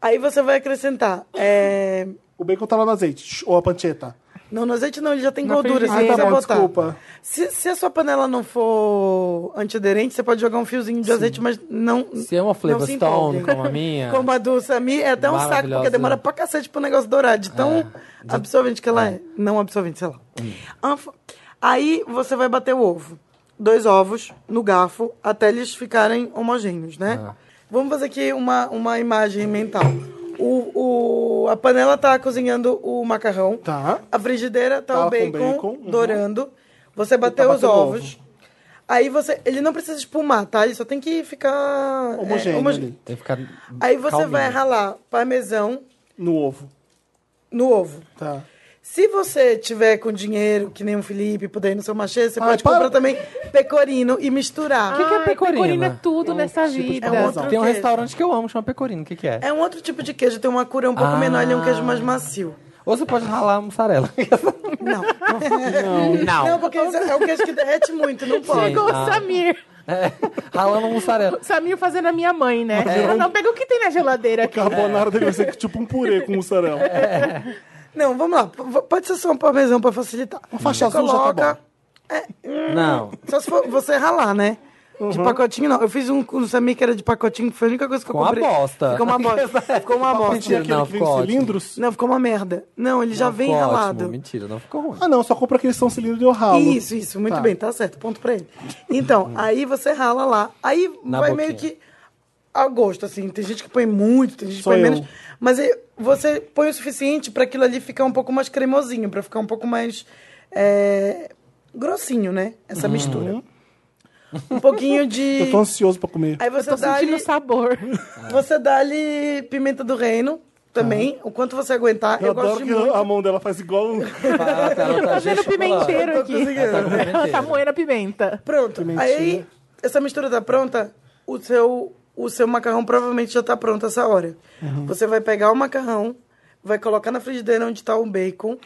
Speaker 9: Aí você vai acrescentar. é,
Speaker 1: O bacon tá lá no azeite. Ou a pancheta.
Speaker 9: Não, no azeite não, ele já tem gordura, você
Speaker 1: Ah,
Speaker 9: não
Speaker 1: tá
Speaker 9: precisa
Speaker 1: bom,
Speaker 9: botar.
Speaker 1: desculpa.
Speaker 9: Se, se a sua panela não for antiaderente, você pode jogar um fiozinho de azeite, mas não.
Speaker 3: se é uma
Speaker 9: não
Speaker 3: flavor
Speaker 9: se
Speaker 3: stone
Speaker 9: empolguem.
Speaker 3: como a minha.
Speaker 9: [LAUGHS] Como a do Samir, é até um saco,
Speaker 3: Maravilhosa. É.
Speaker 9: porque demora pra cacete pro negócio dourar, de tão absorvente que ela é. Não absorvente, sei lá.
Speaker 3: Hum.
Speaker 9: Anfa- Aí você vai bater o ovo. Dois ovos no garfo, até eles ficarem homogêneos, né?
Speaker 3: Ah.
Speaker 9: Vamos fazer aqui uma, uma imagem mental. O, o- a panela tá cozinhando o macarrão.
Speaker 1: Tá.
Speaker 9: A frigideira tá,
Speaker 1: Tá
Speaker 9: o
Speaker 1: com
Speaker 9: bacon,
Speaker 1: bacon, uhum.
Speaker 9: dourando. Você bateu os
Speaker 1: batendo ovo.
Speaker 9: ovos. Aí você. Ele não precisa espumar, tá? Ele só tem que ficar. é,
Speaker 1: Homogêneo
Speaker 9: homoge-
Speaker 1: ali.
Speaker 3: Tem que ficar
Speaker 9: Aí você
Speaker 3: calminho.
Speaker 9: vai ralar parmesão
Speaker 1: No ovo.
Speaker 9: no ovo.
Speaker 1: Tá.
Speaker 9: Se você tiver com dinheiro, que nem o Felipe, puder ir no seu machê, você
Speaker 1: Ai,
Speaker 9: pode
Speaker 1: Ah, para.
Speaker 9: comprar também pecorino e misturar.
Speaker 10: O que, que é
Speaker 3: Ai,
Speaker 10: pecorino?
Speaker 3: pecorino
Speaker 10: Pecorino
Speaker 3: é
Speaker 10: é tudo nessa vida.
Speaker 1: pecorino.
Speaker 9: outro
Speaker 3: Tem um
Speaker 9: queijo.
Speaker 3: restaurante que eu amo, chama Pecorino. O que, que é?
Speaker 9: É um outro tipo de queijo, tem uma cura um pouco
Speaker 3: Ah.
Speaker 9: menor, ele é um queijo mais macio.
Speaker 3: Ou você pode ralar a
Speaker 9: [LAUGHS]
Speaker 3: mussarela.
Speaker 9: Não. Não, porque esse é um queijo que derrete muito, não pode.
Speaker 10: Chegou
Speaker 3: Ah.
Speaker 10: o Samir.
Speaker 3: É, ralando a mussarela.
Speaker 10: Samir fazendo a minha mãe, né? Ah, não, pega o que tem na geladeira aqui.
Speaker 1: Carbonara deve ser tipo um purê com mussarela.
Speaker 3: É.
Speaker 9: Não, vamos lá. p- Pode ser só um parmesão pra facilitar. Uma
Speaker 1: faixa azul já tá bom.
Speaker 3: Não.
Speaker 9: Só se for você ralar, né? De pacotinho, não. Eu fiz um com o Samir que era de pacotinho, que foi a única coisa que
Speaker 3: Com
Speaker 9: eu
Speaker 3: a
Speaker 9: comprei.
Speaker 3: bosta.
Speaker 9: Ficou uma bosta. Ficou uma
Speaker 1: Tinha
Speaker 9: bosta.
Speaker 1: aquele
Speaker 3: Não,
Speaker 1: que vem
Speaker 3: ficou
Speaker 1: em
Speaker 3: ótimo.
Speaker 1: cilindros.
Speaker 9: Não, ficou uma merda. Não, ele já vem
Speaker 3: Ficou ótimo.
Speaker 9: ralado. Tá
Speaker 3: Mentira, não ficou
Speaker 9: [LAUGHS]
Speaker 3: ruim.
Speaker 1: Ah, não, só compra aqueles que são cilindros e eu ralo.
Speaker 9: Isso, isso, muito
Speaker 1: Tá.
Speaker 9: bem, tá certo. Ponto pra ele. Então, aí você rala lá. Aí
Speaker 3: Na
Speaker 9: vai
Speaker 3: boquinha.
Speaker 9: meio que a gosto, assim. Tem gente que põe muito, tem gente que
Speaker 1: Sou
Speaker 9: põe
Speaker 1: eu.
Speaker 9: menos. Mas aí você põe o suficiente pra aquilo ali ficar um pouco mais cremosinho, pra ficar um pouco mais é, grossinho, né? Essa mistura. Um pouquinho de.
Speaker 1: Uhum. Eu tô ansioso pra comer.
Speaker 9: Aí você
Speaker 10: Tô
Speaker 9: dá
Speaker 10: sentindo
Speaker 9: ali,
Speaker 10: o sabor.
Speaker 9: você dá ali pimenta do reino também,
Speaker 3: Ah.
Speaker 9: o quanto você aguentar. Eu,
Speaker 1: Eu,
Speaker 9: gosto
Speaker 1: adoro
Speaker 9: de
Speaker 1: que
Speaker 9: muito.
Speaker 1: a mão dela faz igual um
Speaker 3: Ela tá- ela tá cheia de
Speaker 10: Fazendo
Speaker 3: chocolate.
Speaker 10: pimenteiro aqui.
Speaker 3: Ela tá com
Speaker 10: Ela tá
Speaker 3: pimenteiro.
Speaker 10: moendo a pimenta.
Speaker 9: Pronto. Aí, essa mistura tá pronta, o seu, o seu macarrão provavelmente já tá pronto essa hora.
Speaker 3: Uhum.
Speaker 9: Você vai pegar o macarrão, vai colocar na frigideira onde tá o bacon.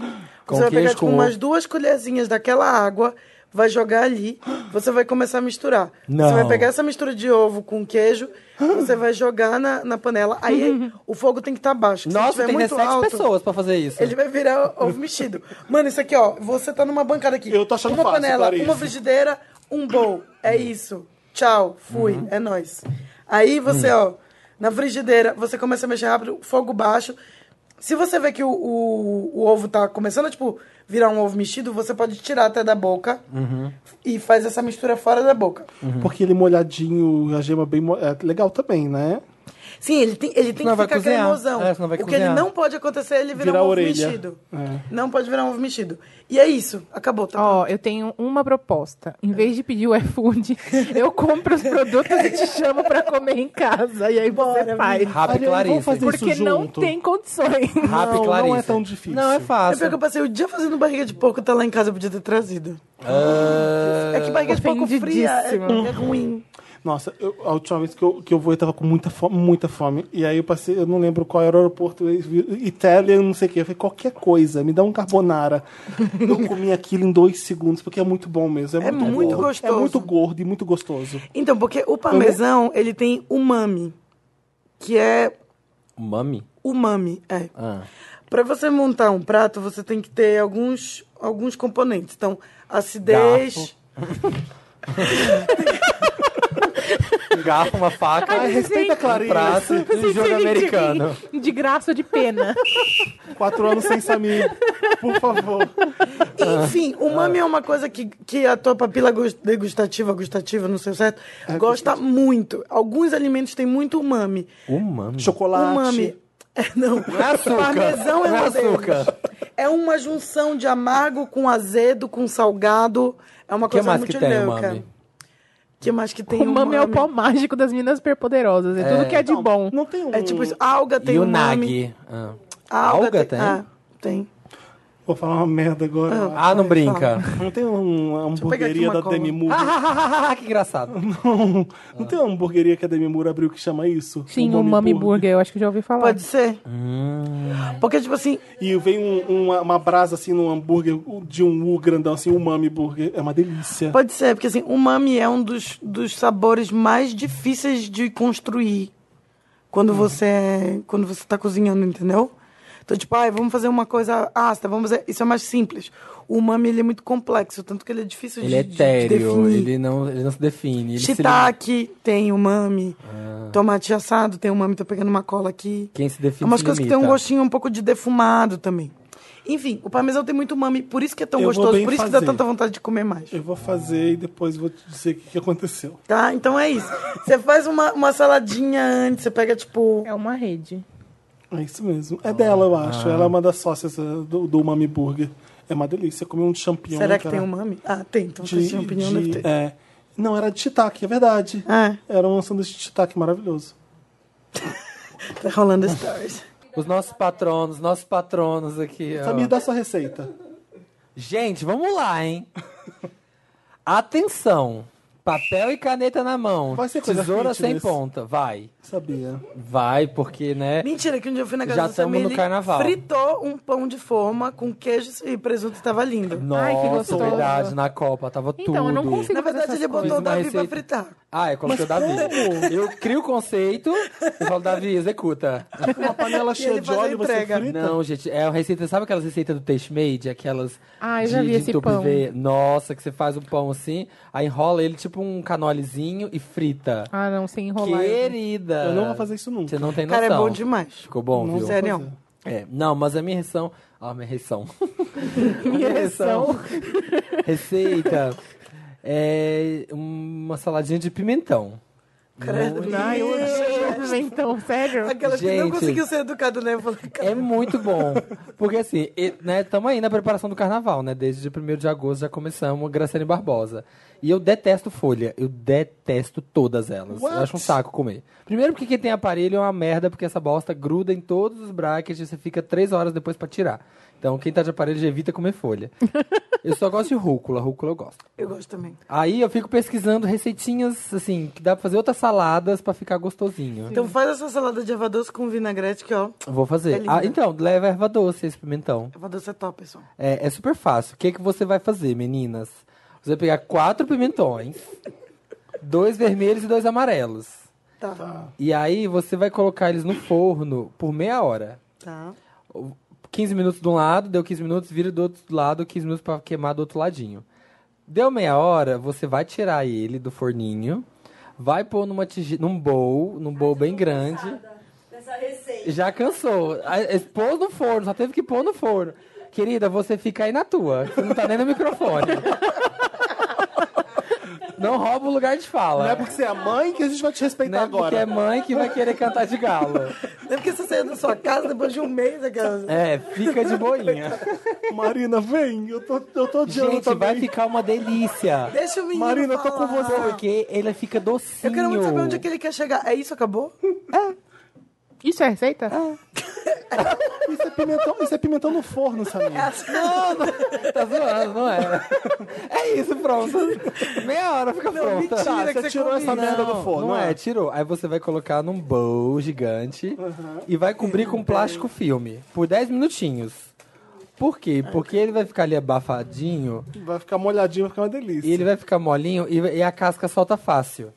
Speaker 3: Com
Speaker 9: você vai
Speaker 3: queijo,
Speaker 9: pegar tipo,
Speaker 3: com
Speaker 9: umas
Speaker 3: ovo.
Speaker 9: duas colherzinhas daquela água, vai jogar ali, você vai começar a misturar.
Speaker 3: Não.
Speaker 9: Você vai pegar essa mistura de ovo
Speaker 3: [GASPS]
Speaker 9: com queijo, você vai jogar na, na panela.
Speaker 3: [LAUGHS]
Speaker 9: Aí o fogo tem que estar baixo. porque se
Speaker 3: Nossa,
Speaker 9: estiver
Speaker 3: tem
Speaker 9: É muito
Speaker 3: 17
Speaker 9: alto,
Speaker 3: pessoas pra fazer isso.
Speaker 9: ele vai virar ovo mexido. Mano, isso aqui, ó. Você tá numa bancada aqui.
Speaker 1: Eu tô achando
Speaker 9: Uma
Speaker 1: fácil,
Speaker 9: panela,
Speaker 1: Clarice.
Speaker 9: uma frigideira, um bowl. É
Speaker 11: Uhum.
Speaker 9: isso. Tchau. Fui. É nóis. Aí você,
Speaker 11: Uhum.
Speaker 9: ó, na frigideira, você começa a mexer rápido, fogo baixo. Se você vê que o, o, o ovo tá começando a, tipo, virar um ovo mexido, você pode tirar até da boca
Speaker 11: Uhum.
Speaker 9: e faz essa mistura fora da boca.
Speaker 1: Porque ele molhadinho, a gema bem. mo- É legal também, né?
Speaker 9: Sim, ele tem, ele tem
Speaker 11: Não
Speaker 9: que
Speaker 11: vai
Speaker 9: ficar
Speaker 11: cozinhar.
Speaker 9: cremosão.
Speaker 11: É, senão vai
Speaker 9: o que
Speaker 11: cozinhar.
Speaker 9: ele não pode acontecer é ele virar,
Speaker 11: Virar
Speaker 9: um ovo
Speaker 11: orelha.
Speaker 9: mexido.
Speaker 11: É.
Speaker 9: Não pode virar um ovo mexido. E é isso. Acabou, tá?
Speaker 7: Ó, eu tenho uma proposta. Em vez de pedir o iFood, [LAUGHS] eu compro os produtos e te chamo pra comer em casa. E aí você faz.
Speaker 11: Rap e Olha, Clarice. vamos fazer
Speaker 7: Porque
Speaker 11: isso
Speaker 7: não
Speaker 11: junto.
Speaker 7: tem [LAUGHS] condições.
Speaker 11: Rap e Não, não Clarice. é tão
Speaker 1: difícil.
Speaker 11: Não, é fácil.
Speaker 9: É pior que eu passei o dia fazendo barriga de porco, tá lá em casa, eu podia ter trazido.
Speaker 11: Ah.
Speaker 9: É que barriga de porco fria é,
Speaker 1: Ofendidíssima.
Speaker 9: é ruim.
Speaker 1: Nossa, eu- a última vez que eu, que eu voei, eu tava com muita fome, muita fome. E aí eu passei, eu não lembro qual era o aeroporto, eu vi Itália, não sei o quê. Eu falei, qualquer coisa, me dá um
Speaker 9: [LAUGHS]
Speaker 1: carbonara. eu comi aquilo em dois segundos, porque é muito bom mesmo. É,
Speaker 9: É muito
Speaker 1: gordo,
Speaker 9: gostoso.
Speaker 1: É muito gordo e muito gostoso.
Speaker 9: Então, porque o parmesão, ele tem umami, que é
Speaker 3: um Mami?
Speaker 9: umami, é.
Speaker 3: Ah.
Speaker 9: Pra você montar um prato, você tem que ter alguns, alguns componentes. Então, acidez...
Speaker 11: Um garfo, uma faca,
Speaker 7: Ai, respeita a
Speaker 11: um
Speaker 7: Clarice.
Speaker 11: prato e um jogo americano.
Speaker 7: De, de graça ou de pena.
Speaker 1: Quatro anos sem Samir, por favor.
Speaker 9: Enfim, o umami é uma coisa que, que a tua papila gus- degustativa, gustativa, não sei o certo, gosta muito. Alguns alimentos têm muito umami.
Speaker 11: Umami.
Speaker 1: Chocolate.
Speaker 9: Umami. É, não.
Speaker 11: Não é açúcar.
Speaker 9: Parmesão é
Speaker 11: Não é
Speaker 9: uma delas.
Speaker 11: açúcar.
Speaker 9: É uma junção de amargo com azedo, com salgado. É uma
Speaker 11: Que
Speaker 9: coisa
Speaker 11: mais
Speaker 9: muito
Speaker 11: que tem
Speaker 9: genérica.
Speaker 11: umami?
Speaker 9: que mais que tem um
Speaker 7: o mami é o
Speaker 9: umami?
Speaker 7: pau mágico das minas superpoderosas. É,
Speaker 11: É.
Speaker 7: tudo que é de
Speaker 9: Não,
Speaker 7: bom.
Speaker 1: Não tem um...
Speaker 9: É tipo isso. Alga tem
Speaker 11: e o nag.
Speaker 9: umami.
Speaker 11: Ah.
Speaker 9: Alga,
Speaker 11: Alga
Speaker 9: tem.
Speaker 11: tem?
Speaker 9: Ah, tem.
Speaker 1: Vou falar uma merda agora. eu acho.
Speaker 11: Ah, não brinca.
Speaker 1: Não tem um- uma
Speaker 9: eu pegar aqui
Speaker 1: hamburgueria
Speaker 9: uma
Speaker 1: da
Speaker 9: cola.
Speaker 1: Demi Moore?
Speaker 11: Ah, que engraçado.
Speaker 1: Não, não tem uma hamburgueria que a Demi Moore abriu que chama isso? Um
Speaker 7: Sim,
Speaker 9: um
Speaker 7: o Um Mami Burger, eu acho que já ouvi falar.
Speaker 9: Pode ser?
Speaker 11: Hum.
Speaker 9: Porque, tipo assim,
Speaker 1: E vem um- uma, uma brasa assim num hambúrguer de um U grandão, assim, um mami burger. É uma delícia.
Speaker 9: Pode ser, porque assim, umami é um dos, dos sabores mais difíceis de construir
Speaker 3: Uhum.
Speaker 9: quando você quando você tá cozinhando, entendeu? Então, tipo, ai, vamos fazer uma coisa ácida, vamos fazer... Isso é mais simples. O umami, ele é muito complexo, tanto que ele é difícil
Speaker 3: Ele
Speaker 9: de,
Speaker 3: é
Speaker 9: de- de
Speaker 3: etéreo,
Speaker 9: definir.
Speaker 3: ele não, ele não se define. Ele se Ah.
Speaker 9: Shiitake tem umami, tomate assado tem umami, tô pegando uma cola aqui.
Speaker 3: Quem se define
Speaker 9: É umas
Speaker 3: se
Speaker 9: coisas que tem
Speaker 3: limita.
Speaker 9: um gostinho um pouco de defumado também. Enfim, o parmesão tem muito umami, por isso que é tão
Speaker 1: Eu vou
Speaker 9: gostoso,
Speaker 1: bem
Speaker 9: por isso que dá
Speaker 1: fazer.
Speaker 9: tanta vontade de comer mais.
Speaker 1: Eu vou fazer e depois vou te dizer o que, que aconteceu.
Speaker 9: Tá? Então é isso. Você faz uma, uma saladinha antes, você pega, tipo.
Speaker 7: É uma rede.
Speaker 1: É isso mesmo. É dela, eu acho. Ela é uma das sócias eh, do, do Mami Burger. É uma delícia. Eu comi um de champignon.
Speaker 9: será que
Speaker 1: cara,
Speaker 9: tem umami? Ah, tem. Então
Speaker 1: de,
Speaker 9: de, champignon
Speaker 1: de-
Speaker 9: deve ter.
Speaker 1: é. Não, era de shiitake, é verdade.
Speaker 9: Ah,
Speaker 1: Era um sanduíche de shiitake maravilhoso.
Speaker 9: tá rolando stories.
Speaker 3: Os nossos patronos, nossos patronos aqui. ó.
Speaker 1: Samir, dá sua receita.
Speaker 3: Gente, vamos lá, hein? Atenção. Papel e caneta na mão.
Speaker 1: Vai ser coisa
Speaker 3: Tesoura sem
Speaker 1: fitness.
Speaker 3: ponta. Vai.
Speaker 1: Sabia.
Speaker 3: Vai, porque, né?
Speaker 9: Mentira, que um dia eu fui na casa
Speaker 3: Já
Speaker 9: do Samir,
Speaker 3: tamo no
Speaker 9: ele
Speaker 3: carnaval.
Speaker 9: fritou um pão de forma com queijo e presunto e tava lindo.
Speaker 3: Nossa,
Speaker 7: Ai, que gostoso.
Speaker 3: verdade, na Copa tava tudo.
Speaker 7: Então, eu não consigo
Speaker 9: Na verdade, ele é
Speaker 3: Fiz
Speaker 9: botou o
Speaker 3: uma
Speaker 9: Davi pra
Speaker 3: receita.
Speaker 9: fritar.
Speaker 3: Ah, eu coloquei o Davi. Eu crio o conceito e falo, Davi, executa.
Speaker 7: [LAUGHS]
Speaker 1: Uma
Speaker 3: [LAUGHS]
Speaker 1: panela cheia
Speaker 9: ele
Speaker 1: de
Speaker 9: faz a
Speaker 1: óleo, você
Speaker 9: entrega.
Speaker 1: frita.
Speaker 3: Não, gente, é uma receita, sabe aquelas receitas do Tastemade? Aquelas
Speaker 7: Ah, eu já vi esse pão.
Speaker 3: entupidez? Nossa, que você faz um pão assim, aí enrola ele tipo um canolezinho e frita.
Speaker 7: Ah, não, sem enrolar.
Speaker 5: né?
Speaker 3: Querida!
Speaker 1: Eu não vou fazer isso nunca.
Speaker 3: é. Você não tem noção.
Speaker 9: Cara, é bom demais.
Speaker 3: Ficou bom,
Speaker 1: Não
Speaker 3: viu?
Speaker 1: sei.
Speaker 9: Sério.
Speaker 3: É, não, mas a minha reação... Ah, minha [LAUGHS] reação. minha reação. Receita. É uma saladinha de pimentão.
Speaker 9: Credo.
Speaker 7: Ai, eu odeio
Speaker 5: Então,
Speaker 7: pimentão, sério.
Speaker 9: Aquela que não
Speaker 3: Gente.
Speaker 9: conseguiu ser educado, né? Eu falei, cara,
Speaker 3: É muito bom. Porque assim, e, né, estamos aí na preparação do carnaval, né? Desde 1 de agosto já começamos Graciane Barbosa. E eu detesto folha. Eu detesto todas elas. Eu acho um saco comer. Primeiro porque quem tem aparelho é uma merda, porque essa bosta gruda em todos os brackets e você fica três horas depois pra tirar. Então quem tá de aparelho já evita comer folha. eu só gosto de rúcula. Rúcula eu gosto.
Speaker 9: eu gosto também.
Speaker 3: Aí eu fico pesquisando receitinhas, assim, que dá pra fazer outras saladas pra ficar gostosinho.
Speaker 9: Então faz essa salada de erva doce com vinagrete, que ó,
Speaker 3: Vou
Speaker 9: É
Speaker 3: fazer.
Speaker 9: linda.
Speaker 3: ah, então, leva erva doce esse pimentão.
Speaker 9: erva doce é top, pessoal.
Speaker 3: É, é super fácil. O que, que você vai fazer, meninas? Você vai pegar quatro pimentões, dois vermelhos e dois amarelos.
Speaker 9: Tá.
Speaker 3: E aí você vai colocar eles no forno por meia hora.
Speaker 9: Tá.
Speaker 3: 15 minutos de um lado, deu 15 minutos, vira do outro lado, 15 minutos pra queimar do outro ladinho. Deu meia hora, você vai tirar ele do forninho, vai pôr numa tigi... num bowl, num bowl bem grande. Já cansou. A- é, Pôs no forno, só teve que pôr no forno. Querida, você fica aí na tua. Você não tá nem no microfone. Não rouba o lugar de fala.
Speaker 1: Não é porque você é mãe que a gente vai te respeitar
Speaker 3: Não é porque
Speaker 1: agora.
Speaker 3: é mãe que vai querer cantar de galo.
Speaker 9: Não é porque você saiu da sua casa depois de um mês, aquela.
Speaker 3: É, fica de boinha.
Speaker 1: Marina, vem, eu tô, eu tô odiando
Speaker 3: Gente,
Speaker 1: também.
Speaker 3: vai ficar uma delícia.
Speaker 9: Deixa o menino
Speaker 1: Marina, eu tô com
Speaker 9: falar.
Speaker 1: você.
Speaker 3: Porque ele fica docinho.
Speaker 9: Eu quero muito saber onde é que ele quer chegar. É
Speaker 1: [LAUGHS]
Speaker 9: isso, acabou?
Speaker 5: Isso é receita?
Speaker 1: Isso é pimentão, isso é pimentão no forno,
Speaker 9: É
Speaker 1: Samir.
Speaker 9: Não, não,
Speaker 3: Tá zoando, não é? É isso, pronto. Meia hora fica
Speaker 9: Não,
Speaker 3: pronta.
Speaker 9: mentira
Speaker 3: Tá,
Speaker 9: que você
Speaker 1: tirou essa
Speaker 3: combina.
Speaker 1: merda do
Speaker 3: Não,
Speaker 1: forno,
Speaker 3: Não
Speaker 1: é?
Speaker 3: é, tirou. Aí você vai colocar num bowl gigante e vai cobrir com um plástico filme por 10 minutinhos. Por quê? Porque ele vai ficar ali abafadinho
Speaker 1: Vai ficar molhadinho, vai ficar uma delícia.
Speaker 3: e é. ele vai ficar molinho e, e a casca solta fácil.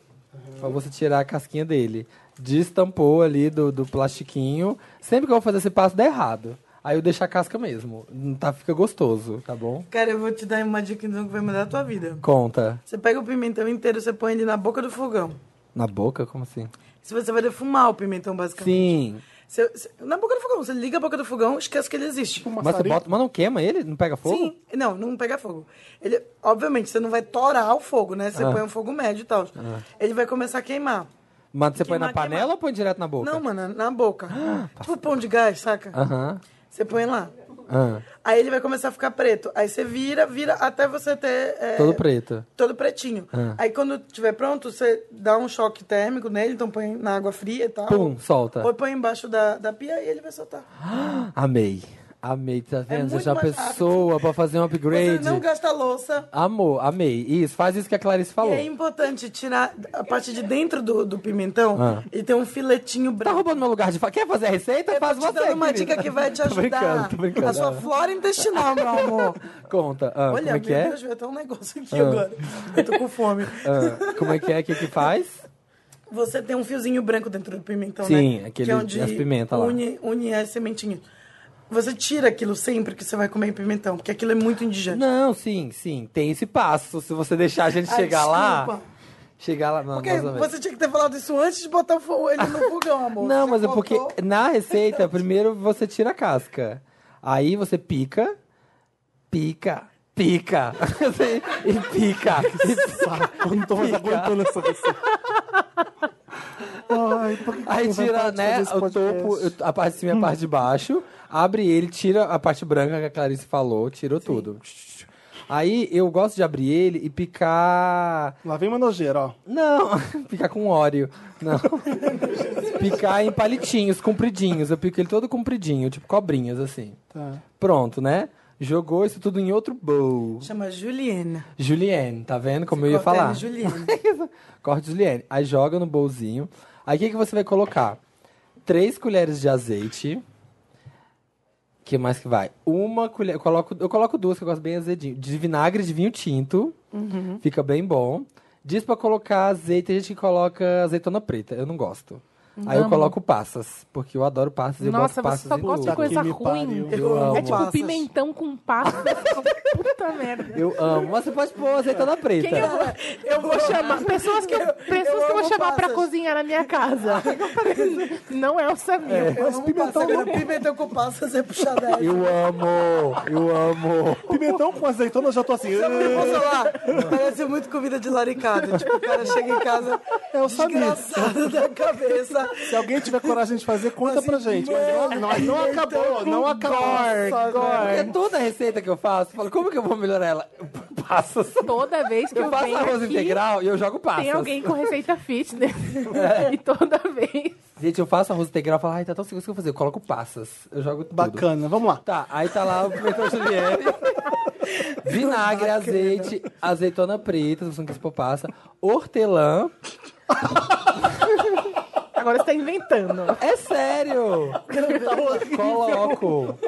Speaker 3: Pra você tirar a casquinha dele. Destampou ali do, do plastiquinho. Sempre que eu vou fazer esse passo, dá errado. Aí eu deixo a casca mesmo. Tá, fica gostoso, tá bom?
Speaker 9: Cara, eu vou te dar uma dica então que vai mudar a tua vida.
Speaker 3: Conta.
Speaker 9: Você pega o pimentão inteiro, você põe ele na boca do fogão.
Speaker 3: Na boca? Como assim?
Speaker 9: Se você vai defumar o pimentão, basicamente.
Speaker 3: Sim.
Speaker 9: Você- você- na boca do fogão, você liga a boca do fogão, esquece que ele existe.
Speaker 3: Mas, você bota, mas não queima ele? Não pega fogo?
Speaker 9: Sim, não, não pega fogo. Ele, obviamente, você não vai torar o fogo, né? Você
Speaker 3: Ah.
Speaker 9: põe um fogo médio e tal.
Speaker 1: Ah.
Speaker 9: Ele vai começar a queimar.
Speaker 3: Mas você põe
Speaker 9: Queimar,
Speaker 3: na panela
Speaker 9: queimar.
Speaker 3: ou põe direto na boca?
Speaker 9: Não, mano, na boca.
Speaker 1: Ah, tá
Speaker 9: tipo pão de gás, saca?
Speaker 3: Aham.
Speaker 9: Você põe lá.
Speaker 3: Ah,
Speaker 9: Aí ele vai começar a ficar preto. Aí você vira, vira até você ter. é,
Speaker 3: Todo preto. [GASPS]
Speaker 9: todo pretinho.
Speaker 3: Ah.
Speaker 9: Aí quando tiver pronto, você dá um choque térmico nele, então põe na água fria e tal.
Speaker 3: Pum, solta.
Speaker 9: Ou põe embaixo da, da pia e ele vai soltar.
Speaker 3: Amei. Amei, tá vendo?
Speaker 9: É muito
Speaker 3: Seja uma
Speaker 9: mais rápido.
Speaker 3: pessoa pra fazer um
Speaker 9: Você
Speaker 3: upgrade.
Speaker 9: não gasta louça.
Speaker 3: Amor, amei. Isso, faz isso que a Clarice
Speaker 9: E
Speaker 3: falou.
Speaker 9: é importante tirar a parte de dentro do, do pimentão
Speaker 3: Ah.
Speaker 9: e ter um filetinho branco.
Speaker 3: Tá roubando meu lugar de falar. Quer fazer a receita? Faz
Speaker 9: Tô te
Speaker 3: você.
Speaker 9: dando uma
Speaker 3: querida.
Speaker 9: dica que vai te
Speaker 3: Tô brincando,
Speaker 9: ajudar.
Speaker 3: tô brincando.
Speaker 9: A sua flora intestinal, meu amor.
Speaker 3: Conta. Ah,
Speaker 9: Olha,
Speaker 3: como é
Speaker 9: meu
Speaker 3: que é?
Speaker 9: Deus, veio até um negócio aqui
Speaker 3: Ah.
Speaker 9: agora. Eu tô com fome.
Speaker 3: Ah, como é que é? O que que
Speaker 9: [LAUGHS]
Speaker 3: faz?
Speaker 9: Você tem um fiozinho branco dentro do pimentão,
Speaker 3: Sim,
Speaker 9: né?
Speaker 3: aquele- as pimenta lá.
Speaker 9: une, une as sementinhas. Você tira aquilo sempre que você vai comer pimentão, porque aquilo é muito indigente.
Speaker 3: Não, sim, sim. Tem esse passo. Se você deixar a gente
Speaker 9: [LAUGHS] Ai,
Speaker 3: chegar lá...
Speaker 9: desculpa.
Speaker 3: Chegar lá... Não,
Speaker 9: Porque
Speaker 3: mais ou menos.
Speaker 9: você tinha que ter falado isso antes de botar o fo-
Speaker 3: [LAUGHS]
Speaker 9: ele no fogão, amor.
Speaker 3: Não,
Speaker 9: Você
Speaker 3: mas é
Speaker 9: cortou.
Speaker 3: porque na
Speaker 9: [LAUGHS]
Speaker 3: receita, primeiro você tira a casca. Aí você pica, pica, pica. [LAUGHS] Assim, e pica. e-
Speaker 1: Eu não tô mais aguentando essa receita. Ai, por que que eu
Speaker 3: Aí
Speaker 1: tenho
Speaker 3: tira,
Speaker 1: vontade de
Speaker 3: né,
Speaker 1: fazer esse
Speaker 3: o
Speaker 1: podcast?
Speaker 3: topo, a parte de cima e a parte de baixo. Abre ele, tira a parte branca que a Clarice falou, tirou tudo. Aí eu gosto de abrir ele e picar.
Speaker 1: Lá vem uma nojeira, ó.
Speaker 3: Não, [LAUGHS] picar com óleo.
Speaker 1: [LAUGHS]
Speaker 3: Não. picar em palitinhos, compridinhos. Eu pico ele todo compridinho, tipo cobrinhas assim.
Speaker 1: Tá.
Speaker 3: Pronto, né? Jogou isso tudo em outro bowl.
Speaker 9: Chama Juliana.
Speaker 3: Julienne, tá vendo como eu ia
Speaker 9: Corta ele,
Speaker 3: falar? [LAUGHS]
Speaker 9: Juliana.
Speaker 3: Corte Julienne. Aí joga no bolzinho. Aí o que, que você vai colocar? Três colheres de azeite. que mais que vai? Uma colher. Eu coloco, eu coloco duas, que eu gosto bem azedinho. De vinagre de vinho tinto.
Speaker 5: Uhum.
Speaker 3: Fica bem bom. Diz pra colocar azeite, tem gente que coloca azeitona preta. Eu não gosto. Aí eu
Speaker 5: Amo.
Speaker 3: coloco passas, porque eu adoro passas. eu
Speaker 5: Nossa,
Speaker 3: boto passas
Speaker 5: você só
Speaker 3: em
Speaker 5: gosta
Speaker 3: tudo.
Speaker 5: de coisa
Speaker 1: Puta Tá, que me pariu.
Speaker 5: ruim.
Speaker 9: Eu amo
Speaker 5: É tipo
Speaker 9: passas.
Speaker 5: pimentão com passo. Puta merda.
Speaker 3: Eu amo. Mas você pode pôr azeitona preta.
Speaker 5: Quem eu vou, eu vou chamar? Pessoas que eu, pessoas
Speaker 9: eu
Speaker 5: que eu vou
Speaker 9: amo
Speaker 5: chamar pra
Speaker 9: passas.
Speaker 5: cozinhar na minha casa. Não é o Samir.
Speaker 9: Eu amo pimentão, agora,
Speaker 1: né?
Speaker 9: pimentão com passas é puxada.
Speaker 3: Eu amo, eu amo.
Speaker 1: Pimentão com azeitona, eu já tô assim.
Speaker 3: é
Speaker 1: "Ê".
Speaker 9: Posso falar? Parece muito comida de laricado. Tipo, o cara chega em casa
Speaker 1: É o Samir.
Speaker 9: desgraçado da cabeça.
Speaker 1: Se alguém tiver coragem de fazer, conta
Speaker 9: Mas,
Speaker 1: pra gente.
Speaker 9: meu,
Speaker 1: Mas não, não, não acabou, não acabou. Nossa,
Speaker 3: Porque
Speaker 1: velho.
Speaker 3: é toda receita que eu faço, eu falo, como que eu vou melhorar ela? Eu p- Passas.
Speaker 5: Toda vez que eu,
Speaker 3: Eu faço
Speaker 5: venho
Speaker 3: arroz
Speaker 5: aqui,
Speaker 3: integral e eu jogo passas.
Speaker 5: tem alguém com receita fitness. [LAUGHS] E toda vez.
Speaker 3: Gente, eu faço arroz integral e falo, ai, tá tão seguro que eu vou fazer. Eu coloco passas. Eu jogo tudo.
Speaker 1: Bacana, vamos lá.
Speaker 3: Tá, aí tá lá o pimentão
Speaker 5: [LAUGHS]
Speaker 3: julienne. Vinagre, azeite, azeitona preta, se você não quis pôr passa, hortelã.
Speaker 5: [LAUGHS] Agora você tá inventando. Tá
Speaker 3: É sério! Coloco.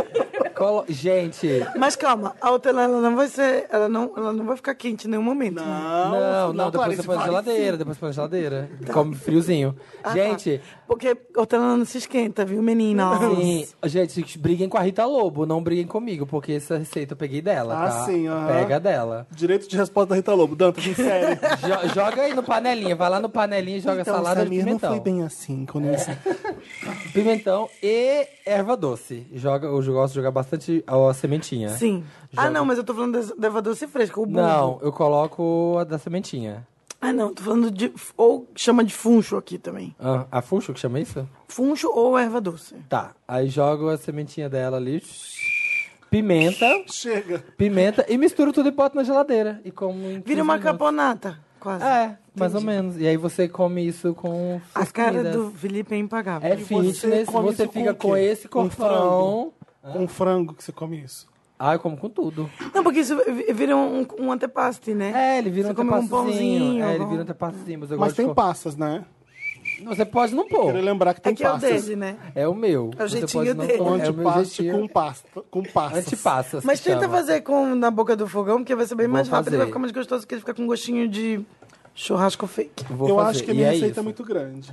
Speaker 3: Colo... Gente,
Speaker 9: Mas calma, a hortelã ela não vai ser. Ela não, ela não vai ficar quente em nenhum momento. né?
Speaker 1: Não,
Speaker 3: Não, não, depois
Speaker 1: Clarice,
Speaker 3: você põe na
Speaker 1: fala
Speaker 3: geladeira, depois põe na geladeira. Come friozinho.
Speaker 5: Ah, tá.
Speaker 3: gente,
Speaker 9: Porque hortelã não se esquenta, viu, menina?
Speaker 3: sim, gente, briguem com a Rita Lobo, não briguem comigo, porque essa receita eu peguei dela,
Speaker 1: Ah,
Speaker 3: tá?
Speaker 1: sim, aham.
Speaker 3: Pega dela.
Speaker 1: Direito de resposta da Rita Lobo. Dantas, insere. Então,
Speaker 3: Jo- joga aí no panelinha, vai lá no panelinha e joga salada de
Speaker 1: Samir, não
Speaker 3: pimentão.
Speaker 1: foi bem assim. Quando eu...
Speaker 3: [LAUGHS] Pimentão e erva doce. Joga, eu gosto de jogar bastante a, a sementinha.
Speaker 1: é
Speaker 9: Sim. Ah, não, mas eu tô falando da- da erva doce fresca, o bulbo.
Speaker 3: Não, eu coloco a da sementinha.
Speaker 9: Ah, não, tô falando de. Ou chama de funcho aqui também.
Speaker 3: Ah, a funcho que chama isso?
Speaker 9: Funcho ou erva doce.
Speaker 3: Tá. Aí jogo a sementinha dela ali. Pimenta.
Speaker 1: Chega.
Speaker 3: Pimenta e misturo tudo e boto na geladeira. E como. em 15
Speaker 9: Vira uma
Speaker 3: minutos.
Speaker 9: caponata, quase.
Speaker 3: É, mais ou menos. E aí você come isso com.
Speaker 9: A
Speaker 3: suas
Speaker 9: cara
Speaker 3: comidas.
Speaker 9: do Felipe é impagável.
Speaker 3: É fitness, você fica com, esse corpão.
Speaker 1: Com frango que você come isso.
Speaker 3: Ah, eu como com tudo.
Speaker 9: Não, porque isso vi- vira um, um antepaste, né?
Speaker 3: É, ele vira
Speaker 9: Você
Speaker 3: um
Speaker 9: come
Speaker 3: antepassinho.
Speaker 9: um pãozinho.
Speaker 3: é, ele
Speaker 9: um-
Speaker 3: vira um antepassinho, mas eu
Speaker 1: Mas
Speaker 3: gosto
Speaker 1: tem
Speaker 3: de... co-
Speaker 1: passas, né?
Speaker 3: Você pode não pôr.
Speaker 1: Quero lembrar que tem
Speaker 9: É que é o
Speaker 1: passas.
Speaker 9: dele, né?
Speaker 3: É o meu.
Speaker 9: É o
Speaker 3: Você
Speaker 9: jeitinho
Speaker 3: pode não
Speaker 9: dele.
Speaker 3: pôr,
Speaker 1: Um
Speaker 3: É o meu
Speaker 1: antipasto
Speaker 3: jeitinho.
Speaker 1: com pasta, com passas.
Speaker 3: Antipassas.
Speaker 9: Mas
Speaker 3: que
Speaker 9: tenta
Speaker 3: chama.
Speaker 9: fazer com, na boca do fogão, porque vai ser bem
Speaker 3: Vou
Speaker 9: mais rápido
Speaker 3: fazer.
Speaker 9: e vai ficar mais gostoso, que ele fica com gostinho de churrasco fake.
Speaker 3: Vou
Speaker 1: eu
Speaker 3: fazer.
Speaker 1: acho que a
Speaker 3: E
Speaker 1: minha
Speaker 3: é
Speaker 1: receita
Speaker 3: isso.
Speaker 1: é muito grande.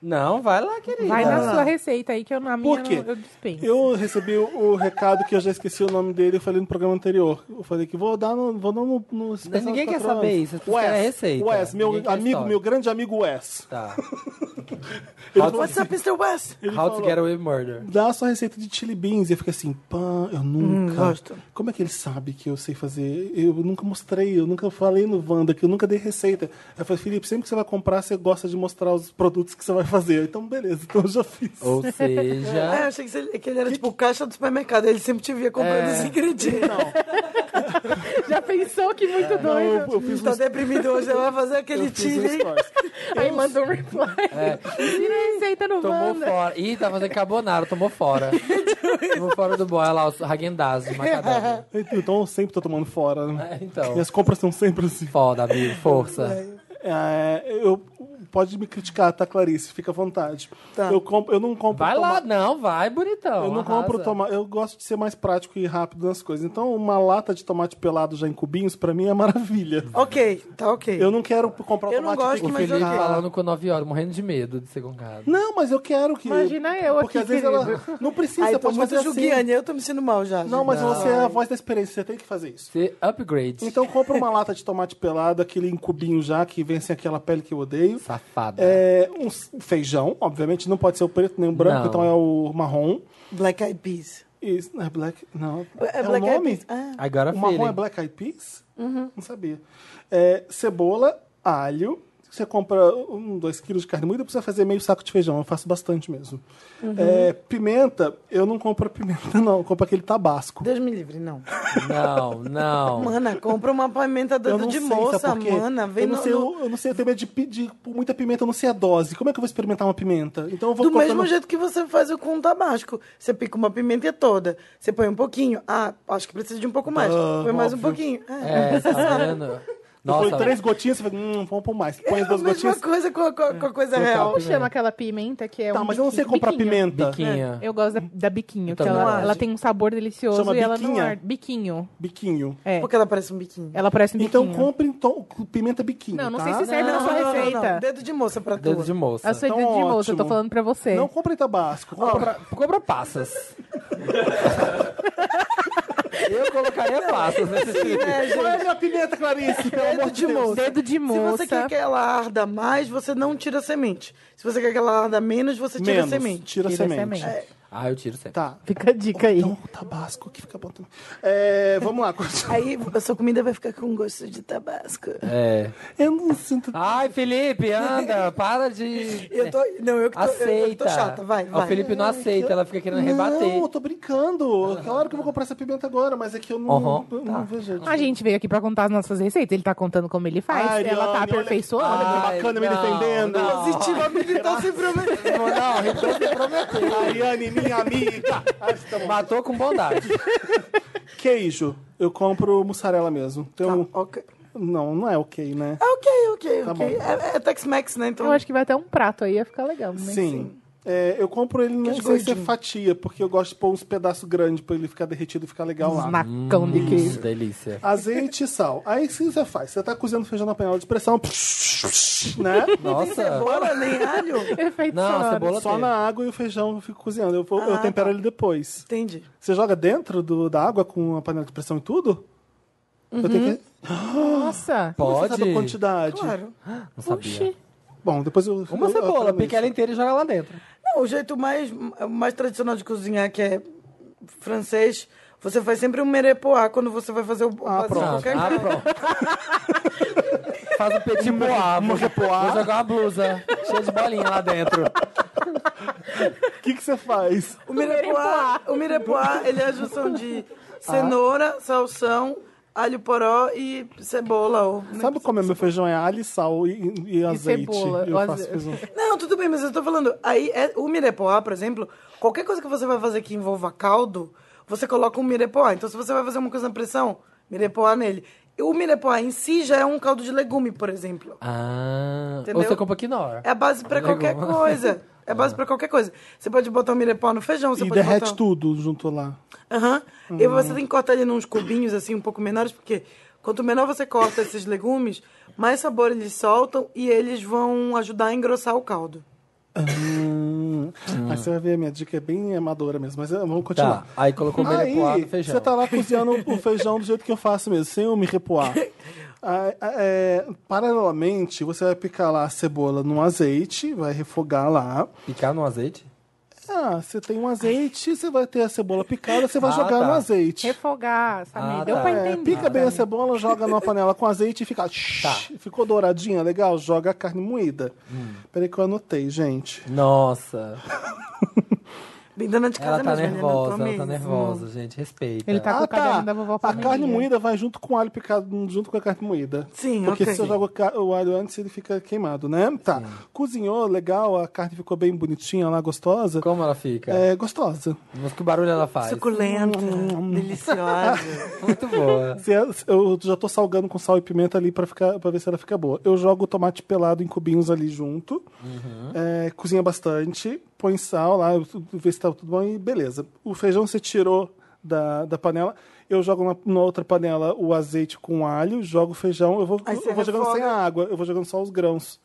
Speaker 3: Não, vai lá, querida.
Speaker 5: Vai
Speaker 3: lá.
Speaker 5: na sua receita aí, que eu, na minha
Speaker 1: Por quê?
Speaker 5: não- eu dispenso.
Speaker 1: Eu recebi o o recado que eu já esqueci o nome dele, eu falei no programa anterior. Eu falei que vou dar no. Vou dar no, no especial
Speaker 3: ninguém
Speaker 1: dos
Speaker 3: quer
Speaker 1: quatro
Speaker 3: saber
Speaker 1: anos.
Speaker 3: isso, vocês querem a receita.
Speaker 1: Wes, meu
Speaker 3: Ninguém quer
Speaker 1: amigo,
Speaker 3: história.
Speaker 1: meu grande amigo Wes.
Speaker 3: Tá.
Speaker 1: Ele
Speaker 3: How to-
Speaker 1: falou
Speaker 9: What's up, Mr. West?
Speaker 1: Ele
Speaker 3: How to
Speaker 1: falou,
Speaker 3: get away with murder.
Speaker 1: Dá a sua receita de chili beans. E eu fico assim, pã,
Speaker 3: Hum,
Speaker 1: eu nunca.
Speaker 9: gosto.
Speaker 1: Como é que ele sabe que eu sei fazer? Eu nunca mostrei, eu nunca falei no Wanda, que eu nunca dei receita. Eu falei, Felipe, sempre que você vai comprar, você gosta de mostrar os produtos que você vai fazer. Então, beleza, então eu já fiz.
Speaker 9: [LAUGHS]
Speaker 3: Ou
Speaker 1: É?
Speaker 9: Ah, eu
Speaker 3: seja,
Speaker 9: achei que, você- que ele era tipo o caixa do supermercado, ele sempre te via comprando
Speaker 3: É.
Speaker 9: os ingredientes.
Speaker 1: Então,
Speaker 5: Já pensou que muito
Speaker 1: Não,
Speaker 5: doido?
Speaker 1: Então, eu, eu fiz
Speaker 9: Tá
Speaker 1: uns,
Speaker 9: deprimido hoje, ela vai fazer aquele
Speaker 1: eu fiz um
Speaker 9: tiro,
Speaker 1: uns
Speaker 9: hein?
Speaker 1: stories.
Speaker 5: Aí mandou um reply. Vira a receita no
Speaker 3: tomou
Speaker 5: Wanda.
Speaker 3: fora. Ih, tá fazendo carbonara, tomou
Speaker 9: [LAUGHS]
Speaker 3: fora. tomou fora do bom. Olha lá, os Hagendaz de macadamia.
Speaker 1: Então eu sempre tô tomando fora. Né?
Speaker 3: É, então.
Speaker 1: Minhas compras são sempre assim.
Speaker 3: Foda, amigo, força.
Speaker 1: É, eu, pode me criticar, tá, Clarice? Fica à vontade. Eu, compro, eu não compro.
Speaker 3: Vai lá,
Speaker 1: toma-
Speaker 3: não, vai, bonitão.
Speaker 1: Eu não
Speaker 3: arrasa.
Speaker 1: compro tomate. Eu gosto de ser mais prático e rápido nas coisas. Então, uma lata de tomate pelado já em cubinhos, pra mim, é maravilha.
Speaker 9: Ok, tá ok.
Speaker 1: Eu não quero comprar o
Speaker 9: Eu
Speaker 1: tomate.
Speaker 9: não gosto,
Speaker 1: que-
Speaker 3: O
Speaker 9: mas
Speaker 3: Felipe
Speaker 9: ok.
Speaker 3: falando com 9 horas, morrendo de medo de ser gongado.
Speaker 1: Não, mas eu quero que.
Speaker 5: Imagina eu
Speaker 1: Porque
Speaker 5: aqui,
Speaker 1: às vezes
Speaker 5: querido.
Speaker 1: ela. Não precisa,
Speaker 9: Ai, é tô
Speaker 1: pode fazer
Speaker 9: muito
Speaker 1: assim.
Speaker 9: juguiane, eu tô me sentindo mal já.
Speaker 1: Não,
Speaker 9: gente.
Speaker 1: mas você é a voz da experiência, você tem que fazer isso.
Speaker 3: Você upgrade.
Speaker 1: Então compra uma lata de tomate pelado, aquele em cubinho já, que vem sem aquela pele que eu odeio.
Speaker 3: Safada.
Speaker 1: É, um s- feijão, obviamente, não pode ser o preto nem o branco,
Speaker 3: Não.
Speaker 1: então é o marrom.
Speaker 9: Black Eyed Peas.
Speaker 1: E, é black. Não. É, o
Speaker 9: Black Eyed
Speaker 1: nome?
Speaker 9: Peas, Uhum. ah.
Speaker 3: Agora
Speaker 1: O marrom
Speaker 3: feeling.
Speaker 1: é Black Eyed Peas? Não sabia. É, cebola, alho. Você compra um, dois quilos de carne moída, precisa fazer meio saco de feijão. Eu faço bastante mesmo.
Speaker 9: Uhum.
Speaker 1: É, pimenta, eu não compro [LAUGHS] pimenta, não. Eu compro aquele tabasco.
Speaker 9: Deus me livre, não.
Speaker 3: Não,
Speaker 1: [LAUGHS]
Speaker 3: não.
Speaker 9: Mana, compra uma pimenta
Speaker 1: Eu
Speaker 9: doida
Speaker 1: não
Speaker 9: de
Speaker 1: sei,
Speaker 9: moça,
Speaker 1: sabe por quê?
Speaker 9: mana. Vem
Speaker 1: eu não
Speaker 9: no-
Speaker 1: sei,
Speaker 9: no-
Speaker 1: eu, eu não sei, eu tenho medo de pedir por muita pimenta, eu não sei a dose. Como é que eu vou experimentar uma pimenta? Então eu vou
Speaker 9: Do
Speaker 1: comprando-
Speaker 9: mesmo jeito que você faz o com o tabasco. Você pica uma pimenta toda. Você põe um pouquinho. Ah, acho que precisa de um pouco mais.
Speaker 1: Ah,
Speaker 9: põe mais um
Speaker 1: óbvio.
Speaker 9: pouquinho. É. [LAUGHS]
Speaker 1: [LAUGHS]
Speaker 3: É, tá vendo?
Speaker 1: Põe
Speaker 3: Nossa,
Speaker 1: três gotinhas, você fala, hum, vamos pôr mais. Põe as
Speaker 9: a
Speaker 1: duas
Speaker 9: mesma
Speaker 1: gotinhas.
Speaker 9: coisa com a, com a- com a coisa
Speaker 3: Trocar a
Speaker 9: real.
Speaker 5: Como chama aquela pimenta que é
Speaker 1: Tá,
Speaker 5: um
Speaker 1: mas eu não sei
Speaker 5: biqui-
Speaker 1: comprar
Speaker 5: biquinho?
Speaker 1: pimenta.
Speaker 3: biquinha.
Speaker 5: Eu gosto da, da biquinho,
Speaker 3: Eu
Speaker 5: que
Speaker 3: também
Speaker 5: ela,
Speaker 3: gosto.
Speaker 5: ela tem um sabor delicioso
Speaker 1: Chama
Speaker 5: e ela não
Speaker 1: biquinha?
Speaker 5: arde. Biquinho.
Speaker 1: Biquinho.
Speaker 5: É.
Speaker 9: Porque ela parece um biquinho.
Speaker 5: Ela parece um biquinho.
Speaker 1: Então compre então, pimenta biquinho.
Speaker 5: Não, não
Speaker 1: tá?
Speaker 5: sei se serve na sua receita.
Speaker 9: Dedo de moça pra
Speaker 3: Dedo
Speaker 9: tu.
Speaker 3: de moça.
Speaker 5: Eu sou
Speaker 1: Então,
Speaker 5: dedo de moça, eu tô
Speaker 1: ótimo.
Speaker 5: falando pra você.
Speaker 1: Não compre tabasco. Compra.
Speaker 3: Compra, compra
Speaker 1: [LAUGHS]
Speaker 3: passas. Eu colocaria passas nesse tipo.
Speaker 9: É, gente.
Speaker 1: Qual é a minha pimenta, Clarice? Pelo amor de
Speaker 9: de
Speaker 1: Deus.
Speaker 9: moça.
Speaker 5: Dedo de
Speaker 9: Se você quer
Speaker 5: moça.
Speaker 9: que ela arda mais, você não tira a semente. Se você quer que ela arda menos, você tira a
Speaker 1: Menos.
Speaker 9: semente.
Speaker 1: Tira a
Speaker 5: Tira a
Speaker 1: semente.
Speaker 5: semente. É
Speaker 3: Ah, eu tiro sempre.
Speaker 1: Tá.
Speaker 5: Fica a dica aí.
Speaker 1: Então, o tabasco que fica bom também. É, vamos lá.
Speaker 9: [LAUGHS]
Speaker 1: continua.
Speaker 9: Aí a sua comida vai ficar com gosto de tabasco.
Speaker 3: É.
Speaker 1: Eu não sinto...
Speaker 3: Ai,
Speaker 1: [LAUGHS]
Speaker 3: Felipe, anda, para de.
Speaker 9: Eu tô.
Speaker 5: É.
Speaker 9: Não, eu que tô, eu que
Speaker 3: Aceita.
Speaker 9: tô chata, vai.
Speaker 3: Ah,
Speaker 9: vai.
Speaker 3: O Felipe não aceita, ela fica querendo rebater.
Speaker 1: Não, eu tô brincando. Claro que eu vou comprar essa pimenta agora, mas é que eu não,
Speaker 3: Uhum.
Speaker 1: eu não vejo.
Speaker 5: A gente veio aqui pra contar as nossas receitas. Ele tá contando como ele faz.
Speaker 1: Ai,
Speaker 5: ela
Speaker 1: Ariane,
Speaker 5: tá
Speaker 1: olha-
Speaker 5: aperfeiçoando.
Speaker 1: Olha,
Speaker 3: Ai,
Speaker 1: que bacana me
Speaker 3: não,
Speaker 1: defendendo.
Speaker 3: não.
Speaker 9: Positiva,
Speaker 1: tá
Speaker 9: militar sem prometer.
Speaker 3: Não, não, então se prometeu.
Speaker 1: Ariane, minha amiga. tá Ah, tá bom.
Speaker 3: Matou com [LAUGHS] bondade.
Speaker 1: Queijo. Eu compro mussarela mesmo. Então,
Speaker 9: Tá, ok.
Speaker 1: Não, não é ok, né?
Speaker 9: Ah, ok, ok,
Speaker 1: Tá
Speaker 9: ok.
Speaker 1: bom.
Speaker 9: É, é Tex-Mex, né? Então,
Speaker 5: Eu acho que vai até um prato aí, ia ficar legal. Né?
Speaker 1: Sim. É, eu compro ele não
Speaker 9: Queijo
Speaker 1: sei se é
Speaker 9: gordinho.
Speaker 1: fatia, porque eu gosto de pôr uns pedaços grandes pra ele ficar derretido e ficar legal lá.
Speaker 5: Macão de queijo.
Speaker 3: delícia.
Speaker 1: Azeite e sal. Aí o que você faz? Você tá cozinhando feijão na panela de [LAUGHS] pressão, né?
Speaker 3: Nossa.
Speaker 9: cebola, nem alho.
Speaker 5: Perfeito.
Speaker 3: Não, a
Speaker 5: sonoro.
Speaker 3: cebola
Speaker 1: Só
Speaker 3: teve.
Speaker 1: na água e o feijão eu fico cozinhando. Eu, vou- eu tempero ele depois.
Speaker 9: [LAUGHS] Entendi.
Speaker 1: Você joga dentro do- da água com a panela de pressão e tudo? Eu tenho que.
Speaker 5: Nossa.
Speaker 1: Como Você sabe a
Speaker 3: Pode.
Speaker 1: quantidade.
Speaker 9: Claro.
Speaker 3: Não sabia.
Speaker 1: Bom, depois eu.
Speaker 3: Uma
Speaker 1: eu- eu
Speaker 3: cebola,
Speaker 1: aprendo
Speaker 3: pica ela inteira e joga lá dentro.
Speaker 9: Não, o jeito mais, mais tradicional de cozinhar, que é francês, você faz sempre um merepoá quando você vai fazer o o
Speaker 1: Ah,
Speaker 9: básico de
Speaker 1: pronto.
Speaker 9: qualquer
Speaker 3: Ah,
Speaker 9: coisa.
Speaker 3: pronto.
Speaker 11: faz um petit poá. Vou, vou jogar uma blusa cheia de bolinha lá dentro.
Speaker 1: O que que você faz?
Speaker 9: O mirepoá, o mirepoá, ele é a junção de cenoura, salsão, alho poró e cebola. Ou...
Speaker 1: Sabe como é meu feijão? É alho, sal e, e azeite.
Speaker 9: cebola,
Speaker 1: Eu
Speaker 9: o
Speaker 1: faço
Speaker 9: aze-
Speaker 1: feijão.
Speaker 9: Não, tudo bem, mas eu tô falando. Aí, é- o mirepoá, por exemplo, qualquer coisa que você vai fazer que envolva caldo, você coloca um mirepoá. Então, se você vai fazer uma coisa na pressão, mirepoá nele. E O mirepoá em si já é um caldo de legume, por exemplo.
Speaker 3: Ah,
Speaker 9: Entendeu?
Speaker 3: ou você compra quinoa.
Speaker 9: É a base pra
Speaker 3: Legume.
Speaker 9: qualquer coisa. É a base pra qualquer coisa. Você pode botar o mirepoá no feijão, [LAUGHS] você
Speaker 1: E
Speaker 9: pode
Speaker 1: derrete
Speaker 9: botar... um
Speaker 1: tudo Uhum. junto lá.
Speaker 9: Aham. E você tem que cortar ele nos cubinhos, assim, um pouco menores, porque quanto menor você corta esses legumes, mais sabor eles soltam e eles vão ajudar a engrossar o caldo.
Speaker 1: Hum. Ah, Aí você vai ver, minha dica é bem amadora mesmo, mas eh, vamos continuar.
Speaker 11: Tá, aí colocou o mirepoix
Speaker 1: Aí,
Speaker 11: no feijão.
Speaker 1: Você tá lá cozinhando o feijão do jeito que eu faço mesmo, sem o
Speaker 7: [LAUGHS]
Speaker 1: mirepoix. Ah, ah, é, paralelamente, você vai picar lá a cebola no azeite, vai refogar lá.
Speaker 11: Picar no azeite?
Speaker 1: Ah, você tem um azeite, você vai ter a cebola picada, você vai
Speaker 7: Ah,
Speaker 1: jogar
Speaker 7: tá.
Speaker 1: no azeite.
Speaker 7: Refogar, Samir.
Speaker 11: Ah,
Speaker 7: Deu
Speaker 11: tá.
Speaker 7: pra
Speaker 1: É,
Speaker 7: entender.
Speaker 1: pica bem a
Speaker 7: né?
Speaker 1: cebola, joga numa panela com azeite e
Speaker 7: Tá.
Speaker 1: fica. Shhh, Ficou douradinha, legal? Joga a carne moída.
Speaker 7: Hum.
Speaker 1: Peraí que eu anotei, gente.
Speaker 11: Nossa.
Speaker 9: Bem dona de casa
Speaker 11: Ela tá
Speaker 9: mesmo, menina,
Speaker 11: nervosa,
Speaker 9: tô
Speaker 11: ela tá
Speaker 9: mesmo.
Speaker 11: nervosa, gente. Respeita.
Speaker 7: Ele tá com o caderno da vovó
Speaker 1: Ah, A carne
Speaker 7: Palmeirinha.
Speaker 1: moída vai junto com o alho picado, junto com a carne moída.
Speaker 9: Sim,
Speaker 1: Porque
Speaker 9: ok.
Speaker 1: se você joga o ca- o alho antes, ele fica queimado, né? Tá. Cozinhou, legal, a carne ficou bem bonitinha lá, gostosa.
Speaker 11: Como ela fica?
Speaker 1: É, gostosa.
Speaker 11: Mas que barulho ela faz? [LAUGHS]
Speaker 9: Suculenta, deliciosa.
Speaker 11: Muito boa.
Speaker 1: Se é- se- eu já tô salgando com sal e pimenta ali pra, ficar, pra ver se ela fica boa. Eu jogo o tomate pelado em cubinhos ali junto. É, cozinha bastante, põe sal lá, vê se tá tudo bom e beleza. O feijão você tirou da, da panela. Eu jogo na, na outra panela o azeite com alho, jogo o feijão. Eu vou,
Speaker 9: Aí você
Speaker 1: eu vou jogando sem
Speaker 9: refoga.
Speaker 1: a água, eu vou jogando só os grãos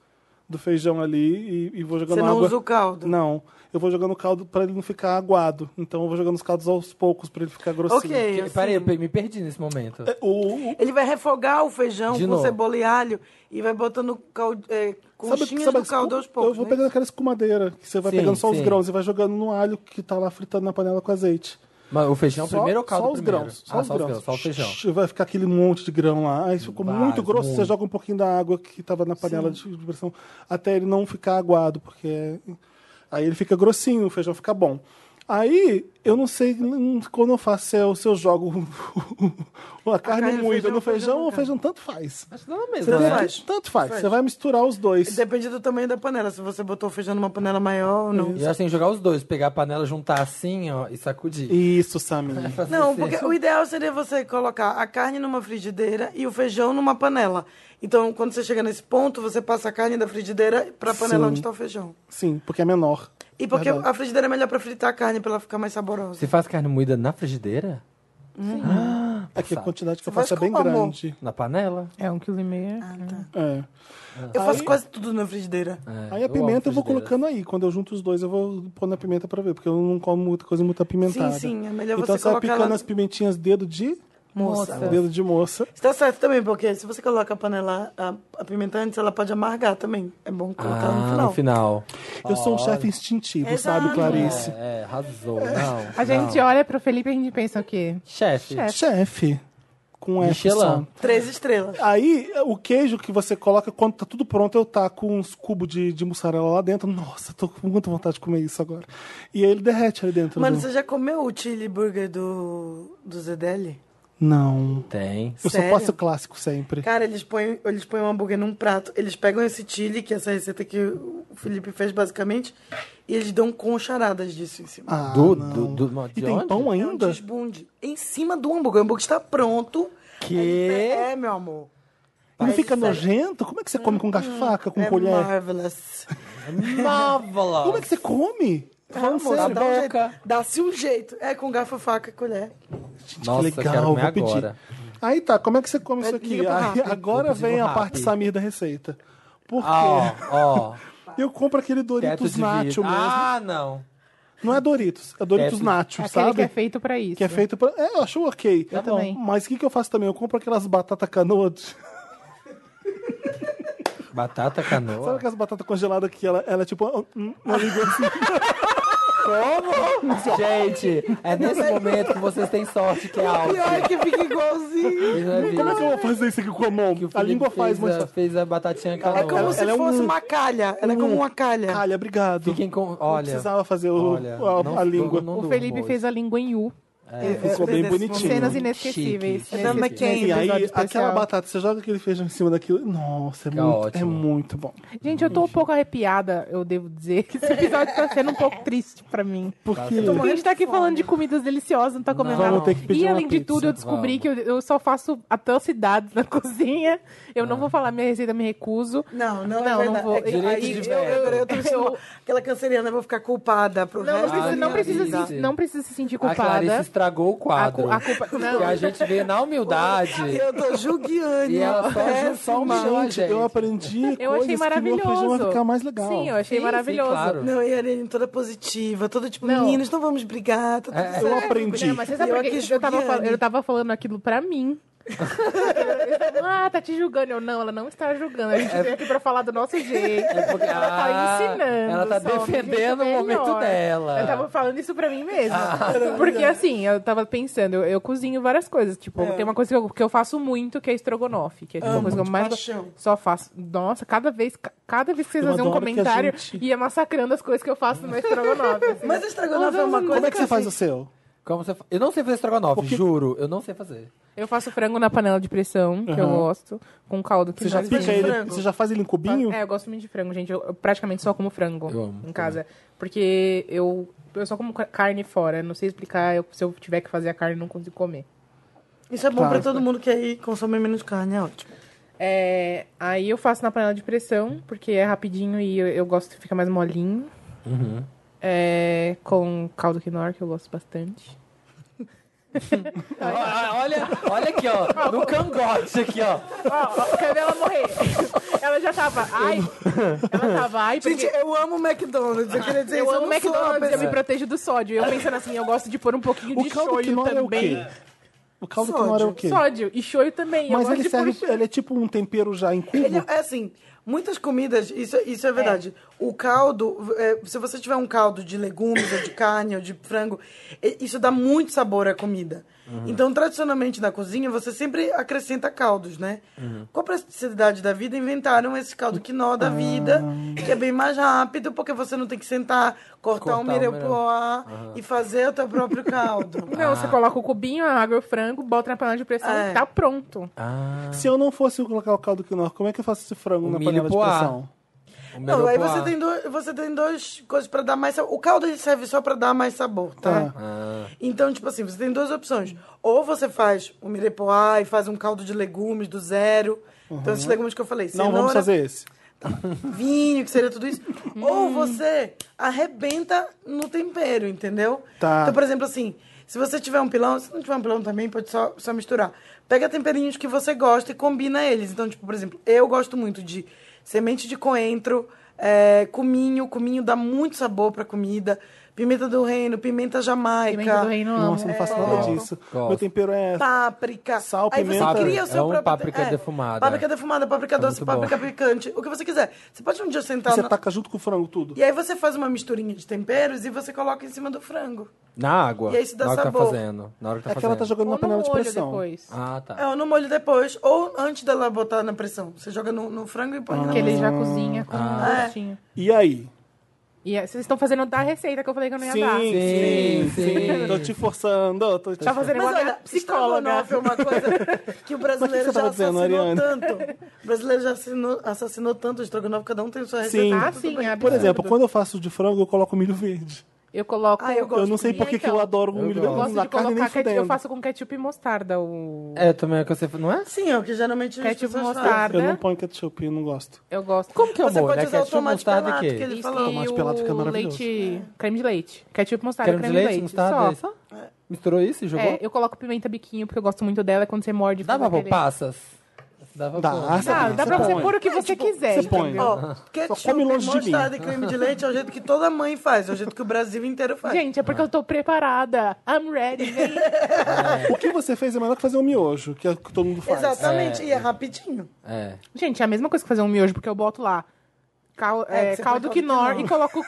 Speaker 1: do feijão ali e, e vou jogando
Speaker 9: Você não
Speaker 1: água.
Speaker 9: usa o caldo?
Speaker 1: Não. Eu vou jogando o caldo pra ele não ficar aguado. Então eu vou jogando os caldos aos poucos pra ele ficar grossinho.
Speaker 9: Ok, assim,
Speaker 11: Peraí, eu pe- me perdi nesse momento.
Speaker 1: O,
Speaker 9: Ele vai refogar o feijão
Speaker 11: De
Speaker 9: com
Speaker 11: novo.
Speaker 9: cebola e alho e vai botando caldo, é, conchinhas do caldo aos
Speaker 1: Eu
Speaker 9: poucos.
Speaker 1: vou
Speaker 9: né?
Speaker 1: pegando aquela escumadeira, que você vai
Speaker 11: Sim,
Speaker 1: pegando só os
Speaker 11: sim.
Speaker 1: grãos e vai jogando no alho que tá lá fritando na panela com azeite.
Speaker 11: Mas É o feijão
Speaker 1: Só-
Speaker 11: primeiro ou o caldo
Speaker 1: Só os
Speaker 11: primeiro?
Speaker 1: grãos. Só
Speaker 11: Ah,
Speaker 1: os grãos.
Speaker 11: só o feijão.
Speaker 1: Shhh, Vai ficar aquele monte de grão lá. Aí ficou
Speaker 11: Vai,
Speaker 1: muito grosso, você
Speaker 11: muito.
Speaker 1: joga um pouquinho da água que tava na panela de de pressão, até ele não ficar aguado, porque é- aí ele fica grossinho, o feijão fica bom. Aí, eu não sei hum, quando eu faço, se eu, se eu jogo [LAUGHS] a carne
Speaker 9: carne, o
Speaker 1: moída
Speaker 9: feijão,
Speaker 1: no
Speaker 9: o feijão
Speaker 1: feijão,
Speaker 9: na
Speaker 1: o feijão tanto faz.
Speaker 11: Acho que dá na
Speaker 1: Você
Speaker 11: mesma,
Speaker 1: tem-
Speaker 11: né?
Speaker 9: faz.
Speaker 1: Tanto faz.
Speaker 9: Faz.
Speaker 1: Você vai misturar os dois.
Speaker 9: Depende do tamanho da panela, se você botou o feijão numa panela maior ou não.
Speaker 11: E eu acho que tem que jogar os dois, pegar a panela, juntar assim, ó, e sacudir.
Speaker 1: Isso, Samir.
Speaker 11: Fazer
Speaker 9: Não,
Speaker 11: assim.
Speaker 9: porque o ideal seria você colocar a carne numa frigideira e o feijão numa panela. Então, quando você chega nesse ponto, você passa a carne da frigideira pra panela
Speaker 1: Sim.
Speaker 9: onde tá o feijão.
Speaker 1: Sim, porque é menor.
Speaker 9: E porque
Speaker 1: Verdade.
Speaker 9: a frigideira é melhor pra fritar a carne, pra ela ficar mais saborosa.
Speaker 11: Você faz carne moída na frigideira? Ah,
Speaker 1: É que a
Speaker 11: passado.
Speaker 1: quantidade que eu
Speaker 9: Você faz
Speaker 1: faço é bem
Speaker 9: com amor.
Speaker 1: grande.
Speaker 11: Na panela?
Speaker 7: É um quilo e meio.
Speaker 9: Ah.
Speaker 1: É.
Speaker 9: Eu faço
Speaker 1: Aí-
Speaker 9: quase tudo na frigideira.
Speaker 3: Ah.
Speaker 11: É,
Speaker 1: Aí
Speaker 11: eu
Speaker 1: a
Speaker 11: amo
Speaker 1: pimenta eu
Speaker 11: frigideira.
Speaker 1: vou colocando aí. Quando eu junto os dois, eu vou pôr na pimenta pra ver, porque eu não como muita coisa muito apimentada.
Speaker 9: Sim, sim, é melhor
Speaker 1: Então
Speaker 9: você
Speaker 1: vai
Speaker 9: colocar
Speaker 1: picando
Speaker 9: ela-
Speaker 1: as pimentinhas dedo de
Speaker 9: Moça.
Speaker 1: Dedo de moça.
Speaker 9: Está certo também, porque se você coloca a panela, a, a pimenta antes, ela pode amargar também. É bom colocar no
Speaker 11: Ah,
Speaker 9: final.
Speaker 11: no final.
Speaker 1: Eu sou um chefe instintivo,
Speaker 9: Exato.
Speaker 1: sabe, Clarice?
Speaker 11: É, é, arrasou. Não,
Speaker 7: A gente olha pro Felipe e a gente pensa o
Speaker 5: É
Speaker 7: quê?
Speaker 11: Chefe.
Speaker 9: É.
Speaker 1: Chefe. Com F
Speaker 11: Michelin.
Speaker 1: só.
Speaker 9: Três estrelas.
Speaker 1: Aí, o queijo que você coloca, quando tá tudo pronto, eu taco uns cubos de, de mussarela lá dentro. Nossa, tô com muita vontade de comer isso agora. E aí ele derrete ali dentro.
Speaker 9: Mano,
Speaker 1: do-
Speaker 9: você já comeu o chili burger do, do ZDL?
Speaker 1: Não.
Speaker 11: Tem.
Speaker 1: Eu
Speaker 9: Sério?
Speaker 1: só posso clássico sempre.
Speaker 9: Cara, eles põem, eles põem um hambúrguer num prato, eles pegam esse chili, que é essa receita que o Felipe fez basicamente, e eles dão com charadas disso em cima.
Speaker 1: Ah,
Speaker 11: Do-
Speaker 1: não.
Speaker 11: do- do-
Speaker 1: e
Speaker 11: de
Speaker 1: tem
Speaker 11: onde?
Speaker 1: pão
Speaker 9: É um
Speaker 1: ainda?
Speaker 9: desbunde. Em cima do hambúrguer. O hambúrguer está pronto.
Speaker 11: Que?
Speaker 9: Aí ele- É, meu amor.
Speaker 1: Não fica nojento? Como é que você come com garfo e faca, com
Speaker 9: é
Speaker 1: colher?
Speaker 9: marvelous.
Speaker 1: Como é
Speaker 11: Marvelous.
Speaker 1: que você come? Falando
Speaker 9: Amor,
Speaker 1: sério,
Speaker 9: dá um jeito.
Speaker 11: boca.
Speaker 9: Dá-se um jeito. É, com garfo, faca e colher.
Speaker 1: gente, que
Speaker 11: Nossa,
Speaker 1: legal,
Speaker 11: quero comer
Speaker 1: vou pedir.
Speaker 11: agora.
Speaker 1: Aí tá, como é que você come
Speaker 9: Mas
Speaker 1: isso aqui?
Speaker 9: liga pro
Speaker 1: Aí,
Speaker 9: Rappi.
Speaker 1: agora
Speaker 11: Eu pedi
Speaker 1: vem
Speaker 11: no
Speaker 1: a parte
Speaker 11: Rappi.
Speaker 1: Samir da receita. Por quê?
Speaker 3: Ah,
Speaker 11: Ó, ó.
Speaker 1: Eu compro aquele
Speaker 11: Teto
Speaker 1: Doritos
Speaker 11: de
Speaker 1: Nacho
Speaker 11: vidro.
Speaker 1: mesmo.
Speaker 11: Ah, não.
Speaker 1: Não é Doritos, é Doritos
Speaker 11: Teto.
Speaker 1: Nacho,
Speaker 7: Aquele
Speaker 1: sabe?
Speaker 7: que é feito pra isso.
Speaker 1: Que é feito pra. É, eu acho ok.
Speaker 7: Eu também.
Speaker 1: Mas o que, que eu faço também? Eu compro aquelas batata canoa. de-
Speaker 11: Batata
Speaker 1: Sabe
Speaker 11: canoa.
Speaker 1: aquelas batata congelada que ela, ela é tipo. um- um- Uma língua assim.
Speaker 3: Como? Gente, é nesse momento que vocês têm sorte que é áudio.
Speaker 9: Pior é que fica igualzinho.
Speaker 3: Como é que eu
Speaker 1: vou fazer isso aqui com a mão?
Speaker 3: A língua faz muito. Fez é. a batatinha calma.
Speaker 9: É como se fosse uma calha. Ela é como uma calha.
Speaker 1: Calha, obrigado.
Speaker 3: Fiquem com.
Speaker 1: Não
Speaker 3: Olha.
Speaker 1: precisava fazer o-
Speaker 3: Olha,
Speaker 1: a,
Speaker 3: não-
Speaker 1: a língua.
Speaker 3: não- não
Speaker 5: O Felipe fez a língua em U.
Speaker 1: É, ficou bem bonitinho.
Speaker 5: Cenas inesquecíveis.
Speaker 9: É da
Speaker 5: Nesse-
Speaker 9: McCain,
Speaker 5: nesse
Speaker 1: E aí,
Speaker 5: episódio
Speaker 1: aquela
Speaker 5: especial.
Speaker 1: batata, você joga aquele feijão em cima daquilo. Nossa, é,
Speaker 3: Fica
Speaker 1: muito,
Speaker 3: ótimo.
Speaker 1: é muito bom.
Speaker 5: Gente, eu tô um pouco arrepiada, eu devo dizer, [LAUGHS] que esse episódio tá sendo um pouco triste pra mim.
Speaker 1: Porque
Speaker 5: Eu tô morrendo de A gente tá aqui falando de comidas deliciosas, não tá comendo
Speaker 1: Não.
Speaker 5: nada.
Speaker 1: Vamos ter que pedir
Speaker 5: e
Speaker 1: uma
Speaker 5: além de
Speaker 1: pizza.
Speaker 5: tudo, eu descobri
Speaker 3: Vamos.
Speaker 5: que eu, eu só faço até os idades [LAUGHS] na cozinha. Eu não vou falar minha receita, me recuso.
Speaker 9: Não,
Speaker 5: Não,
Speaker 9: não,
Speaker 5: não
Speaker 9: é verdade.
Speaker 5: vou.
Speaker 9: É que
Speaker 3: Direito
Speaker 9: aí
Speaker 3: de
Speaker 9: eu, eu, eu,
Speaker 3: veto.
Speaker 9: trouxe uma- aquela canceriana, eu vou ficar culpada pro
Speaker 5: Não, não
Speaker 9: resto da
Speaker 5: precisa, não
Speaker 9: minha
Speaker 5: precisa,
Speaker 9: vida.
Speaker 5: se, não precisa se sentir
Speaker 3: A Ah, Clarice
Speaker 5: culpada.
Speaker 3: estragou o quadro.
Speaker 5: cu- a culpa- não.
Speaker 3: Que a gente vê na humildade.
Speaker 9: Eu tô É, julguiando.
Speaker 3: E ela só-
Speaker 9: péssima.
Speaker 3: só uma
Speaker 1: Gente,
Speaker 3: Não, gente.
Speaker 1: um eu aprendi coisas
Speaker 5: Eu achei
Speaker 1: que meu feijão vai
Speaker 5: maravilhoso.
Speaker 1: ficar mais legal.
Speaker 5: Sim, eu achei
Speaker 3: Sim, sim,
Speaker 5: maravilhoso.
Speaker 3: claro.
Speaker 9: Não, e a Ariane toda positiva, toda tipo,
Speaker 5: Não.
Speaker 9: meninos, não vamos brigar, tá tudo
Speaker 3: É.
Speaker 1: Eu
Speaker 9: certo.
Speaker 1: aprendi.
Speaker 5: Não, mas você sabe
Speaker 9: Eu
Speaker 5: por quê?
Speaker 9: aqui
Speaker 5: Eu tava, fal-
Speaker 9: julgando.
Speaker 5: eu tava falando aquilo pra mim. [LAUGHS] Eu tava, ah, tá te julgando. Eu, não, ela não está julgando. A gente veio aqui pra falar do nosso jeito.
Speaker 3: É porque-
Speaker 5: Ela tá
Speaker 3: Ah,
Speaker 5: ensinando.
Speaker 3: Ela tá
Speaker 5: só, pra gente é
Speaker 3: defendendo o
Speaker 5: melhor.
Speaker 3: momento dela. Ah,
Speaker 5: Eu tava falando isso pra mim mesma. [LAUGHS] Porque assim, eu tava pensando, eu, eu cozinho várias coisas. Tipo,
Speaker 3: É.
Speaker 5: tem uma coisa que eu, que eu faço muito, que é estrogonofe. Que é tipo, uma
Speaker 9: Amo,
Speaker 5: coisa que eu
Speaker 9: de
Speaker 5: mais
Speaker 9: paixão.
Speaker 5: só faço. Nossa, cada vez, ca- cada vez que vocês
Speaker 1: Eu
Speaker 5: faziam um
Speaker 1: adoro que a
Speaker 5: comentário,
Speaker 1: gente-
Speaker 5: ia massacrando as coisas que eu faço no meu estrogonofe. assim.
Speaker 9: Mas estrogonofe é uma coisa
Speaker 1: Como é que você faz o
Speaker 9: assim,
Speaker 1: seu?
Speaker 3: Como você fa- Eu não sei fazer estrogonofe, juro. Eu não sei fazer.
Speaker 5: Eu faço frango na panela de pressão, que eu
Speaker 1: Aham.
Speaker 5: gosto, com caldo que
Speaker 1: Você já
Speaker 5: mais
Speaker 1: pica
Speaker 5: tem.
Speaker 1: ele,
Speaker 9: frango.
Speaker 1: você já faz ele em cubinho?
Speaker 5: É, eu gosto muito de frango, gente. Eu, eu praticamente só como frango
Speaker 3: Eu amo
Speaker 5: em casa. Porque eu, eu só como ca- carne fora. Não sei explicar. eu- se eu tiver que fazer a carne, eu não consigo comer.
Speaker 9: Isso é bom
Speaker 1: Tá.
Speaker 9: pra todo mundo que aí consome menos carne, é ótimo.
Speaker 5: É, aí eu faço na panela de pressão, porque é rapidinho e eu, eu gosto que fica mais molinho. É, com caldo quinoa, que eu gosto bastante.
Speaker 3: Ó, ó, Olha, olha aqui, ó. No cangote aqui, ó.
Speaker 5: Ó, oh, quer ver ela morrer? ela já tava, ai. Ela tava, ai, porque...
Speaker 9: Gente, eu amo o McDonald's, eu queria dizer
Speaker 5: Eu
Speaker 9: isso.
Speaker 5: amo
Speaker 9: não sou uma
Speaker 5: McDonald's, é eu me
Speaker 9: pessoa-
Speaker 5: protejo do sódio. Eu pensando assim, eu gosto de pôr um pouquinho de
Speaker 1: é. O caldo
Speaker 5: shoyu
Speaker 1: quinoa é o
Speaker 5: também.
Speaker 1: quê? O caldo quinoa é o quê?
Speaker 5: Sódio e shoyu também.
Speaker 1: Mas
Speaker 5: eu gosto
Speaker 1: ele
Speaker 5: de pôr
Speaker 1: serve,
Speaker 5: shoyu.
Speaker 1: ele é tipo um tempero já em cubo.
Speaker 9: Ele, é assim, muitas comidas, isso, isso é verdade. O caldo, é, se você tiver um caldo de legumes, ou de carne, ou de frango, e- isso dá muito sabor à comida.
Speaker 3: Uhum.
Speaker 9: Então, tradicionalmente na cozinha, você sempre acrescenta caldos, né?
Speaker 3: Uhum.
Speaker 9: Com a praticidade da vida, inventaram esse caldo quinó da vida, que é bem mais rápido, porque você não tem que sentar, cortar
Speaker 3: Ah. Cortar
Speaker 9: um
Speaker 3: o
Speaker 9: mirepoix e fazer o teu próprio
Speaker 3: [LAUGHS]
Speaker 9: caldo.
Speaker 5: Não,
Speaker 1: Ah.
Speaker 5: você coloca o cubinho, a água e o frango, bota na panela de pressão
Speaker 9: É.
Speaker 5: e tá pronto.
Speaker 3: Ah,
Speaker 1: Se eu não fosse colocar o caldo quinoa, como é que eu faço esse frango
Speaker 3: O
Speaker 1: na
Speaker 3: milho
Speaker 1: panela de
Speaker 3: poá.
Speaker 1: pressão?
Speaker 3: o
Speaker 9: Não, aí você
Speaker 3: mirepoix.
Speaker 9: tem, dois, você tem duas coisas pra dar mais sabor. O caldo ele serve só pra dar mais sabor, tá?
Speaker 3: Ah,
Speaker 9: Então, tipo assim, você tem duas opções. Ou você faz o mirepoix e faz um caldo de legumes do zero. Então, esses legumes que eu falei.
Speaker 1: Uhum. Não
Speaker 9: cenoura,
Speaker 1: vamos fazer esse.
Speaker 9: Vinho, que
Speaker 5: [LAUGHS]
Speaker 9: seria tudo isso.
Speaker 5: Hum.
Speaker 9: Ou você arrebenta no tempero, entendeu?
Speaker 1: Tá.
Speaker 9: Então, por exemplo, assim, se você tiver um pilão, se não tiver um pilão também, pode só, só misturar. Pega temperinhos que você gosta e combina eles. Então, tipo, por exemplo, eu gosto muito de semente de coentro, é, cominho. Cominho dá muito sabor pra comida. Pimenta do reino, pimenta jamaica.
Speaker 5: Pimenta do reino amo.
Speaker 1: Nossa, eu não faço nada
Speaker 3: Gosto,
Speaker 1: disso.
Speaker 3: gosto.
Speaker 1: Meu tempero é
Speaker 9: Tá, páprica.
Speaker 1: Sal,
Speaker 9: Aí você
Speaker 1: pimenta.
Speaker 9: cria o seu
Speaker 3: É um
Speaker 9: próprio...
Speaker 3: páprica defumada.
Speaker 9: Páprica defumada, páprica
Speaker 3: É
Speaker 9: doce,
Speaker 3: muito bom.
Speaker 9: páprica picante. O que você quiser. Você pode um dia sentar...
Speaker 1: Você tá
Speaker 9: no-
Speaker 1: taca junto com o frango tudo.
Speaker 9: E aí você faz uma misturinha de temperos e você coloca em cima do frango.
Speaker 3: na água.
Speaker 9: E aí isso dá
Speaker 3: na hora que tá
Speaker 9: sabor.
Speaker 3: fazendo. Na hora que tá
Speaker 1: É que ela tá
Speaker 3: fazendo.
Speaker 1: jogando na
Speaker 5: Ou no
Speaker 1: panela de
Speaker 5: molho
Speaker 1: pressão.
Speaker 5: depois.
Speaker 3: Ah, tá.
Speaker 9: É, ou no molho depois, ou antes dela botar na pressão. Você joga no, no frango e
Speaker 1: Ah.
Speaker 9: põe na
Speaker 5: Porque ele já cozinha com
Speaker 3: Ah.
Speaker 9: É.
Speaker 5: um gostinho.
Speaker 1: E aí?
Speaker 5: E é, vocês estão fazendo da receita que eu falei que eu não ia dar.
Speaker 1: Sim, sim,
Speaker 3: Sim,
Speaker 1: sim.
Speaker 3: sim.
Speaker 1: Tô te forçando, tô te
Speaker 5: Tá fazendo
Speaker 9: Mas
Speaker 5: igual a minha
Speaker 9: olha,
Speaker 5: psicóloga.
Speaker 9: estrogonofe é uma coisa que o
Speaker 1: [LAUGHS] Mas o que
Speaker 9: brasileiro
Speaker 1: você
Speaker 9: já
Speaker 1: tava dizendo,
Speaker 9: assassinou
Speaker 1: Ariane?
Speaker 9: tanto. O brasileiro já assassinou, assassinou tanto o estrogonofe, cada um tem sua receita.
Speaker 1: Sim.
Speaker 9: tá
Speaker 5: Ah,
Speaker 9: tudo
Speaker 5: sim,
Speaker 9: bem.
Speaker 5: é
Speaker 1: Por
Speaker 5: absurdo.
Speaker 1: exemplo, quando eu faço de frango, eu coloco milho verde.
Speaker 5: Eu coloco...
Speaker 9: Ah, eu gosto.
Speaker 1: eu não sei
Speaker 5: de
Speaker 1: por que
Speaker 5: milho,
Speaker 1: que eu
Speaker 5: então.
Speaker 1: adoro o
Speaker 3: Eu
Speaker 1: milho
Speaker 3: gosto.
Speaker 1: verde
Speaker 5: gosto
Speaker 1: na
Speaker 5: de
Speaker 1: carne nem
Speaker 5: colocar ketchup. Eu
Speaker 1: fudendo.
Speaker 5: faço com ketchup e mostarda o...
Speaker 3: É, também é que você. Não é?
Speaker 9: Sim, é o que geralmente as
Speaker 1: tipo,
Speaker 5: Ketchup,
Speaker 9: pessoas
Speaker 5: mostarda.
Speaker 9: fazem.
Speaker 1: Eu não ponho ketchup, eu não gosto.
Speaker 5: Eu gosto.
Speaker 3: Como que é o
Speaker 9: Você
Speaker 3: molho?
Speaker 9: pode
Speaker 3: É
Speaker 9: usar o
Speaker 3: ketchup,
Speaker 9: tomate
Speaker 3: mostarda e
Speaker 9: pelado, que
Speaker 3: queijo?
Speaker 9: ele
Speaker 5: Isso
Speaker 9: falou.
Speaker 1: Tomate
Speaker 5: e
Speaker 1: pelado fica
Speaker 5: o
Speaker 1: maravilhoso.
Speaker 5: leite... Creme de leite. Ketchup, mostarda,
Speaker 3: Creme de leite, mostarda?
Speaker 5: Só.
Speaker 3: Só. Misturou isso e jogou?
Speaker 5: É, eu coloco pimenta biquinho, porque eu gosto muito dela. é Quando você morde...
Speaker 3: Dá
Speaker 5: fica
Speaker 3: pra pôr
Speaker 5: aquele-
Speaker 3: passas? Dá pra
Speaker 1: Dá,
Speaker 3: pôr.
Speaker 1: você
Speaker 5: Dá, dá pra você
Speaker 1: põe.
Speaker 5: pôr o que você quiser.
Speaker 1: você põe.
Speaker 5: entendeu?
Speaker 9: Ó, ketchup,
Speaker 1: Né? come longe de mim.
Speaker 9: mostarda e creme de leite é o jeito que toda mãe faz, é o jeito que o Brasil inteiro faz.
Speaker 5: Gente, é porque eu tô preparada. I'm ready. [LAUGHS] vem.
Speaker 1: O que você fez é melhor que fazer um miojo, que é o que todo mundo faz.
Speaker 9: Exatamente, e é rapidinho.
Speaker 3: É.
Speaker 5: Gente, é a mesma coisa que fazer um miojo, porque eu boto lá cal-
Speaker 9: É,
Speaker 5: é,
Speaker 9: que você
Speaker 5: caldo
Speaker 9: põe caldo
Speaker 5: quinor
Speaker 9: quinoa.
Speaker 5: e coloco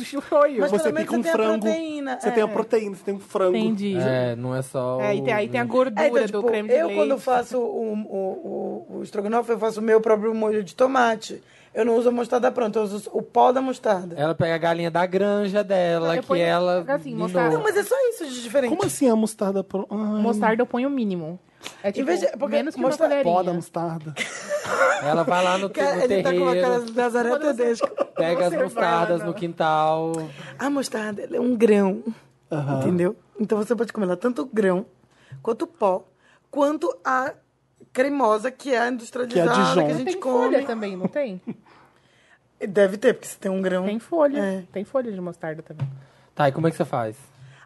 Speaker 5: [LAUGHS] shoyu.
Speaker 9: Mas
Speaker 1: você
Speaker 9: pelo menos
Speaker 1: pica
Speaker 9: você
Speaker 1: um
Speaker 9: tem a
Speaker 1: frango.
Speaker 9: proteína,
Speaker 1: Você
Speaker 9: é.
Speaker 1: tem a proteína, você tem um frango.
Speaker 5: Entendi.
Speaker 12: É, não é só.
Speaker 5: É, e tem- aí tem a gordura
Speaker 9: É, então,
Speaker 5: do
Speaker 9: tipo,
Speaker 5: creme de
Speaker 9: eu
Speaker 5: leite.
Speaker 9: quando faço o, o, o, o estrogonofe, eu faço o meu próprio molho de tomate. Eu não uso a mostarda pronta, eu uso o pó da mostarda.
Speaker 3: Ela pega a galinha da granja dela, que ela.
Speaker 5: assim,
Speaker 3: minou.
Speaker 9: Não, mas é só isso de diferente.
Speaker 1: Como assim a mostarda pro... Ai.
Speaker 5: Mostarda eu ponho o mínimo. É tipo,
Speaker 9: vez de- porque
Speaker 5: menos que uma
Speaker 9: mostarda-
Speaker 5: colherinha.
Speaker 1: Pó da mostarda.
Speaker 3: Ela vai lá no, te-
Speaker 9: Cara,
Speaker 3: no
Speaker 9: [LAUGHS] ele tá com uma cara
Speaker 3: terreiro,
Speaker 9: de Nazaré Tedesco.
Speaker 3: pega as
Speaker 5: Você vai lá
Speaker 3: mostardas
Speaker 5: na-
Speaker 3: no quintal.
Speaker 9: A mostarda ela é um grão,
Speaker 1: Aham.
Speaker 9: entendeu? Então você pode comer ela tanto o grão, quanto o pó, quanto a cremosa que é a industrializada, que,
Speaker 1: Dijon.
Speaker 9: a
Speaker 1: Mas
Speaker 5: Tem
Speaker 9: gente
Speaker 5: folha
Speaker 9: come.
Speaker 5: também, não tem?
Speaker 9: Deve ter, porque se tem um grão...
Speaker 5: Tem folha.
Speaker 9: É.
Speaker 5: Tem folha de mostarda também.
Speaker 3: Tá, e como é que você faz?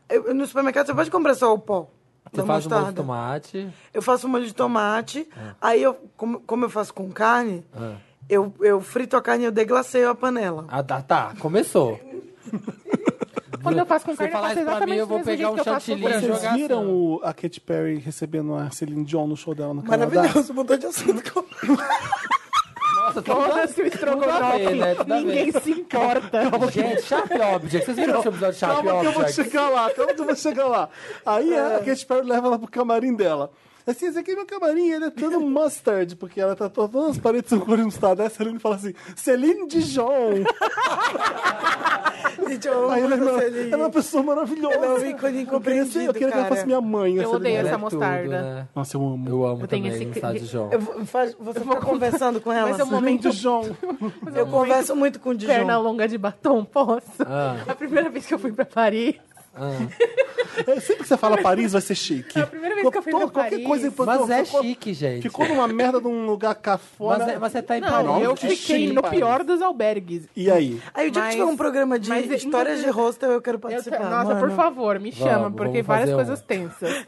Speaker 9: Eu- eu- no supermercado você pode comprar só o pó
Speaker 3: Você
Speaker 9: da
Speaker 3: faz o molho de
Speaker 9: mostarda.
Speaker 3: tomate.
Speaker 9: Eu faço um molho de tomate, aí eu, como, como eu faço com carne,
Speaker 3: Ah.
Speaker 9: eu, eu frito a carne e eu deglaceio a panela.
Speaker 3: Ah, tá, tá, começou.
Speaker 5: Quando eu faço com
Speaker 3: Você
Speaker 5: carne, eu
Speaker 3: falar
Speaker 5: faço
Speaker 3: isso pra
Speaker 5: exatamente
Speaker 3: mim, eu vou
Speaker 5: do
Speaker 3: pegar
Speaker 5: mesmo jeito
Speaker 3: um
Speaker 5: que eu faço com
Speaker 3: chantilly.
Speaker 5: frango. [LAUGHS]
Speaker 1: Vocês
Speaker 3: jogação.
Speaker 1: viram o- a Katy Perry recebendo a Celine Dion no show dela no Canadá?
Speaker 9: Maravilhoso, mudou de assunto. [LAUGHS]
Speaker 3: Nossa,
Speaker 5: Foda-se o estrogonofe.
Speaker 3: né?
Speaker 5: Ninguém se importa. [LAUGHS]
Speaker 3: Gente, Sharp Object. Vocês viram esse episódio de Sharp
Speaker 1: Calma que eu vou
Speaker 3: Object?
Speaker 1: chegar lá, calma que eu vou chegar lá. Aí a Katy Perry leva ela pro camarim dela. Assim, esse aqui é meu camarim, ele é [LAUGHS] todo mustard, porque ela tá toda- todas as paredes são cores mostarda. Aí a Celine fala assim, Celine Dijon.
Speaker 9: Gente, eu
Speaker 1: Aí ela,
Speaker 9: amo
Speaker 1: é
Speaker 9: essa
Speaker 1: uma-
Speaker 9: Celine.
Speaker 1: ela é uma pessoa maravilhosa.
Speaker 9: Ela é um ícone
Speaker 1: eu queria, ser- eu queria que ela
Speaker 9: cara.
Speaker 1: fosse minha mãe. a
Speaker 5: Eu
Speaker 1: Celine
Speaker 5: odeio
Speaker 1: Dion.
Speaker 5: essa
Speaker 3: é tudo,
Speaker 5: mostarda.
Speaker 3: né?
Speaker 1: Nossa, eu amo.
Speaker 3: Eu amo
Speaker 5: Eu tenho
Speaker 3: também
Speaker 5: esse
Speaker 3: esse...
Speaker 5: cri-
Speaker 3: mensagem de João.
Speaker 9: Eu vou- faz- você fica conversando com ela?
Speaker 5: Mas é um
Speaker 1: Celine
Speaker 5: momento-
Speaker 1: Dijon.
Speaker 9: Eu converso muito com o Dijon.
Speaker 5: Perna longa de batom, posso?
Speaker 3: Ah.
Speaker 5: A primeira vez que eu fui pra Paris.
Speaker 1: É, sempre que você fala Paris, vai ser chique.
Speaker 5: É a primeira vez que eu fui pra
Speaker 1: Qual- Qualquer
Speaker 5: Paris.
Speaker 1: coisa...
Speaker 3: Mas é
Speaker 1: ficou-
Speaker 3: chique, gente.
Speaker 1: Ficou numa merda de um lugar cafona.
Speaker 3: Mas, é- mas você tá em
Speaker 5: Não,
Speaker 3: Paris.
Speaker 5: eu
Speaker 1: que
Speaker 5: fiquei
Speaker 1: chique,
Speaker 5: no
Speaker 1: Paris.
Speaker 5: pior dos albergues.
Speaker 1: E aí?
Speaker 9: Aí o dia
Speaker 5: Mas-
Speaker 9: que tiver um programa de
Speaker 5: mas- é
Speaker 9: histórias de hostel, eu quero
Speaker 5: Eu
Speaker 9: participar.
Speaker 5: te- Nossa,
Speaker 9: mano.
Speaker 5: por favor, me
Speaker 3: Vamos,
Speaker 5: chama, porque
Speaker 3: vamos
Speaker 5: várias
Speaker 3: fazer um.
Speaker 5: coisas tensas.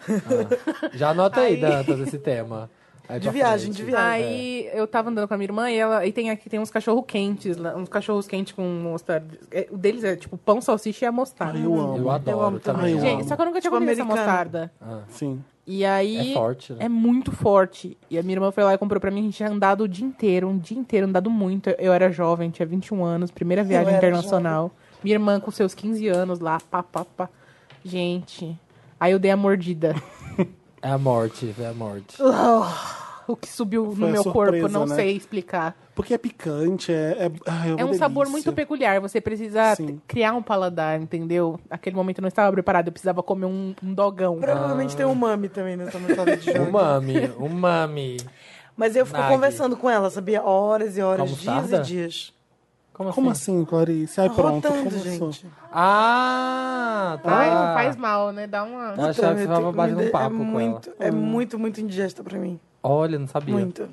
Speaker 3: Já anota aí,
Speaker 5: Aí-
Speaker 3: Dantas, esse tema. Aí
Speaker 9: De
Speaker 3: pra
Speaker 9: viagem,
Speaker 3: frente.
Speaker 9: de viagem.
Speaker 5: Aí eu tava andando com a minha irmã e ela e tem aqui tem uns cachorro quentes, lá, uns cachorros quentes com mostarda. É, O deles é tipo pão, salsicha e a mostarda.
Speaker 1: Eu amo.
Speaker 3: Eu adoro
Speaker 9: amo
Speaker 3: também.
Speaker 1: também.
Speaker 5: Gente, só que eu nunca tinha
Speaker 9: Tipo
Speaker 5: comido essa
Speaker 9: americano.
Speaker 5: mostarda.
Speaker 1: Sim.
Speaker 5: E aí
Speaker 3: É forte, né?
Speaker 5: é muito forte. E a minha irmã foi lá e comprou pra mim, a gente tinha andado o dia inteiro, um dia inteiro, andado muito. Eu era jovem, tinha 21 anos, primeira viagem
Speaker 9: era
Speaker 5: internacional. Minha irmã com seus 15 anos lá, pá, pá, pá. Gente, aí eu dei a mordida. [LAUGHS]
Speaker 3: É a morte, é a morte.
Speaker 5: o que subiu
Speaker 1: Foi
Speaker 5: no
Speaker 1: a
Speaker 5: meu corpo,
Speaker 1: surpresa,
Speaker 5: não
Speaker 1: né?
Speaker 5: sei explicar.
Speaker 1: Porque é picante, é. É, ai, uma
Speaker 5: É um sabor
Speaker 1: delícia.
Speaker 5: muito peculiar, você precisa
Speaker 1: Sim.
Speaker 5: t- criar um paladar, entendeu? Naquele momento eu não estava preparado, eu precisava comer um, um dogão.
Speaker 9: Provavelmente
Speaker 3: Ah.
Speaker 9: tem um mami também nessa mostarda de Dijon.
Speaker 3: Umami, umami.
Speaker 9: Mas eu fico
Speaker 3: Nag.
Speaker 9: conversando com ela, sabia? Horas e horas,
Speaker 3: Com
Speaker 9: dias
Speaker 3: mostarda?
Speaker 9: e dias.
Speaker 3: Como assim?
Speaker 1: Como assim, Clarice? Ai, pronto. assim?
Speaker 9: Rotando,
Speaker 1: começou.
Speaker 9: gente.
Speaker 3: Ah, tá.
Speaker 5: Ai, não faz mal, né? Dá uma.
Speaker 3: Eu achava que você
Speaker 9: Puta, eu
Speaker 3: tava
Speaker 9: tenho
Speaker 3: batendo um
Speaker 9: comida-
Speaker 3: papo
Speaker 9: é
Speaker 3: com
Speaker 9: muito,
Speaker 3: ela. Hum.
Speaker 9: É muito, muito indigesta pra mim.
Speaker 3: Olha, não sabia.
Speaker 9: Muito.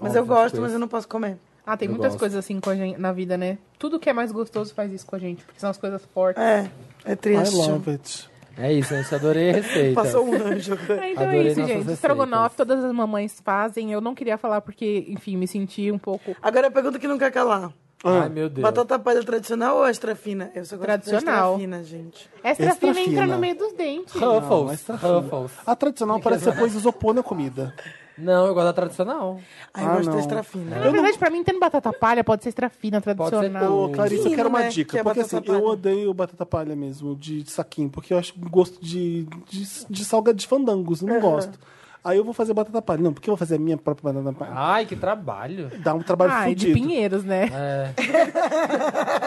Speaker 9: Mas
Speaker 3: Olha,
Speaker 9: eu gosto,
Speaker 3: coisa.
Speaker 9: mas eu não posso comer.
Speaker 5: Ah, tem
Speaker 3: Eu
Speaker 5: muitas
Speaker 3: gosto.
Speaker 5: coisas assim com a gente, na vida, né? Tudo que é mais gostoso faz isso com a gente, porque são as coisas fortes.
Speaker 9: É, é
Speaker 1: I
Speaker 9: triste.
Speaker 1: love it.
Speaker 3: É isso, gente.
Speaker 9: [LAUGHS]
Speaker 3: Adorei a receita.
Speaker 9: Passou um anjo. [LAUGHS]
Speaker 5: Ah, então
Speaker 3: Adorei
Speaker 5: é isso,
Speaker 3: nossas
Speaker 5: gente.
Speaker 3: receitas.
Speaker 5: Estrogonofe, todas as mamães fazem. Eu não queria falar porque, enfim, me senti um pouco
Speaker 9: Agora a pergunta que não quer calar.
Speaker 3: Ai, meu Deus.
Speaker 9: um Batata palha tradicional ou extra fina? Eu só gosto
Speaker 5: Tradicional.
Speaker 9: de extra fina, gente.
Speaker 5: Extra,
Speaker 1: Extra
Speaker 5: fina entra
Speaker 1: fina.
Speaker 5: no meio dos dentes.
Speaker 1: Não,
Speaker 3: Ruffles,
Speaker 9: tá
Speaker 1: essa
Speaker 3: Ruffles.
Speaker 1: tá A tradicional parece que você pôs isopor na comida.
Speaker 3: Não, eu gosto da tradicional.
Speaker 9: Ai, eu
Speaker 1: Ah,
Speaker 9: gosto
Speaker 1: não.
Speaker 9: da extra fina.
Speaker 5: Na verdade, pra mim, tendo batata palha pode ser extra fina,
Speaker 3: ser
Speaker 5: tradicional.
Speaker 3: tudo.
Speaker 1: Ô, Clarice, eu
Speaker 9: Menino,
Speaker 1: quero uma
Speaker 9: né,
Speaker 1: dica.
Speaker 9: que é
Speaker 1: porque assim,
Speaker 9: batata
Speaker 1: eu
Speaker 9: palha.
Speaker 1: odeio batata palha mesmo, de saquinho, porque eu acho um gosto de, de, de salgado de fandangos, eu não gosto. Aí eu vou fazer batata palha. Não, porque eu vou fazer a minha própria batata palha.
Speaker 3: Ai, que trabalho.
Speaker 1: Dá um trabalho
Speaker 5: Ah, de
Speaker 1: fudido.
Speaker 5: pinheiros, né?
Speaker 9: [LAUGHS]
Speaker 3: É.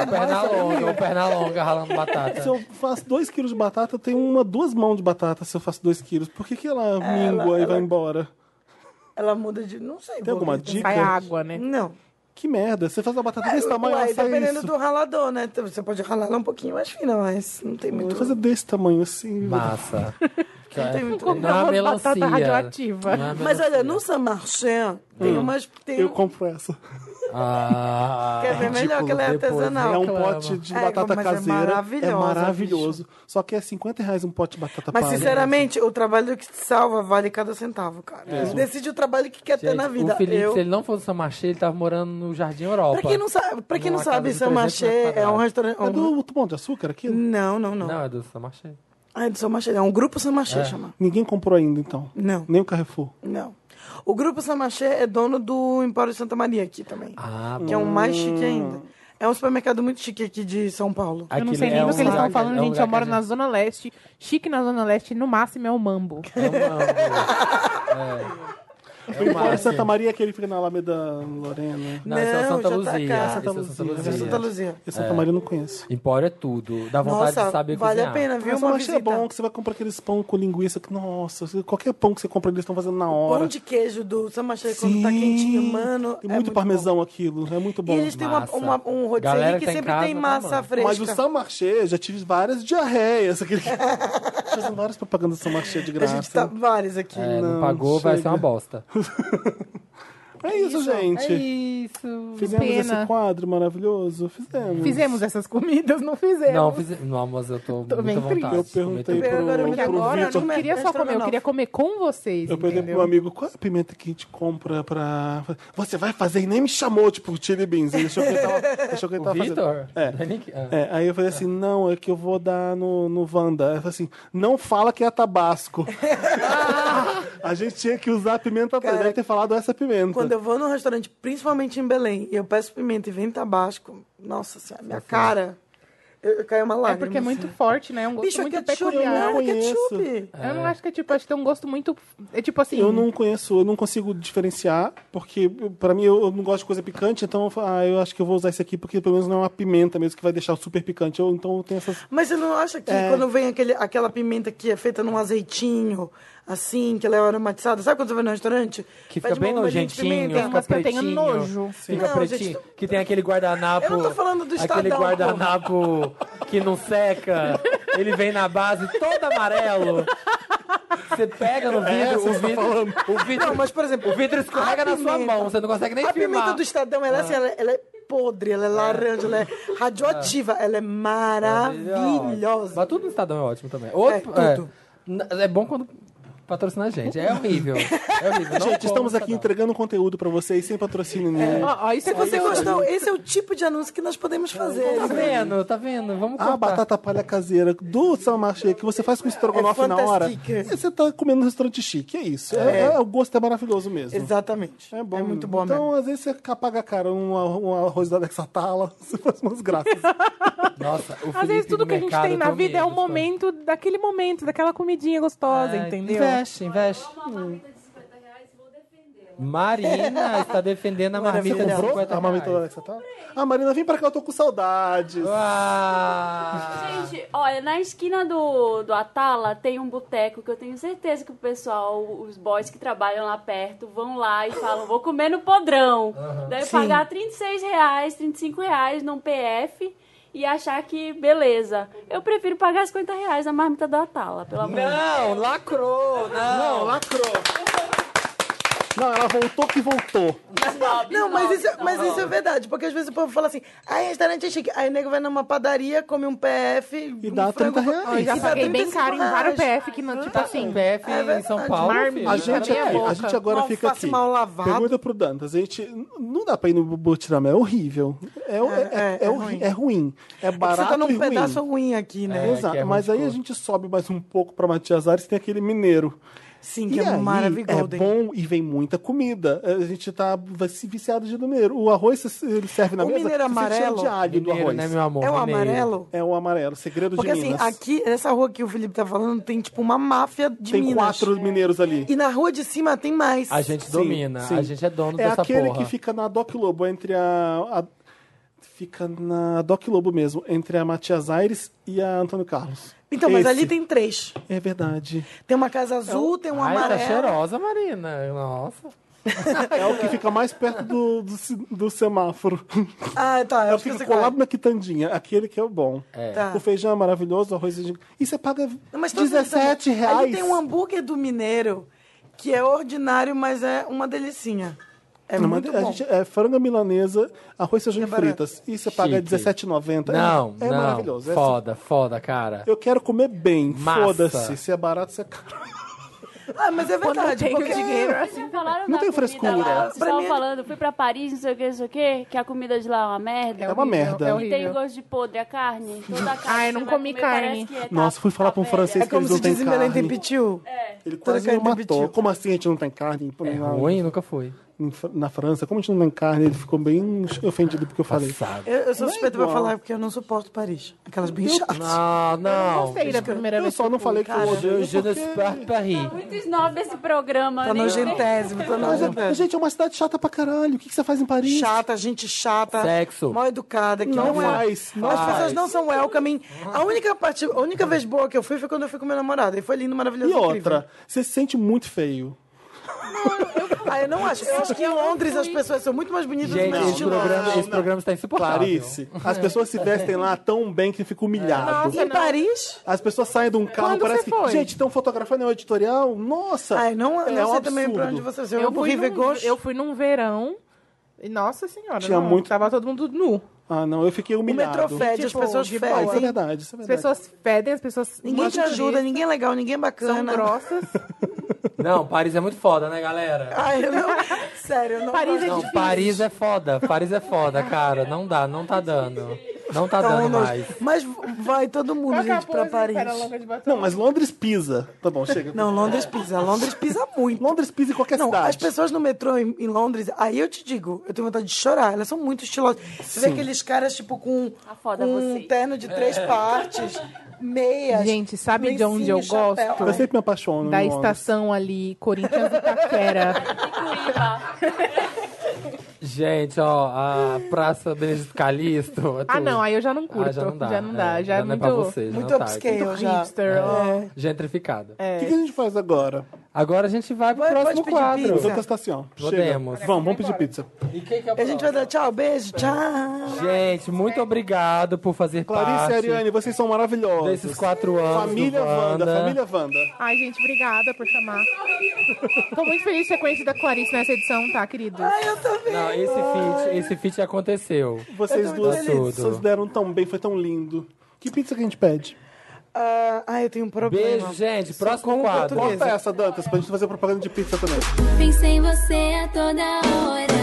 Speaker 3: O perna longa, o perna longa ralando batata.
Speaker 1: Se eu faço 2 quilos de batata, eu tenho uma, duas mãos de batata se eu faço 2 quilos. Por que, que ela mingua e vai embora?
Speaker 9: Ela muda de. Não sei.
Speaker 1: Tem alguma
Speaker 9: bonita.
Speaker 1: dica?
Speaker 5: Sai água, né?
Speaker 9: Não.
Speaker 1: Que merda, você faz uma batata desse tamanho,
Speaker 9: Ué,
Speaker 1: ela sai
Speaker 9: dependendo
Speaker 1: isso.
Speaker 9: do ralador, né? Então, Você pode ralar ela um pouquinho mais fina, mas não tem
Speaker 1: Eu
Speaker 9: muito.
Speaker 1: vou fazer desse tamanho assim.
Speaker 3: Massa.
Speaker 9: Não tem muito.
Speaker 3: Não é
Speaker 5: uma
Speaker 3: melancia.
Speaker 5: batata radioativa.
Speaker 3: Não é
Speaker 9: Mas
Speaker 3: melancia.
Speaker 9: olha, no San Marchand tem umas. Tem
Speaker 1: né? Hum. Eu
Speaker 9: um-
Speaker 1: compro essa.
Speaker 3: Ah,
Speaker 9: Quer ver melhor
Speaker 3: ridículo,
Speaker 9: que ela é
Speaker 3: depois
Speaker 9: artesanal.
Speaker 1: é um
Speaker 3: reclama.
Speaker 1: pote de
Speaker 9: É,
Speaker 1: batata
Speaker 9: mas é
Speaker 1: caseira.
Speaker 9: maravilhosa,
Speaker 1: maravilhoso. Só que é 50 reais um pote de batata
Speaker 9: Mas
Speaker 1: palha.
Speaker 9: sinceramente, o trabalho que te salva vale cada centavo, cara.
Speaker 1: É.
Speaker 9: Decide o trabalho que quer ter
Speaker 3: Gente,
Speaker 9: na vida.
Speaker 3: O Felipe,
Speaker 9: eu...
Speaker 3: se ele não fosse São Machê, ele tava morando no Jardim Europa.
Speaker 9: Pra quem não sabe, pra quem
Speaker 3: Numa
Speaker 9: não sabe,
Speaker 3: casa de 300
Speaker 9: San Marché é um
Speaker 3: metros
Speaker 9: restaurante.
Speaker 1: É do Pão de Açúcar aquilo?
Speaker 9: Não, não, não.
Speaker 3: Não, é do São Machê.
Speaker 9: Ah, é do San Marché. É um grupo San Marché, chama.
Speaker 1: Ninguém comprou ainda, então.
Speaker 9: Não,
Speaker 1: Nem o Carrefour.
Speaker 9: não. O grupo Samachê é dono do Empório Santa Maria aqui também.
Speaker 11: Ah,
Speaker 9: que é um mais chique ainda. É um supermercado muito chique aqui de São Paulo.
Speaker 7: Eu não sei
Speaker 3: é
Speaker 7: nem
Speaker 3: um
Speaker 7: do que eles estão falando, gente. Eu moro na Zona Leste. Chique na Zona Leste, no máximo é o mambo.
Speaker 1: O Empório Santa Maria é aquele que fica na Alameda Lorena.
Speaker 3: Não, esse é o
Speaker 7: tá
Speaker 3: Santa Luzia.
Speaker 1: É
Speaker 3: Esse
Speaker 1: Santa
Speaker 3: é o Santa
Speaker 1: Luzia.
Speaker 3: Luzia.
Speaker 1: Santa Luzia. E Santa Maria eu não conheço.
Speaker 3: Empório é tudo. Dá vontade de saber
Speaker 9: vale
Speaker 3: cozinhar.
Speaker 9: a pena, viu?
Speaker 1: Mas
Speaker 9: Uma
Speaker 1: eu achei
Speaker 9: visita.
Speaker 1: bom que você vai comprar aqueles pão com linguiça. Que, nossa, qualquer pão que você compra, eles estão fazendo na
Speaker 9: Pão
Speaker 1: hora.
Speaker 9: de queijo do Samachê, quando tá quentinho, mano.
Speaker 1: Tem
Speaker 9: é
Speaker 1: muito parmesão aquilo. É muito bom.
Speaker 9: E eles têm uma- Massa. uma- um rotisserie
Speaker 1: Galera
Speaker 9: que
Speaker 1: tá em
Speaker 9: sempre tem massa
Speaker 1: amando.
Speaker 9: fresca.
Speaker 1: Mas o San Marché, já tive várias diarreias. [LAUGHS]
Speaker 9: [LAUGHS]
Speaker 1: Aquele... Fazendo várias propagandas do San Marché de
Speaker 9: A
Speaker 1: graça.
Speaker 9: gente tá vários aqui.
Speaker 3: É, não, pagou, vai ser uma bosta.
Speaker 1: É isso, gente.
Speaker 7: É isso. Que
Speaker 1: Fizemos esse
Speaker 7: pena.
Speaker 1: quadro maravilhoso. Fizemos.
Speaker 7: Fizemos essas comidas, não fizemos.
Speaker 3: Não, fiz... não, mas eu tô,
Speaker 7: Tô
Speaker 3: muito
Speaker 7: bem
Speaker 3: muita vontade.
Speaker 1: triste. Eu perguntei
Speaker 3: Muito-
Speaker 1: pro-
Speaker 7: Agora,
Speaker 1: pro
Speaker 7: porque agora eu
Speaker 1: Vitor.
Speaker 7: não queria só comer, eu queria comer com vocês.
Speaker 1: Eu perguntei pro meu
Speaker 7: entendeu?
Speaker 1: amigo, qual é a pimenta que a gente compra pra... Você vai fazer e nem me chamou, tipo, chili beans. Ele achou que ele tava,
Speaker 3: [LAUGHS]
Speaker 1: achou que ele
Speaker 3: O
Speaker 1: tava
Speaker 3: Vitor?
Speaker 1: fazendo. É. É, aí eu falei assim, não, é que eu vou dar no, no Wanda. Aí Eu falei assim, não fala que é
Speaker 9: [LAUGHS]
Speaker 1: tabasco. a gente tinha que usar a pimenta,
Speaker 9: Cara,
Speaker 1: deve ter falado essa pimenta.
Speaker 9: Quando eu vou num restaurante, principalmente em Belém, e eu peço pimenta e vem tabasco, nossa senhora, minha cara, eu, eu caio uma
Speaker 7: É
Speaker 9: lágrima.
Speaker 7: porque é muito
Speaker 9: assim.
Speaker 7: forte, né? É um gosto
Speaker 9: Bicho, é
Speaker 7: muito
Speaker 9: ketchup,
Speaker 7: peculiar.
Speaker 9: não é ketchup.
Speaker 7: Eu não acho que é tipo, acho que tem um gosto muito. É tipo assim.
Speaker 1: Eu não conheço, eu não consigo diferenciar, porque pra mim eu, eu não gosto de coisa picante, então eu, falo, ah, eu acho que eu vou usar esse aqui, porque pelo menos não é uma pimenta mesmo que vai deixar super picante. Eu, então eu tenho essas.
Speaker 9: Mas você não acha que
Speaker 1: É.
Speaker 9: quando vem aquele, aquela pimenta que é feita num azeitinho, assim, que ela é aromatizada, sabe quando você vai no restaurante?
Speaker 3: Que
Speaker 9: Pede
Speaker 3: fica
Speaker 9: uma
Speaker 3: bem
Speaker 9: bolinha de
Speaker 3: nojentinho,
Speaker 9: pimenta?
Speaker 3: fica pretinho. Fica
Speaker 9: Não,
Speaker 3: pretinho.
Speaker 9: gente,
Speaker 3: Que tem aquele guardanapo.
Speaker 9: Eu não tô falando do
Speaker 3: Aquele
Speaker 9: Estadão,
Speaker 3: guardanapo que não seca. Ele vem na base todo amarelo. Você pega no
Speaker 9: É,
Speaker 3: vidro,
Speaker 9: você
Speaker 3: o
Speaker 9: tá
Speaker 3: vidro,
Speaker 9: falando.
Speaker 3: o vidro.
Speaker 9: Não, mas, por exemplo,
Speaker 3: o vidro escorrega
Speaker 9: a
Speaker 3: na sua
Speaker 9: pimenta-
Speaker 3: mão, você não consegue nem
Speaker 9: a
Speaker 3: filmar. Ah.
Speaker 9: pimenta do Estadão, ela, é assim, ela, é- ela é podre, ela é laranja, ela é radioativa,
Speaker 3: Ah.
Speaker 9: ela é
Speaker 3: É
Speaker 9: maravilhosa.
Speaker 3: Mas tudo no Estadão é ótimo também. Outro,
Speaker 9: É,
Speaker 3: é,
Speaker 9: tudo.
Speaker 3: N- é bom quando patrocina a gente. É horrível. É horrível. Não
Speaker 1: Gente,
Speaker 3: como
Speaker 1: estamos
Speaker 9: tá
Speaker 3: no
Speaker 1: aqui entregando conteúdo pra vocês sem patrocínio nenhum.
Speaker 3: Ó, ó, isso
Speaker 9: Se
Speaker 3: é
Speaker 9: você
Speaker 3: conteúdo.
Speaker 9: gostou, esse é o tipo de anúncio que nós podemos fazer.
Speaker 3: Tá vendo? Tá vendo? Vamos
Speaker 1: A
Speaker 9: Ah,
Speaker 3: cortar.
Speaker 1: Ah, batata palha caseira do Salmachê que você faz com estrogonofe
Speaker 9: É
Speaker 1: na hora,
Speaker 9: fantástica.
Speaker 1: você tá comendo no restaurante chique, é isso. É,
Speaker 9: É.
Speaker 1: é- o gosto é maravilhoso mesmo.
Speaker 9: Exatamente. É,
Speaker 1: bom
Speaker 9: muito
Speaker 1: mesmo.
Speaker 9: bom
Speaker 1: Então,
Speaker 9: mesmo.
Speaker 1: às vezes, você paga a cara um, a- um arroz da Dexatala, [LAUGHS] você faz umas
Speaker 9: [LAUGHS]
Speaker 1: graças.
Speaker 3: Nossa, o
Speaker 7: Às vezes tudo que a gente tem na vida é um momento, daquele momento, daquela comidinha gostosa,
Speaker 3: É,
Speaker 7: entendeu?
Speaker 3: Investe, investe. Marina está defendendo a
Speaker 1: Você
Speaker 3: marmita de
Speaker 1: comprou
Speaker 3: 50
Speaker 1: a marmita da
Speaker 3: reais.
Speaker 1: Dexatala? Ah, Marina, vem pra cá, eu tô com saudades.
Speaker 3: Ah,
Speaker 2: Gente, olha, na esquina do, do Atala tem um boteco que eu tenho certeza que o pessoal, os boys que trabalham lá perto, vão lá e falam, vou comer no podrão. Deve
Speaker 9: Sim.
Speaker 2: pagar 36 reais, 35 reais num PF e achar que beleza. Eu prefiro pagar 50 reais na marmita do Atala, pelo amor de Deus.
Speaker 3: não, lacrou, não.
Speaker 1: Não, lacrou. Não, ela voltou que voltou.
Speaker 9: Não, mas isso,
Speaker 7: então.
Speaker 9: mas isso é verdade, porque às vezes o povo fala assim, ah, restaurante é chique. Aí o nego vai numa padaria, come um PF, e um
Speaker 1: dá 30 reais.
Speaker 7: Eu já
Speaker 9: E dá
Speaker 7: paguei bem
Speaker 9: 35
Speaker 7: caro em vários
Speaker 9: reais.
Speaker 7: PF que não, tipo assim.
Speaker 3: PF Tá em São Paulo, filho.
Speaker 1: A gente,
Speaker 7: meia
Speaker 1: aqui- a
Speaker 7: boca.
Speaker 1: gente agora
Speaker 9: Uma
Speaker 1: fica
Speaker 9: alface
Speaker 1: aqui.
Speaker 9: mal lavada.
Speaker 1: Pergunta pro Dantas. A gente n- não dá pra ir no Botirama, é horrível. É, é, é,
Speaker 9: é, é
Speaker 1: é horri-
Speaker 9: ruim.
Speaker 1: é ruim. É
Speaker 9: É que
Speaker 1: barato
Speaker 9: você tá num
Speaker 1: e ruim.
Speaker 9: pedaço ruim aqui, né?
Speaker 1: É, Exato.
Speaker 3: que é
Speaker 1: Mas aí a gente sobe mais um pouco pra Matias Ares, tem aquele mineiro. E
Speaker 9: Sim, que é
Speaker 1: aí, é
Speaker 9: maravilhoso.
Speaker 1: bom e vem muita comida. A gente tá vai se viciado de mineiro. O arroz ele serve na
Speaker 9: O
Speaker 1: mesa.
Speaker 9: mineiro
Speaker 1: você tira
Speaker 9: amarelo-
Speaker 1: de alho do
Speaker 3: Mineiro,
Speaker 1: arroz.
Speaker 3: né, meu amor?
Speaker 9: É o
Speaker 3: Mineiro.
Speaker 9: amarelo?
Speaker 1: É o amarelo, segredo
Speaker 9: Porque
Speaker 1: de
Speaker 9: assim,
Speaker 1: Minas.
Speaker 9: aqui, nessa rua que o Felipe tá falando, tem tipo uma máfia de
Speaker 1: tem
Speaker 9: Minas. é,
Speaker 1: quatro mineiros ali.
Speaker 9: E na rua de cima tem mais.
Speaker 3: A gente
Speaker 1: Sim,
Speaker 3: domina,
Speaker 1: sim.
Speaker 3: a gente é dono
Speaker 1: É
Speaker 3: dessa
Speaker 1: aquele
Speaker 3: porra.
Speaker 1: que fica na Doc Lobo, entre a. a- fica na Doc Lobo mesmo, entre a Matias Aires e a Antônio Carlos.
Speaker 9: Então, mas
Speaker 1: Esse.
Speaker 9: ali tem três.
Speaker 1: É verdade.
Speaker 9: Tem uma
Speaker 7: É
Speaker 9: casa azul, tem um
Speaker 3: Ai, tá
Speaker 9: amarelo.
Speaker 3: cheirosa, Marina. Nossa. Ah,
Speaker 1: É o que fica mais perto do, do, se- do semáforo.
Speaker 9: ah, tá.
Speaker 1: É
Speaker 9: Eu
Speaker 1: o
Speaker 9: acho
Speaker 1: que
Speaker 9: que você
Speaker 1: fica colado na quitandinha. Aquele que é o bom.
Speaker 9: Tá.
Speaker 1: O feijão é maravilhoso, o arroz... é de- E você paga
Speaker 9: Não, mas todos eles são bons.
Speaker 1: 17 reais.
Speaker 9: Aí tem um hambúrguer do mineiro que é ordinário, mas é uma delicinha. É
Speaker 1: Não, mas
Speaker 9: muito
Speaker 1: a
Speaker 9: bom.
Speaker 1: gente- é franga milanesa, arroz, feijão
Speaker 9: É
Speaker 1: e
Speaker 9: barato.
Speaker 1: fritas. E você paga
Speaker 3: Chique.
Speaker 1: R$17,90. É-
Speaker 3: Não,
Speaker 1: é,
Speaker 3: não.
Speaker 1: maravilhoso. É assim,
Speaker 3: Foda, foda, cara.
Speaker 1: Eu quero comer bem,
Speaker 3: Massa.
Speaker 1: foda-se. Se é barato, se é caro.
Speaker 9: Ah, mas é
Speaker 2: Quando eu
Speaker 9: verdade.
Speaker 2: tenho
Speaker 9: porque- é
Speaker 2: dinheiro, assim, falaram
Speaker 1: Não
Speaker 2: da
Speaker 1: tem
Speaker 2: comida
Speaker 1: frescura.
Speaker 2: Lá,
Speaker 1: Pra
Speaker 2: vocês estavam
Speaker 1: mim é-
Speaker 2: falando, fui pra Paris, não sei o que, não sei o que, que a comida de lá é uma merda.
Speaker 1: É uma horrível, merda. é
Speaker 2: e
Speaker 1: horrível.
Speaker 2: tem gosto de podre a carne. Toda a carne
Speaker 7: Ai,
Speaker 2: que
Speaker 7: não
Speaker 2: você vai
Speaker 7: comi
Speaker 2: comer parece
Speaker 7: carne.
Speaker 2: que é-
Speaker 1: Nossa, fui falar pra um francês
Speaker 9: É
Speaker 1: que
Speaker 9: como
Speaker 1: eles não
Speaker 9: se
Speaker 1: têm
Speaker 9: diz em Belém
Speaker 1: carne.
Speaker 9: tem pitiu.
Speaker 1: Ele quase me matou. Como assim a gente não tem carne? É
Speaker 3: ruim, nunca foi.
Speaker 1: Na França, como a gente não tem carne, ele ficou bem ofendido porque eu falei.
Speaker 9: Eu, eu sou
Speaker 1: Não é
Speaker 9: suspeita pra
Speaker 1: igual.
Speaker 9: falar porque eu não suporto Paris. Aquelas bem
Speaker 1: Eu-
Speaker 9: chatas.
Speaker 3: Não, não.
Speaker 9: gostei da primeira
Speaker 1: eu
Speaker 9: vez
Speaker 1: só
Speaker 9: que
Speaker 1: não
Speaker 9: eu fui,
Speaker 1: falei que eu
Speaker 9: cara.
Speaker 1: odeio.
Speaker 9: Je ne suis pas
Speaker 3: Paris.
Speaker 2: Muito snob esse programa.
Speaker 9: Tá
Speaker 2: nem sei.
Speaker 9: nojentésimo, tá
Speaker 1: Mas,
Speaker 9: nojentésimo.
Speaker 1: gente, é uma cidade chata pra caralho. O que, que você faz em Paris?
Speaker 9: Chata, gente chata.
Speaker 1: Sexo.
Speaker 9: Mal educada. Que
Speaker 1: Não
Speaker 9: não, é-
Speaker 1: faz, não
Speaker 9: As
Speaker 1: faz.
Speaker 9: pessoas não são welcoming. A única, parte, a única vez boa que eu fui foi quando eu fui com meu namorado. E foi lindo, maravilhoso.
Speaker 1: E outra, você se sente muito feio.
Speaker 9: Ah, eu não acho. Eu acho que em Londres as pessoas são muito mais bonitas
Speaker 1: Gente,
Speaker 9: do que
Speaker 1: esse
Speaker 9: estiloso.
Speaker 1: programa- esse
Speaker 9: Não,
Speaker 3: programa está insuportável.
Speaker 1: Clarice, as pessoas se vestem lá tão bem que fica humilhado.
Speaker 9: Nossa, Em não. Paris?
Speaker 1: As pessoas saem de um carro,
Speaker 9: Quando
Speaker 1: parece
Speaker 9: você
Speaker 1: que.
Speaker 9: foi?
Speaker 1: Gente, estão fotografando um editorial? Nossa!
Speaker 9: Ai, não-
Speaker 1: é um
Speaker 9: não sei
Speaker 1: absurdo.
Speaker 9: também pra onde você-
Speaker 7: Eu fui, num, eu fui num verão. e, Nossa senhora,
Speaker 1: Tinha
Speaker 7: não,
Speaker 1: muito-
Speaker 7: tava todo mundo nu.
Speaker 1: Ah, não, eu fiquei humilhado.
Speaker 9: metrô fede,
Speaker 7: tipo,
Speaker 9: as pessoas
Speaker 1: de
Speaker 9: fedem.
Speaker 1: boa. Isso é verdade, isso é
Speaker 7: As
Speaker 1: verdade.
Speaker 7: pessoas fedem, as pessoas.
Speaker 9: Ninguém te
Speaker 7: matam
Speaker 9: ajuda,
Speaker 7: turista,
Speaker 9: ninguém é legal, ninguém é
Speaker 7: São
Speaker 9: bacana.
Speaker 7: grossas.
Speaker 3: Não, Paris é muito foda, né, galera?
Speaker 9: Ai, eu não... Sério, eu não
Speaker 7: Paris é
Speaker 9: gosto.
Speaker 3: Não, Paris é foda, Paris é foda, cara. Não dá, não tá dando. Não tá
Speaker 9: Então,
Speaker 3: dando
Speaker 9: nós-
Speaker 3: mais.
Speaker 9: Mas vai todo mundo,
Speaker 7: Qual que é a
Speaker 9: gente, pra
Speaker 7: pose?
Speaker 9: Paris.
Speaker 7: Pera, longa de batom.
Speaker 1: Não, mas Londres pisa. Tá bom,
Speaker 7: é
Speaker 1: chega.
Speaker 9: Não, Londres pisa. Londres pisa muito.
Speaker 1: Londres pisa em qualquer
Speaker 9: Não,
Speaker 1: cidade.
Speaker 9: as pessoas no metrô em, em Londres, aí eu te digo, eu tenho vontade de chorar. Elas são muito estilosas. Você vê
Speaker 1: Sim.
Speaker 9: aqueles caras, tipo, com
Speaker 2: Ah, foda
Speaker 9: um
Speaker 2: vocês.
Speaker 9: terno de três
Speaker 13: É.
Speaker 9: partes, meias. um
Speaker 7: Gente, sabe de onde
Speaker 9: lencinho,
Speaker 7: eu
Speaker 9: chapéu.
Speaker 7: gosto?
Speaker 1: Eu sempre me apaixono.
Speaker 7: Da
Speaker 1: em Londres.
Speaker 7: estação ali, Corinthians e Taquera.
Speaker 3: Gente, ó, a Praça Benedito Calixto. é
Speaker 7: ah,
Speaker 3: tudo.
Speaker 7: não, aí eu já não curto.
Speaker 3: Ah, já não dá.
Speaker 7: dá.
Speaker 3: É,
Speaker 7: Já
Speaker 3: já
Speaker 7: é
Speaker 3: não é
Speaker 7: muito,
Speaker 3: pra você, já
Speaker 7: muito
Speaker 3: não tá.
Speaker 7: upscale,
Speaker 9: Muito
Speaker 7: já. hipster.
Speaker 3: É.
Speaker 7: ó.
Speaker 3: Gentrificada.
Speaker 1: O
Speaker 7: É.
Speaker 1: que, que a gente faz agora?
Speaker 3: Agora a gente vai pro
Speaker 9: Pode- pode
Speaker 3: próximo
Speaker 9: pedir
Speaker 3: quadro.
Speaker 9: pizza.
Speaker 1: Vamos testar assim, ó. Chega.
Speaker 3: Podemos.
Speaker 1: Vamos, vamos pedir pizza.
Speaker 3: E quem que é o
Speaker 9: A gente vai dar tchau, beijo, tchau.
Speaker 3: Gente, muito obrigado por fazer
Speaker 1: Clarice e
Speaker 3: parte
Speaker 1: Ariane, vocês são maravilhosos.
Speaker 3: desses quatro anos.
Speaker 1: Família
Speaker 3: do
Speaker 1: Wanda, família Wanda.
Speaker 7: Ai, gente, obrigada por chamar. Tô muito feliz de ter conhecido a Clarice nessa edição, tá, querido?
Speaker 9: Ai, eu também.
Speaker 3: Não, esse feat, esse feat aconteceu.
Speaker 1: Vocês
Speaker 9: Eu tô
Speaker 1: duas
Speaker 9: muito
Speaker 3: feliz.
Speaker 1: vocês deram tão bem, foi tão lindo. Que pizza que a gente pede?
Speaker 9: Ah, ai, eu tenho um problema.
Speaker 3: Beijo, gente. Próximo
Speaker 9: como
Speaker 3: quadro.
Speaker 9: português.
Speaker 1: Corta essa, Dantas, pra gente fazer propaganda de pizza também.
Speaker 8: Pensa em você a toda hora.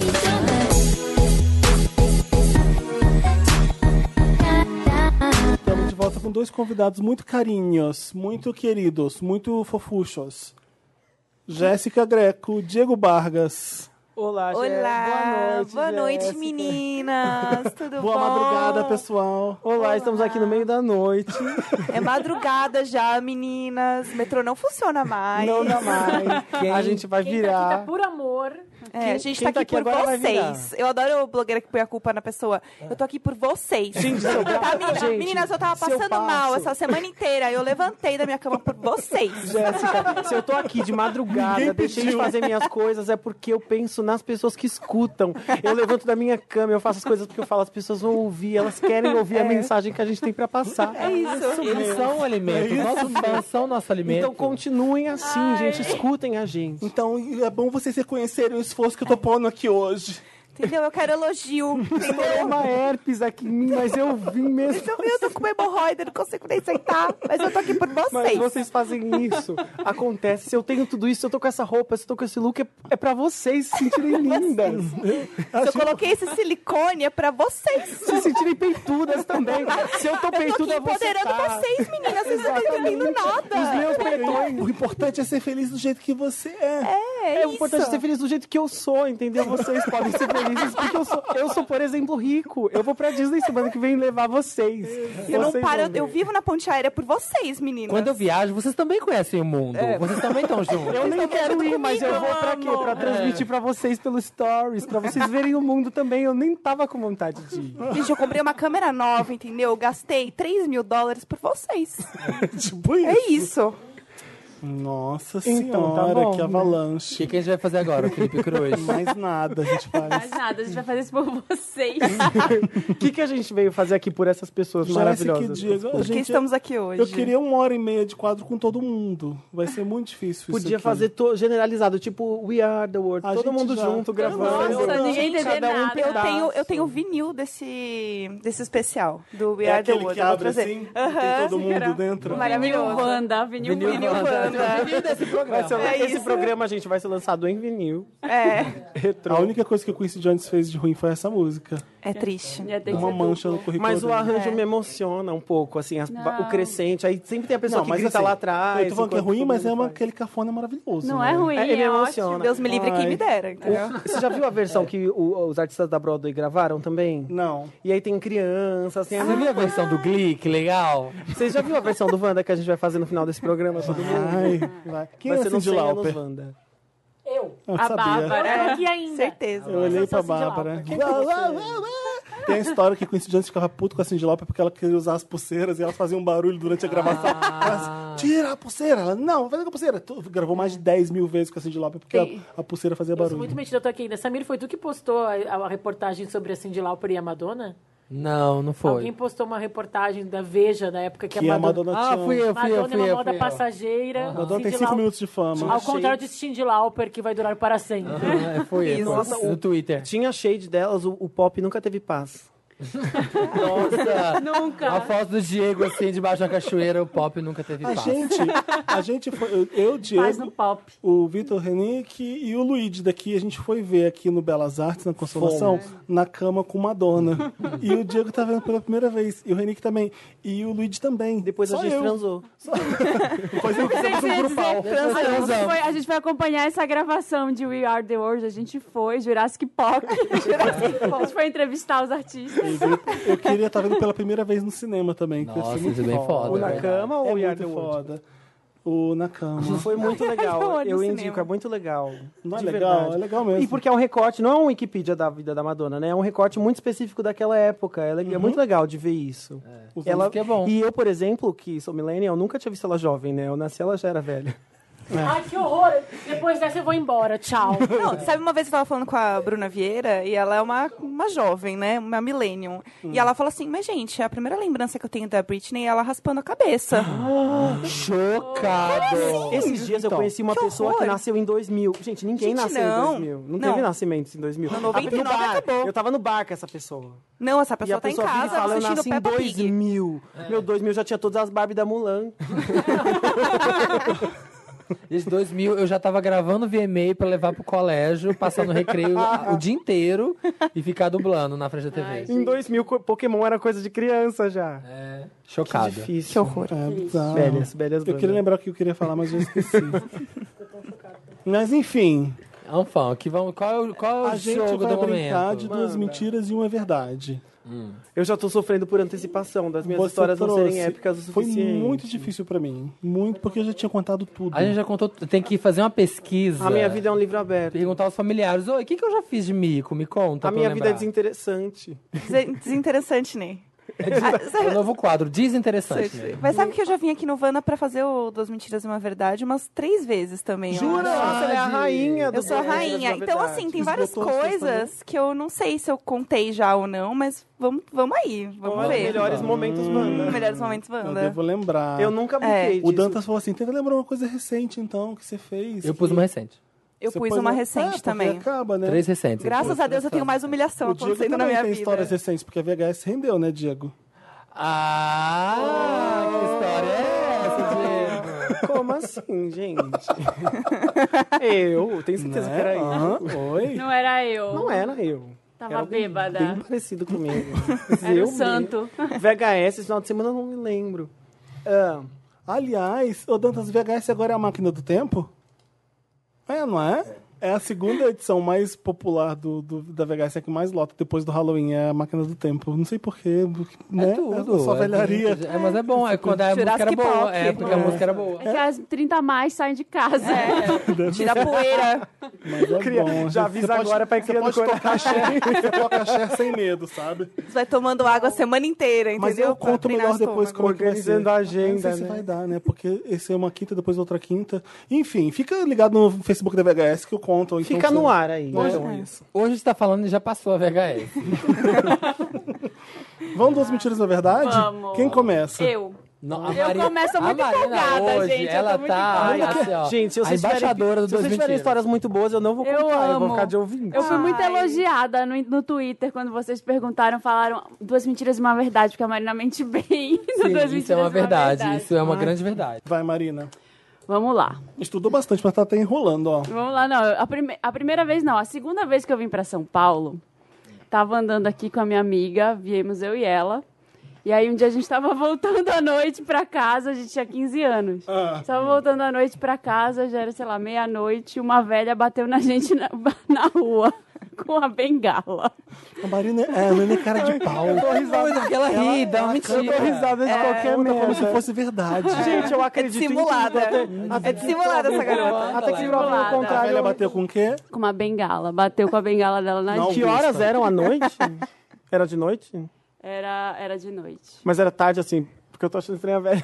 Speaker 8: E toda.
Speaker 1: Estamos de volta com dois convidados muito carinhos, muito queridos, muito fofuchos. Jéssica Greco, Diego Bargas.
Speaker 13: Olá,
Speaker 9: É,
Speaker 6: Olá,
Speaker 13: Jéssica. Boa noite.
Speaker 6: boa noite,
Speaker 13: Jéssica.
Speaker 6: meninas. Tudo
Speaker 1: Boa
Speaker 6: bom?
Speaker 1: madrugada, pessoal.
Speaker 13: Olá, estamos aqui no meio da noite.
Speaker 6: É madrugada já, meninas. O metrô não funciona mais.
Speaker 13: Não dá mais. a gente vai
Speaker 5: Quem tá aqui
Speaker 13: virar.
Speaker 5: tá por amor.
Speaker 6: É, a gente
Speaker 13: quem
Speaker 6: tá
Speaker 13: tá
Speaker 6: aqui,
Speaker 13: aqui
Speaker 6: por
Speaker 13: agora vai É.
Speaker 6: vocês. Eu adoro o blogueira que põe a culpa na pessoa. Eu tô aqui por vocês.
Speaker 13: Gente, se eu-
Speaker 6: Tá, menina?
Speaker 13: gente,
Speaker 6: meninas, eu tava
Speaker 13: se eu
Speaker 6: passando
Speaker 13: passo-
Speaker 6: mal essa semana inteira. Eu levantei da minha cama por vocês.
Speaker 13: [LAUGHS] Jéssica, se eu tô aqui de madrugada,
Speaker 1: Ninguém
Speaker 13: deixei de
Speaker 1: pediu.
Speaker 13: fazer minhas coisas, é porque eu penso nas pessoas que escutam. Eu levanto da minha cama, eu faço as coisas porque eu falo, as pessoas vão ouvir, elas querem ouvir a mensagem que a gente tem pra passar.
Speaker 6: É isso.
Speaker 3: Eles são o alimento. Nossos fãs são nosso alimento.
Speaker 13: Então continuem assim, gente, escutem a gente.
Speaker 1: Então é bom vocês reconhecerem o esforço que eu tô pondo aqui hoje.
Speaker 6: Entendeu? Eu quero elogio.
Speaker 13: Estourou
Speaker 6: Entendeu?
Speaker 13: uma herpes aqui em mim, mas eu vim mesmo.
Speaker 6: Então, eu tô com uma hemorroida, não consigo nem sentar. Mas eu tô aqui por vocês.
Speaker 13: Mas vocês fazem isso. Acontece. Se eu tenho tudo isso, se eu tô com essa roupa, se eu tô com esse look, é, é pra vocês se sentirem
Speaker 6: [LAUGHS]
Speaker 13: lindas.
Speaker 6: Se eu coloquei esse silicone, é pra vocês.
Speaker 13: se sentirem peitudas também. Se eu tô
Speaker 6: Eu tô aqui
Speaker 13: peituda, você
Speaker 6: empoderando
Speaker 13: tá.
Speaker 6: vocês, meninas. Vocês não estão entendendo
Speaker 13: Os
Speaker 6: nada.
Speaker 13: meus peitões.
Speaker 1: O importante é ser feliz do jeito que você é.
Speaker 6: É,
Speaker 13: É
Speaker 6: isso.
Speaker 13: importante ser feliz do jeito que eu sou, entendeu? Vocês podem ser felizes porque eu sou, eu sou, por exemplo, rico. Eu vou pra Disney semana que vem levar vocês.
Speaker 6: Eu não
Speaker 13: Vocês
Speaker 6: paro,
Speaker 13: vão
Speaker 6: eu,
Speaker 13: ver.
Speaker 6: eu vivo na ponte aérea por vocês, meninas.
Speaker 3: Quando eu viajo, vocês também conhecem o mundo.
Speaker 13: É.
Speaker 3: Vocês também estão juntos.
Speaker 13: Eu nem quero ir, mas eu
Speaker 6: comigo,
Speaker 13: vou pra quê?
Speaker 6: amor.
Speaker 13: Pra transmitir pra vocês pelos stories, pra vocês verem o mundo também. Eu nem tava com vontade de ir.
Speaker 6: Gente, eu comprei uma câmera nova, entendeu? Eu gastei 3 mil dólares por vocês.
Speaker 1: Tipo isso.
Speaker 6: É isso.
Speaker 1: Nossa
Speaker 13: Então, tá
Speaker 1: senhora,
Speaker 13: bom,
Speaker 1: que
Speaker 13: né?
Speaker 3: O
Speaker 1: avalanche.
Speaker 3: que, que a gente vai fazer agora, Felipe Cruz?
Speaker 1: Mais nada a gente [LAUGHS] faz.
Speaker 2: Mais nada, a gente vai fazer isso por vocês.
Speaker 13: O que, que a gente veio fazer aqui por essas pessoas
Speaker 1: Jéssica e
Speaker 13: maravilhosas?
Speaker 1: Diego, a
Speaker 6: Por que
Speaker 1: gente,
Speaker 6: estamos aqui hoje?
Speaker 1: eu queria uma hora e meia de quadro com todo mundo. Vai ser muito difícil isso
Speaker 13: Podia
Speaker 1: aqui.
Speaker 13: fazer to- generalizado, tipo We Are the World.
Speaker 1: A
Speaker 13: Todo
Speaker 1: gente
Speaker 13: mundo
Speaker 1: já-
Speaker 13: junto, gravando.
Speaker 2: Nossa, ninguém entendeu
Speaker 13: cada um
Speaker 2: nada.
Speaker 6: Eu tenho, eu
Speaker 13: pedaço.
Speaker 6: tenho vinil desse, desse especial, do We
Speaker 1: É
Speaker 6: Are The
Speaker 1: aquele
Speaker 6: World.
Speaker 1: que
Speaker 6: Eu vou
Speaker 1: abre
Speaker 6: trazer.
Speaker 1: assim, e tem todo mundo dentro.
Speaker 2: Vinil Wanda, vinil
Speaker 3: Vinil
Speaker 2: Wanda.
Speaker 3: Wanda. vinil desse programa.
Speaker 9: Vai ser-
Speaker 3: É
Speaker 9: esse
Speaker 3: isso.
Speaker 9: programa, gente, vai ser lançado em vinil. [LAUGHS]
Speaker 10: É.
Speaker 1: A única coisa que o Quincy Jones fez de ruim foi essa música.
Speaker 10: É triste.
Speaker 1: Uma mancha no currículo.
Speaker 9: Mas o
Speaker 1: dele.
Speaker 9: arranjo me emociona um pouco, assim, as-
Speaker 1: Não.
Speaker 9: o crescente. Aí sempre tem a pessoa
Speaker 1: Não,
Speaker 9: que
Speaker 1: mas
Speaker 9: grita
Speaker 1: assim,
Speaker 9: lá atrás.
Speaker 1: Eu tô falando que é
Speaker 9: enquanto
Speaker 1: ruim,
Speaker 9: todo
Speaker 1: mas
Speaker 9: mundo
Speaker 1: é uma,
Speaker 9: faz.
Speaker 1: aquele cafona maravilhoso.
Speaker 9: Não
Speaker 1: né?
Speaker 9: é ruim, É, ele é me ótimo. emociona.
Speaker 10: Deus me livre quem
Speaker 9: Ai.
Speaker 10: me dera, entendeu?
Speaker 9: O- [LAUGHS] Você já viu a versão que o- os artistas da Broadway gravaram também?
Speaker 1: Não.
Speaker 9: E aí tem criança, assim. é-
Speaker 3: Você viu a versão do Glee? Que legal.
Speaker 9: Você já viu a versão do Wanda que a gente vai fazer no final desse programa? Todo mundo?
Speaker 1: Ai, vai. Quem
Speaker 9: vai
Speaker 1: é
Speaker 9: ser no
Speaker 1: Cyndi
Speaker 9: 100 anos
Speaker 1: Ah. Lauper?
Speaker 9: Wanda.
Speaker 5: Eu.
Speaker 1: Eu sabia.
Speaker 5: Eu tô aqui ainda. Certeza.
Speaker 1: Eu olhei pra né? Bárbara. Tem a história que o Quincy Jones ficava puto com a Cindy Lauper porque ela queria usar as pulseiras e elas faziam um barulho durante a gravação.
Speaker 5: Ah.
Speaker 1: Elas, tira a pulseira! Ela, não, vai fazer com a pulseira. Tu- gravou mais de 10 mil vezes com a Cindy Lauper porque
Speaker 5: Tem-
Speaker 1: a, a pulseira fazia
Speaker 5: Eu sou
Speaker 1: barulho.
Speaker 5: muito metida, eu tô aqui ainda. Samir, foi tu que postou a, a reportagem sobre a Cindy Lauper e a Madonna?
Speaker 3: Não, não foi.
Speaker 5: Alguém postou uma reportagem da Veja, da época que,
Speaker 1: é
Speaker 3: Que
Speaker 5: a
Speaker 3: a
Speaker 5: Madonna...
Speaker 3: Madonna tinha Ah, fui eu, fui eu,
Speaker 5: Madonna
Speaker 3: fui
Speaker 5: é
Speaker 3: eu,
Speaker 5: uma moda
Speaker 3: fui eu.
Speaker 5: passageira.
Speaker 1: Madonna tem
Speaker 5: Cindy
Speaker 1: cinco
Speaker 5: Lauper-
Speaker 1: minutos de fama.
Speaker 5: Ao contrário de Cindy Lauper, que vai durar para sempre.
Speaker 3: É, foi, foi.
Speaker 9: Nossa,
Speaker 3: no
Speaker 9: o-
Speaker 3: Twitter.
Speaker 9: Tinha shade delas, o, o pop nunca teve paz.
Speaker 3: Nossa.
Speaker 5: Nunca.
Speaker 3: A foto do Diego, assim, debaixo da cachoeira, o pop nunca teve
Speaker 1: A
Speaker 3: paz.
Speaker 1: gente, a gente foi. eu- Eu,
Speaker 5: Faz
Speaker 1: Diego,
Speaker 5: no pop.
Speaker 1: o Vitor Renick e o Luigi daqui, a gente foi ver aqui no Belas Artes, na Consolação,
Speaker 9: Fomos.
Speaker 1: na cama com Madonna. e o Diego tá vendo pela primeira vez. E o Renick também. E o Luigi também.
Speaker 9: Depois
Speaker 1: Só
Speaker 9: a gente
Speaker 1: eu.
Speaker 9: transou.
Speaker 1: Depois eu fizemos um grupal.
Speaker 2: A gente, foi, a gente foi acompanhar essa gravação de We Are The World. A gente foi, Jurassic Park. Jurassic Park. A gente foi entrevistar os artistas.
Speaker 1: Eu queria estar vendo pela primeira vez no cinema também. que ia ser
Speaker 3: Nossa,
Speaker 1: muito
Speaker 3: isso é bem foda,
Speaker 9: Ou na
Speaker 3: é verdade.
Speaker 9: cama ou
Speaker 1: É
Speaker 9: em
Speaker 1: muito
Speaker 9: Underworld?
Speaker 1: foda. O na
Speaker 3: [LAUGHS]
Speaker 1: cama.
Speaker 9: Foi muito legal.
Speaker 1: Underworld no
Speaker 9: Eu indico,
Speaker 1: cinema.
Speaker 9: é muito legal.
Speaker 1: Não é
Speaker 9: De
Speaker 1: legal,
Speaker 9: verdade.
Speaker 1: é legal mesmo.
Speaker 9: E porque é um recorte, não é um Wikipedia da vida da Madonna, né? É um recorte muito específico daquela época. É, le- é muito legal de ver isso.
Speaker 3: Os anos que é bom.
Speaker 9: E eu, por exemplo, que sou millennial, nunca tinha visto ela jovem, né? Eu nasci, ela já era velha.
Speaker 5: Ai, que horror. Depois dessa eu vou embora. Tchau.
Speaker 10: Não, sabe uma vez eu tava falando com a Bruna Vieira e ela é uma, uma jovem, né? Uma millennium. E ela fala assim, mas gente, a primeira lembrança que eu tenho da Britney é ela raspando a
Speaker 9: [GASPS]
Speaker 10: cabeça.
Speaker 3: Chocado.
Speaker 9: assim? Esses dias eu conheci uma pessoa
Speaker 10: horror.
Speaker 9: que nasceu em 2000. Gente, ninguém
Speaker 10: Gente,
Speaker 9: nasceu
Speaker 10: não.
Speaker 9: em 2000. Não,
Speaker 10: Não.
Speaker 9: teve nascimento em 2000.
Speaker 10: No
Speaker 9: Ah,
Speaker 10: 99
Speaker 9: no bar.
Speaker 10: acabou.
Speaker 9: Eu tava no bar com essa pessoa.
Speaker 10: Não, essa
Speaker 9: e
Speaker 10: pessoa
Speaker 9: a
Speaker 10: tá em
Speaker 9: pessoa vive
Speaker 10: casa
Speaker 9: e fala, eu
Speaker 10: assistindo
Speaker 9: nasci em
Speaker 10: Peppa Pig.
Speaker 9: 2000. Meu 2000 já tinha todas as Barbie da Mulan.
Speaker 3: Desde 2000, eu já tava gravando VMA pra levar pro colégio, passar no recreio o dia inteiro e ficar dublando na frente da TV.
Speaker 9: em 2000, co- Pokémon era coisa de criança já.
Speaker 3: É.
Speaker 9: Que
Speaker 3: Chocado.
Speaker 9: difícil.
Speaker 10: Que horror.
Speaker 1: É, bizarro.
Speaker 9: Velhas, velhas
Speaker 1: Eu queria
Speaker 9: bandas.
Speaker 1: lembrar o que eu queria falar, mas eu
Speaker 3: [LAUGHS]
Speaker 1: esqueci. mas enfim,
Speaker 3: Anfão, que vamos, qual é o, qual é o
Speaker 1: a gente
Speaker 3: jogo
Speaker 1: vai
Speaker 3: do
Speaker 1: brincar
Speaker 3: momento?
Speaker 1: de duas mentiras e uma verdade.
Speaker 9: Eu já tô sofrendo por antecipação das minhas
Speaker 1: Você
Speaker 9: histórias não serem
Speaker 1: trouxe.
Speaker 9: épicas o
Speaker 1: Foi
Speaker 9: suficiente.
Speaker 1: muito difícil pra mim. Muito, porque eu já tinha contado tudo.
Speaker 3: A gente já contou, tem que fazer uma pesquisa.
Speaker 9: A minha vida é um livro aberto.
Speaker 3: Perguntar aos familiares, oi, o que, que eu já fiz de mico? Me conta.
Speaker 9: A
Speaker 3: pra eu
Speaker 9: minha vida
Speaker 3: Tá lembrar."
Speaker 9: é desinteressante.
Speaker 10: Desen- Desinteressante, Ney. Ah,
Speaker 3: É
Speaker 10: sabe-
Speaker 3: o novo quadro, desinteressante. né?
Speaker 10: Mas sabe que eu já vim aqui no Vana pra fazer o Duas Mentiras e uma Verdade umas três vezes também. eu
Speaker 9: Jura?
Speaker 10: acho.
Speaker 9: Nossa, ela é a rainha do
Speaker 10: Eu sou a
Speaker 9: Duas Mentiras e uma
Speaker 10: rainha. Então,
Speaker 9: Verdade.
Speaker 10: assim, tem várias
Speaker 9: Esgotou né? a sessão,
Speaker 10: coisas que eu não sei se eu contei já ou não, mas vamos, vamos aí, vamos
Speaker 9: Olha,
Speaker 10: ver.
Speaker 9: melhores momentos, manda.
Speaker 10: Melhores momentos,
Speaker 3: né?
Speaker 1: Eu
Speaker 10: Wanda.
Speaker 1: devo lembrar.
Speaker 9: Hum. Eu nunca
Speaker 10: É.
Speaker 9: brinquei
Speaker 1: O
Speaker 9: disso.
Speaker 1: Dantas falou assim: tenta lembrar uma coisa recente, então, que você fez.
Speaker 3: Eu pus
Speaker 1: que-
Speaker 3: uma recente.
Speaker 10: Eu
Speaker 1: Você
Speaker 10: pus
Speaker 1: pôs
Speaker 10: uma
Speaker 1: uma- É,
Speaker 10: recente
Speaker 1: porque
Speaker 10: também.
Speaker 1: acaba, né?
Speaker 3: Três recentes.
Speaker 10: Graças a Deus eu tenho mais humilhação
Speaker 1: O Diego
Speaker 10: acontecendo na
Speaker 1: também
Speaker 10: minha
Speaker 1: tem histórias
Speaker 10: vida.
Speaker 1: recentes, porque a VHS rendeu, né, Diego?
Speaker 3: Ah, que história é essa, Diego?
Speaker 9: [LAUGHS] Como assim, gente? eu? Tenho certeza que era
Speaker 1: Né? Aham,
Speaker 9: eu.
Speaker 1: Oi?
Speaker 2: Não era eu.
Speaker 9: Não era eu.
Speaker 2: Tava
Speaker 9: era alguém
Speaker 2: bêbada.
Speaker 9: Bem parecido comigo.
Speaker 2: Era
Speaker 9: Eu
Speaker 2: o santo.
Speaker 9: mesmo. VHS, esse final de semana eu não me lembro. Ah,
Speaker 1: Aliás, o Dantas VHS agora é a máquina do tempo? É, não é? É a segunda edição mais popular do, do- da VHS, é a que mais lota depois do Halloween, é a máquina do tempo. Não sei porquê, né?
Speaker 3: É tudo.
Speaker 1: É só
Speaker 3: é
Speaker 1: velharia.
Speaker 3: vintage. É, mas é bom, é quando a música era
Speaker 10: Jurassic
Speaker 3: boa.
Speaker 10: Park.
Speaker 3: É, porque a música era boa.
Speaker 2: É que as 30 a mais saem de casa.
Speaker 10: Tira a poeira.
Speaker 1: Mas é
Speaker 9: cria-
Speaker 1: bom.
Speaker 9: já
Speaker 1: avisa
Speaker 9: avisa agora pra ir criando
Speaker 1: pode
Speaker 9: coragem.
Speaker 1: tocar axé, Você toca axé sem medo, sabe?
Speaker 10: Você vai tomando água a semana inteira, entendeu?
Speaker 1: Mas eu
Speaker 10: Pra
Speaker 1: conto
Speaker 10: treinar
Speaker 1: melhor
Speaker 10: o estômago.
Speaker 1: depois como é que vai ser.
Speaker 9: Organizando a
Speaker 1: Não sei
Speaker 9: agenda,
Speaker 1: se
Speaker 9: né?
Speaker 1: vai dar, né? Porque esse é uma quinta, depois outra quinta. Enfim, fica ligado no Facebook da VHS que eu conto. ou Então
Speaker 9: [LAUGHS] Fica
Speaker 1: você-
Speaker 9: no ar aí.
Speaker 1: Não é
Speaker 9: Então,
Speaker 1: isso.
Speaker 3: Hoje a gente tá falando e já passou a VHS.
Speaker 1: Vamos duas mentiras na verdade?
Speaker 2: Vamos.
Speaker 1: Quem começa?
Speaker 2: Eu.
Speaker 3: Não, a
Speaker 2: Eu começo muito
Speaker 3: Marina
Speaker 2: empolgada,
Speaker 3: hoje,
Speaker 2: gente, eu tô
Speaker 3: Ela
Speaker 2: muito
Speaker 3: tá.
Speaker 2: empolgada.
Speaker 3: assim, ó,
Speaker 9: Gente, se
Speaker 3: a
Speaker 9: vocês
Speaker 3: embaixadora
Speaker 9: tiverem,
Speaker 3: do Dois
Speaker 9: se vocês tiverem
Speaker 3: Mentiras.
Speaker 9: histórias muito boas, eu não vou
Speaker 2: Eu
Speaker 9: contar, eu vou
Speaker 2: amo.
Speaker 9: ficar de ouvinte.
Speaker 2: Eu fui muito elogiada no, no Twitter quando vocês perguntaram, falaram duas mentiras e uma verdade, porque a Marina mente bem. [LAUGHS] no duas
Speaker 3: Sim, isso é
Speaker 2: mentiras e
Speaker 3: uma
Speaker 2: uma
Speaker 3: verdade, isso é uma grande verdade.
Speaker 1: Vai, Marina.
Speaker 2: Vamos lá.
Speaker 1: Estudou bastante, mas tá até enrolando, ó.
Speaker 2: Vamos lá, não. A, prime- a primeira vez não, a segunda vez que eu vim para São Paulo, tava andando aqui com a minha amiga, viemos eu e ela. E aí um dia a gente tava [LAUGHS] voltando à noite para casa, a gente tinha 15 anos. Tava voltando à noite para casa, já era, sei lá, meia-noite, uma velha bateu na gente na, [LAUGHS] na rua com a bengala.
Speaker 1: A Marina é, a Marina é cara de pau. Eu
Speaker 9: tô risada. Muito, porque ela ri, dá uma
Speaker 1: Eu
Speaker 9: mentira.
Speaker 1: tô risada de
Speaker 9: É.
Speaker 1: qualquer
Speaker 9: Conta
Speaker 1: merda.
Speaker 9: como se
Speaker 1: fosse verdade.
Speaker 9: Gente, eu acredito em
Speaker 10: dissimulada.
Speaker 9: tudo, até-
Speaker 10: É dissimulada essa garota.
Speaker 9: Até que prova o
Speaker 1: A velha
Speaker 9: contrário.
Speaker 1: bateu com o quê?
Speaker 2: Com uma bengala. Bateu com a bengala dela na
Speaker 9: Que
Speaker 2: gente.
Speaker 9: horas eram à noite? [LAUGHS] Era de noite?
Speaker 2: Era, era de noite.
Speaker 9: Mas era tarde, assim, porque eu tô achando estranha velha.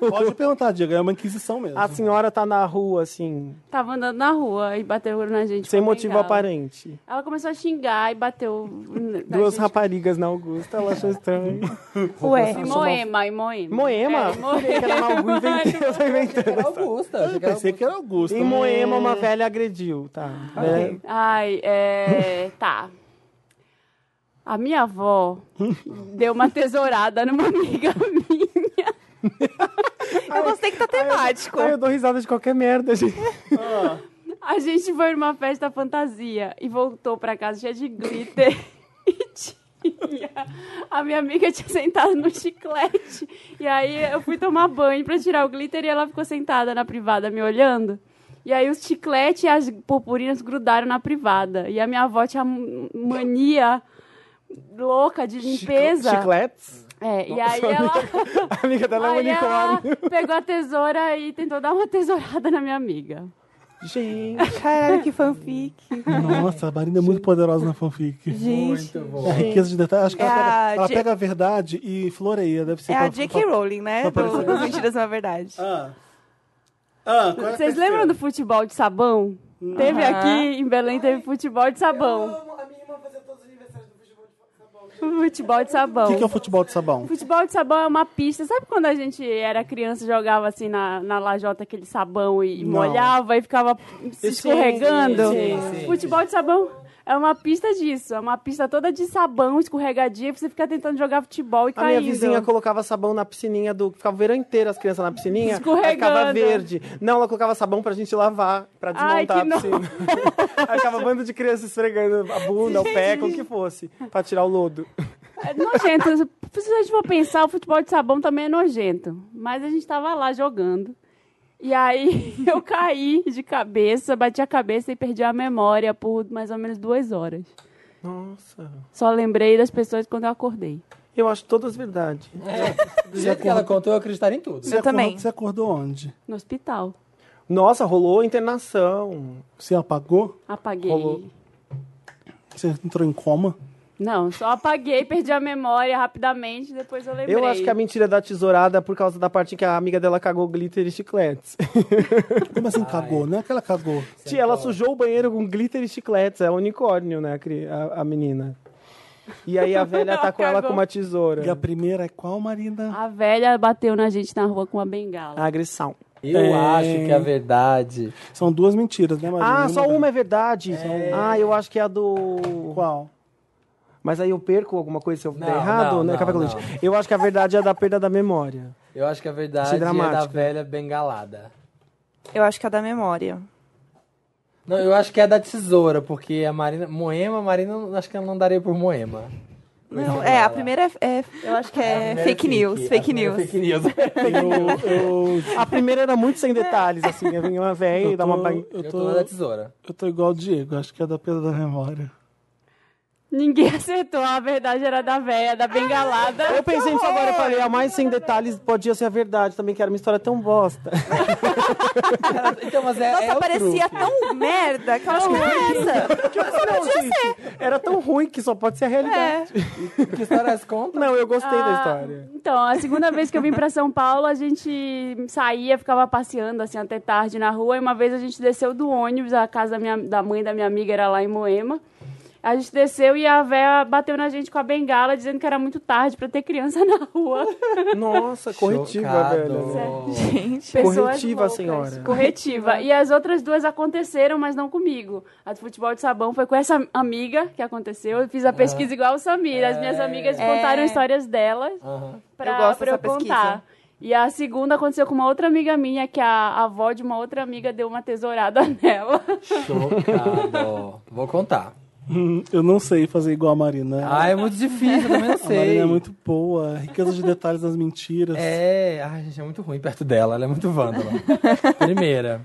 Speaker 1: Pode perguntar, Diego, é uma inquisição mesmo.
Speaker 9: A senhora tá na rua, assim,
Speaker 2: Tava andando na rua e bateu na gente.
Speaker 9: sem
Speaker 2: com a
Speaker 9: motivo
Speaker 2: Tipo, bengala.
Speaker 9: aparente.
Speaker 2: Ela começou a xingar e bateu.
Speaker 9: [LAUGHS]
Speaker 2: na
Speaker 9: Duas
Speaker 2: gente. É,
Speaker 9: raparigas na Augusta, ela achou estranho.
Speaker 2: Ué. Em Moema, em Moema.
Speaker 9: Moema?
Speaker 2: É, em Moema.
Speaker 9: [LAUGHS] Que
Speaker 2: [LAUGHS]
Speaker 9: era Malgu, inventei, [LAUGHS] eu tô inventando.
Speaker 3: É Augusta.
Speaker 1: Eu pensei que era né? Augusta.
Speaker 9: Em Moema, uma velha agrediu, tá. Né?
Speaker 2: Ai, é. Tá. A minha
Speaker 9: [LAUGHS]
Speaker 2: avó deu uma tesourada numa amiga minha. Eu gostei que tá temático.
Speaker 9: Ai, eu dou risada de qualquer merda, gente.
Speaker 2: É A gente foi numa festa fantasia e voltou pra casa cheia de glitter. [LAUGHS] E tinha. A minha amiga tinha sentado no chiclete. E aí eu fui tomar banho pra tirar o glitter e ela ficou sentada na privada me olhando. E aí o chiclete e as purpurinas grudaram na privada. E a minha avó tinha mania louca de limpeza. [LAUGHS]
Speaker 9: Chicletes?
Speaker 2: É, e aí
Speaker 9: Nossa, [LAUGHS]
Speaker 2: ela.
Speaker 9: A amiga dela é um
Speaker 2: Aí ela
Speaker 9: unicórnio.
Speaker 2: pegou a tesoura e tentou dar uma [LAUGHS] tesourada na minha amiga.
Speaker 9: Gente.
Speaker 2: Caralho, que fanfic.
Speaker 1: Nossa, a Marina é muito poderosa na fanfic.
Speaker 10: Gente. Muito
Speaker 1: É a riqueza de detalhes. Acho que
Speaker 10: É
Speaker 1: ela, pega,
Speaker 10: a
Speaker 1: ela
Speaker 10: J-
Speaker 1: pega a verdade e floreia. Deve ser
Speaker 10: É
Speaker 1: pra-
Speaker 10: a J.K.
Speaker 1: pra-
Speaker 10: Rowling,
Speaker 1: pra
Speaker 10: né? Do,
Speaker 1: parecer-
Speaker 10: dos Mentiras na Verdade.
Speaker 1: Ah, qual é a
Speaker 2: Vocês
Speaker 1: terceira?
Speaker 2: lembram do futebol de sabão? Teve
Speaker 10: Aham.
Speaker 2: aqui em Belém, teve futebol de sabão. Futebol de
Speaker 1: O
Speaker 2: sabão.
Speaker 1: que, que é o futebol de sabão?
Speaker 2: Futebol de sabão é uma pista. Sabe quando a gente era criança e jogava assim na, na lajota aquele sabão e
Speaker 1: Não.
Speaker 2: molhava e ficava se
Speaker 1: Sim,
Speaker 2: escorregando?
Speaker 1: sim, sim, sim.
Speaker 2: Futebol de sabão é uma pista disso. É uma pista toda de sabão, escorregadia, e você fica tentando jogar futebol e
Speaker 10: Tá
Speaker 9: A minha
Speaker 2: caindo.
Speaker 9: vizinha colocava sabão na piscininha do. Ficava o verão inteiro as crianças na piscininha. aí Ficava
Speaker 2: Escorregando.
Speaker 9: verde. Não, ela colocava sabão pra gente lavar, pra
Speaker 2: Ai,
Speaker 9: desmontar
Speaker 2: que
Speaker 9: a piscina. [LAUGHS] aí ficava um bando de crianças esfregando a bunda, o pé, com o que fosse, pra tirar o lodo.
Speaker 2: É nojento. Se a gente for pensar, o futebol de sabão também é nojento. Mas a gente tava lá jogando. E aí [LAUGHS] eu caí de cabeça, bati a cabeça e perdi a memória por mais ou menos duas horas.
Speaker 9: Nossa.
Speaker 2: Só lembrei das pessoas quando eu acordei.
Speaker 9: Eu acho todas verdade.
Speaker 3: Do jeito que ela contou, eu acreditaria em tudo.
Speaker 1: Você acordou- Você acordou onde?
Speaker 2: No hospital.
Speaker 9: Nossa, rolou internação.
Speaker 1: Você apagou?
Speaker 2: Apaguei.
Speaker 1: Você entrou em coma?
Speaker 2: Não, só apaguei, perdi a memória rapidamente, depois eu lembrei.
Speaker 9: Eu acho que a mentira da tesourada é por causa da parte em que a amiga dela cagou glitter
Speaker 2: [LAUGHS]
Speaker 9: e chicletes.
Speaker 1: Como
Speaker 9: [LAUGHS]
Speaker 1: assim cagou? Não é que ela cagou.
Speaker 9: Tia, ela sujou o banheiro com glitter e chicletes. É um unicórnio, né, a, cri- a- a menina. E aí a velha
Speaker 2: Ela
Speaker 9: atacou ela
Speaker 2: cagou.
Speaker 9: com uma tesoura.
Speaker 1: E a primeira é qual, Marina?
Speaker 2: A velha bateu na gente na rua com uma bengala.
Speaker 9: A agressão.
Speaker 3: Eu
Speaker 1: É.
Speaker 3: acho que a verdade.
Speaker 1: São duas mentiras, né, Marina?
Speaker 9: Ah, só uma é verdade. Ah, eu acho que é a do.
Speaker 1: Qual?
Speaker 9: Mas aí eu perco alguma coisa se eu der
Speaker 3: Não,
Speaker 9: errado,
Speaker 3: não,
Speaker 9: né?
Speaker 3: não,
Speaker 9: Café com
Speaker 3: não.
Speaker 9: leite. Eu acho que a verdade é a da perda da memória.
Speaker 3: Eu acho que a
Speaker 9: Achei
Speaker 3: verdade é da
Speaker 9: dramático.
Speaker 3: velha bengalada.
Speaker 10: Eu acho que é da memória.
Speaker 3: Não, eu acho que é da tesoura, porque a Marina. Moema, a Marina, eu acho que ela não daria por Moema.
Speaker 10: Não, é, a primeira é, é- eu acho que é, fake news, fake news.
Speaker 3: é Fake news.
Speaker 1: [LAUGHS]
Speaker 9: A primeira era muito
Speaker 13: [LAUGHS] É.
Speaker 9: sem detalhes, assim. Vinha uma velha e dá uma. ban-
Speaker 3: [LAUGHS] Eu tô na da tesoura.
Speaker 1: Eu tô igual o Diego, acho que é da perda da memória.
Speaker 2: Ninguém [LAUGHS] acertou, a verdade era da velha, da bengalada.
Speaker 9: Eu pensei nisso agora e falei, a mais sem detalhes podia ser a verdade também, que era uma história tão
Speaker 1: [LAUGHS]
Speaker 9: bosta.
Speaker 3: Então, mas é.
Speaker 10: Nossa,
Speaker 3: é o
Speaker 10: parecia
Speaker 3: truque.
Speaker 10: [LAUGHS] tão merda que eu acho que é essa.
Speaker 9: Não, gente, era tão ruim que só pode ser a realidade.
Speaker 3: Que história é essa? [LAUGHS] conta?
Speaker 9: Não, eu gostei da
Speaker 2: Ah,
Speaker 9: história.
Speaker 2: Então, a segunda vez que eu vim pra São Paulo, a gente saía, ficava passeando assim até tarde na rua. E uma vez a gente desceu do ônibus, a casa da, minha- da mãe da minha amiga era lá em Moema. A gente desceu e a véia bateu na gente com a bengala, dizendo que era muito tarde pra ter criança [LAUGHS] na rua.
Speaker 9: Nossa, corretiva,
Speaker 3: Chocado.
Speaker 9: velho.
Speaker 10: Gente,
Speaker 2: Pessoas
Speaker 9: Corretiva,
Speaker 2: loucas.
Speaker 9: senhora.
Speaker 2: Corretiva. E as outras duas aconteceram, mas não comigo. A do futebol de sabão foi com essa amiga que aconteceu. Eu fiz a pesquisa igual o Samir. As minhas amigas
Speaker 10: É.
Speaker 2: contaram histórias delas.
Speaker 3: Aham.
Speaker 2: pra,
Speaker 10: Eu gosto
Speaker 2: pra eu
Speaker 10: dessa pesquisa.
Speaker 2: contar. E a segunda aconteceu com uma outra amiga minha, que a avó de uma outra amiga deu uma tesourada [LAUGHS] nela.
Speaker 3: Chocado. Vou contar.
Speaker 1: Hum, Eu não sei fazer igual a Marina.
Speaker 3: Ah, é muito difícil, eu também não
Speaker 1: A
Speaker 3: sei.
Speaker 1: Marina é muito boa. Riqueza de detalhes nas mentiras.
Speaker 3: É, ai, gente, é muito ruim perto dela, ela é muito vândala. Primeira,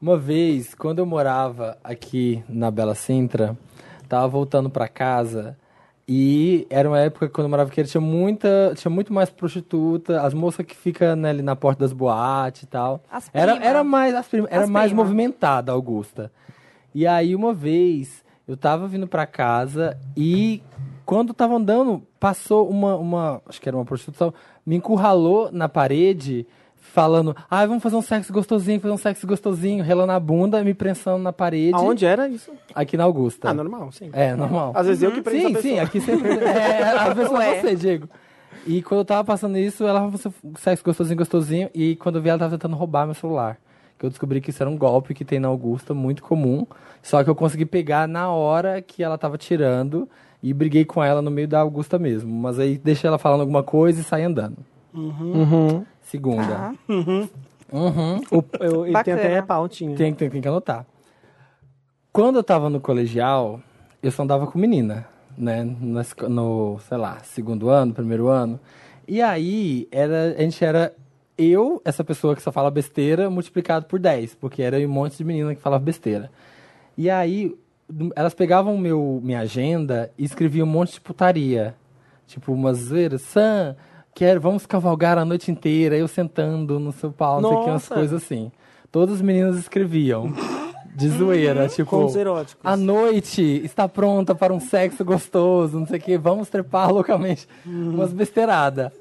Speaker 3: uma vez, quando eu morava aqui na Bela Sintra, tava voltando pra casa e era uma época que quando eu morava aqui tinha muita, tinha muito mais prostituta, as moças que ficam né, ali na porta das boates e tal.
Speaker 11: As
Speaker 3: era,
Speaker 11: prima.
Speaker 3: era mais as prima, era
Speaker 11: As
Speaker 3: mais
Speaker 11: prima.
Speaker 3: movimentada a Augusta. E aí uma vez eu tava vindo pra casa e quando eu tava andando, passou uma, uma acho que era uma prostituta, me encurralou na parede falando: "Ai, vamos fazer um sexo gostosinho, fazer um sexo gostosinho", relando a bunda e me prensando na parede.
Speaker 13: Aonde era isso?
Speaker 3: Aqui na Augusta.
Speaker 13: Ah, normal, sim.
Speaker 3: É, normal.
Speaker 13: Às vezes eu que prendo
Speaker 3: Sim,
Speaker 13: a
Speaker 3: sim,
Speaker 13: pessoa.
Speaker 3: aqui sempre. É, a pessoa é
Speaker 13: Ué.
Speaker 3: você, Diego. E quando eu tava passando isso, ela falou "Seu sexo gostosinho, gostosinho. E quando eu vi, ela tava tentando roubar meu celular. Que eu descobri que isso era um golpe que tem na Augusta, muito comum. Só que eu consegui pegar na hora que ela tava tirando. E briguei com ela no meio da Augusta mesmo. Mas aí deixei ela falando alguma coisa e saí andando.
Speaker 13: Uhum.
Speaker 3: Segunda.
Speaker 13: Uhum.
Speaker 3: Uhum.
Speaker 13: O- eu- ele tem
Speaker 3: Bacana.
Speaker 13: até pautinha.
Speaker 3: Tem, tem, tem que anotar. Quando eu tava no colegial, eu só andava com menina, né? Na esco- No, sei lá, segundo ano, primeiro ano. E aí, era, a gente era eu, essa pessoa que só fala besteira, multiplicado por 10, porque era um monte de menina que falava besteira. E aí, dum- elas pegavam meu, minha agenda e escreviam um monte de putaria. Tipo, umas zoeiras. Sam, quero, vamos cavalgar a noite inteira, eu sentando no seu pau, não sei o que, umas
Speaker 13: Nossa.
Speaker 3: coisas assim. Todas as meninas escreviam. De zoeira, tipo.
Speaker 13: Contos eróticos.
Speaker 3: A noite está pronta para um sexo gostoso, não sei o que, vamos trepar [LAUGHS] loucamente. Umas besteirada.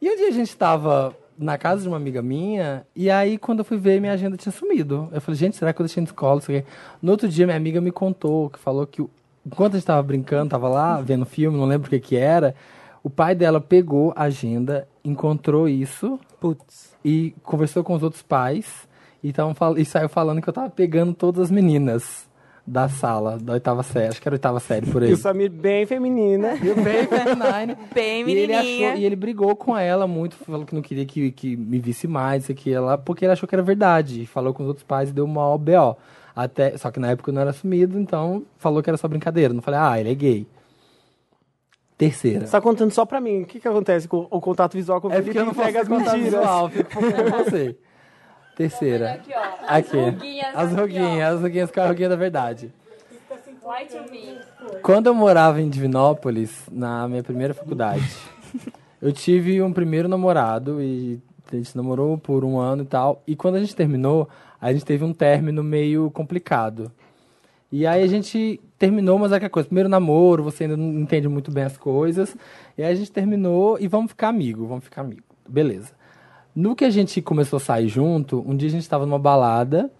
Speaker 3: E um dia a gente tava na casa de uma amiga minha, e aí quando eu fui ver, minha agenda tinha sumido. Eu falei, gente, será que eu deixei na escola? Não sei o quê. No outro dia, minha amiga me contou, que falou que o- enquanto a gente tava brincando, tava lá vendo filme, não lembro o que que era, o pai dela pegou a agenda, encontrou isso, e conversou com os outros pais, e, tavam fal- e saiu falando que eu tava pegando todas as meninas da sala, da oitava série, acho que era a oitava série, por aí.
Speaker 13: E o Samir bem feminina.
Speaker 3: E o bem feminine.
Speaker 10: Bem,
Speaker 3: E ele,
Speaker 10: menininha.
Speaker 3: achou, e ele brigou com ela muito, falou que não queria que, que me visse mais, isso aqui, ela, porque ele achou que era verdade. Falou com os outros pais e deu uma OBO. Até, só que na época eu não era assumido, então falou que era só brincadeira. Não falei, ah, ele é gay. Terceira.
Speaker 13: Você tá contando só pra mim. O que que acontece com o contato visual com o
Speaker 3: É
Speaker 13: Felipe?
Speaker 3: porque eu não
Speaker 13: pega as
Speaker 3: faço contato
Speaker 13: mentiras.
Speaker 3: visual, [LAUGHS] fico focando em você. Terceira. Aqui,
Speaker 2: ó. As
Speaker 3: Aqui.
Speaker 2: ruguinhas
Speaker 3: As
Speaker 2: aqui, ó.
Speaker 3: ruguinhas, as ruguinhas com a ruguinha da verdade.
Speaker 2: Why to me?
Speaker 3: Quando eu morava em Divinópolis, na minha primeira faculdade, eu tive um primeiro namorado e a gente namorou por um ano e tal. E quando a gente terminou, a gente teve um término meio complicado. E aí a gente terminou, mas é aquela coisa, primeiro namoro, você ainda não entende muito bem as coisas. E aí a gente terminou e vamos ficar amigo, vamos ficar amigo. Beleza. No que a gente começou a sair junto, um dia a gente tava numa balada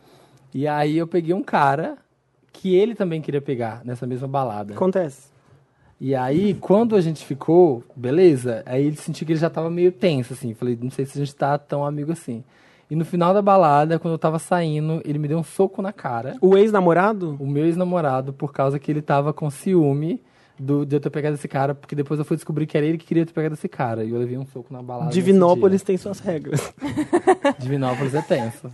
Speaker 3: e aí eu peguei um cara que ele também queria pegar nessa mesma balada.
Speaker 13: Acontece.
Speaker 3: E aí, quando a gente ficou, beleza, aí ele sentiu que ele já tava meio tenso, assim. Falei, não sei se a gente tá tão amigo assim. E no final da balada, quando eu tava saindo, ele me deu um soco na cara.
Speaker 13: O ex-namorado?
Speaker 3: O meu ex-namorado, por causa que ele tava com ciúme do, de eu ter pegado esse cara, porque depois eu fui descobrir que era ele que queria ter pegado esse cara. E eu levei um soco na
Speaker 13: Ah,
Speaker 3: balada. nesse
Speaker 13: Divinópolis tem suas regras. [LAUGHS]
Speaker 3: dia. Divinópolis é tenso.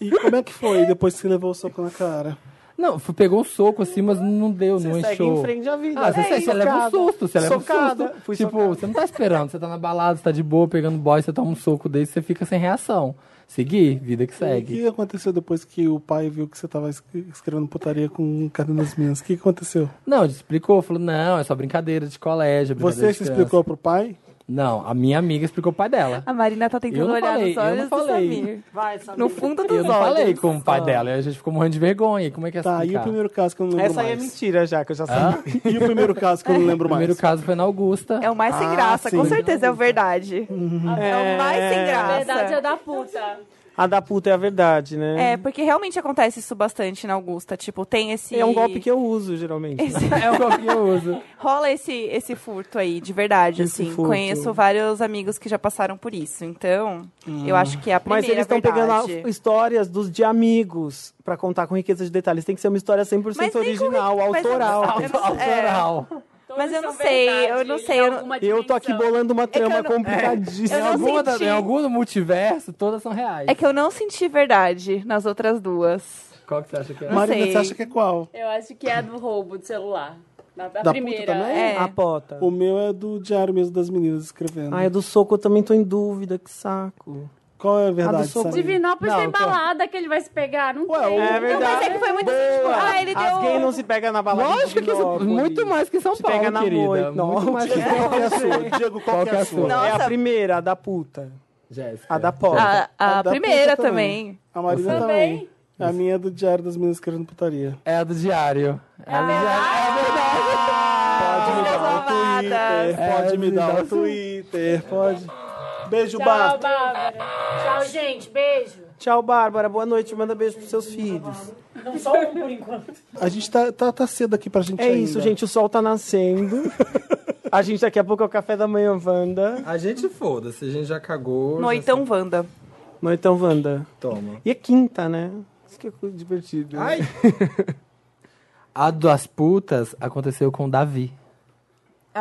Speaker 1: E como é que foi depois que você levou o soco na cara?
Speaker 3: Não, f- pegou um soco assim, mas não deu, não
Speaker 1: Você
Speaker 3: encheu.
Speaker 1: segue em frente à vida,
Speaker 3: Ah, você,
Speaker 13: É
Speaker 1: né?
Speaker 3: segue, você
Speaker 1: Socada.
Speaker 3: leva um susto, você leva
Speaker 1: Socada.
Speaker 3: um susto. tipo, você não tá esperando, você tá na balada, você tá de boa, pegando boy, você toma um soco desse, você fica sem reação. Seguir, vida que
Speaker 13: É,
Speaker 1: E O
Speaker 3: segue.
Speaker 1: que aconteceu depois que o pai viu que você tava es- escrevendo putaria com cadernos minhas? O que aconteceu?
Speaker 3: Não, ele explicou, falou, não, é só brincadeira de colégio,
Speaker 1: Você
Speaker 3: é brincadeira
Speaker 1: que
Speaker 3: de criança.
Speaker 1: explicou pro pai?
Speaker 3: Não, a minha amiga explicou o pai dela.
Speaker 10: A Marina tá tentando
Speaker 3: Eu não
Speaker 10: olhar
Speaker 3: falei,
Speaker 10: nos
Speaker 3: eu não
Speaker 10: olhos do
Speaker 3: falei.
Speaker 10: Samir.
Speaker 13: Vai,
Speaker 10: No fundo dos
Speaker 3: Eu não
Speaker 10: olhos.
Speaker 3: falei com o pai dela, a gente ficou morrendo de vergonha, como é que é
Speaker 1: Tá, e o primeiro caso que eu não lembro
Speaker 13: Essa aí é
Speaker 1: mais?
Speaker 13: mentira já,
Speaker 9: Ah?
Speaker 13: que eu já sei.
Speaker 1: E o primeiro caso que eu não lembro
Speaker 3: O
Speaker 1: mais?
Speaker 3: primeiro caso foi na Augusta.
Speaker 10: É o mais
Speaker 13: Ah,
Speaker 10: sem graça, com certeza, é o verdade. É, o mais sem graça.
Speaker 2: A verdade é da puta.
Speaker 13: A da puta é a verdade, né?
Speaker 10: É, porque realmente acontece isso bastante na Augusta. Tipo, tem esse.
Speaker 13: É um golpe que eu uso, geralmente.
Speaker 3: [LAUGHS] É um golpe que eu uso.
Speaker 10: Rola esse, esse furto aí, de verdade,
Speaker 13: Esse
Speaker 10: assim.
Speaker 13: furto.
Speaker 10: Conheço vários amigos que já passaram por isso. Então, eu acho que é a primeira
Speaker 13: Ah. Mas eles estão pegando
Speaker 10: verdade.
Speaker 13: a- histórias dos de amigos pra contar com riqueza de detalhes. Tem que ser uma história 100% original,
Speaker 10: mas-
Speaker 13: autoral.
Speaker 10: Auto- é. autoral. Mas eu não sei, eu não sei. Eu não...
Speaker 9: Eu tô aqui bolando uma trama complicadíssima.
Speaker 10: Eu não
Speaker 3: alguma da-
Speaker 10: senti.
Speaker 3: em algum multiverso, todas são reais.
Speaker 10: É que eu não senti verdade nas outras duas.
Speaker 3: Qual que você acha que é?
Speaker 10: Não Marina, sei. você acha
Speaker 1: que é qual?
Speaker 2: Eu acho que é a do roubo de celular. Da, da
Speaker 9: Da
Speaker 2: primeira.
Speaker 9: puta também?
Speaker 2: é.
Speaker 13: Ah,
Speaker 9: A pota.
Speaker 1: O meu é do diário mesmo das meninas escrevendo.
Speaker 9: Ah, é do soco, eu também tô em dúvida, que saco.
Speaker 1: Qual é a
Speaker 9: A
Speaker 1: verdade?
Speaker 9: do soco.
Speaker 1: sabe?
Speaker 2: Divinópolis
Speaker 9: Não,
Speaker 2: tem
Speaker 9: então.
Speaker 2: balada que ele vai se pegar, não
Speaker 9: Ué,
Speaker 2: tem.
Speaker 9: o- É
Speaker 2: Não, mas
Speaker 9: verdade.
Speaker 2: é que foi muito
Speaker 9: Boa.
Speaker 2: tipo, ah, ele
Speaker 9: As
Speaker 2: deu...
Speaker 9: gays não se pegam na balada.
Speaker 3: Lógico que isso, muito mais que em São
Speaker 9: Se
Speaker 3: Paulo,
Speaker 9: pega na
Speaker 3: querida.
Speaker 9: moita.
Speaker 3: Muito mais que em São
Speaker 9: Diego,
Speaker 3: Paulo.
Speaker 9: qual que é a sua? Diego, qual, que é a sua? É a
Speaker 10: Nossa.
Speaker 9: primeira, a da puta.
Speaker 3: Jéssica.
Speaker 9: A da pota.
Speaker 10: A, a
Speaker 1: da
Speaker 10: primeira
Speaker 1: puta
Speaker 10: também.
Speaker 1: A
Speaker 13: é?
Speaker 1: Marina
Speaker 10: Você
Speaker 1: também. A minha é do diário das meninas escrevendo putaria.
Speaker 3: É a do diário. É a do diário.
Speaker 1: Pode me dar o Twitter,
Speaker 3: É,
Speaker 1: pode me dar
Speaker 3: então-
Speaker 1: o Twitter, pode. Beijo,
Speaker 2: Tchau,
Speaker 1: Bárbara.
Speaker 2: Bárbara. Tchau, gente. Beijo.
Speaker 9: Tchau, Bárbara. Boa noite. Manda beijo pros seus filhos.
Speaker 2: Não, só um por enquanto.
Speaker 1: A gente tá, tá, tá cedo aqui pra gente
Speaker 9: É
Speaker 1: ainda.
Speaker 9: isso, gente. O sol
Speaker 3: [LAUGHS]
Speaker 9: tá nascendo. A gente daqui a pouco é o café da manhã, Wanda.
Speaker 14: A gente foda-se, a gente já cagou.
Speaker 3: é
Speaker 10: Noitão então Wanda.
Speaker 9: Noitão, Wanda.
Speaker 14: Toma.
Speaker 9: E é quinta, né? Isso que é divertido. né?
Speaker 14: Ai.
Speaker 3: A das putas aconteceu com o Davi. E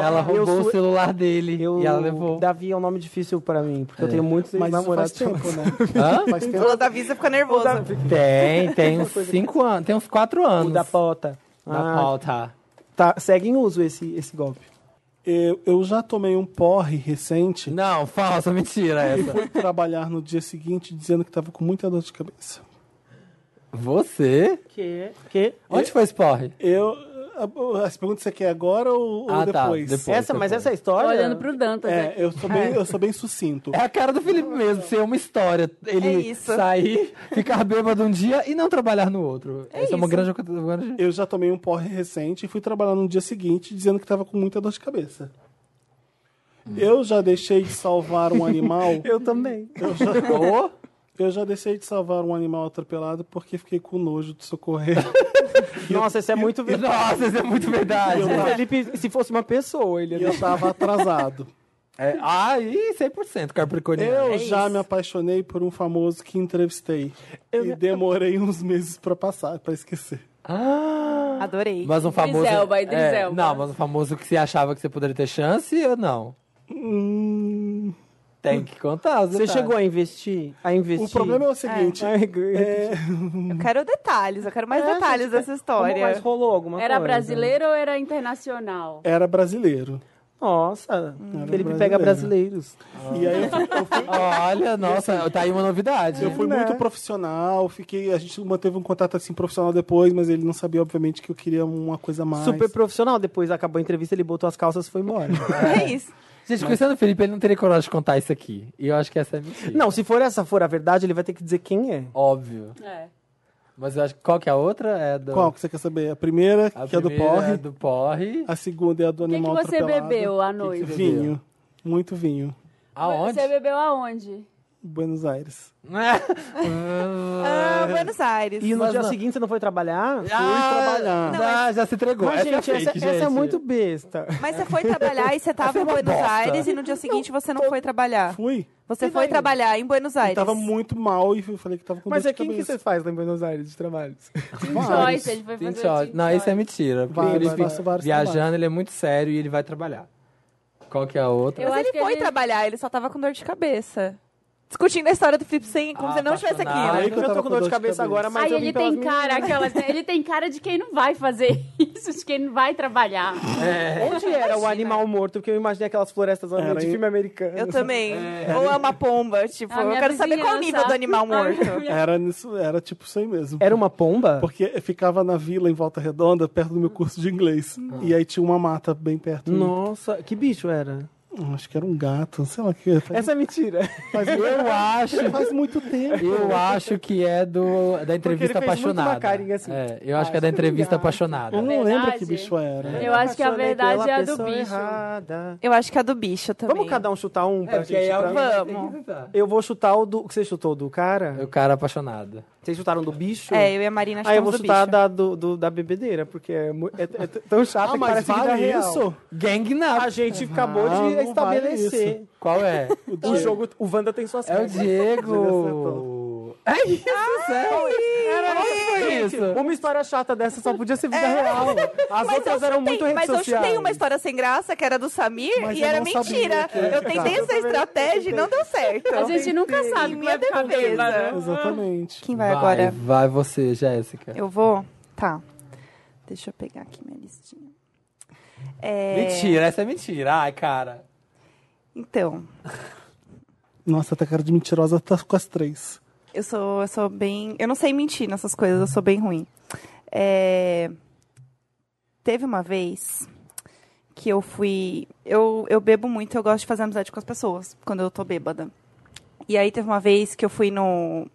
Speaker 3: ela roubou
Speaker 9: eu sou-
Speaker 3: o celular dele.
Speaker 9: Eu-
Speaker 3: E ela levou.
Speaker 9: Davi é um nome difícil pra mim, porque eu
Speaker 3: É.
Speaker 9: tenho muitos
Speaker 1: Mas isso faz
Speaker 9: namorados.
Speaker 1: tempo, né?
Speaker 3: Hã?
Speaker 1: Faz tempo.
Speaker 10: Falou da Visa, fica nervosa.
Speaker 3: Tem,
Speaker 9: [LAUGHS]
Speaker 3: tem uns 5 anos, tem uns 4
Speaker 9: O
Speaker 3: anos.
Speaker 9: da pota.
Speaker 3: Da
Speaker 9: Ah,
Speaker 3: pauta.
Speaker 9: Tá, segue em uso esse, esse golpe.
Speaker 1: Eu, eu já tomei um porre recente
Speaker 3: Não, falsa, mentira
Speaker 1: e
Speaker 3: essa.
Speaker 1: fui trabalhar no dia seguinte dizendo que tava com muita dor de cabeça.
Speaker 3: [LAUGHS] Você?
Speaker 9: Que? Que?
Speaker 3: Onde foi esse porre?
Speaker 1: Eu. a- As perguntas você quer agora ou, ou
Speaker 3: Ah, tá,
Speaker 1: depois?
Speaker 3: depois.
Speaker 9: Essa, mas essa é a história?
Speaker 2: Olhando pro Dantas.
Speaker 1: É,
Speaker 2: né?
Speaker 1: eu sou bem, eu sou bem sucinto.
Speaker 3: É a cara do Felipe mesmo, ser uma história. Ele
Speaker 10: É isso.
Speaker 3: sair, ficar bêbado um dia e não trabalhar no outro. essa é uma
Speaker 10: isso.
Speaker 3: grande. uma grande-
Speaker 1: Eu já tomei um porre recente e fui trabalhar no dia seguinte dizendo que tava com muita dor de cabeça. Eu já deixei de salvar um [LAUGHS] animal.
Speaker 9: Eu também.
Speaker 1: eu, já, eu já deixei de salvar um animal atropelado porque fiquei com nojo de socorrer.
Speaker 9: [LAUGHS] Nossa, isso é muito verdade.
Speaker 3: Nossa, isso é muito verdade.
Speaker 9: O Felipe, se fosse uma pessoa, ele
Speaker 1: e
Speaker 9: ia
Speaker 1: eu tava atrasado.
Speaker 3: É, aí, 100% Capricorniano.
Speaker 1: Eu já me apaixonei por um famoso que entrevistei. e demorei uns meses pra passar, pra esquecer.
Speaker 3: Ah,
Speaker 10: Adorei.
Speaker 3: mas um famoso.
Speaker 2: Elba, Idris
Speaker 3: é,
Speaker 2: Elba.
Speaker 3: Não, mas um famoso que você achava que você poderia ter chance ou não?
Speaker 1: Hum,
Speaker 3: Tem que contar. os
Speaker 9: Tá, Você
Speaker 3: detalhes.
Speaker 9: chegou a investir? A investir?
Speaker 1: o problema é o seguinte.
Speaker 9: Ai, gr-
Speaker 1: é,
Speaker 10: Eu quero detalhes, eu quero mais detalhes dessa
Speaker 9: Como- Mas
Speaker 10: história.
Speaker 9: rolou alguma
Speaker 2: Era
Speaker 9: coisa?
Speaker 2: brasileiro ou era internacional?
Speaker 1: era brasileiro.
Speaker 9: Nossa, Felipe
Speaker 1: Era
Speaker 9: pega
Speaker 1: brasileiro.
Speaker 9: brasileiros.
Speaker 1: E aí eu fui- eu fui [LAUGHS]
Speaker 3: Olha, nossa, tá aí uma novidade.
Speaker 1: Eu
Speaker 3: [LAUGHS]
Speaker 1: fui
Speaker 9: Né?
Speaker 1: muito profissional, fiquei, a gente manteve um contato assim profissional depois, mas ele não sabia obviamente que eu queria uma coisa a mais.
Speaker 9: Super profissional. Depois acabou a entrevista, ele botou as calças e foi embora.
Speaker 10: É isso.
Speaker 3: Gente, conhecendo o Felipe, ele não teria coragem de contar isso aqui. E eu acho que essa é mentira.
Speaker 9: Não, se for essa for a verdade, ele vai ter que dizer quem é.
Speaker 3: Óbvio.
Speaker 2: É.
Speaker 3: Mas eu acho que qual que é a outra? É a do...
Speaker 1: Qual que você quer saber? A primeira,
Speaker 3: A
Speaker 1: que é do
Speaker 3: primeira
Speaker 1: porre,
Speaker 3: É do porre.
Speaker 1: a segunda é a do
Speaker 2: O que, que
Speaker 1: animal
Speaker 2: você
Speaker 1: atropelado.
Speaker 2: bebeu à noite?
Speaker 3: bebeu?
Speaker 1: Vinho. Muito vinho.
Speaker 3: Aonde? [LAUGHS]
Speaker 2: Você bebeu aonde?
Speaker 1: Buenos Aires.
Speaker 10: Ah, Buenos Aires.
Speaker 9: E no
Speaker 3: Mas
Speaker 9: dia
Speaker 3: não.
Speaker 9: seguinte você não foi trabalhar?
Speaker 1: trabalhar.
Speaker 3: Não, ah, já se entregou.
Speaker 9: Mas,
Speaker 3: essa
Speaker 9: gente,
Speaker 3: é
Speaker 9: essa,
Speaker 3: fake,
Speaker 9: essa é
Speaker 3: gente.
Speaker 9: muito besta.
Speaker 10: Mas você foi trabalhar e você tava em Buenos
Speaker 3: bosta.
Speaker 10: Aires e no dia seguinte você não foi trabalhar.
Speaker 1: Fui.
Speaker 10: Você foi trabalhar em Buenos
Speaker 1: Eu
Speaker 10: Aires.
Speaker 1: tava muito mal e eu falei que tava com
Speaker 9: Mas
Speaker 1: dor
Speaker 9: é
Speaker 1: de
Speaker 9: quem que
Speaker 1: cabeça.
Speaker 9: você faz lá em Buenos Aires de trabalhos?
Speaker 1: Vários.
Speaker 2: Choice, ele foi
Speaker 3: Tem
Speaker 2: fazer
Speaker 3: shot.
Speaker 2: gin
Speaker 3: Não, isso é
Speaker 2: choice.
Speaker 3: mentira. Porque
Speaker 1: Vários,
Speaker 3: ele
Speaker 1: faço vários
Speaker 3: viajando,
Speaker 1: trabalhos.
Speaker 3: ele é muito sério e ele vai trabalhar. Qual que é a outra?
Speaker 2: Eu
Speaker 10: Mas
Speaker 2: acho
Speaker 10: ele
Speaker 2: que
Speaker 10: foi
Speaker 2: ele-
Speaker 10: trabalhar, ele só tava com dor de cabeça. Discutindo a história do Felipe sem como
Speaker 3: Ah,
Speaker 10: se não tivesse aqui. né?
Speaker 3: apaixonado.
Speaker 1: Aí
Speaker 9: Eu,
Speaker 1: que eu
Speaker 9: tô
Speaker 1: tava
Speaker 9: com dor de cabeça, agora, mas
Speaker 2: Aí
Speaker 9: eu
Speaker 2: ele
Speaker 9: vim pelas
Speaker 2: tem
Speaker 9: minhas-
Speaker 2: cara, aquelas, ele tem cara de quem não vai fazer [LAUGHS] isso, de quem não vai trabalhar.
Speaker 9: Onde era o animal morto? Porque eu imaginei aquelas florestas
Speaker 1: Era
Speaker 9: de
Speaker 1: em-
Speaker 9: filme americano.
Speaker 10: Eu também. Ou é uma pomba, tipo,
Speaker 2: A
Speaker 10: eu
Speaker 2: minha
Speaker 10: quero saber qual é o
Speaker 2: vizinhança.
Speaker 10: nível do animal
Speaker 2: A
Speaker 10: [LAUGHS] morto.
Speaker 9: é.
Speaker 2: minha-
Speaker 1: Era nisso, era tipo isso aí mesmo.
Speaker 9: Era uma pomba?
Speaker 1: Porque ficava na vila em Volta Redonda, perto do meu curso de inglês.
Speaker 9: Ah.
Speaker 1: E aí tinha uma mata bem perto.
Speaker 9: Hum. Nossa, que bicho era?
Speaker 1: Acho que era um gato, sei lá o que.
Speaker 9: Essa é mentira.
Speaker 1: Faz,
Speaker 9: [LAUGHS]
Speaker 3: Eu acho.
Speaker 1: faz muito tempo.
Speaker 3: Eu acho que é do da
Speaker 9: ele
Speaker 3: entrevista
Speaker 9: fez muito uma
Speaker 3: apaixonada.
Speaker 9: carinha assim.
Speaker 3: É, eu acho que é da entrevista apaixonada.
Speaker 1: Eu não lembro que
Speaker 2: Verdade.
Speaker 1: bicho
Speaker 9: É
Speaker 1: era.
Speaker 2: Eu acho que a
Speaker 9: Apaixonei
Speaker 2: verdade
Speaker 9: pela
Speaker 2: é a do
Speaker 9: pessoa
Speaker 2: bicho.
Speaker 9: errada.
Speaker 10: Eu acho que é a do bicho também.
Speaker 9: Vamos cada um chutar um pra gente. pra-
Speaker 10: Vamos.
Speaker 9: Eu vou chutar o do. Você chutou o do cara?
Speaker 3: É O cara apaixonado.
Speaker 9: Vocês chutaram do bicho?
Speaker 10: É, eu e a Marina
Speaker 9: Aí eu vou
Speaker 10: achamos o bicho.
Speaker 9: chutar a da, do, do- da bebedeira, porque é, mu- é- é t- tão chato que parece que dá real.
Speaker 3: Gang
Speaker 9: A
Speaker 10: Ah,
Speaker 3: Nap.
Speaker 9: gente acabou
Speaker 1: Ah, não
Speaker 9: de
Speaker 1: vale
Speaker 9: estabelecer.
Speaker 3: Qual
Speaker 10: [LAUGHS]
Speaker 3: é?
Speaker 9: O jogo, o Wanda tem suas
Speaker 3: É o
Speaker 9: cartas.
Speaker 10: Ah,
Speaker 3: Diego. É isso, sério.
Speaker 9: Era isso,
Speaker 3: isso.
Speaker 13: Uma história chata dessa só podia ser vida
Speaker 10: [LAUGHS]
Speaker 13: real. As
Speaker 10: É. Mas
Speaker 13: outras
Speaker 10: eu
Speaker 13: eram
Speaker 10: chutei-
Speaker 13: muito redes
Speaker 10: Mas eu
Speaker 13: sociais.
Speaker 10: chutei uma história sem graça, que era do Samir,
Speaker 13: Mas
Speaker 10: e
Speaker 13: eu
Speaker 10: era
Speaker 13: não sabia
Speaker 10: mentira.
Speaker 13: que ia
Speaker 10: Eu
Speaker 13: ficar.
Speaker 10: tentei essa estratégia e não deu certo.
Speaker 2: A gente nunca
Speaker 10: Em
Speaker 2: sabe
Speaker 10: minha
Speaker 2: quem vai ficar
Speaker 10: defesa.
Speaker 2: viva, né?
Speaker 1: Exatamente.
Speaker 10: Quem vai agora?
Speaker 11: Vai você, Jéssica.
Speaker 10: Eu vou? Tá. Deixa eu pegar aqui minha listinha. É,
Speaker 11: Mentira, essa é mentira. Ai, cara.
Speaker 10: Então,
Speaker 1: Nossa, até cara de mentirosa tá com as três.
Speaker 10: eu sou, eu sou bem. Eu não sei mentir nessas coisas, eu sou bem ruim. É, Teve uma vez que eu fui. Eu, eu bebo muito, eu gosto de fazer amizade com as pessoas quando eu tô bêbada. E aí teve uma vez que eu fui no,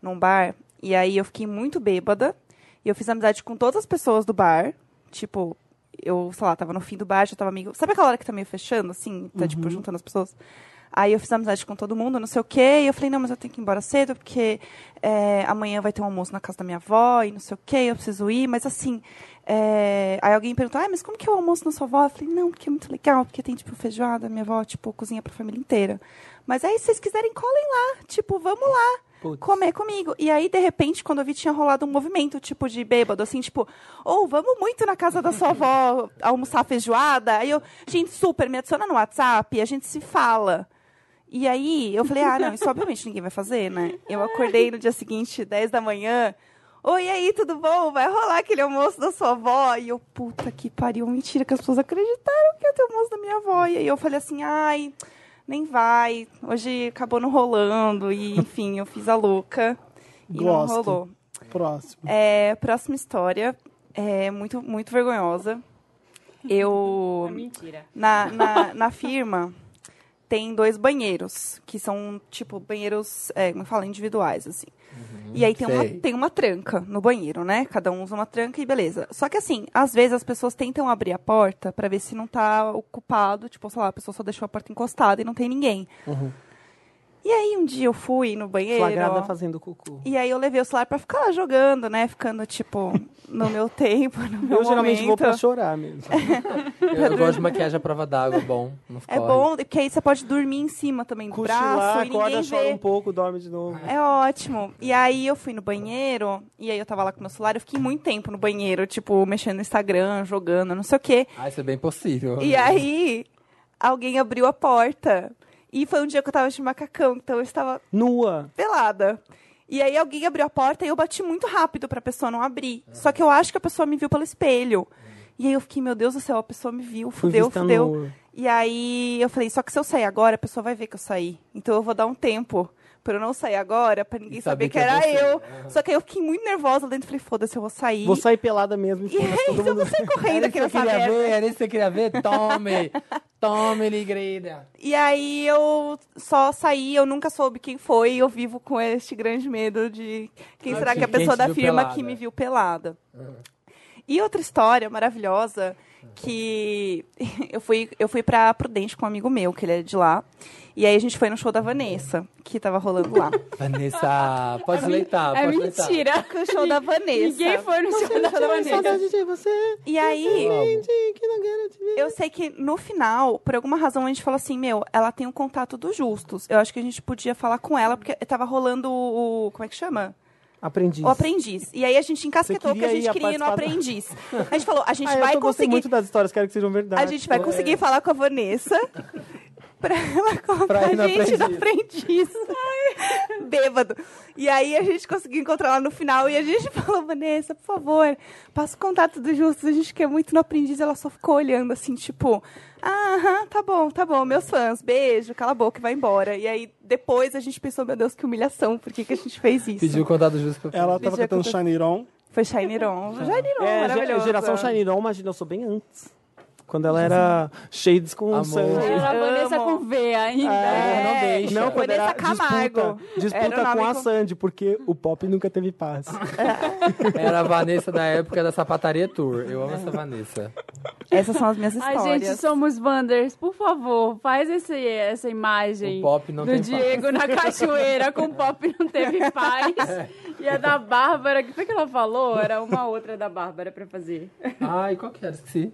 Speaker 10: num bar, e aí eu fiquei muito bêbada, e eu fiz amizade com todas as pessoas do bar. Tipo, eu, sei lá, tava no fim do bar, já tava meio. Sabe aquela hora que tá meio fechando, assim? Tá, tipo, juntando as pessoas? Aí eu fiz amizade com todo mundo, não sei o quê, e eu falei, não, mas eu tenho que ir embora cedo, porque é, amanhã vai ter um almoço na casa da minha avó, e não sei o quê, eu preciso ir, mas assim. é, Aí alguém perguntou, ah, mas como que é o almoço na sua avó? Eu falei, não, porque é muito legal, porque tem, tipo, feijoada, minha avó, tipo, cozinha pra família inteira. Mas aí, se vocês quiserem, colhem lá, tipo, vamos lá. Comer comigo. E aí, de repente, quando eu vi, tinha rolado um movimento, tipo, de bêbado, assim, tipo, ou vamos muito na casa da sua avó almoçar feijoada. Aí eu, gente, super, me adiciona no WhatsApp, a gente se fala. E aí eu falei, ah, não, isso obviamente ninguém vai fazer, né? Eu acordei no dia seguinte, 10 da manhã. Oi, e aí, tudo bom? Vai rolar aquele almoço da sua avó? E eu, puta que pariu, mentira, que as pessoas acreditaram que ia ter almoço da minha avó. E aí eu falei assim, ai, nem vai. Hoje acabou não rolando. E, enfim, eu fiz a louca. E
Speaker 1: Gosto.
Speaker 10: não rolou.
Speaker 1: Próximo.
Speaker 10: É, próxima história. É muito, muito vergonhosa. Eu.
Speaker 2: mentira.
Speaker 10: Na, na, na firma tem dois banheiros, que são, tipo, banheiros, é, como eu falo, individuais, assim. e aí tem uma,
Speaker 2: sei.
Speaker 10: tem uma tranca no banheiro, né? Cada um usa uma tranca e beleza. Só que, assim, às vezes as pessoas tentam abrir a porta pra ver se não tá ocupado. Tipo, sei lá, a pessoa só deixou a porta encostada e não tem ninguém. E aí um dia eu fui no banheiro.
Speaker 13: Flagrada fazendo cucu.
Speaker 10: E aí eu levei o celular pra ficar lá jogando, né? Ficando, tipo,
Speaker 13: [LAUGHS]
Speaker 10: no meu tempo, no
Speaker 1: É
Speaker 10: meu
Speaker 1: um
Speaker 13: Eu geralmente vou
Speaker 10: momento.
Speaker 13: pra chorar mesmo.
Speaker 3: Eu, eu gosto de maquiagem à prova d'água, bom. Nos
Speaker 10: É
Speaker 3: corre.
Speaker 10: bom, porque aí você pode dormir em cima também do braço
Speaker 13: Cochilar,
Speaker 10: e ninguém
Speaker 13: acorda, chora
Speaker 10: vê.
Speaker 13: um pouco, dorme de novo.
Speaker 1: Ah.
Speaker 10: É ótimo. E aí eu fui no banheiro, e aí eu tava lá com meu celular, eu fiquei muito tempo no banheiro, tipo, mexendo no Instagram, jogando, não sei o quê.
Speaker 11: Ah, isso é bem possível.
Speaker 10: E aí, alguém abriu a porta. E foi um dia que eu tava de macacão, então eu estava
Speaker 13: Nua.
Speaker 10: pelada. E aí alguém abriu a porta e eu bati muito rápido pra pessoa não abrir.
Speaker 13: Uhum.
Speaker 10: Só que eu acho que a pessoa me viu pelo espelho. E aí eu fiquei, meu Deus do céu, a pessoa me viu,
Speaker 13: Fui
Speaker 10: fudeu,
Speaker 13: vista
Speaker 10: fudeu.
Speaker 13: nua.
Speaker 10: E aí eu falei, só que se eu sair agora, a pessoa vai ver que eu saí. Então eu vou dar um tempo pra eu não sair agora, pra ninguém
Speaker 13: saber
Speaker 10: saber,
Speaker 13: que
Speaker 10: que
Speaker 13: é
Speaker 10: era
Speaker 13: você.
Speaker 10: eu. Só que aí eu fiquei muito nervosa dentro, falei, foda-se, eu vou sair.
Speaker 13: Vou sair pelada mesmo.
Speaker 10: E é isso, eu é
Speaker 13: [LAUGHS]
Speaker 10: vou sair correndo
Speaker 3: Era
Speaker 10: aqui
Speaker 3: isso que
Speaker 10: nessa
Speaker 3: eu queria
Speaker 10: merda.
Speaker 3: ver, era isso que eu queria ver. Tome! [LAUGHS] Tome, Ligrida!
Speaker 10: E aí eu só saí, eu nunca soube quem foi, e eu vivo com este grande medo de quem
Speaker 2: Ah,
Speaker 10: será
Speaker 2: de
Speaker 10: que é a
Speaker 2: quem
Speaker 10: pessoa
Speaker 2: te
Speaker 10: da
Speaker 2: viu
Speaker 10: firma
Speaker 2: pelada. Uhum.
Speaker 10: que me viu pelada. E outra história maravilhosa que eu fui eu fui para Prudente com um amigo meu, que ele é de lá. E aí a gente foi no show da Vanessa, que tava rolando lá.
Speaker 11: Vanessa, pode
Speaker 10: É men-
Speaker 11: leitar,
Speaker 10: é
Speaker 11: pode
Speaker 10: mentira.
Speaker 11: leitar.
Speaker 10: Que o show da Vanessa.
Speaker 2: Ninguém foi no show da Vanessa.
Speaker 13: de você.
Speaker 10: E aí,
Speaker 11: Eu amo.
Speaker 10: eu sei que no final, por alguma razão, a gente falou assim, meu, ela tem o contato dos justos. Eu acho que a gente podia falar com ela, porque tava rolando o... como é que chama?
Speaker 13: Aprendi.
Speaker 10: O aprendiz. E aí a gente encasquetou
Speaker 13: Você
Speaker 10: que a
Speaker 13: queria ir
Speaker 10: gente
Speaker 13: a
Speaker 10: queria ir no
Speaker 13: participar do-
Speaker 10: aprendiz. A gente falou, a
Speaker 13: [LAUGHS]
Speaker 10: gente
Speaker 13: Ah, eu
Speaker 10: vai
Speaker 13: tô- gostei
Speaker 10: conseguir.
Speaker 13: muito das histórias, quero que sejam verdade.
Speaker 10: A gente vai
Speaker 13: É.
Speaker 10: conseguir falar com a Vanessa [LAUGHS] pra ela contar
Speaker 13: Pra ir no
Speaker 10: a gente no aprendiz. Bêbado. E aí a gente conseguiu encontrar ela no final e a gente [LAUGHS] falou, Vanessa, por favor, passa o contato do Justus, a gente quer muito no aprendiz. Ela só ficou olhando assim, tipo, ah, aham, tá bom, tá bom, meus fãs, beijo, cala a boca e vai embora. E aí depois a gente pensou, meu Deus, que humilhação, por que, que a gente fez isso?
Speaker 11: Pediu o contato justo pra
Speaker 1: Ela
Speaker 13: tá
Speaker 10: Pediu
Speaker 1: tava
Speaker 10: a
Speaker 1: cantando
Speaker 10: conta-
Speaker 1: Shiniron.
Speaker 10: Foi Shiniron. Shiniron,
Speaker 13: É,
Speaker 10: maravilhoso.
Speaker 13: ge- geração Shiniron, imagina, eu sou bem antes. Quando ela era shades com um
Speaker 11: Amor.
Speaker 13: sangue.
Speaker 2: Era a Vanessa
Speaker 10: Amo.
Speaker 2: com V ainda.
Speaker 11: não deixa.
Speaker 13: Não, quando
Speaker 10: É, Vanessa
Speaker 13: era
Speaker 10: Camargo.
Speaker 13: disputa, disputa
Speaker 10: Era o nome
Speaker 13: com a
Speaker 10: com-
Speaker 13: Sandy, porque o pop nunca teve paz.
Speaker 11: Era a Vanessa da época da sapataria tour. Eu amo essa Vanessa.
Speaker 10: Essas são as minhas
Speaker 2: Ai,
Speaker 10: histórias.
Speaker 2: gente,
Speaker 9: é
Speaker 2: somos Wanders. Por favor, faz esse, essa imagem
Speaker 11: O pop não
Speaker 2: do
Speaker 11: tem
Speaker 2: Diego na cachoeira com o pop não teve paz. E a da Bárbara, que foi que ela falou? Era uma outra da Bárbara pra fazer.
Speaker 11: Ai, qual que era? Esqueci.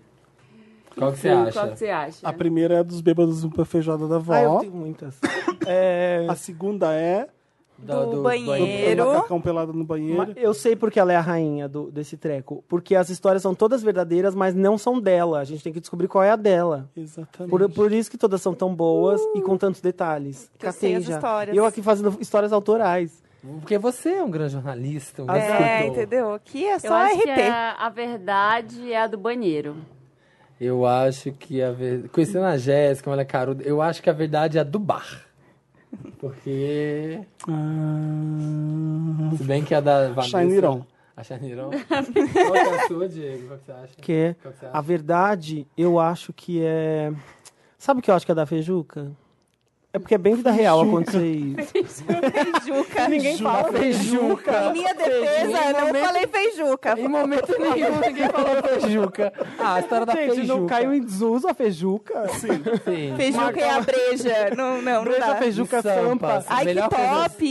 Speaker 11: Qual que você
Speaker 2: Qual
Speaker 11: acha?
Speaker 2: que você acha?
Speaker 1: A primeira é a dos bêbados pra feijoada da
Speaker 13: Ah, eu
Speaker 1: vó.
Speaker 13: tenho muitas. É,
Speaker 1: A segunda é
Speaker 10: Do do banheiro.
Speaker 1: Do macacão pelado no banheiro.
Speaker 9: Eu sei porque ela é a rainha do- desse treco. Porque as histórias são todas verdadeiras, mas não são dela. A gente tem que descobrir qual é a dela.
Speaker 1: Exatamente.
Speaker 9: Por, por isso que todas são tão boas e com tantos detalhes.
Speaker 10: Uh! eu sei as
Speaker 9: Cateja.
Speaker 10: histórias.
Speaker 9: Eu aqui fazendo histórias autorais.
Speaker 3: Porque você é um grande jornalista. Um grande
Speaker 10: É,
Speaker 3: escritor.
Speaker 10: entendeu? Aqui é
Speaker 2: Eu
Speaker 10: só
Speaker 2: acho
Speaker 10: RP.
Speaker 2: que a, a verdade é a do banheiro.
Speaker 3: Eu acho que a verdade. Conhecendo a Jéssica, ela é caruda, eu acho que a verdade é a do bar. Porque.
Speaker 1: Ah.
Speaker 3: Se bem que a da Vanessa.
Speaker 9: Shaniron.
Speaker 3: A Shaniron. Qual que é a sua, Diego? Qual que você acha?
Speaker 9: Que é,
Speaker 3: Qual que você
Speaker 9: a
Speaker 3: acha?
Speaker 9: verdade, eu acho que é. Sabe o que eu acho que é da Fejuca? É porque é bem vida real
Speaker 10: [LAUGHS]
Speaker 9: acontecer isso.
Speaker 10: Feijuca.
Speaker 9: [LAUGHS] Ninguém fala Feijuca.
Speaker 10: Em minha defesa,
Speaker 9: Feijuca.
Speaker 10: eu não falei feijuca.
Speaker 3: Em momento nenhum ninguém falou Fejuca. Ah, a história da
Speaker 9: Gente,
Speaker 3: Fejuca.
Speaker 9: não caiu em desuso a Fejuca?
Speaker 1: Sim.
Speaker 3: Sim.
Speaker 10: Feijuca é a breja. Não, não, não
Speaker 9: Breja,
Speaker 10: dá.
Speaker 9: Fejuca,
Speaker 3: E Sampa.
Speaker 9: Sampa.
Speaker 10: Ai, que
Speaker 3: Melhor coisa-
Speaker 10: top!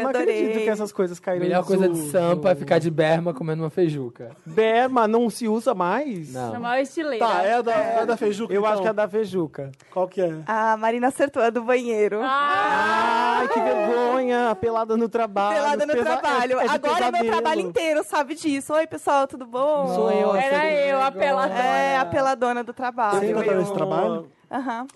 Speaker 9: Não
Speaker 10: Adorei.
Speaker 9: acredito que essas coisas
Speaker 3: A
Speaker 9: caíram
Speaker 3: melhor
Speaker 9: em
Speaker 3: coisa de
Speaker 9: desuso.
Speaker 3: Sampa é ficar de berma comendo uma Fejuca.
Speaker 9: Berma não se usa mais?
Speaker 3: Não.
Speaker 2: Chamar o estileiro.
Speaker 1: Tá, é a da, é a da Feijuca.
Speaker 9: Eu
Speaker 1: então.
Speaker 9: acho que é a da Fejuca.
Speaker 1: Qual que é?
Speaker 10: Ah, A Marina acertou a do banheiro.
Speaker 9: Ah,
Speaker 2: Ah,
Speaker 9: Ai, que vergonha! Pelada no trabalho.
Speaker 10: Pelada no
Speaker 9: Pesa-
Speaker 10: trabalho.
Speaker 9: é- é de
Speaker 10: Agora meu
Speaker 9: pesadelo.
Speaker 10: trabalho inteiro sabe disso. Oi, pessoal, tudo bom?
Speaker 9: Sou eu.
Speaker 3: Nossa,
Speaker 2: Era
Speaker 3: que
Speaker 2: eu, a
Speaker 3: vergonha.
Speaker 2: peladona.
Speaker 10: É, a peladona do
Speaker 1: Você
Speaker 10: trabalho.
Speaker 1: ainda tá nesse trabalho?
Speaker 10: Aham.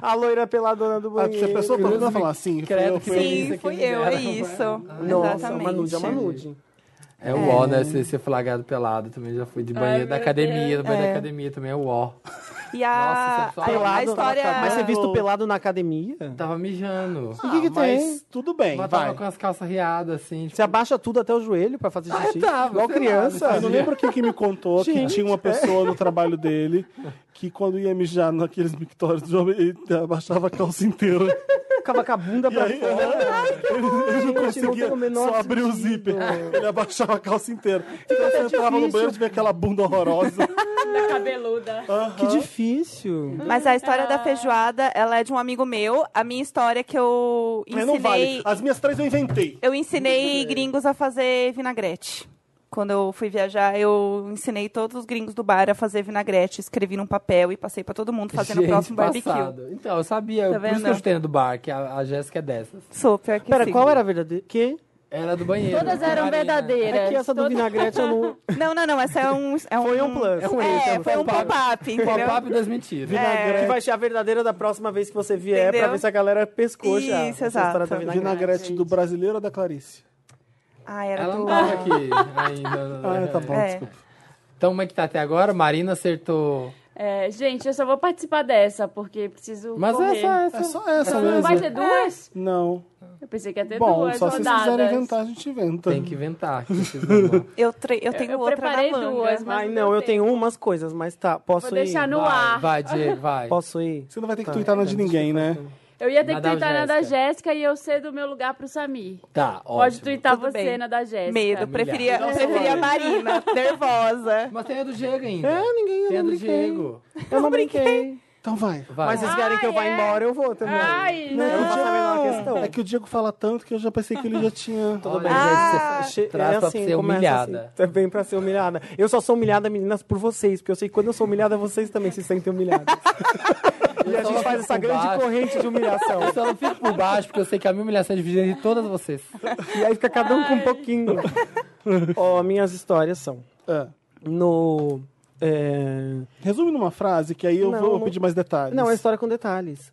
Speaker 9: A loira peladona do
Speaker 1: Ah, se a
Speaker 9: banheiro.
Speaker 1: pessoa pergunta, ela fala assim. Foi
Speaker 3: Credo
Speaker 1: eu,
Speaker 3: que
Speaker 1: foi eu.
Speaker 3: isso
Speaker 10: Sim,
Speaker 3: aqui
Speaker 10: fui
Speaker 3: me
Speaker 10: eu, é
Speaker 3: deram.
Speaker 10: isso.
Speaker 9: Nossa,
Speaker 10: Exatamente.
Speaker 9: uma nude é uma nude.
Speaker 3: É o ó, né? Ser, ser flagrado pelado também. Já fui de banheiro da academia. Do banheiro da academia também é o ó.
Speaker 10: E a,
Speaker 3: Nossa, só
Speaker 10: a- a,
Speaker 9: pelado.
Speaker 10: história.
Speaker 9: Mas ser visto pelado na academia?
Speaker 3: Tava mijando.
Speaker 9: o que que
Speaker 1: Ah, Mas tudo bem,
Speaker 3: Mas
Speaker 1: vai.
Speaker 3: tava com as calças riadas, assim. Tipo,
Speaker 9: Você abaixa tudo até o joelho pra fazer
Speaker 3: Ah,
Speaker 9: xixi?
Speaker 3: tava,
Speaker 9: Igual
Speaker 3: sei lá,
Speaker 9: criança.
Speaker 3: não
Speaker 1: Eu não lembro quem que me contou que
Speaker 9: Ah, Gente,
Speaker 1: tinha uma pessoa no trabalho dele que quando ia mijar naqueles mictórios do homem, ele abaixava a calça inteira.
Speaker 9: Ficava com a bunda
Speaker 1: [LAUGHS] E
Speaker 9: pra
Speaker 1: aí,
Speaker 9: fora.
Speaker 1: ele, ele não
Speaker 9: É Gente, não
Speaker 1: conseguia
Speaker 9: tem o menor
Speaker 1: só abrir o
Speaker 9: sentido.
Speaker 1: zíper. Ele abaixava a calça inteira. Então você entrava no
Speaker 9: difícil.
Speaker 1: banheiro e via aquela bunda horrorosa.
Speaker 2: Da cabeluda.
Speaker 9: Que difícil.
Speaker 10: Mas a história da feijoada, ela é de um amigo meu. A minha história é que eu
Speaker 1: Mas não vale.
Speaker 10: ensinei.
Speaker 1: As minhas três eu inventei.
Speaker 10: Eu ensinei gringos a fazer vinagrete. Quando eu fui viajar, eu ensinei todos os gringos do bar a fazer vinagrete. Escrevi num papel e passei pra todo mundo fazer no
Speaker 3: tipo, gente,
Speaker 10: próximo barbecue.
Speaker 3: passado. Então, eu sabia.
Speaker 10: Tá
Speaker 3: por isso
Speaker 10: vendo?
Speaker 3: que eu chutei na do bar, que a, a Jéssica é dessas.
Speaker 10: Sou, pior que
Speaker 9: Pera,
Speaker 10: sim.
Speaker 9: qual era a verdadeira? Que?
Speaker 3: Ela é do banheiro.
Speaker 2: Todas eram
Speaker 3: Marina.
Speaker 9: [LAUGHS]
Speaker 2: verdadeiras.
Speaker 9: É que essa do
Speaker 2: Todas-
Speaker 9: vinagrete eu não...
Speaker 10: Não, não, não. Essa é um... É um
Speaker 9: [LAUGHS] Foi um plus.
Speaker 3: É um
Speaker 10: É,
Speaker 3: extra,
Speaker 10: foi um
Speaker 3: pop-up. Um
Speaker 10: pop-up, entendeu?
Speaker 3: Pop-up das mentiras.
Speaker 2: É.
Speaker 9: Vinagrete. Que vai ser a verdadeira da próxima vez que você vier,
Speaker 10: Entendeu?
Speaker 9: pra ver se a galera pescou já.
Speaker 10: Isso,
Speaker 9: essa história
Speaker 10: exato.
Speaker 9: da vinagrete.
Speaker 1: Vinagrete do brasileiro ou da Clarice?
Speaker 10: Ah, era
Speaker 3: Ela
Speaker 10: do...
Speaker 3: não tava aqui ainda.
Speaker 1: Ah, tá bom,
Speaker 10: É.
Speaker 1: desculpa.
Speaker 3: Então, como é que tá até agora? Marina acertou.
Speaker 2: É, gente, eu só vou participar dessa, porque preciso
Speaker 3: Mas
Speaker 2: correr.
Speaker 3: essa,
Speaker 1: É
Speaker 3: essa.
Speaker 1: só essa
Speaker 2: Não vai ter
Speaker 1: mesmo.
Speaker 2: duas?
Speaker 1: Não.
Speaker 10: É.
Speaker 2: Eu pensei que ia ter
Speaker 1: Bom,
Speaker 2: duas
Speaker 1: só se vocês
Speaker 2: rodadas.
Speaker 1: quiserem inventar, a gente inventa.
Speaker 3: Tem que inventar. que vocês vão lá.
Speaker 10: Eu, tre- eu tenho
Speaker 2: eu
Speaker 10: outra
Speaker 2: preparei
Speaker 10: na manga.
Speaker 2: duas, mas-
Speaker 9: Ai, não, eu tenho umas coisas, mas tá, posso
Speaker 2: Vou
Speaker 9: ir?
Speaker 2: deixar no
Speaker 3: Vai,
Speaker 2: ar.
Speaker 3: vai, Diego, vai.
Speaker 9: Posso ir?
Speaker 1: Você não vai ter que twittar na de ninguém, né?
Speaker 2: Eu ia ter que
Speaker 3: Na da
Speaker 2: twittar na da
Speaker 3: Jéssica.
Speaker 2: Jéssica e eu cedo o meu lugar pro Samir.
Speaker 3: Tá,
Speaker 2: Pode
Speaker 3: ótimo.
Speaker 2: twittar
Speaker 10: Tudo
Speaker 2: você
Speaker 10: bem.
Speaker 2: na da Jéssica.
Speaker 10: Medo. Preferia,
Speaker 1: Nossa,
Speaker 10: preferia a
Speaker 1: olha.
Speaker 10: Marina, nervosa.
Speaker 3: Mas tem a do Diego ainda.
Speaker 9: É, ninguém, eu
Speaker 3: Tem a
Speaker 9: não
Speaker 3: do
Speaker 9: brinquei.
Speaker 3: Diego.
Speaker 9: Eu não brinquei.
Speaker 1: Então vai.
Speaker 3: Vai. Ah,
Speaker 9: Mas vocês querem que eu vá
Speaker 2: Ai, é.
Speaker 9: embora, eu vou também.
Speaker 2: Ai,
Speaker 9: não,
Speaker 2: não.
Speaker 9: tinha a menor questão.
Speaker 1: É que o Diego fala tanto que eu já pensei que ele já tinha.
Speaker 3: Tudo bem,
Speaker 10: Ah,
Speaker 3: Jéssica.
Speaker 9: é Che- assim,
Speaker 3: Traz pra ser
Speaker 9: começa
Speaker 3: humilhada.
Speaker 9: assim. Também pra ser humilhada. Eu só sou humilhada, meninas, por vocês, porque eu sei que quando eu sou humilhada, vocês também se sentem humilhadas. e a
Speaker 3: só
Speaker 9: gente faz
Speaker 3: fico
Speaker 9: essa
Speaker 3: por
Speaker 9: grande
Speaker 3: baixo.
Speaker 9: corrente de humilhação.
Speaker 3: Eu só não fico por baixo, porque eu sei que a minha humilhação é dividida entre todas vocês.
Speaker 9: E aí fica cada um com um pouquinho. Ó, minhas histórias são.
Speaker 1: É.
Speaker 9: No. é,
Speaker 1: Resume numa frase que aí eu
Speaker 9: Não,
Speaker 1: vou
Speaker 9: não-
Speaker 1: pedir mais detalhes.
Speaker 9: Não, é história com detalhes.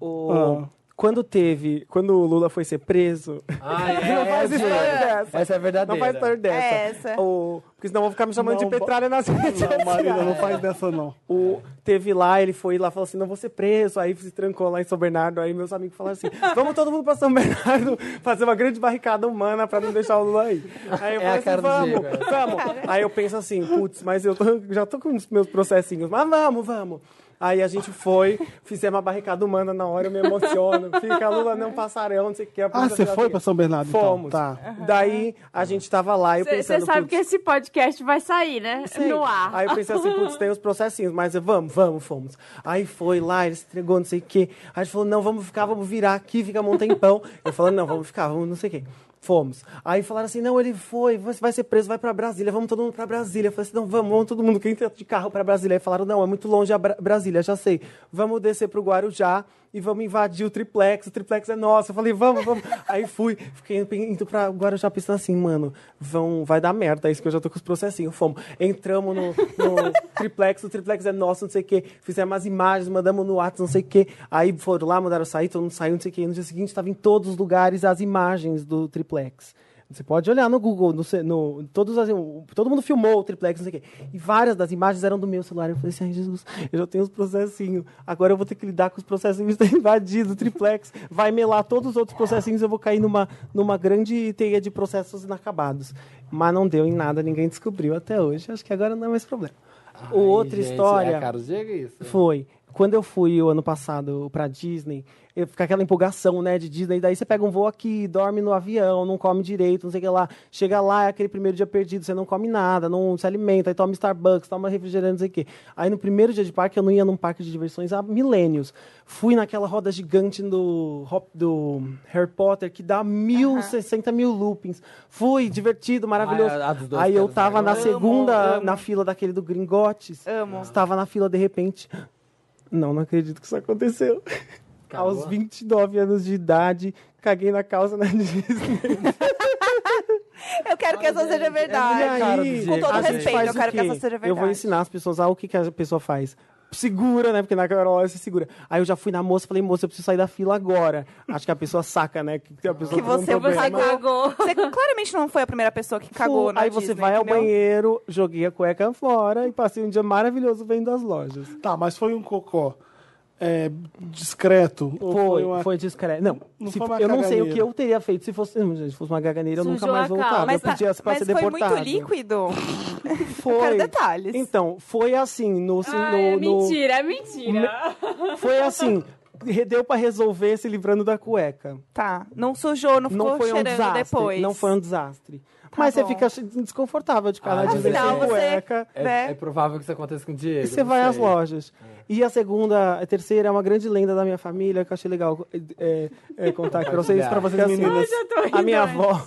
Speaker 9: O...
Speaker 1: Ah.
Speaker 9: Quando teve. Quando o Lula foi ser preso.
Speaker 3: Ah, é,
Speaker 9: não faz
Speaker 3: Diego.
Speaker 9: história dessa.
Speaker 3: Essa é a verdadeira.
Speaker 9: [LAUGHS] Não faz história dessa.
Speaker 10: É essa.
Speaker 9: O... Porque senão vão ficar me chamando
Speaker 1: Não,
Speaker 9: de petralha nas redes
Speaker 1: Não, Marina, não
Speaker 9: sociais.
Speaker 1: faz dessa,
Speaker 9: [LAUGHS]
Speaker 1: não.
Speaker 9: O... Teve lá, ele foi lá, falou assim: não vou ser preso. Aí se trancou lá em São Bernardo. Aí meus amigos falaram
Speaker 3: [LAUGHS]
Speaker 9: assim: vamos todo mundo pra São Bernardo fazer uma grande barricada humana pra não deixar o Lula
Speaker 3: [LAUGHS]
Speaker 9: aí. Aí eu
Speaker 3: É a
Speaker 9: falei assim:
Speaker 3: cara do
Speaker 9: vamos,
Speaker 3: Diego, é.
Speaker 9: vamos. Aí eu penso assim, putz, mas eu tô- já tô com os meus processinhos, mas vamos, vamos. Aí a gente foi, fizemos uma barricada humana na hora, eu me emociono. Fica Lula não passarão, não sei o que. a
Speaker 1: Ah,
Speaker 9: polícia
Speaker 1: você
Speaker 9: fez
Speaker 1: foi
Speaker 9: assim.
Speaker 1: pra São Bernardo? então?
Speaker 9: Fomos. É.
Speaker 1: Tá.
Speaker 9: Daí a gente tava lá, eu
Speaker 2: Você
Speaker 9: pensando...
Speaker 2: sabe
Speaker 9: putz,
Speaker 2: que esse podcast vai sair, né?
Speaker 9: sei.
Speaker 2: No ar.
Speaker 9: Aí eu pensei assim, putz, tem os processinhos, mas eu, vamos, vamos, fomos. Aí foi lá, ele se entregou, não sei o quê. Aí a gente falou, não, vamos ficar, vamos virar aqui, ficamos um tempão. Eu falando, não, vamos ficar, vamos não sei o quê. Fomos. Aí falaram assim: não, ele foi, você vai ser preso, vai pra Brasília, vamos todo mundo pra Brasília. Eu falei assim: não, vamos, vamos todo mundo, quem tá de carro pra Brasília? Aí falaram: não, é muito longe a Bra- Brasília, já sei. Vamos descer pro Guarujá e vamos invadir o triplex, o triplex é nosso. Eu falei: vamos, vamos. Aí fui, fiquei indo pra Guarujá pensando assim: mano, vão, vai dar merda, é isso que eu já tô com os processinhos. Fomos. Entramos no, no triplex, o triplex é nosso, não sei o quê. Fizemos as imagens, mandamos no WhatsApp, não sei o quê. Aí foram lá, mandaram sair, todo mundo saiu, não sei o quê. No dia seguinte, estava em todos os lugares as imagens do triplex. Você pode olhar no Google, no, ce- no, todos as- o- todo mundo filmou o triplex, não sei o quê. E várias das imagens eram do meu celular. Eu falei assim, ai Jesus, eu já tenho os processinhos. Agora eu vou ter que lidar com os processinhos [LAUGHS] da invadido, o triplex. Vai melar todos os outros processinhos, eu vou cair numa, numa grande teia de processos inacabados. Mas não deu em nada, ninguém descobriu até hoje. Acho que agora não é mais problema. o outra
Speaker 3: gente,
Speaker 9: história.
Speaker 3: é, cara, chega isso.
Speaker 9: Foi. Quando eu fui o ano passado pra Disney, eu fica aquela empolgação, né, de Disney. Daí você pega um voo aqui, dorme no avião, não come direito, não sei o que lá. Chega lá, é aquele primeiro dia perdido, você não come nada, não se alimenta, aí toma Starbucks, toma refrigerante, não sei o quê. Aí no primeiro dia de parque, eu não ia num parque de diversões há milênios. Fui naquela roda gigante do, Hop- do Harry Potter, que dá mil, sessenta mil loopings. Fui, divertido, maravilhoso.
Speaker 3: Ah, a dos dois
Speaker 9: aí eu
Speaker 3: caras,
Speaker 9: tava
Speaker 3: né?
Speaker 9: na
Speaker 3: Amo,
Speaker 9: segunda,
Speaker 3: amo.
Speaker 9: na fila daquele do Gringotes.
Speaker 10: Amo.
Speaker 9: Estava na fila, de repente... Não, não acredito que isso aconteceu. Aos 29 anos de idade, caguei na né? calça [LAUGHS] na Disney.
Speaker 10: Eu quero que essa seja
Speaker 3: É
Speaker 10: verdade. Com todo
Speaker 9: a gente
Speaker 10: respeito,
Speaker 9: faz
Speaker 10: eu
Speaker 9: o
Speaker 10: quero que essa
Speaker 9: quê?
Speaker 10: seja
Speaker 9: Eu vou
Speaker 10: verdade.
Speaker 9: ensinar as pessoas ah, o que, que a pessoa faz. Segura, né? Porque na hora você segura. Aí eu já fui na moça e falei, moça, eu preciso sair da fila agora. Acho que a pessoa saca, né? Que, a pessoa
Speaker 10: Que
Speaker 9: tá com um
Speaker 10: você você
Speaker 9: problema.
Speaker 10: cagou. Você claramente não foi a primeira pessoa que cagou na
Speaker 9: Aí você
Speaker 10: Disney,
Speaker 9: vai ao
Speaker 10: entendeu?
Speaker 9: banheiro, joguei a cueca fora e passei um dia maravilhoso vendo as lojas.
Speaker 1: Tá, mas foi um cocó é, discreto? ou
Speaker 9: Foi, foi,
Speaker 1: uma-
Speaker 9: discreto. Não,
Speaker 1: Não
Speaker 9: se-
Speaker 1: foi uma
Speaker 9: eu não sei o
Speaker 1: caganeira.
Speaker 9: que eu teria feito se fosse, hum, gente, se fosse uma caganeira, eu nunca
Speaker 10: Sujou
Speaker 9: mais
Speaker 10: a calça.
Speaker 9: voltava.
Speaker 10: Mas
Speaker 9: eu
Speaker 10: tá-
Speaker 9: pedia pra
Speaker 10: mas
Speaker 9: ser
Speaker 10: foi muito
Speaker 9: deportado.
Speaker 10: líquido.
Speaker 9: Foi.
Speaker 10: detalhes.
Speaker 9: Então, foi assim, no... assim,
Speaker 2: Ah,
Speaker 9: no-
Speaker 2: é
Speaker 9: no-
Speaker 2: mentira, é mentira.
Speaker 9: Foi assim, re- deu pra resolver se livrando da cueca.
Speaker 10: Tá, não sujou, não ficou
Speaker 9: não foi um
Speaker 10: cheirando
Speaker 9: desastre,
Speaker 10: depois. Tá
Speaker 9: Não foi um desastre. Mas
Speaker 10: bom.
Speaker 9: você fica ch- desconfortável de cara
Speaker 3: Ah,
Speaker 9: de
Speaker 3: mas é-
Speaker 9: cueca.
Speaker 3: É, é provável que isso aconteça com o Diego.
Speaker 9: E você
Speaker 3: não
Speaker 9: vai às
Speaker 3: sei.
Speaker 9: lojas. E a segunda, a terceira é uma grande lenda da minha família que eu achei legal é, é, contar aqui pra vocês, pra vocês
Speaker 1: Compartilhar.
Speaker 9: meninas.
Speaker 1: Ai, já tô rindo
Speaker 9: a minha
Speaker 1: antes.
Speaker 9: avó,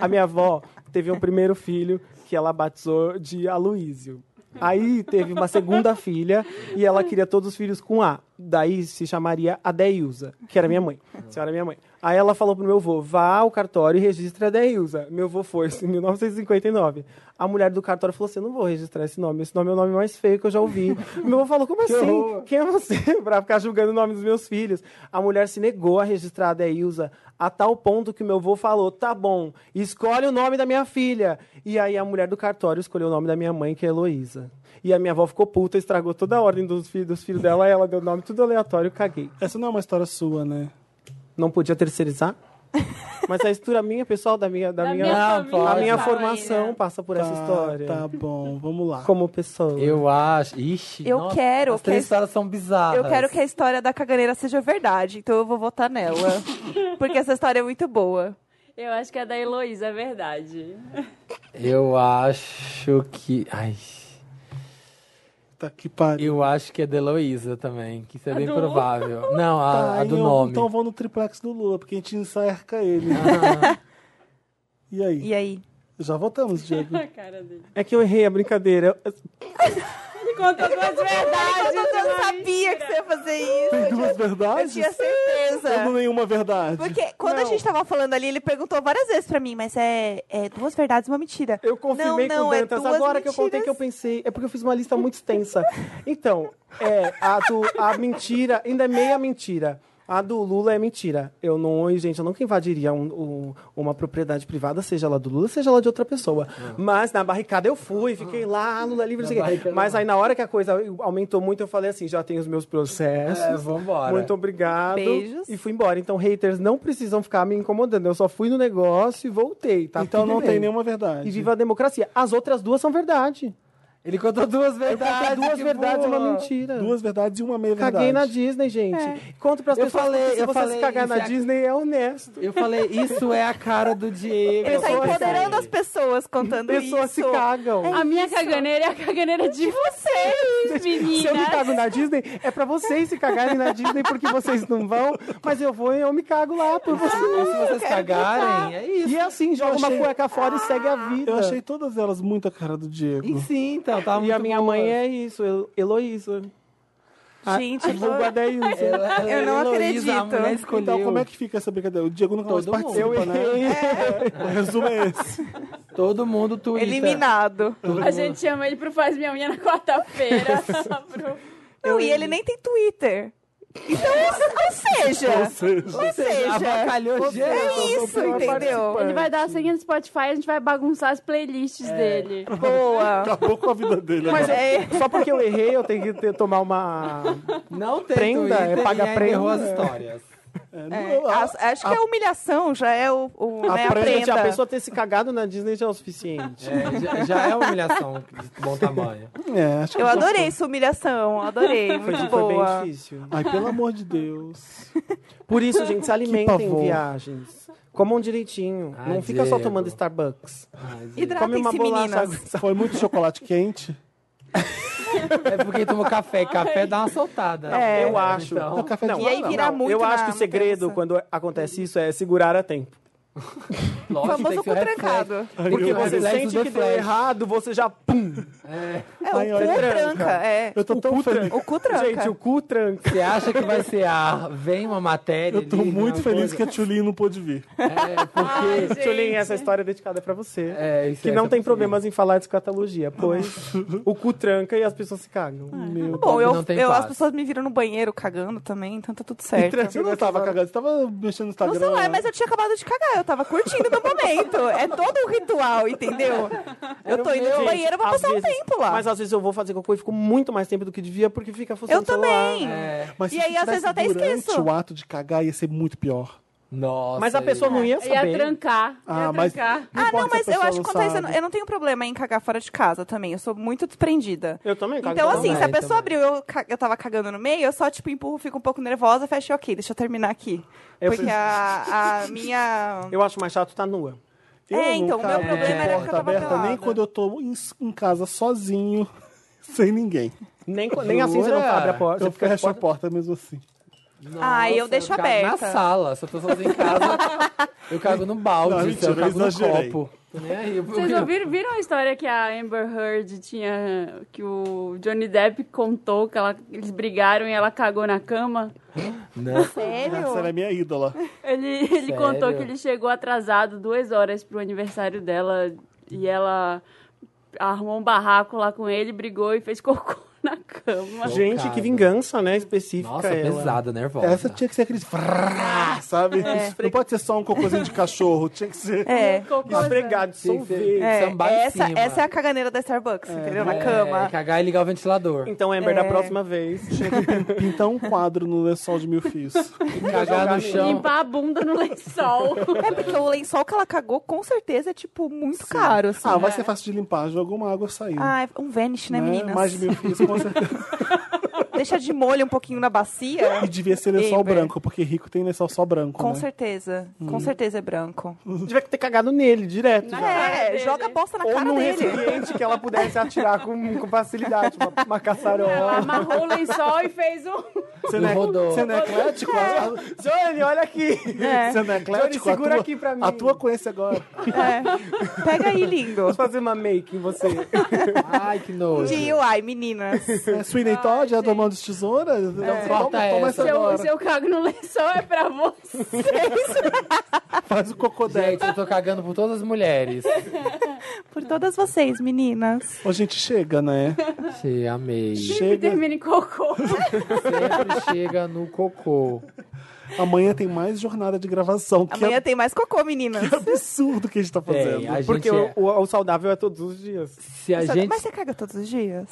Speaker 9: a minha avó teve um primeiro filho que ela batizou de Aloísio. Aí teve uma segunda filha e ela queria todos os filhos com A. Daí se chamaria Adeusa, que era minha mãe. A senhora é minha mãe. Aí ela falou pro meu avô, vá ao cartório e registre Adeusa. Meu avô foi isso em 1959. A mulher do cartório falou assim, eu não vou registrar esse nome, esse nome é o nome mais feio que eu
Speaker 1: [LAUGHS]
Speaker 9: já ouvi. meu avô falou, como
Speaker 1: Que
Speaker 9: assim?
Speaker 1: horror.
Speaker 9: Quem é você [LAUGHS] pra ficar julgando o nome dos meus filhos? A mulher se negou a registrar a Deilza a tal ponto que meu avô falou: tá bom, escolhe o nome da minha filha. E aí a mulher do cartório escolheu o nome da minha mãe, que é Heloísa. E a minha avó ficou puta, estragou toda a ordem dos filhos, dos filhos dela, ela deu nome tudo aleatório, caguei.
Speaker 1: Essa não é uma história sua, né?
Speaker 9: Não
Speaker 1: [LAUGHS]
Speaker 9: podia terceirizar? Mas a história minha, pessoal, da minha, da
Speaker 1: Da
Speaker 9: minha,
Speaker 1: minha
Speaker 9: a
Speaker 1: família,
Speaker 9: minha
Speaker 1: tá,
Speaker 9: formação passa por essa
Speaker 1: Tá,
Speaker 9: história.
Speaker 1: Tá bom, vamos lá.
Speaker 9: Como pessoa.
Speaker 3: Eu acho. Ixi,
Speaker 10: Eu
Speaker 3: nossa,
Speaker 10: quero
Speaker 3: As
Speaker 10: que
Speaker 3: três
Speaker 10: a-
Speaker 3: histórias são bizarras.
Speaker 10: Eu quero que a história da caganeira seja verdade, então eu vou votar nela.
Speaker 9: [LAUGHS]
Speaker 10: Porque essa história é muito boa.
Speaker 2: Eu acho que é da Heloísa, é verdade.
Speaker 3: Eu acho que. Ai.
Speaker 1: Tá que pariu.
Speaker 3: Eu acho que é da Heloísa também, que isso é
Speaker 1: A
Speaker 3: bem
Speaker 1: do-
Speaker 10: [LAUGHS]
Speaker 3: provável. Não, a,
Speaker 9: Ah,
Speaker 1: Tá,
Speaker 3: a do
Speaker 1: eu-
Speaker 3: nome.
Speaker 1: Então eu vou no triplex do Lula, porque a gente encerca ele.
Speaker 9: Ah.
Speaker 1: [LAUGHS] e aí?
Speaker 10: E aí?
Speaker 1: Já voltamos,
Speaker 9: [LAUGHS]
Speaker 1: Diego.
Speaker 2: A cara dele.
Speaker 9: É que eu errei a brincadeira. Eu-
Speaker 2: Ele contou duas verdades.
Speaker 10: Eu sabia que você ia fazer isso.
Speaker 1: Tem duas verdades?
Speaker 10: Eu tinha certeza.
Speaker 1: Não, nenhuma verdade.
Speaker 10: Porque quando a gente tava falando ali, ele perguntou várias vezes pra mim, mas é, é duas verdades e uma mentira.
Speaker 9: Eu confirmei
Speaker 10: não, não,
Speaker 9: com o Dantas.
Speaker 10: É duas
Speaker 9: Agora que eu contei
Speaker 10: mentiras.
Speaker 9: que eu pensei. É porque eu fiz uma lista muito extensa. Então, é, a, do, a mentira ainda é meia mentira. A do Lula é mentira. Eu não, oi, gente, eu nunca invadiria um- um- uma propriedade privada, seja ela do Lula, seja ela de outra pessoa. Mas na barricada eu fui, fiquei lá, Lula é livre, não sei o quê.
Speaker 3: barricada
Speaker 9: Mas aí na hora que a coisa aumentou muito, eu falei assim: já tenho os meus processos.
Speaker 3: É, vambora.
Speaker 9: Muito obrigado.
Speaker 3: Beijos.
Speaker 9: E fui embora. Então, haters não precisam ficar me incomodando. Eu só fui no negócio e voltei, tá?
Speaker 1: Então
Speaker 9: Tudo
Speaker 1: não
Speaker 9: bem.
Speaker 1: tem nenhuma verdade.
Speaker 9: E viva a democracia. As outras duas são verdade.
Speaker 3: Ele contou duas verdades.
Speaker 9: contei duas
Speaker 3: que
Speaker 9: verdades e uma
Speaker 3: boa.
Speaker 9: mentira.
Speaker 1: Duas verdades e uma meia verdade.
Speaker 9: Caguei na Disney, gente.
Speaker 3: É.
Speaker 9: Conto pras
Speaker 3: Eu
Speaker 9: pessoas
Speaker 3: falei-
Speaker 9: porque se
Speaker 3: eu
Speaker 9: você
Speaker 3: falei
Speaker 9: se cagar
Speaker 3: isso
Speaker 9: na
Speaker 3: é-
Speaker 9: Disney é honesto.
Speaker 3: Eu falei, isso é a cara do Diego.
Speaker 10: Ele tá
Speaker 3: Eu falei,
Speaker 10: empoderando as pessoas contando
Speaker 9: Pessoas
Speaker 10: isso.
Speaker 9: se cagam.
Speaker 2: A minha caganeira é a caganeira [LAUGHS] de vocês,
Speaker 10: É
Speaker 9: Se eu me
Speaker 2: meninas.
Speaker 9: cago na Disney, é pra vocês se cagarem na Disney porque vocês não vão, mas eu vou e eu me cago lá por vocês.
Speaker 3: "É, Se vocês cagarem, é isso.
Speaker 9: E assim, joga uma
Speaker 1: achei-
Speaker 9: cueca fora e segue a vida.
Speaker 1: Eu achei todas elas muito a cara do Diego.
Speaker 3: E sim, então, tá
Speaker 9: E
Speaker 3: muito
Speaker 9: a minha
Speaker 3: boa.
Speaker 9: mãe é isso, El- Heloísa. A-
Speaker 10: Gente,
Speaker 9: a vulga
Speaker 3: É
Speaker 9: da Isa.
Speaker 3: Ela-
Speaker 10: Eu não
Speaker 3: Heloísa, A
Speaker 10: acredito.
Speaker 3: mulher escolheu.
Speaker 1: Então, como é que fica essa brincadeira? O Diego nunca mais
Speaker 3: Todo mundo.
Speaker 1: participa,
Speaker 9: Eu
Speaker 1: né?
Speaker 9: errei.
Speaker 1: O resumo é esse. [LAUGHS]
Speaker 3: Todo mundo tuita.
Speaker 10: Eliminado.
Speaker 2: A gente chama ele pro Faz Minha Unha na quarta-feira. Pro-
Speaker 10: Não, e ele nem tem Twitter. Então, ou, ou seja, ou seja,
Speaker 3: Avacalhou geral.
Speaker 10: é isso, entendeu?
Speaker 2: Ele vai dar a senha do Spotify e a gente vai bagunçar as playlists dele.
Speaker 10: Boa.
Speaker 1: Acabou com a vida dele.
Speaker 9: Mas eu-
Speaker 10: É.
Speaker 9: só porque eu errei, eu tenho que ter- tomar uma.
Speaker 3: Não tem
Speaker 9: Prenda,
Speaker 3: Twitter
Speaker 9: é paga
Speaker 3: e aí
Speaker 9: prenda.
Speaker 3: errou as histórias.
Speaker 10: É, as- acho que a humilhação já é o, o
Speaker 9: A,
Speaker 10: né, a
Speaker 9: prenda. Gente,
Speaker 10: prenda.
Speaker 9: a pessoa ter se cagado na Disney já é o suficiente.
Speaker 3: É, já, já é uma humilhação de bom tamanho.
Speaker 1: É, acho que...
Speaker 10: Eu adorei essa humilhação, adorei,
Speaker 9: Foi,
Speaker 10: muito
Speaker 9: foi bem
Speaker 10: boa.
Speaker 9: difícil.
Speaker 1: Ai, pelo amor de Deus.
Speaker 9: Por isso, gente, se alimentem em
Speaker 1: pavor.
Speaker 9: viagens. Comam direitinho.
Speaker 3: Ah,
Speaker 9: não fica só
Speaker 3: Diego.
Speaker 9: tomando Starbucks. Come uma
Speaker 10: Hidratem-se,
Speaker 9: bolacha.
Speaker 10: meninas.
Speaker 1: Foi muito chocolate quente.
Speaker 3: É porque tomou café. Café dá uma soltada. Então,
Speaker 10: É,
Speaker 9: eu acho.
Speaker 1: Não, café de
Speaker 10: E aí
Speaker 1: banana.
Speaker 10: vira muito
Speaker 9: eu
Speaker 10: na
Speaker 9: acho que o segredo,
Speaker 10: mudança.
Speaker 9: quando acontece isso, é segurar a tempo.
Speaker 10: O
Speaker 3: Lógico, tem
Speaker 10: famoso
Speaker 3: que é
Speaker 10: cu
Speaker 3: ser reflexo.
Speaker 10: trancado.
Speaker 1: Ai,
Speaker 3: Porque
Speaker 1: eu-
Speaker 3: você-
Speaker 9: Você
Speaker 3: Reflexo
Speaker 9: sente
Speaker 3: do
Speaker 9: que deu
Speaker 3: flash.
Speaker 9: errado, você já pum.
Speaker 10: É, o cu
Speaker 9: olha,
Speaker 10: tranca, é.
Speaker 1: Eu tô tão feliz.
Speaker 10: O cu tranca.
Speaker 9: [LAUGHS] Gente, o cu tranca.
Speaker 3: Você acha que vai ser a... Vem uma matéria
Speaker 1: Eu tô
Speaker 3: ali,
Speaker 1: muito
Speaker 3: uma
Speaker 1: feliz
Speaker 3: coisa.
Speaker 1: que a Tchulin não pôde vir.
Speaker 3: É,
Speaker 2: Ai,
Speaker 3: porque...
Speaker 2: gente.
Speaker 9: Tchulin, essa história é dedicada pra você.
Speaker 3: É, isso
Speaker 9: que
Speaker 3: é-
Speaker 9: não
Speaker 3: isso é
Speaker 9: tem
Speaker 3: possível.
Speaker 9: problemas em falar de escatologia, [LAUGHS] pois o cu tranca e as pessoas se cagam.
Speaker 10: Tá
Speaker 3: o
Speaker 10: Bom,
Speaker 3: pobre
Speaker 10: eu,
Speaker 3: não tem
Speaker 10: eu-
Speaker 3: paz.
Speaker 10: as pessoas me viram no banheiro cagando também, então tá tudo certo.
Speaker 1: Você não tava cagando, você tava mexendo no
Speaker 10: No
Speaker 1: Instagram.
Speaker 10: celular, é, mas eu tinha acabado de cagar, eu tava curtindo meu momento. É todo um ritual, entendeu? Eu tô indo no
Speaker 9: um Gente,
Speaker 10: banheiro, eu vou
Speaker 9: às
Speaker 10: passar um
Speaker 9: vezes-
Speaker 10: tempo lá.
Speaker 9: Mas às vezes eu vou fazer cocô e fico muito mais tempo do que devia porque fica funcionando
Speaker 10: Eu também.
Speaker 3: né? É.
Speaker 1: Mas se
Speaker 10: E aí, às vezes, eu até
Speaker 1: tivesse durante
Speaker 10: esqueço.
Speaker 1: o ato de cagar ia ser muito pior.
Speaker 3: Nossa.
Speaker 9: Mas a pessoa
Speaker 1: é.
Speaker 9: não ia
Speaker 2: Ia
Speaker 9: saber.
Speaker 2: trancar. Ia
Speaker 1: Ah, mas-
Speaker 2: trancar.
Speaker 10: Ah,
Speaker 1: importa
Speaker 10: não,
Speaker 1: se a
Speaker 10: mas eu
Speaker 1: pessoa
Speaker 10: acho que
Speaker 1: não
Speaker 10: quanto a isso, eu
Speaker 1: sabe.
Speaker 10: não, eu não tenho problema em cagar fora de casa também. Eu sou muito desprendida.
Speaker 9: Eu também cago.
Speaker 10: Então,
Speaker 9: pra
Speaker 10: assim,
Speaker 9: caralho.
Speaker 10: se a
Speaker 3: também,
Speaker 10: pessoa
Speaker 3: também.
Speaker 10: abriu, eu, ca- eu tava cagando no meio, eu só, tipo, empurro, fico um pouco nervosa, fecho, ok, deixa eu terminar aqui.
Speaker 9: Eu
Speaker 10: Porque a, a
Speaker 9: [LAUGHS]
Speaker 10: minha...
Speaker 9: eu acho mais chato estar nua.
Speaker 1: Eu
Speaker 10: É, então,
Speaker 1: não
Speaker 10: o meu
Speaker 1: cago
Speaker 10: problema
Speaker 1: de
Speaker 10: era que eu
Speaker 1: porta
Speaker 10: tava
Speaker 1: aberta nem
Speaker 10: pelada.
Speaker 1: quando eu tô em, em casa sozinho, [LAUGHS] sem ninguém.
Speaker 9: Nem, co- nem assim você não
Speaker 3: Jura?
Speaker 9: abre a porta.
Speaker 1: eu
Speaker 9: você fica de
Speaker 1: fecho a porta mesmo assim.
Speaker 10: Ah, eu
Speaker 3: Nossa,
Speaker 10: deixo
Speaker 3: cago
Speaker 10: aberta.
Speaker 3: na sala. Se eu tô sozinho em casa, eu cago no balde,
Speaker 1: Não,
Speaker 3: eu
Speaker 1: mentira, eu
Speaker 3: cago no
Speaker 1: exagerei.
Speaker 3: copo. Tô nem aí. Eu-
Speaker 2: Vocês ouviram, viram a história que a Amber Heard tinha. que o Johnny Depp contou que ela- eles brigaram e ela cagou na cama?
Speaker 3: Não.
Speaker 1: Essa era a minha ídola.
Speaker 2: Ele, [LAUGHS] ele
Speaker 3: Sério?
Speaker 2: contou que ele chegou atrasado duas horas pro aniversário dela e ela arrumou um barraco lá com ele, brigou e fez cocô [LAUGHS] na cama.
Speaker 9: fora. Gente, que vingança, né? Específica.
Speaker 3: Nossa,
Speaker 9: ela.
Speaker 3: pesada, nervosa.
Speaker 1: Essa tinha que ser aquele...
Speaker 10: Ah.
Speaker 1: frrrrá, [LAUGHS] Sabe? Não pode ser só um cocôzinho de cachorro. Tinha que ser...
Speaker 10: É.
Speaker 2: Cocô-
Speaker 9: Esfregado,
Speaker 3: Sim,
Speaker 9: dissolver.
Speaker 3: sim.
Speaker 10: É,
Speaker 3: Sambar um em
Speaker 10: essa,
Speaker 3: cima.
Speaker 10: essa é a caganeira da Starbucks, entendeu? Na
Speaker 3: É,
Speaker 10: cama.
Speaker 3: cagar e ligar o ventilador.
Speaker 9: Então, Amber, da
Speaker 10: É.
Speaker 9: próxima vez.
Speaker 1: Pintar um quadro no lençol de mil
Speaker 10: [LAUGHS]
Speaker 1: fios.
Speaker 3: Cagar no
Speaker 1: Então-
Speaker 3: chão.
Speaker 2: Limpar a bunda no
Speaker 1: [LAUGHS]
Speaker 2: lençol.
Speaker 10: É porque o lençol que ela cagou, com certeza, é, tipo, muito caro, assim.
Speaker 1: Ah, vai ser fácil de limpar. Joga uma água saindo.
Speaker 10: Ah, é um vanish, né, meninas?
Speaker 1: Mais de mil fios, com
Speaker 10: [LAUGHS]
Speaker 1: certeza.
Speaker 10: Deixa de molho um pouquinho na bacia.
Speaker 1: E devia ser lençol
Speaker 10: Amber.
Speaker 1: branco, porque rico tem lençol só branco,
Speaker 10: Com
Speaker 1: né?
Speaker 10: certeza. Com certeza é branco.
Speaker 9: [LAUGHS] Devia ter cagado nele, direto.
Speaker 2: Na
Speaker 9: já.
Speaker 2: cara
Speaker 10: É,
Speaker 2: dele.
Speaker 10: joga a bosta na
Speaker 9: Ou é
Speaker 10: cara
Speaker 9: num
Speaker 10: dele.
Speaker 9: recipiente que ela pudesse atirar com, com facilidade. Uma, uma
Speaker 2: Ela
Speaker 9: caçarola.
Speaker 2: amarrou o lençol e fez um.
Speaker 1: Você
Speaker 3: E
Speaker 9: né?
Speaker 1: não é,
Speaker 3: rodou.
Speaker 1: você não é eclético? A-
Speaker 9: Johnny, olha aqui.
Speaker 10: É,
Speaker 1: Você não é eclético? A
Speaker 9: segura
Speaker 1: tua-
Speaker 9: aqui pra mim.
Speaker 1: A tua conhece agora.
Speaker 10: é. Pega aí, lindo.
Speaker 9: Vou fazer uma make em você.
Speaker 3: [LAUGHS] Ai, que nojo.
Speaker 10: DIY, meninas.
Speaker 1: É Sweeney
Speaker 10: Ah,
Speaker 1: Todd, é a dona de tesoura.
Speaker 10: É.
Speaker 1: Então,
Speaker 3: Corta
Speaker 1: Toma, toma
Speaker 3: essa.
Speaker 1: essa
Speaker 2: Seu,
Speaker 1: agora.
Speaker 2: seu cago no lençol é pra você.
Speaker 1: Faz o cocô dela.
Speaker 3: Gente, eu tô cagando por todas as mulheres.
Speaker 10: Por todas vocês, meninas.
Speaker 1: Ô, gente, chega, né?
Speaker 3: Te amei.
Speaker 2: Sempre
Speaker 1: Chega.
Speaker 2: termina em cocô.
Speaker 3: Sempre chega no cocô.
Speaker 1: Amanhã tem mais jornada de gravação. que
Speaker 10: [LAUGHS] Amanhã
Speaker 1: é-
Speaker 10: tem mais cocô, meninas.
Speaker 1: Que absurdo que a gente tá fazendo.
Speaker 9: a Porque gente o- saudável é todos os dias.
Speaker 3: Se a gente...
Speaker 10: Mas ah, você caga todos os dias?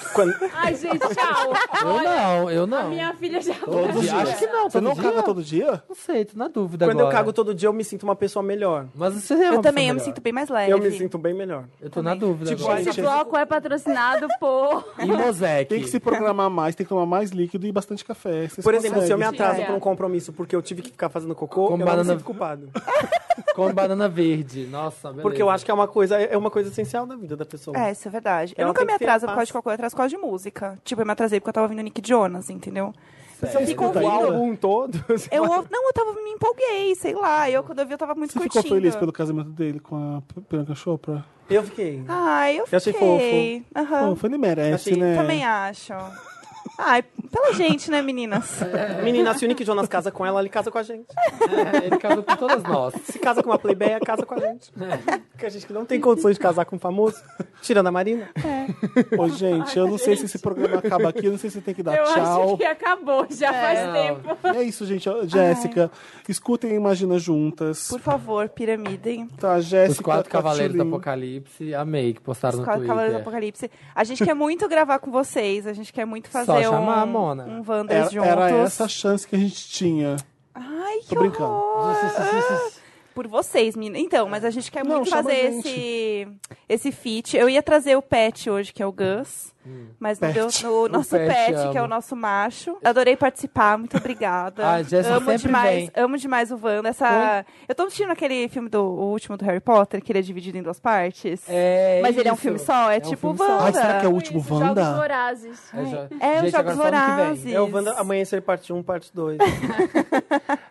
Speaker 5: Ai, gente, tchau.
Speaker 3: Eu não, eu não.
Speaker 5: A minha filha já
Speaker 1: Todos os dias.
Speaker 9: Acho que não,
Speaker 1: Você
Speaker 9: todo
Speaker 1: não
Speaker 9: dia?
Speaker 1: caga todo dia?
Speaker 3: Não sei, tô na dúvida
Speaker 9: Quando eu
Speaker 3: agora.
Speaker 9: cago todo dia, eu me sinto uma pessoa melhor.
Speaker 3: Mas você
Speaker 10: Eu também, eu me sinto bem mais leve.
Speaker 9: Eu me sinto bem melhor.
Speaker 3: Eu tô na dúvida
Speaker 9: Tipo,
Speaker 3: agora.
Speaker 9: a
Speaker 5: Esse
Speaker 9: gente-
Speaker 5: bloco é patrocinado por.
Speaker 1: Tem que se programar mais, tem que tomar mais líquido e bastante café. Vocês
Speaker 9: Por exemplo, se eu me
Speaker 1: conseguem.
Speaker 9: atraso pra um compromisso porque eu tive que ficar fazendo
Speaker 3: Com
Speaker 9: cocô, eu não me
Speaker 3: banana- [LAUGHS]
Speaker 9: sinto culpado.
Speaker 3: Com banana verde. Nossa, beleza.
Speaker 9: Porque eu acho que é uma coisa, é uma coisa essencial na vida da pessoa.
Speaker 10: É, isso é verdade. Eu
Speaker 9: Ela
Speaker 10: nunca
Speaker 9: tem
Speaker 10: me
Speaker 9: que ter
Speaker 10: atraso
Speaker 9: a
Speaker 10: por causa de qualquer coisa, eu atraso por causa de música. Tipo, eu me atrasei porque eu tava ouvindo Nick Jonas, entendeu?
Speaker 9: Você
Speaker 10: Fica
Speaker 9: escuta
Speaker 10: ouvindo.
Speaker 9: álbum um todo? [LAUGHS] assim.
Speaker 10: Eu, ouvi- não, eu tava, me empolguei, sei lá. Eu, quando eu vi, eu tava muito
Speaker 1: Você
Speaker 10: curtindo.
Speaker 1: ficou feliz pelo casamento dele com a P- Priyanka Chopra?
Speaker 9: Eu fiquei.
Speaker 10: Ai, eu
Speaker 1: Eu achei
Speaker 10: fiquei. Aham.
Speaker 1: Fofo, ele merece,
Speaker 9: Achei-
Speaker 1: né?
Speaker 10: Ah. Também acho. Ai, pela gente, né,
Speaker 1: [LAUGHS]
Speaker 10: meninas?
Speaker 9: Menina, se o Nick Jonas casa com ela, ele casa com a gente.
Speaker 3: [LAUGHS] Ele casou com todas nós.
Speaker 9: Se casa com uma plebeia, casa com
Speaker 3: [LAUGHS]
Speaker 9: a gente.
Speaker 3: É.
Speaker 9: Porque a gente que não tem condições de casar com um famoso, tirando a Marina.
Speaker 10: é.
Speaker 1: Ô, gente, eu não sei se esse programa acaba aqui, eu não sei se tem
Speaker 10: [LAUGHS]
Speaker 1: que dar
Speaker 5: Eu
Speaker 1: tchau.
Speaker 5: acho que acabou, já faz tempo.
Speaker 1: É isso, gente. Ó, Jéssica, escutem e Imagina Juntas.
Speaker 10: Por favor, piramidem.
Speaker 1: Tá, Jéssica.
Speaker 3: Os quatro cavaleiros do
Speaker 1: Catilin.
Speaker 3: Apocalipse, amei, que postaram
Speaker 10: Os
Speaker 3: no
Speaker 10: quatro
Speaker 3: Twitter.
Speaker 10: Cavaleiros do Apocalipse. A gente quer muito gravar com vocês. A gente quer muito fazer um,
Speaker 3: chamar a Mona.
Speaker 10: [LAUGHS] um Wanders
Speaker 1: Era,
Speaker 10: juntos.
Speaker 1: era essa a chance que a gente tinha.
Speaker 10: Ai, que
Speaker 1: Tô brincando.
Speaker 10: horror! Por vocês, menina. Então, mas a gente quer
Speaker 1: Não,
Speaker 10: muito
Speaker 1: chama
Speaker 10: fazer
Speaker 1: a gente.
Speaker 10: esse, esse feat. Eu ia trazer o Pet hoje, que é o Gus. Mas não
Speaker 1: Pet.
Speaker 10: deu no,
Speaker 1: O
Speaker 10: nosso
Speaker 1: Pet,
Speaker 10: pet,
Speaker 1: amo.
Speaker 10: que é o nosso macho. Adorei participar, muito obrigada.
Speaker 3: Ah, Jéssica
Speaker 10: amo
Speaker 3: sempre
Speaker 10: demais,
Speaker 3: vem.
Speaker 10: amo demais o Wanda. Essa... Eu tô assistindo aquele filme do o último do Harry Potter, que ele é dividido em duas partes.
Speaker 3: É
Speaker 10: mas ele é um
Speaker 3: isso.
Speaker 10: filme só, é,
Speaker 3: É um
Speaker 10: tipo
Speaker 3: filme
Speaker 10: Wanda.
Speaker 3: só.
Speaker 1: Ai, será que é o último
Speaker 5: Isso, Jogos
Speaker 1: Wanda?
Speaker 5: Vorazes.
Speaker 3: É, jo-
Speaker 10: É, os
Speaker 3: Gente, agora
Speaker 10: Jogos
Speaker 3: só ano que vem.
Speaker 10: Vorazes.
Speaker 9: É o Wanda Amanhecer Parte 1, Parte 2.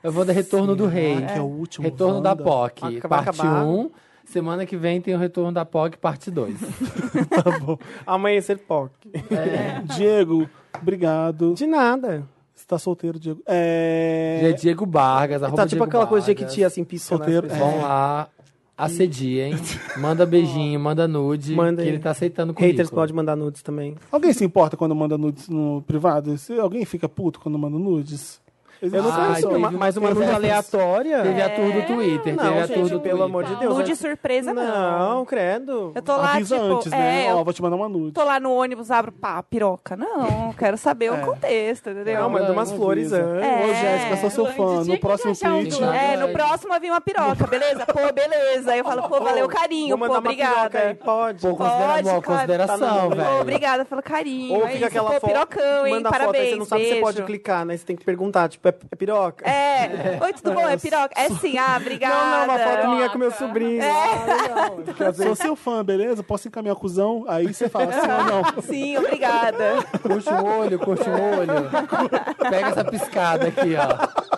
Speaker 3: Eu vou dar Retorno do Rei.
Speaker 1: que é o último
Speaker 3: Retorno
Speaker 1: Wanda?
Speaker 3: da POC,
Speaker 9: Acaba-
Speaker 3: parte
Speaker 9: acabar.
Speaker 3: 1. Semana que vem tem o Retorno da POC, parte 2.
Speaker 9: Amanhecer POC.
Speaker 10: Tá.
Speaker 1: Diego, obrigado.
Speaker 9: De nada.
Speaker 1: Você tá solteiro, Diego. É.
Speaker 3: É Diego Bargas,
Speaker 10: Então,
Speaker 3: arroba
Speaker 9: Tá tipo
Speaker 3: Diego
Speaker 9: aquela coisa de
Speaker 3: Bargas.
Speaker 9: Jequiti, assim, piscando.
Speaker 1: Solteiro,
Speaker 9: as
Speaker 1: é.
Speaker 9: pessoas.
Speaker 3: Vão lá, assedia, hein? Manda beijinho, manda nude,
Speaker 9: Manda
Speaker 3: que
Speaker 9: aí.
Speaker 3: ele tá aceitando currículo.
Speaker 9: Haters pode mandar nudes também.
Speaker 1: Alguém se importa quando manda nudes no privado? Se alguém fica puto quando manda nudes?
Speaker 9: Eu não
Speaker 3: Ah,
Speaker 9: conheço,
Speaker 3: teve
Speaker 9: ma-
Speaker 3: uma-
Speaker 9: Então, mas uma
Speaker 3: teve
Speaker 9: nude
Speaker 3: uma-
Speaker 9: aleatória...
Speaker 3: Teve a tour do
Speaker 10: É.
Speaker 3: Twitter,
Speaker 9: Não,
Speaker 3: teve a
Speaker 9: gente,
Speaker 3: tour do
Speaker 9: é pelo
Speaker 3: Twitter.
Speaker 9: amor de Deus. né?
Speaker 10: Nude surpresa, não.
Speaker 9: Não, credo.
Speaker 10: Eu tô lá,
Speaker 1: Avisa
Speaker 10: tipo,
Speaker 1: antes,
Speaker 10: é,
Speaker 1: né? Ó,
Speaker 10: eu
Speaker 1: vou te mandar uma nude.
Speaker 10: tô lá no ônibus, abro pá, piroca. Não, eu quero saber o contexto, entendeu?
Speaker 9: É. Não, manda umas
Speaker 1: Avisa.
Speaker 9: flores antes.
Speaker 1: Ô,
Speaker 10: É.
Speaker 1: Jéssica, sou seu
Speaker 5: Antes
Speaker 1: fã.
Speaker 5: tinha
Speaker 1: No
Speaker 5: que
Speaker 1: próximo
Speaker 5: achar um
Speaker 1: tweet. né?
Speaker 5: plano.
Speaker 10: É,
Speaker 3: Ai.
Speaker 10: no próximo havia uma piroca, beleza? Pô, beleza. Aí eu falo, pô, valeu o carinho,
Speaker 9: Vou
Speaker 10: pô,
Speaker 9: mandar uma piroca aí,
Speaker 10: obrigada.
Speaker 9: pode?
Speaker 3: Pô, considera-
Speaker 10: Pode,
Speaker 3: boa
Speaker 10: claro.
Speaker 9: Tá
Speaker 3: consideração,
Speaker 9: na-
Speaker 10: Pô,
Speaker 3: velho.
Speaker 10: obrigada pelo carinho.
Speaker 9: é- Ou
Speaker 10: é
Speaker 9: fica
Speaker 10: isso,
Speaker 9: aquela
Speaker 10: pô,
Speaker 9: foto,
Speaker 10: pirocão, hein?
Speaker 9: manda
Speaker 10: Parabéns,
Speaker 9: foto, aí você não sabe se
Speaker 10: beijo.
Speaker 9: você pode clicar, né? Você tem que perguntar, tipo, é, é piroca?
Speaker 10: É. Oi, tudo bom? É piroca? É sim, ah, obrigada.
Speaker 9: Não, não, uma foto minha com meu sobrinho.
Speaker 10: É,
Speaker 1: Quer dizer, sou seu fã, beleza? Posso encaminhar o cuzão? Aí você fala, sim ou não.
Speaker 10: Sim, obrigada.
Speaker 3: Curte o olho, curte o olho. Pega essa piscada aqui, ó.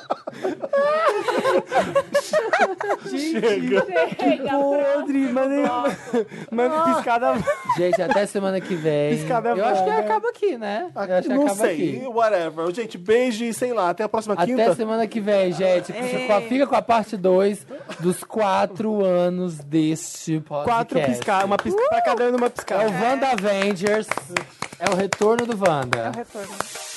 Speaker 5: Chega,
Speaker 9: Podre, mas nem... [LAUGHS] Mas piscada...
Speaker 3: Gente, até semana que vem.
Speaker 9: Piscada é
Speaker 3: Eu acho
Speaker 9: bom,
Speaker 3: que
Speaker 9: né? Um
Speaker 3: acaba aqui, né? Eu acho que
Speaker 1: não
Speaker 3: acaba
Speaker 1: sei,
Speaker 3: aqui.
Speaker 1: whatever. Gente, beijo e sei lá, até a próxima
Speaker 3: Até
Speaker 1: quinta.
Speaker 3: semana que vem, gente. Fica com a- Fica com a parte 2 dos quatro anos deste podcast.
Speaker 9: Quatro piscadas, uma
Speaker 1: tá
Speaker 10: Uh!
Speaker 9: piscada, pra cada ano uma
Speaker 3: É
Speaker 9: piscada.
Speaker 3: o Wanda Avengers. É o retorno do Wanda.
Speaker 10: Retorno.